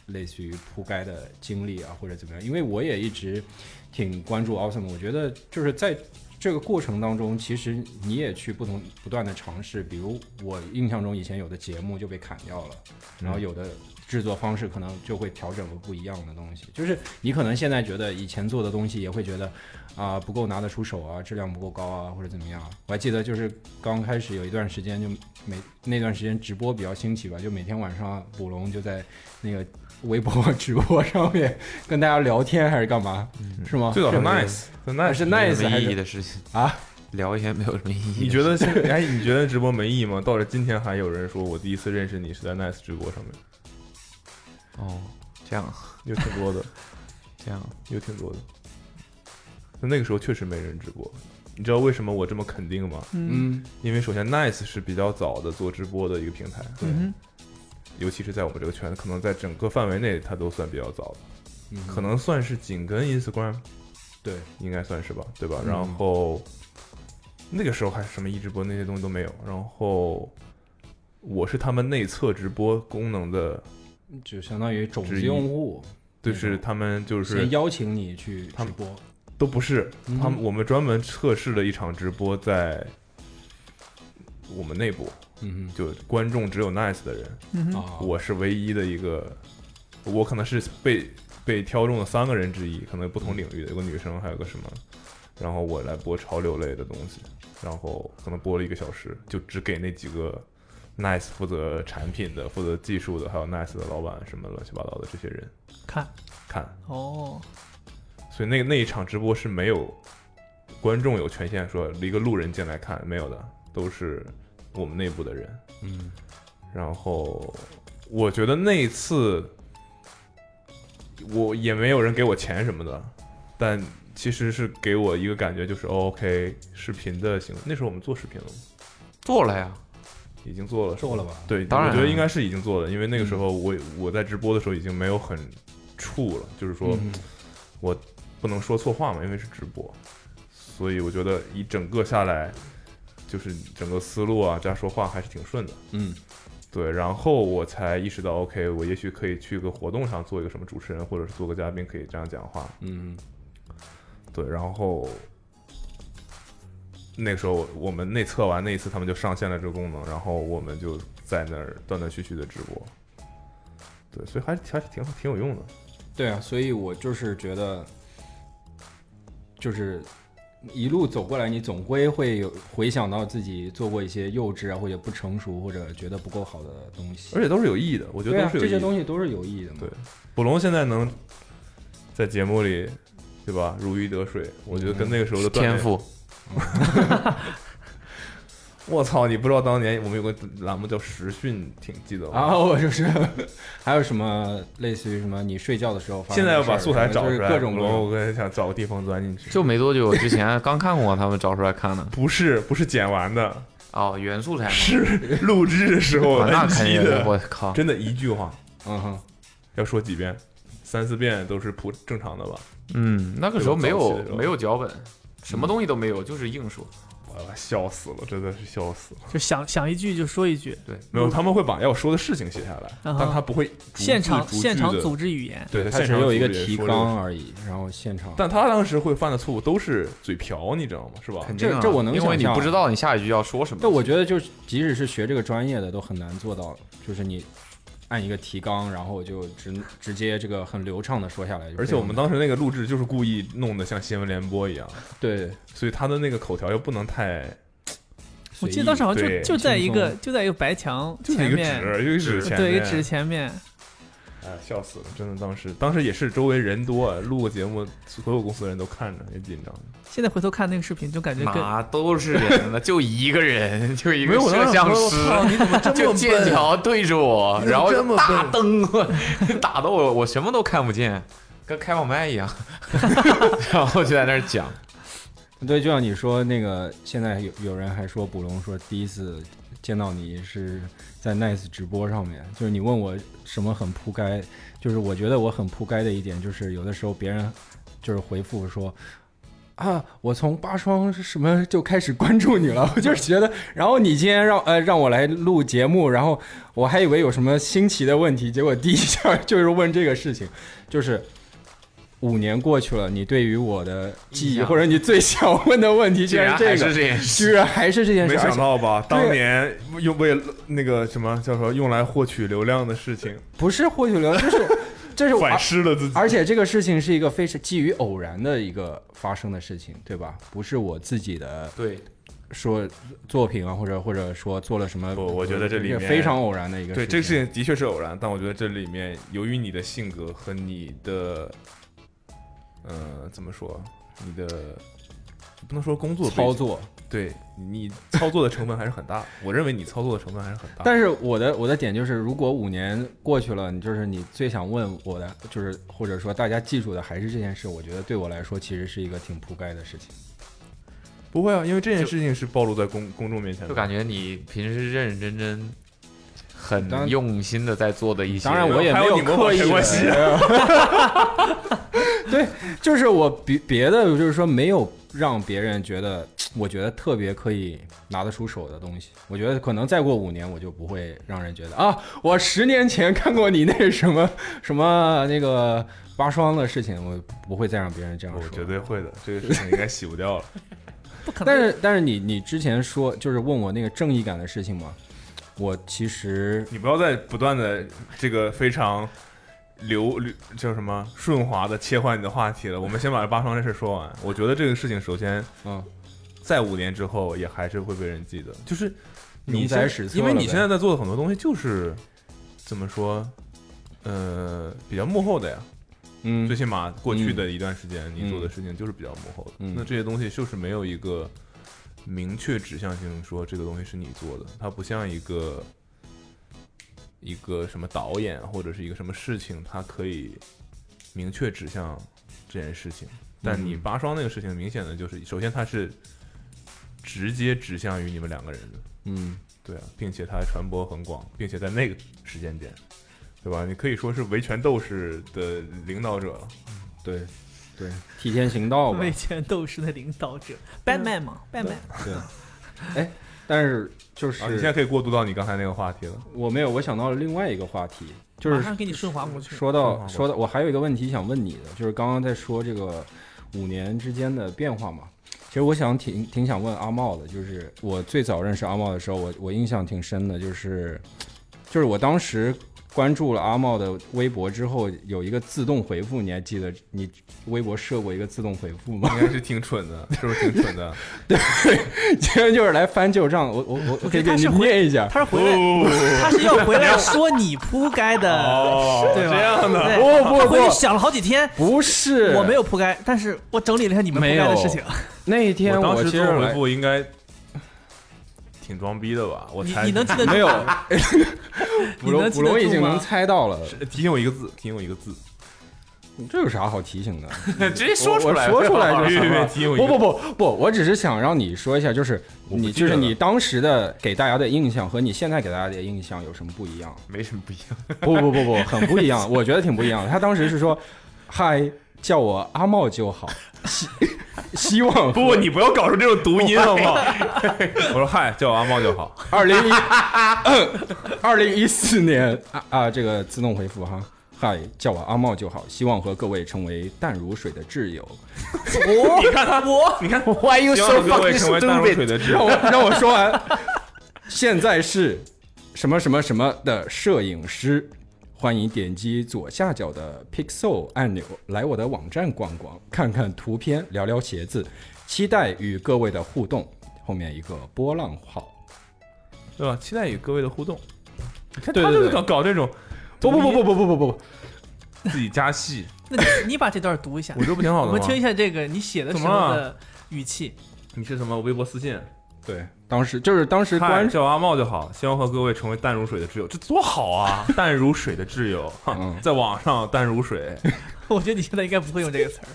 Speaker 3: 类似于铺盖的经历啊，或者怎么样？因为我也一直挺关注 Awesome，我觉得就是在这个过程当中，其实你也去不同不断的尝试，比如我印象中以前有的节目就被砍掉了，然后有的制作方式可能就会调整了不一样的东西，就是你可能现在觉得以前做的东西也会觉得啊、不够拿得出手啊，质量不够高啊，或者怎么样啊。我还记得就是刚开始有一段时间就每那段时间直播比较兴起吧，就每天晚上捕龙就在那个微博直播上面跟大家聊天还是干嘛，是吗？
Speaker 2: 最早是
Speaker 3: 哦是吗
Speaker 2: Nice，很
Speaker 3: 还
Speaker 2: Nice
Speaker 3: 是
Speaker 6: 没
Speaker 3: nice
Speaker 6: 什么
Speaker 3: 还
Speaker 6: 意义
Speaker 3: 是
Speaker 6: 的事情
Speaker 3: 啊？
Speaker 6: 聊一些没有什么意义的事情。
Speaker 2: 你觉得现 哎，你觉得直播没意义吗？到了今天还有人说我第一次认识你是在 Nice 直播上面，
Speaker 6: 哦，这样
Speaker 2: 有挺多的。
Speaker 6: 这样，
Speaker 2: 有挺多的。那那个时候确实没人直播，你知道为什么我这么肯定吗？
Speaker 3: 嗯，
Speaker 2: 因为首先 Nice 是比较早的做直播的一个平台，对
Speaker 5: 嗯
Speaker 2: 尤其是在我们这个圈，可能在整个范围内它都算比较早的，
Speaker 3: 嗯
Speaker 2: 可能算是紧跟 Instagram，
Speaker 3: 对，
Speaker 2: 应该算是吧，对吧？
Speaker 3: 嗯
Speaker 2: 然后那个时候还什么一直播那些东西都没有，然后我是他们内测直播功能的，
Speaker 3: 就相当于种
Speaker 2: 之
Speaker 3: 子
Speaker 2: 一
Speaker 3: 用户
Speaker 2: 就是他们就是
Speaker 3: 先邀请你去
Speaker 2: 他
Speaker 3: 直
Speaker 2: 们嗯
Speaker 3: 播，
Speaker 2: 都不是，
Speaker 3: 嗯
Speaker 2: 他们我们专门测试了一场直播，在我们内部，
Speaker 3: 嗯
Speaker 2: 就观众只有 nice 的人，
Speaker 5: 嗯
Speaker 3: 哼，
Speaker 5: 哼，
Speaker 3: 啊，
Speaker 2: 我是唯一的一个，我可能是被被挑中的三个人之一，可能不同领域的，有个女生，还有个什么，然后我来播潮流类的东西，然后可能播了一个小时，就只给那几个 nice 负责产品的、负责技术的，还有 nice 的老板什么乱七八糟的这些人
Speaker 5: 看
Speaker 2: 看，
Speaker 5: 哦，
Speaker 2: 所以那那一场直播是没有观众有权限说一个路人进来看，没有的，都是我们内部的人。
Speaker 3: 嗯
Speaker 2: 然后我觉得那一次我也没有人给我钱什么的，但其实是给我一个感觉，就是、哦 OK 视频的形，那时候我们做视频了吗？
Speaker 6: 做了呀，
Speaker 2: 已经做了，是吗
Speaker 3: 做了吧？
Speaker 2: 对，
Speaker 6: 当然
Speaker 2: 我觉得
Speaker 6: 了嗯
Speaker 2: 应该是已经做了，因为那个时候我我在直播的时候已经没有很怵了，就是说。
Speaker 3: 嗯
Speaker 2: 我不能说错话嘛，因为是直播，所以我觉得一整个下来，就是整个思路啊，加说话还是挺顺的。
Speaker 3: 嗯
Speaker 2: 对，然后我才意识到，OK，我也许可以去个活动上做一个什么主持人，或者是做个嘉宾，可以这样讲话。
Speaker 3: 嗯
Speaker 2: 对，然后那个时候我们内测完那一次，他们就上线了这个功能，然后我们就在那儿断断续续的直播。对，所以还是还是挺挺有用的。
Speaker 3: 对啊，所以我就是觉得，就是一路走过来，你总归会有回想到自己做过一些幼稚啊，或者不成熟，或者觉得不够好的东西
Speaker 2: 而。且都是有意义的，我觉
Speaker 3: 对
Speaker 2: 得都
Speaker 3: 啊，
Speaker 2: 是有
Speaker 3: 这
Speaker 2: 意义
Speaker 3: 些
Speaker 2: 的。
Speaker 3: 东西都是有意义的嘛。
Speaker 2: 对捕龙现在能在节目里，对吧？如鱼得水，我觉得跟那个时候的锻炼
Speaker 6: 天。赋
Speaker 2: 我操，你不知道当年我们有个栏目叫时讯，挺记得吗。
Speaker 3: 然啊后我就是还有什么类似于什么，你睡觉的时候发生
Speaker 2: 现在要
Speaker 3: 的事
Speaker 2: 把
Speaker 3: 儿
Speaker 2: 素材找
Speaker 3: 就
Speaker 2: 出
Speaker 3: 是
Speaker 2: 来，
Speaker 3: 各种
Speaker 2: 捕
Speaker 3: 各
Speaker 2: 龙，
Speaker 3: 种
Speaker 2: 我跟你想找个地方钻进去。
Speaker 6: 就没多久之前刚看过他们找出来看 的
Speaker 2: 不是不是剪完的，
Speaker 6: 哦，原素材吗？
Speaker 2: 是录制的时候
Speaker 6: 啊，那肯
Speaker 2: NG
Speaker 6: 定
Speaker 2: 的，
Speaker 6: 我靠，
Speaker 2: 真的一句话
Speaker 3: 嗯哼，
Speaker 2: 要说几遍，三四遍都是普正常的吧？
Speaker 6: 嗯，那个时候没
Speaker 2: 这种
Speaker 6: 有
Speaker 2: 早期的时候
Speaker 6: 没有脚本，什么东西都没有，就是硬说。
Speaker 2: 呀，笑死了，真的是笑死了。
Speaker 5: 就想想一句就说一句，
Speaker 2: 对，没有，他们会把要说的事情写下来，
Speaker 5: 啊哈
Speaker 2: 但他不会逐字
Speaker 5: 现场
Speaker 2: 逐句地
Speaker 5: 现场组织语言，
Speaker 2: 对，
Speaker 3: 它
Speaker 2: 现
Speaker 3: 只
Speaker 2: 场
Speaker 3: 有一个
Speaker 2: 组织
Speaker 3: 提
Speaker 2: 说这个
Speaker 3: 纲而已，然后现场。
Speaker 2: 但他当时会犯的错误都是嘴瓢，你知道吗？是吧？
Speaker 6: 肯定啊
Speaker 3: 这这我能
Speaker 6: 因为你
Speaker 3: 想象
Speaker 6: 不知道你下一句要说什么。
Speaker 3: 但我觉得就是，即使是学这个专业的，都很难做到，就是你按一个提纲，然后就直直接这个很流畅的说下来。就
Speaker 2: 而且
Speaker 3: 非常
Speaker 2: 我们当时那个录制就是故意弄得像新闻联播一样，
Speaker 3: 对，
Speaker 2: 所以他的那个口条又不能太，
Speaker 5: 我记得当时好像
Speaker 2: 对
Speaker 5: 就就在一个
Speaker 3: 轻
Speaker 5: 就在一个白墙
Speaker 2: 就是一
Speaker 5: 前
Speaker 2: 个
Speaker 5: 面，呃
Speaker 2: 纸，一个纸前
Speaker 5: 对一
Speaker 2: 面
Speaker 5: 个纸，前面，
Speaker 2: 哎，笑死了！真的，当时当时也是周围人多，录个节目，所有公司的人都看着，也紧张。
Speaker 5: 现在回头看那个视频就感觉跟
Speaker 6: 哪都是人 了，就一个人， 就一
Speaker 2: 没
Speaker 6: 个
Speaker 2: 有我当
Speaker 6: 摄
Speaker 2: 时
Speaker 6: 像
Speaker 2: 说我
Speaker 6: 师
Speaker 2: 操你 怎么这，么
Speaker 6: 就剑
Speaker 2: 笨
Speaker 6: 桥对着我，
Speaker 2: 你怎么
Speaker 6: 然后
Speaker 2: 这
Speaker 6: 就
Speaker 2: 么
Speaker 6: 大
Speaker 2: 笨
Speaker 6: 灯 打的我我什么都看不见，跟开放麦一样， 然后就在那儿讲。
Speaker 3: 对，就像你说那个，现在有有人还说捕龙说第一次见到你是在 Nice 直播上面，就是你问我什么很扑街，就是我觉得我很扑街的一点就是有的时候别人就是回复说。啊！我从八双是什么就开始关注你了，我就是觉得，然后你今天让呃让我来录节目，然后我还以为有什么新奇的问题，结果第一下就是问这个事情，就是五年过去了，你对于我的记
Speaker 6: 印
Speaker 3: 忆
Speaker 6: 象
Speaker 3: 或者你最想问的问题，
Speaker 6: 居
Speaker 3: 竟然这
Speaker 6: 还
Speaker 3: 个
Speaker 6: 是，这件事，
Speaker 3: 居然还是这件 事，
Speaker 2: 没
Speaker 3: 而
Speaker 2: 想
Speaker 3: 且
Speaker 2: 到吧，
Speaker 3: 对
Speaker 2: 当年用为了那个什么叫什么用来获取流量的事 情，
Speaker 3: 不是获取流量，就是 这是我
Speaker 2: 反噬了自己。
Speaker 3: 而且这个事情是一个非常基于偶然的一个发生的事情，对吧？不是我自己的
Speaker 6: 对，
Speaker 3: 说作品啊，或者或者说做了什么，
Speaker 2: 不我觉得这里面
Speaker 3: 非常偶然的一个
Speaker 2: 对这
Speaker 3: 事
Speaker 2: 个事情的确是偶然，但我觉得这里面由于你的性格和你的，呃，怎么说，你的不能说工作背景啊
Speaker 3: 操，作。
Speaker 2: 对你操作的成分还是很大。我认为你操作的成分还是很大。
Speaker 3: 但是我的我的点就是，如果五年过去了，你就是你最想问我的，就是或者说大家记住的还是这件事，我觉得对我来说其实是一个挺铺盖的事情。
Speaker 2: 不会啊，因为这件事情是暴露在公公众面前
Speaker 6: 就
Speaker 2: 的。
Speaker 6: 感觉你平时认认真真、
Speaker 3: 当
Speaker 6: 很
Speaker 3: 然
Speaker 6: 用心的在做的一些。
Speaker 3: 当然我 也没有刻意
Speaker 2: 还有你跟我什
Speaker 3: 的。对，就是我别别的，就是说没有让别人觉得，我觉得特别可以拿得出手的东西。我觉得可能再过五年，我就不会让人觉得啊，我十年前看过你那什么什么那个八双的事情，我不会再让别人这样
Speaker 2: 我
Speaker 3: 说。
Speaker 2: 绝对会的，这个事情应该洗不掉了。
Speaker 5: 不可能。
Speaker 3: 但是但是你你之前说就是问我那个正义感的事情嘛，我其实
Speaker 2: 你不要再不断的这个非常流流叫什么顺滑的切换你的话题了。我们先把这八双这事说完。我觉得这个事情首先
Speaker 3: 嗯
Speaker 2: 在五年之后也还是会被人记得，就是你
Speaker 3: 永
Speaker 2: 在
Speaker 3: 载史册
Speaker 2: 因为
Speaker 3: 了
Speaker 2: 你
Speaker 3: 呗
Speaker 2: 现在在做的很多东西就是怎么说，呃，比较幕后的呀。
Speaker 3: 嗯
Speaker 2: 最起码过去的一段时间，你做的事情就是比较幕后的。
Speaker 3: 嗯
Speaker 2: 那这些东西就是没有一个明确指向性说这个东西是你做的，它不像一个一个什么导演或者是一个什么事情，它可以明确指向这件事情。但你拔双那个事情，明显的就是，首先它是直接指向于你们两个人的，
Speaker 3: 嗯
Speaker 2: 对啊，并且它传播很广，并且在那个时间点，对吧？你可以说是维权斗士的领导者了。
Speaker 3: 对对替天行道吧
Speaker 5: 维。权斗士的领导者，Batman
Speaker 2: 啊
Speaker 5: 嘛，Batman，
Speaker 3: 但是就
Speaker 2: 啊，你现在
Speaker 3: 是
Speaker 2: 可以过渡到你刚才那个话题了。
Speaker 3: 我没有，我想到了另外一个话题，就
Speaker 5: 马
Speaker 3: 是
Speaker 5: 上给你顺滑过去。
Speaker 3: 说
Speaker 2: 说
Speaker 3: 到
Speaker 2: 吧
Speaker 3: 说到，我还有一个问题想问你的，就是刚刚在说这个五年之间的变化嘛。其实我想挺挺想问阿茂的，就是我最早认识阿茂的时候，我我印象挺深的，就是就是我当时关注了阿茂的微博之后，有一个自动回复，你还记得你微博设过一个自动回复吗？
Speaker 2: 应该是挺蠢的，是不是挺蠢的？
Speaker 3: 今天就是来翻旧账，我我我我可以给
Speaker 5: 觉得他
Speaker 3: 你
Speaker 5: 是回
Speaker 3: 念一下，
Speaker 5: 他是回来，
Speaker 2: 哦
Speaker 5: 他是要回 来说你铺盖的，
Speaker 2: 哦
Speaker 5: 对吧？
Speaker 2: 这样的，
Speaker 3: 不不
Speaker 5: 对他回去
Speaker 3: 不
Speaker 5: 想了好几天，
Speaker 3: 不是
Speaker 5: 我没有铺盖，但是我整理了一下你们铺盖的事情。
Speaker 3: 那一天
Speaker 2: 我当时
Speaker 3: 其
Speaker 2: 做
Speaker 3: 实
Speaker 2: 回
Speaker 3: 来
Speaker 2: 复应该挺装逼的吧？我
Speaker 5: 你
Speaker 2: 才
Speaker 5: 你 能记得 住
Speaker 3: 没有
Speaker 5: 吗，
Speaker 3: 捕
Speaker 5: 你能
Speaker 3: 龙
Speaker 5: 记
Speaker 3: 捕
Speaker 5: 得
Speaker 3: 龙已
Speaker 5: 住
Speaker 3: 经
Speaker 5: 吗
Speaker 3: 能猜到了，
Speaker 2: 提醒我一个字，提醒我一个字，
Speaker 3: 这有啥好提醒的？
Speaker 6: 直接说
Speaker 3: 我
Speaker 6: 出来，
Speaker 3: 我说出来就
Speaker 2: 别
Speaker 3: 行
Speaker 2: 别别
Speaker 3: 了。
Speaker 2: 提醒我一
Speaker 3: 不
Speaker 2: 个
Speaker 3: 不不不，我只是想让你说一下，就是
Speaker 2: 我不
Speaker 3: 你
Speaker 2: 记
Speaker 3: 就是
Speaker 2: 得
Speaker 3: 你
Speaker 2: 了
Speaker 3: 当时的给大家的印象和你现在给大家的印象有什么不一样？
Speaker 6: 没什么不一样。
Speaker 3: 不不不不，很不一样，我觉得挺不一样的。他当时是说：“嗨，叫我阿茂就好，希 希望
Speaker 2: 不，你不要搞出这种读音好不好？ 我说嗨，叫我阿茂就好。
Speaker 3: 二零一二零一四年啊啊，这个自动回复哈。嗨，叫我阿茂就好，希望和各位成为淡如水的挚友。
Speaker 2: 你看他，我 你看，
Speaker 4: Why you
Speaker 2: 希望各位成为淡如水的挚
Speaker 3: 让
Speaker 2: 友。
Speaker 3: 我 让我说完。现在是什么什么什么的摄影师，欢迎点击左下角的 Pixel 按钮来我的网站逛逛，看看图片，聊聊鞋子，期待与各位的互动。后面一个波浪号，
Speaker 2: 对吧？期待与各位的互动。你看
Speaker 3: 对
Speaker 2: 他
Speaker 3: 对
Speaker 2: 就是
Speaker 3: 对
Speaker 2: 搞搞这种
Speaker 3: 不不不不不不不不不，
Speaker 2: 自己加戏，
Speaker 5: 那你你把这段读一下
Speaker 2: 哦我，这不挺好
Speaker 5: 我
Speaker 2: 的
Speaker 5: 们听一
Speaker 2: 吗？
Speaker 5: 下这个你写的时
Speaker 2: 怎么
Speaker 5: 候的语气。
Speaker 2: 你是什么微博私信？
Speaker 3: 对，当时就是当时
Speaker 2: 嗨，
Speaker 3: 关
Speaker 2: 叫我阿茂就好，希望和各位成为淡如水的挚友，这多好啊！淡如水的挚友，哈
Speaker 3: 嗯
Speaker 2: 在网上淡如水，
Speaker 5: 我觉得你现在应该不会用这个词儿。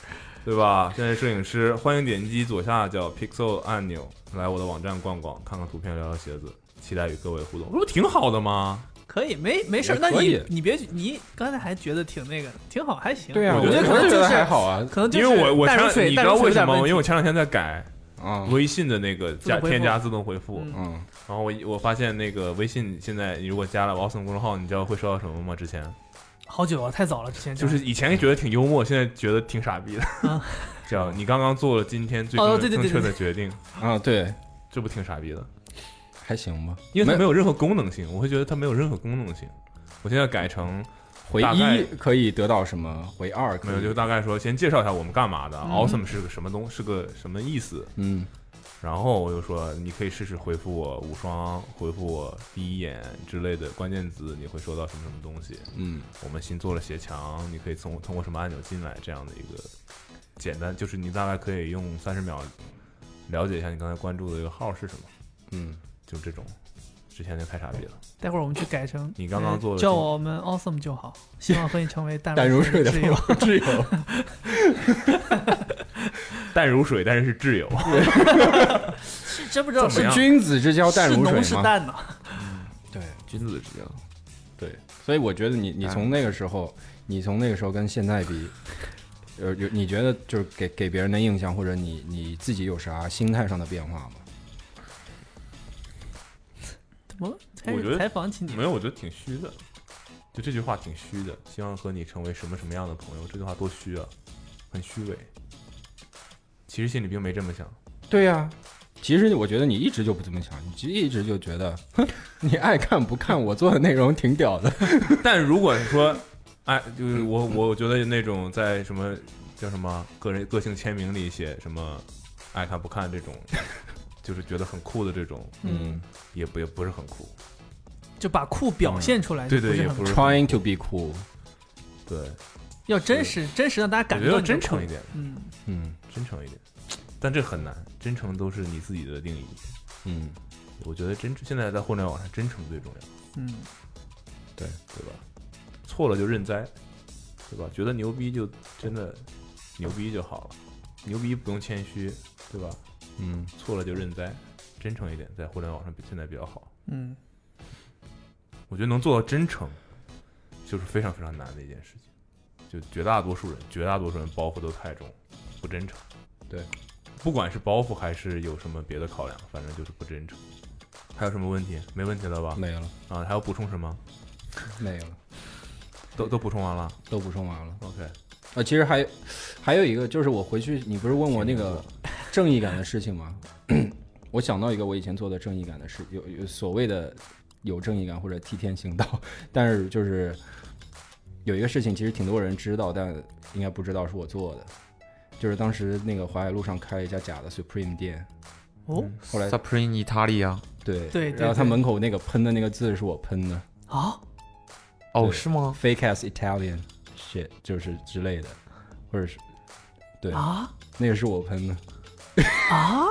Speaker 2: 对吧？现在摄影师，欢迎点击左下角 Pixel 按钮来我的网站逛逛，看看图片，聊聊鞋子，期待与各位互动，这不挺好的吗？
Speaker 5: 可以，没没事儿
Speaker 3: 也。
Speaker 5: 那
Speaker 3: 可
Speaker 5: 你
Speaker 3: 以
Speaker 5: 你别你刚才还觉得挺那个，挺好，还行。
Speaker 3: 对呀、
Speaker 2: 我
Speaker 3: 我
Speaker 2: 觉得
Speaker 5: 可能
Speaker 3: 觉
Speaker 5: 就
Speaker 3: 得
Speaker 5: 是
Speaker 3: 还好啊
Speaker 5: 可能就
Speaker 2: 因
Speaker 5: 是
Speaker 2: 为我我
Speaker 5: 淡
Speaker 2: 前
Speaker 5: 如水，
Speaker 2: 你知
Speaker 5: 淡
Speaker 2: 道
Speaker 5: 如水
Speaker 2: 为
Speaker 5: 有
Speaker 2: 什
Speaker 5: 点
Speaker 2: 么吗？
Speaker 5: 问题
Speaker 2: 因为我前两天在改
Speaker 3: 啊
Speaker 2: 微信的那个加
Speaker 5: 自动回复
Speaker 2: 添加自动回复，
Speaker 5: 嗯
Speaker 3: 嗯，
Speaker 2: 然后我一我发现那个微信现在你如果加了 Watson 公众号，你知道会收到什么吗？之前
Speaker 5: 好久了，太早了，之前
Speaker 2: 就是以前觉得挺幽默，现在觉得挺傻逼的
Speaker 5: 啊。
Speaker 2: 叫你刚刚做了今天最
Speaker 5: 哦
Speaker 2: 正
Speaker 5: 对对
Speaker 2: 正
Speaker 5: 对
Speaker 2: 确
Speaker 5: 对
Speaker 2: 的决定，
Speaker 3: 啊对，
Speaker 2: 这不挺傻逼的？
Speaker 3: 还行吧，
Speaker 2: 因为它
Speaker 3: 没
Speaker 2: 没有任何功能性，我会觉得它没有任何功能性。我现在改成
Speaker 3: 回
Speaker 2: 大概
Speaker 3: 一可以得到什么，回二可
Speaker 2: 没有，
Speaker 3: 以
Speaker 2: 就大概说先介绍一下我们干嘛的、a
Speaker 5: 嗯
Speaker 2: w e s o m e 是个什么东，是个什么意思。
Speaker 3: 嗯
Speaker 2: 然后我就说你可以试试回复我无双，回复我第一眼之类的关键字，你会收到什么什么东西。
Speaker 3: 嗯
Speaker 2: 我们新做了鞋墙，你可以从通过什么按钮进来这样的一个简单，就是你大概可以用三十秒了解一下你刚才关注的一个号是什么，
Speaker 3: 嗯，
Speaker 2: 就这种。之前就太傻逼了，
Speaker 5: 待会儿我们去改成
Speaker 2: 你刚刚做的
Speaker 5: 呃
Speaker 2: 是
Speaker 5: 叫我们 awesome 就好，希望和你成为淡
Speaker 3: 淡如水
Speaker 5: 水
Speaker 3: 的
Speaker 5: 挚友。
Speaker 3: 挚友。
Speaker 2: 淡如水，但是是挚友。
Speaker 5: 真不知道
Speaker 2: 怎么
Speaker 5: 是
Speaker 2: 样
Speaker 3: 是君子之交淡
Speaker 5: 是
Speaker 3: 如
Speaker 5: 浓是
Speaker 3: 水吗？
Speaker 5: 淡呢？
Speaker 3: 对
Speaker 6: 君子之交，
Speaker 3: 对，所以我觉得你
Speaker 2: 哎
Speaker 3: 你从那个时候，你从那个时候跟现在比，呃，有你觉得就是给给别人的印象，或者你你自己有啥心态上的变化吗？
Speaker 5: 怎么开
Speaker 2: 我觉
Speaker 5: 始
Speaker 2: 得
Speaker 5: 采访起 你
Speaker 2: 没？有，我觉得挺虚的。就这句话挺虚的，希望和你成为什么什么样的朋友，这句话多虚啊，很虚伪。其实心里并没这么想，
Speaker 3: 对
Speaker 2: 啊
Speaker 3: 呀、其实我觉得你一直就不这么想，你就一直就觉得，哼，你爱看不看我做的内容挺屌的。
Speaker 2: 但如果说，哎，就是我我我觉得那种在什么叫什么个人个性签名里写什么爱看不看这种，就是觉得很酷的这种，
Speaker 5: 嗯，
Speaker 2: 也不也不是很酷，
Speaker 5: 就把酷表现出来，
Speaker 2: 对对，
Speaker 5: 不是
Speaker 2: 也
Speaker 5: 很
Speaker 2: 不是很
Speaker 3: ，trying to be cool，
Speaker 2: 对，
Speaker 5: 要真实，真实让大家
Speaker 2: 我
Speaker 5: 感
Speaker 2: 觉得
Speaker 5: 觉到
Speaker 2: 要
Speaker 5: 你的
Speaker 2: 真
Speaker 5: 酷
Speaker 2: 诚一。点，
Speaker 5: 嗯，
Speaker 3: 嗯
Speaker 2: 真诚一点，但这很难，真诚都是你自己的定义。
Speaker 3: 嗯，
Speaker 2: 我觉得真现在在互联网上，真诚最重要，
Speaker 5: 嗯，
Speaker 3: 对，
Speaker 2: 对吧？错了就认栽，对吧？觉得牛逼就真的牛逼就好了，牛逼不用谦虚，对吧？
Speaker 3: 嗯，
Speaker 2: 错了就认栽，真诚一点，在互联网上比现在比较好。
Speaker 5: 嗯，
Speaker 2: 我觉得能做到真诚，就是非常非常难的一件事情。就绝大多数人，绝大多数人包袱都太重，不真诚。
Speaker 3: 对，
Speaker 2: 不管是包袱还是有什么别的考量，反正就是不真诚。还有什么问题？没问题了吧？
Speaker 3: 没了，
Speaker 2: 啊，还要补充什么？
Speaker 3: 没了，
Speaker 2: 都都补充完了。
Speaker 3: 都补充完了。
Speaker 2: OK，
Speaker 3: 啊，其实还还有一个，就是我回去，你不是问我那个正义感的事情吗？ 我想到一个我以前做的正义感的事，有有所谓的有正义感或者替天行道， 但是就是有一个事情，其实挺多人知道，但应该不知道是我做的，就是当时那个淮海路上开了一家假的 Supreme 店，
Speaker 5: 哦
Speaker 3: 后来
Speaker 6: Supreme Italia，
Speaker 3: 对
Speaker 5: 对对
Speaker 3: 然后他
Speaker 5: 对
Speaker 3: 门口那个喷的那个字是我喷的
Speaker 5: 啊，
Speaker 6: 哦
Speaker 3: 对
Speaker 6: 是吗？
Speaker 3: ，fake ass Italian shit 就是之类的，或者是对
Speaker 5: 啊
Speaker 3: 那个是我喷的。
Speaker 5: 啊！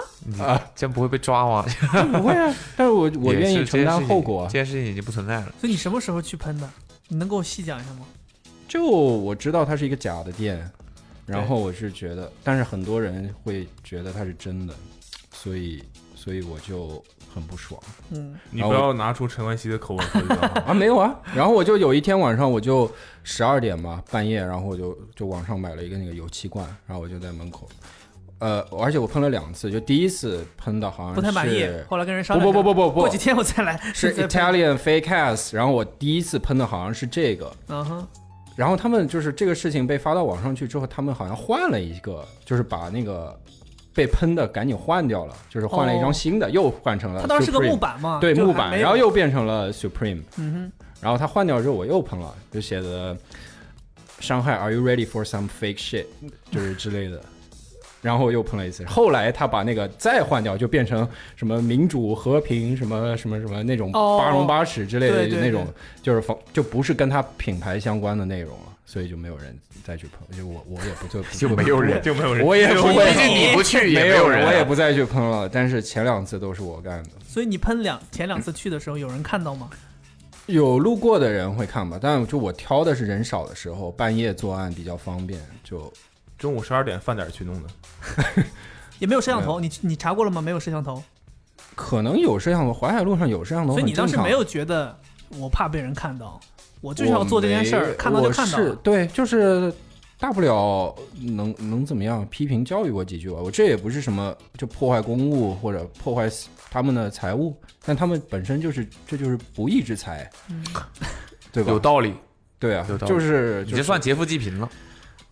Speaker 6: 这样不会被抓吗？
Speaker 3: 不会啊，但是 我我
Speaker 6: 也是
Speaker 3: 愿意
Speaker 6: 这
Speaker 3: 承
Speaker 6: 件
Speaker 3: 担
Speaker 6: 事
Speaker 3: 后
Speaker 6: 情
Speaker 3: 果啊
Speaker 6: 这。件事情已经不存在了。
Speaker 5: 所以你什么时候去喷的？你能给我细讲一下吗？
Speaker 3: 就我知道它是一个假的店，然后我是觉得，但是很多人会觉得它是真的，所以所以我就很不爽
Speaker 5: 嗯，
Speaker 2: 你不要拿出陈冠希的口吻说这 段话
Speaker 3: 啊，没有啊。然后我就有一天晚上，我就十二点吧，半夜，然后我就就网上买了一个那个油漆罐，然后我就在门口，呃，而且我喷了两次，就第一次喷的好像是
Speaker 5: 不太满意，后来跟人商
Speaker 3: 不
Speaker 5: 量
Speaker 3: 不
Speaker 5: 一下，
Speaker 3: 不不不不
Speaker 5: 过几，天我再来，
Speaker 3: 是
Speaker 5: 再
Speaker 3: Italian fake ass。然后我第一次喷的好像是这个，
Speaker 5: 嗯哼，
Speaker 3: 然后他们就是这个事情被发到网上去之后，他们好像换了一个，就是把那个被喷的赶紧换掉了，就是换了一张
Speaker 5: 哦
Speaker 3: 新的，又换成了。
Speaker 5: 它当时是个木。板嘛，
Speaker 3: 呃对
Speaker 5: 啊就还
Speaker 3: 木板，
Speaker 5: 没有
Speaker 3: 然后又变成了 Supreme，
Speaker 5: 嗯
Speaker 3: 然后他换掉之后我又喷了，就写的伤害 Are you ready for some fake shit？就是之类的，然后又喷了一次。后来他把那个再换掉，就变成什么民主、和平、什么什么什么那种
Speaker 5: 哦
Speaker 3: 八荣八耻之类的
Speaker 5: 对对
Speaker 3: 那种，就是防就不是跟他品牌相关的内容了，所以就没有人再去喷，就我我也不就就没有人，
Speaker 2: 就没有人，
Speaker 3: 我也不
Speaker 5: 毕
Speaker 3: 会
Speaker 5: 竟。你不
Speaker 6: 去
Speaker 3: 没有人，我啊也不再去喷了。但是前两次都是我干的，
Speaker 5: 哼，所以你喷两前两次去的时候，有人看到吗？
Speaker 3: 有路过的人会看吧，但就我挑的是人少的时候，半夜作案比较方便，就
Speaker 2: 中午十二点饭点儿去 弄的，
Speaker 5: 也没有摄像
Speaker 3: 没
Speaker 5: 头，你你查过了吗？没有摄像头，
Speaker 3: 可能有摄像头。淮海路上有摄像头，
Speaker 5: 所以你
Speaker 3: 很正
Speaker 5: 当时
Speaker 3: 常
Speaker 5: 没有觉得我怕被人看到，我就是要做这件事
Speaker 3: 我没
Speaker 5: 儿，看到就看到
Speaker 3: 我是
Speaker 5: 了。
Speaker 3: 对，就是大不了能能怎么样？批评教育我几句吧。我这也不是什么就破坏公务或者破坏他们的财物，但他们本身就是这就是不义之财，
Speaker 5: 嗯
Speaker 3: 对吧
Speaker 6: 有？道理，
Speaker 3: 对啊
Speaker 6: 有，道理
Speaker 3: 就是
Speaker 6: 你
Speaker 3: 就
Speaker 6: 这
Speaker 3: 是
Speaker 6: 算劫富济贫了。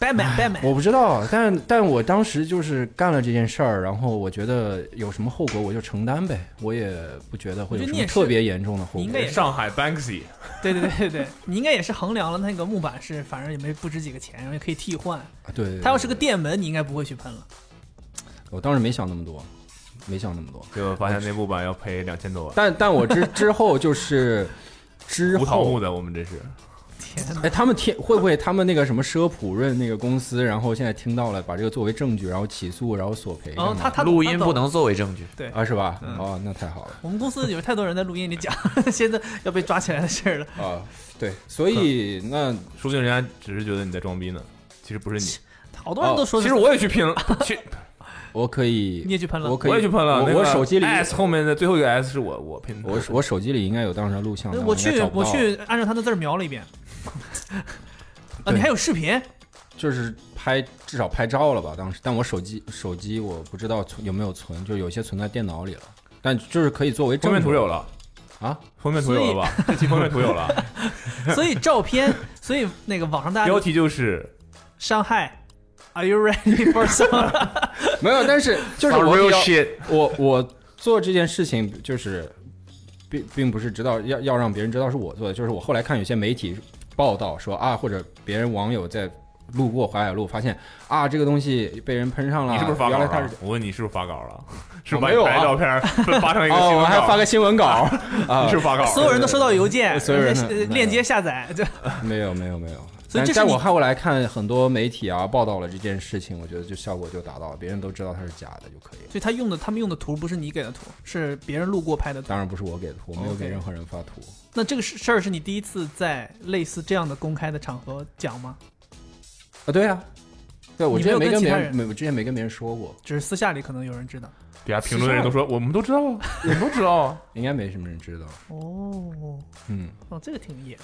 Speaker 5: 别买别买，
Speaker 3: 我不知道，啊但但我当时就是干了这件事儿，然后我觉得有什么后果我就承担呗，我也不觉得会有什
Speaker 5: 我觉得你
Speaker 3: 么
Speaker 5: 也是
Speaker 3: 特别严重的后果
Speaker 5: 你应。该也是
Speaker 2: 上海 Banksy
Speaker 5: 对对对对对，你应该也是衡量了那个木板是，反正也没不值几个钱，然后也可以替换。
Speaker 3: 啊对，对
Speaker 5: 它要是个
Speaker 3: 对
Speaker 5: 电门，你应该不会去喷了。
Speaker 3: 我当时没想那么多，没想那么多。
Speaker 2: 就发现那木板要赔两千多万，
Speaker 3: 但但我之 之后就是之
Speaker 2: 无桃
Speaker 3: 后
Speaker 2: 木，的，我们这是
Speaker 5: 天哪！
Speaker 3: 哎，他们听会不会他们那个什么奢普润那个公司，然后现在听到了，把这个作为证据，然后起诉，然后索赔
Speaker 5: 然后
Speaker 3: 干嘛
Speaker 5: 哦他他
Speaker 6: 录音
Speaker 5: 他
Speaker 6: 不能作为证据。
Speaker 5: 对
Speaker 3: 啊是吧？
Speaker 5: 嗯
Speaker 3: 哦，那太好了
Speaker 5: 我们公司有太多人在录音里讲 现在要被抓起来的事儿了。
Speaker 3: 啊！对，所以那
Speaker 2: 说不定人家只是觉得你在装逼呢，其实不是你。
Speaker 5: 好多人都说
Speaker 3: 哦
Speaker 2: 其
Speaker 5: 是，
Speaker 2: 实我也去拼了，去
Speaker 3: 我可以
Speaker 5: 你也去哎喷了
Speaker 3: 我。可以
Speaker 2: 我也去喷了。
Speaker 3: 我
Speaker 2: 那个
Speaker 3: 我手机里
Speaker 2: S 后面的最后一个 S 是我我拼的，
Speaker 3: 我我手机里应该有当时的录像的，
Speaker 5: 哎我
Speaker 3: 应该
Speaker 5: 去
Speaker 3: 找不
Speaker 5: 我
Speaker 3: 到，
Speaker 5: 去按照他的字儿描 了一遍。啊，
Speaker 3: 对
Speaker 5: 你还有视频？
Speaker 3: 就是拍至少拍照了吧？当时，但我手机手机我不知道存有没有存，就有些存在电脑里了，但就是可以作为
Speaker 2: 封
Speaker 3: 证
Speaker 2: 面
Speaker 3: 据
Speaker 2: 图有了，
Speaker 3: 啊。
Speaker 2: 封面图有了吧？这期封面图有 了，
Speaker 5: 所以照 片，所以那个网上大家
Speaker 2: 标
Speaker 5: 就
Speaker 2: 题就是
Speaker 5: 伤害。Are you ready for some？
Speaker 3: 没有，但是就是
Speaker 2: Some
Speaker 3: 我
Speaker 2: real
Speaker 3: 比较
Speaker 2: shit。
Speaker 3: 我我做这件事情就是并并不是知道要要让别人知道是我做的，就是我后来看有些媒体报道说啊，或者别人网友在路过淮海路发现啊这个东西被人喷上了，
Speaker 2: 你是不是发稿
Speaker 3: 啊原来他
Speaker 2: 了
Speaker 3: 是？
Speaker 2: 我问你是不是发稿了？是
Speaker 3: 我
Speaker 2: 把
Speaker 3: 没有啊
Speaker 2: 拍照片儿发成一个新
Speaker 3: 哦，我
Speaker 2: 闻
Speaker 3: 还
Speaker 2: 稿
Speaker 3: 发个新 闻稿啊
Speaker 2: 你是，不是发稿了？
Speaker 5: 所有人都收到邮件，
Speaker 3: 所有人嗯
Speaker 5: 呃
Speaker 3: 都
Speaker 5: 链接下载，就
Speaker 3: 没有没有没有。
Speaker 5: 所
Speaker 3: 但
Speaker 5: 以这是
Speaker 3: 但
Speaker 5: 你
Speaker 3: 我后来看很多媒体啊报道了这件事情，我觉得就效果就达到了，别人都知道它是假的就可以了。
Speaker 5: 所以他用的他们用的图不是你给的图，是别人路过拍的图
Speaker 3: 当。然不是我给的图，我没有
Speaker 5: OK
Speaker 3: 给任何人发图。
Speaker 5: 那这个事事儿是你第一次在类似这样的公开的场合讲吗？
Speaker 3: 啊，对啊，对我
Speaker 5: 你
Speaker 3: 之
Speaker 5: 没有
Speaker 3: 前没
Speaker 5: 跟
Speaker 3: 跟
Speaker 5: 其
Speaker 3: 别
Speaker 5: 他
Speaker 3: 人，
Speaker 5: 人
Speaker 3: 没我之前没跟别人说过，
Speaker 5: 只是私下里可能有人知道。
Speaker 2: 底下评论的人都说我们都知道啊，我们都知道啊。
Speaker 3: 应该没什么人知道。
Speaker 5: 哦，
Speaker 3: 嗯，
Speaker 5: 哦，这个挺野的，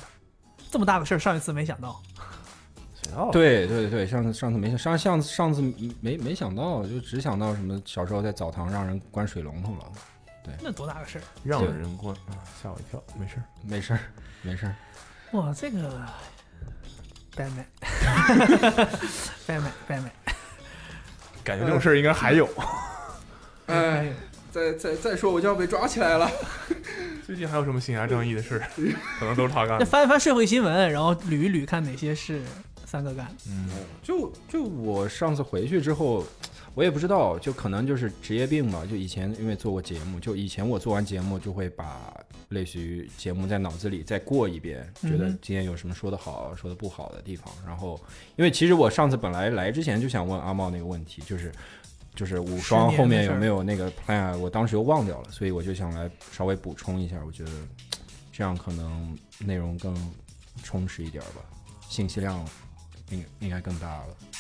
Speaker 5: 这么大个事儿，上一次没想到。
Speaker 2: 谁知道啊？
Speaker 3: 对对对，上次上次没想上上次上次没没想到，就只想到什么小时候在澡堂让人关水龙头了，
Speaker 5: 那多大个事儿？
Speaker 2: 让
Speaker 3: 对
Speaker 2: 人关啊，吓我一跳，没事儿。
Speaker 3: 没事儿没事儿。
Speaker 5: 哇，这个拜 买，拜买，拜买。
Speaker 2: 感觉这种事儿应该还有，
Speaker 3: 哎，再再再说我就要被抓起来了。
Speaker 2: 最近还有什么行侠仗义的事 儿？可能都是他干
Speaker 5: 那
Speaker 2: 的。
Speaker 5: 翻一翻社会新闻，然后捋一捋，看哪些是三个干的。
Speaker 3: 就就我上次回去之后，我也不知道，就可能就是职业病吧。就以前因为做过节目，就以前我做完节目就会把类似于节目在脑子里再过一遍，
Speaker 5: 嗯哼
Speaker 3: 觉得今天有什么说的好、说的不好的地方。然后，因为其实我上次本来来之前就想问阿茂那个问题，就是。就是无双
Speaker 5: 失眠的
Speaker 3: 后面
Speaker 5: 事
Speaker 3: 有
Speaker 5: 儿
Speaker 3: 没有那个 plan？我当时又忘掉了，所以我就想来稍微补充一下。我觉得这样可能内容更充实一点吧，信息量应应该更大了。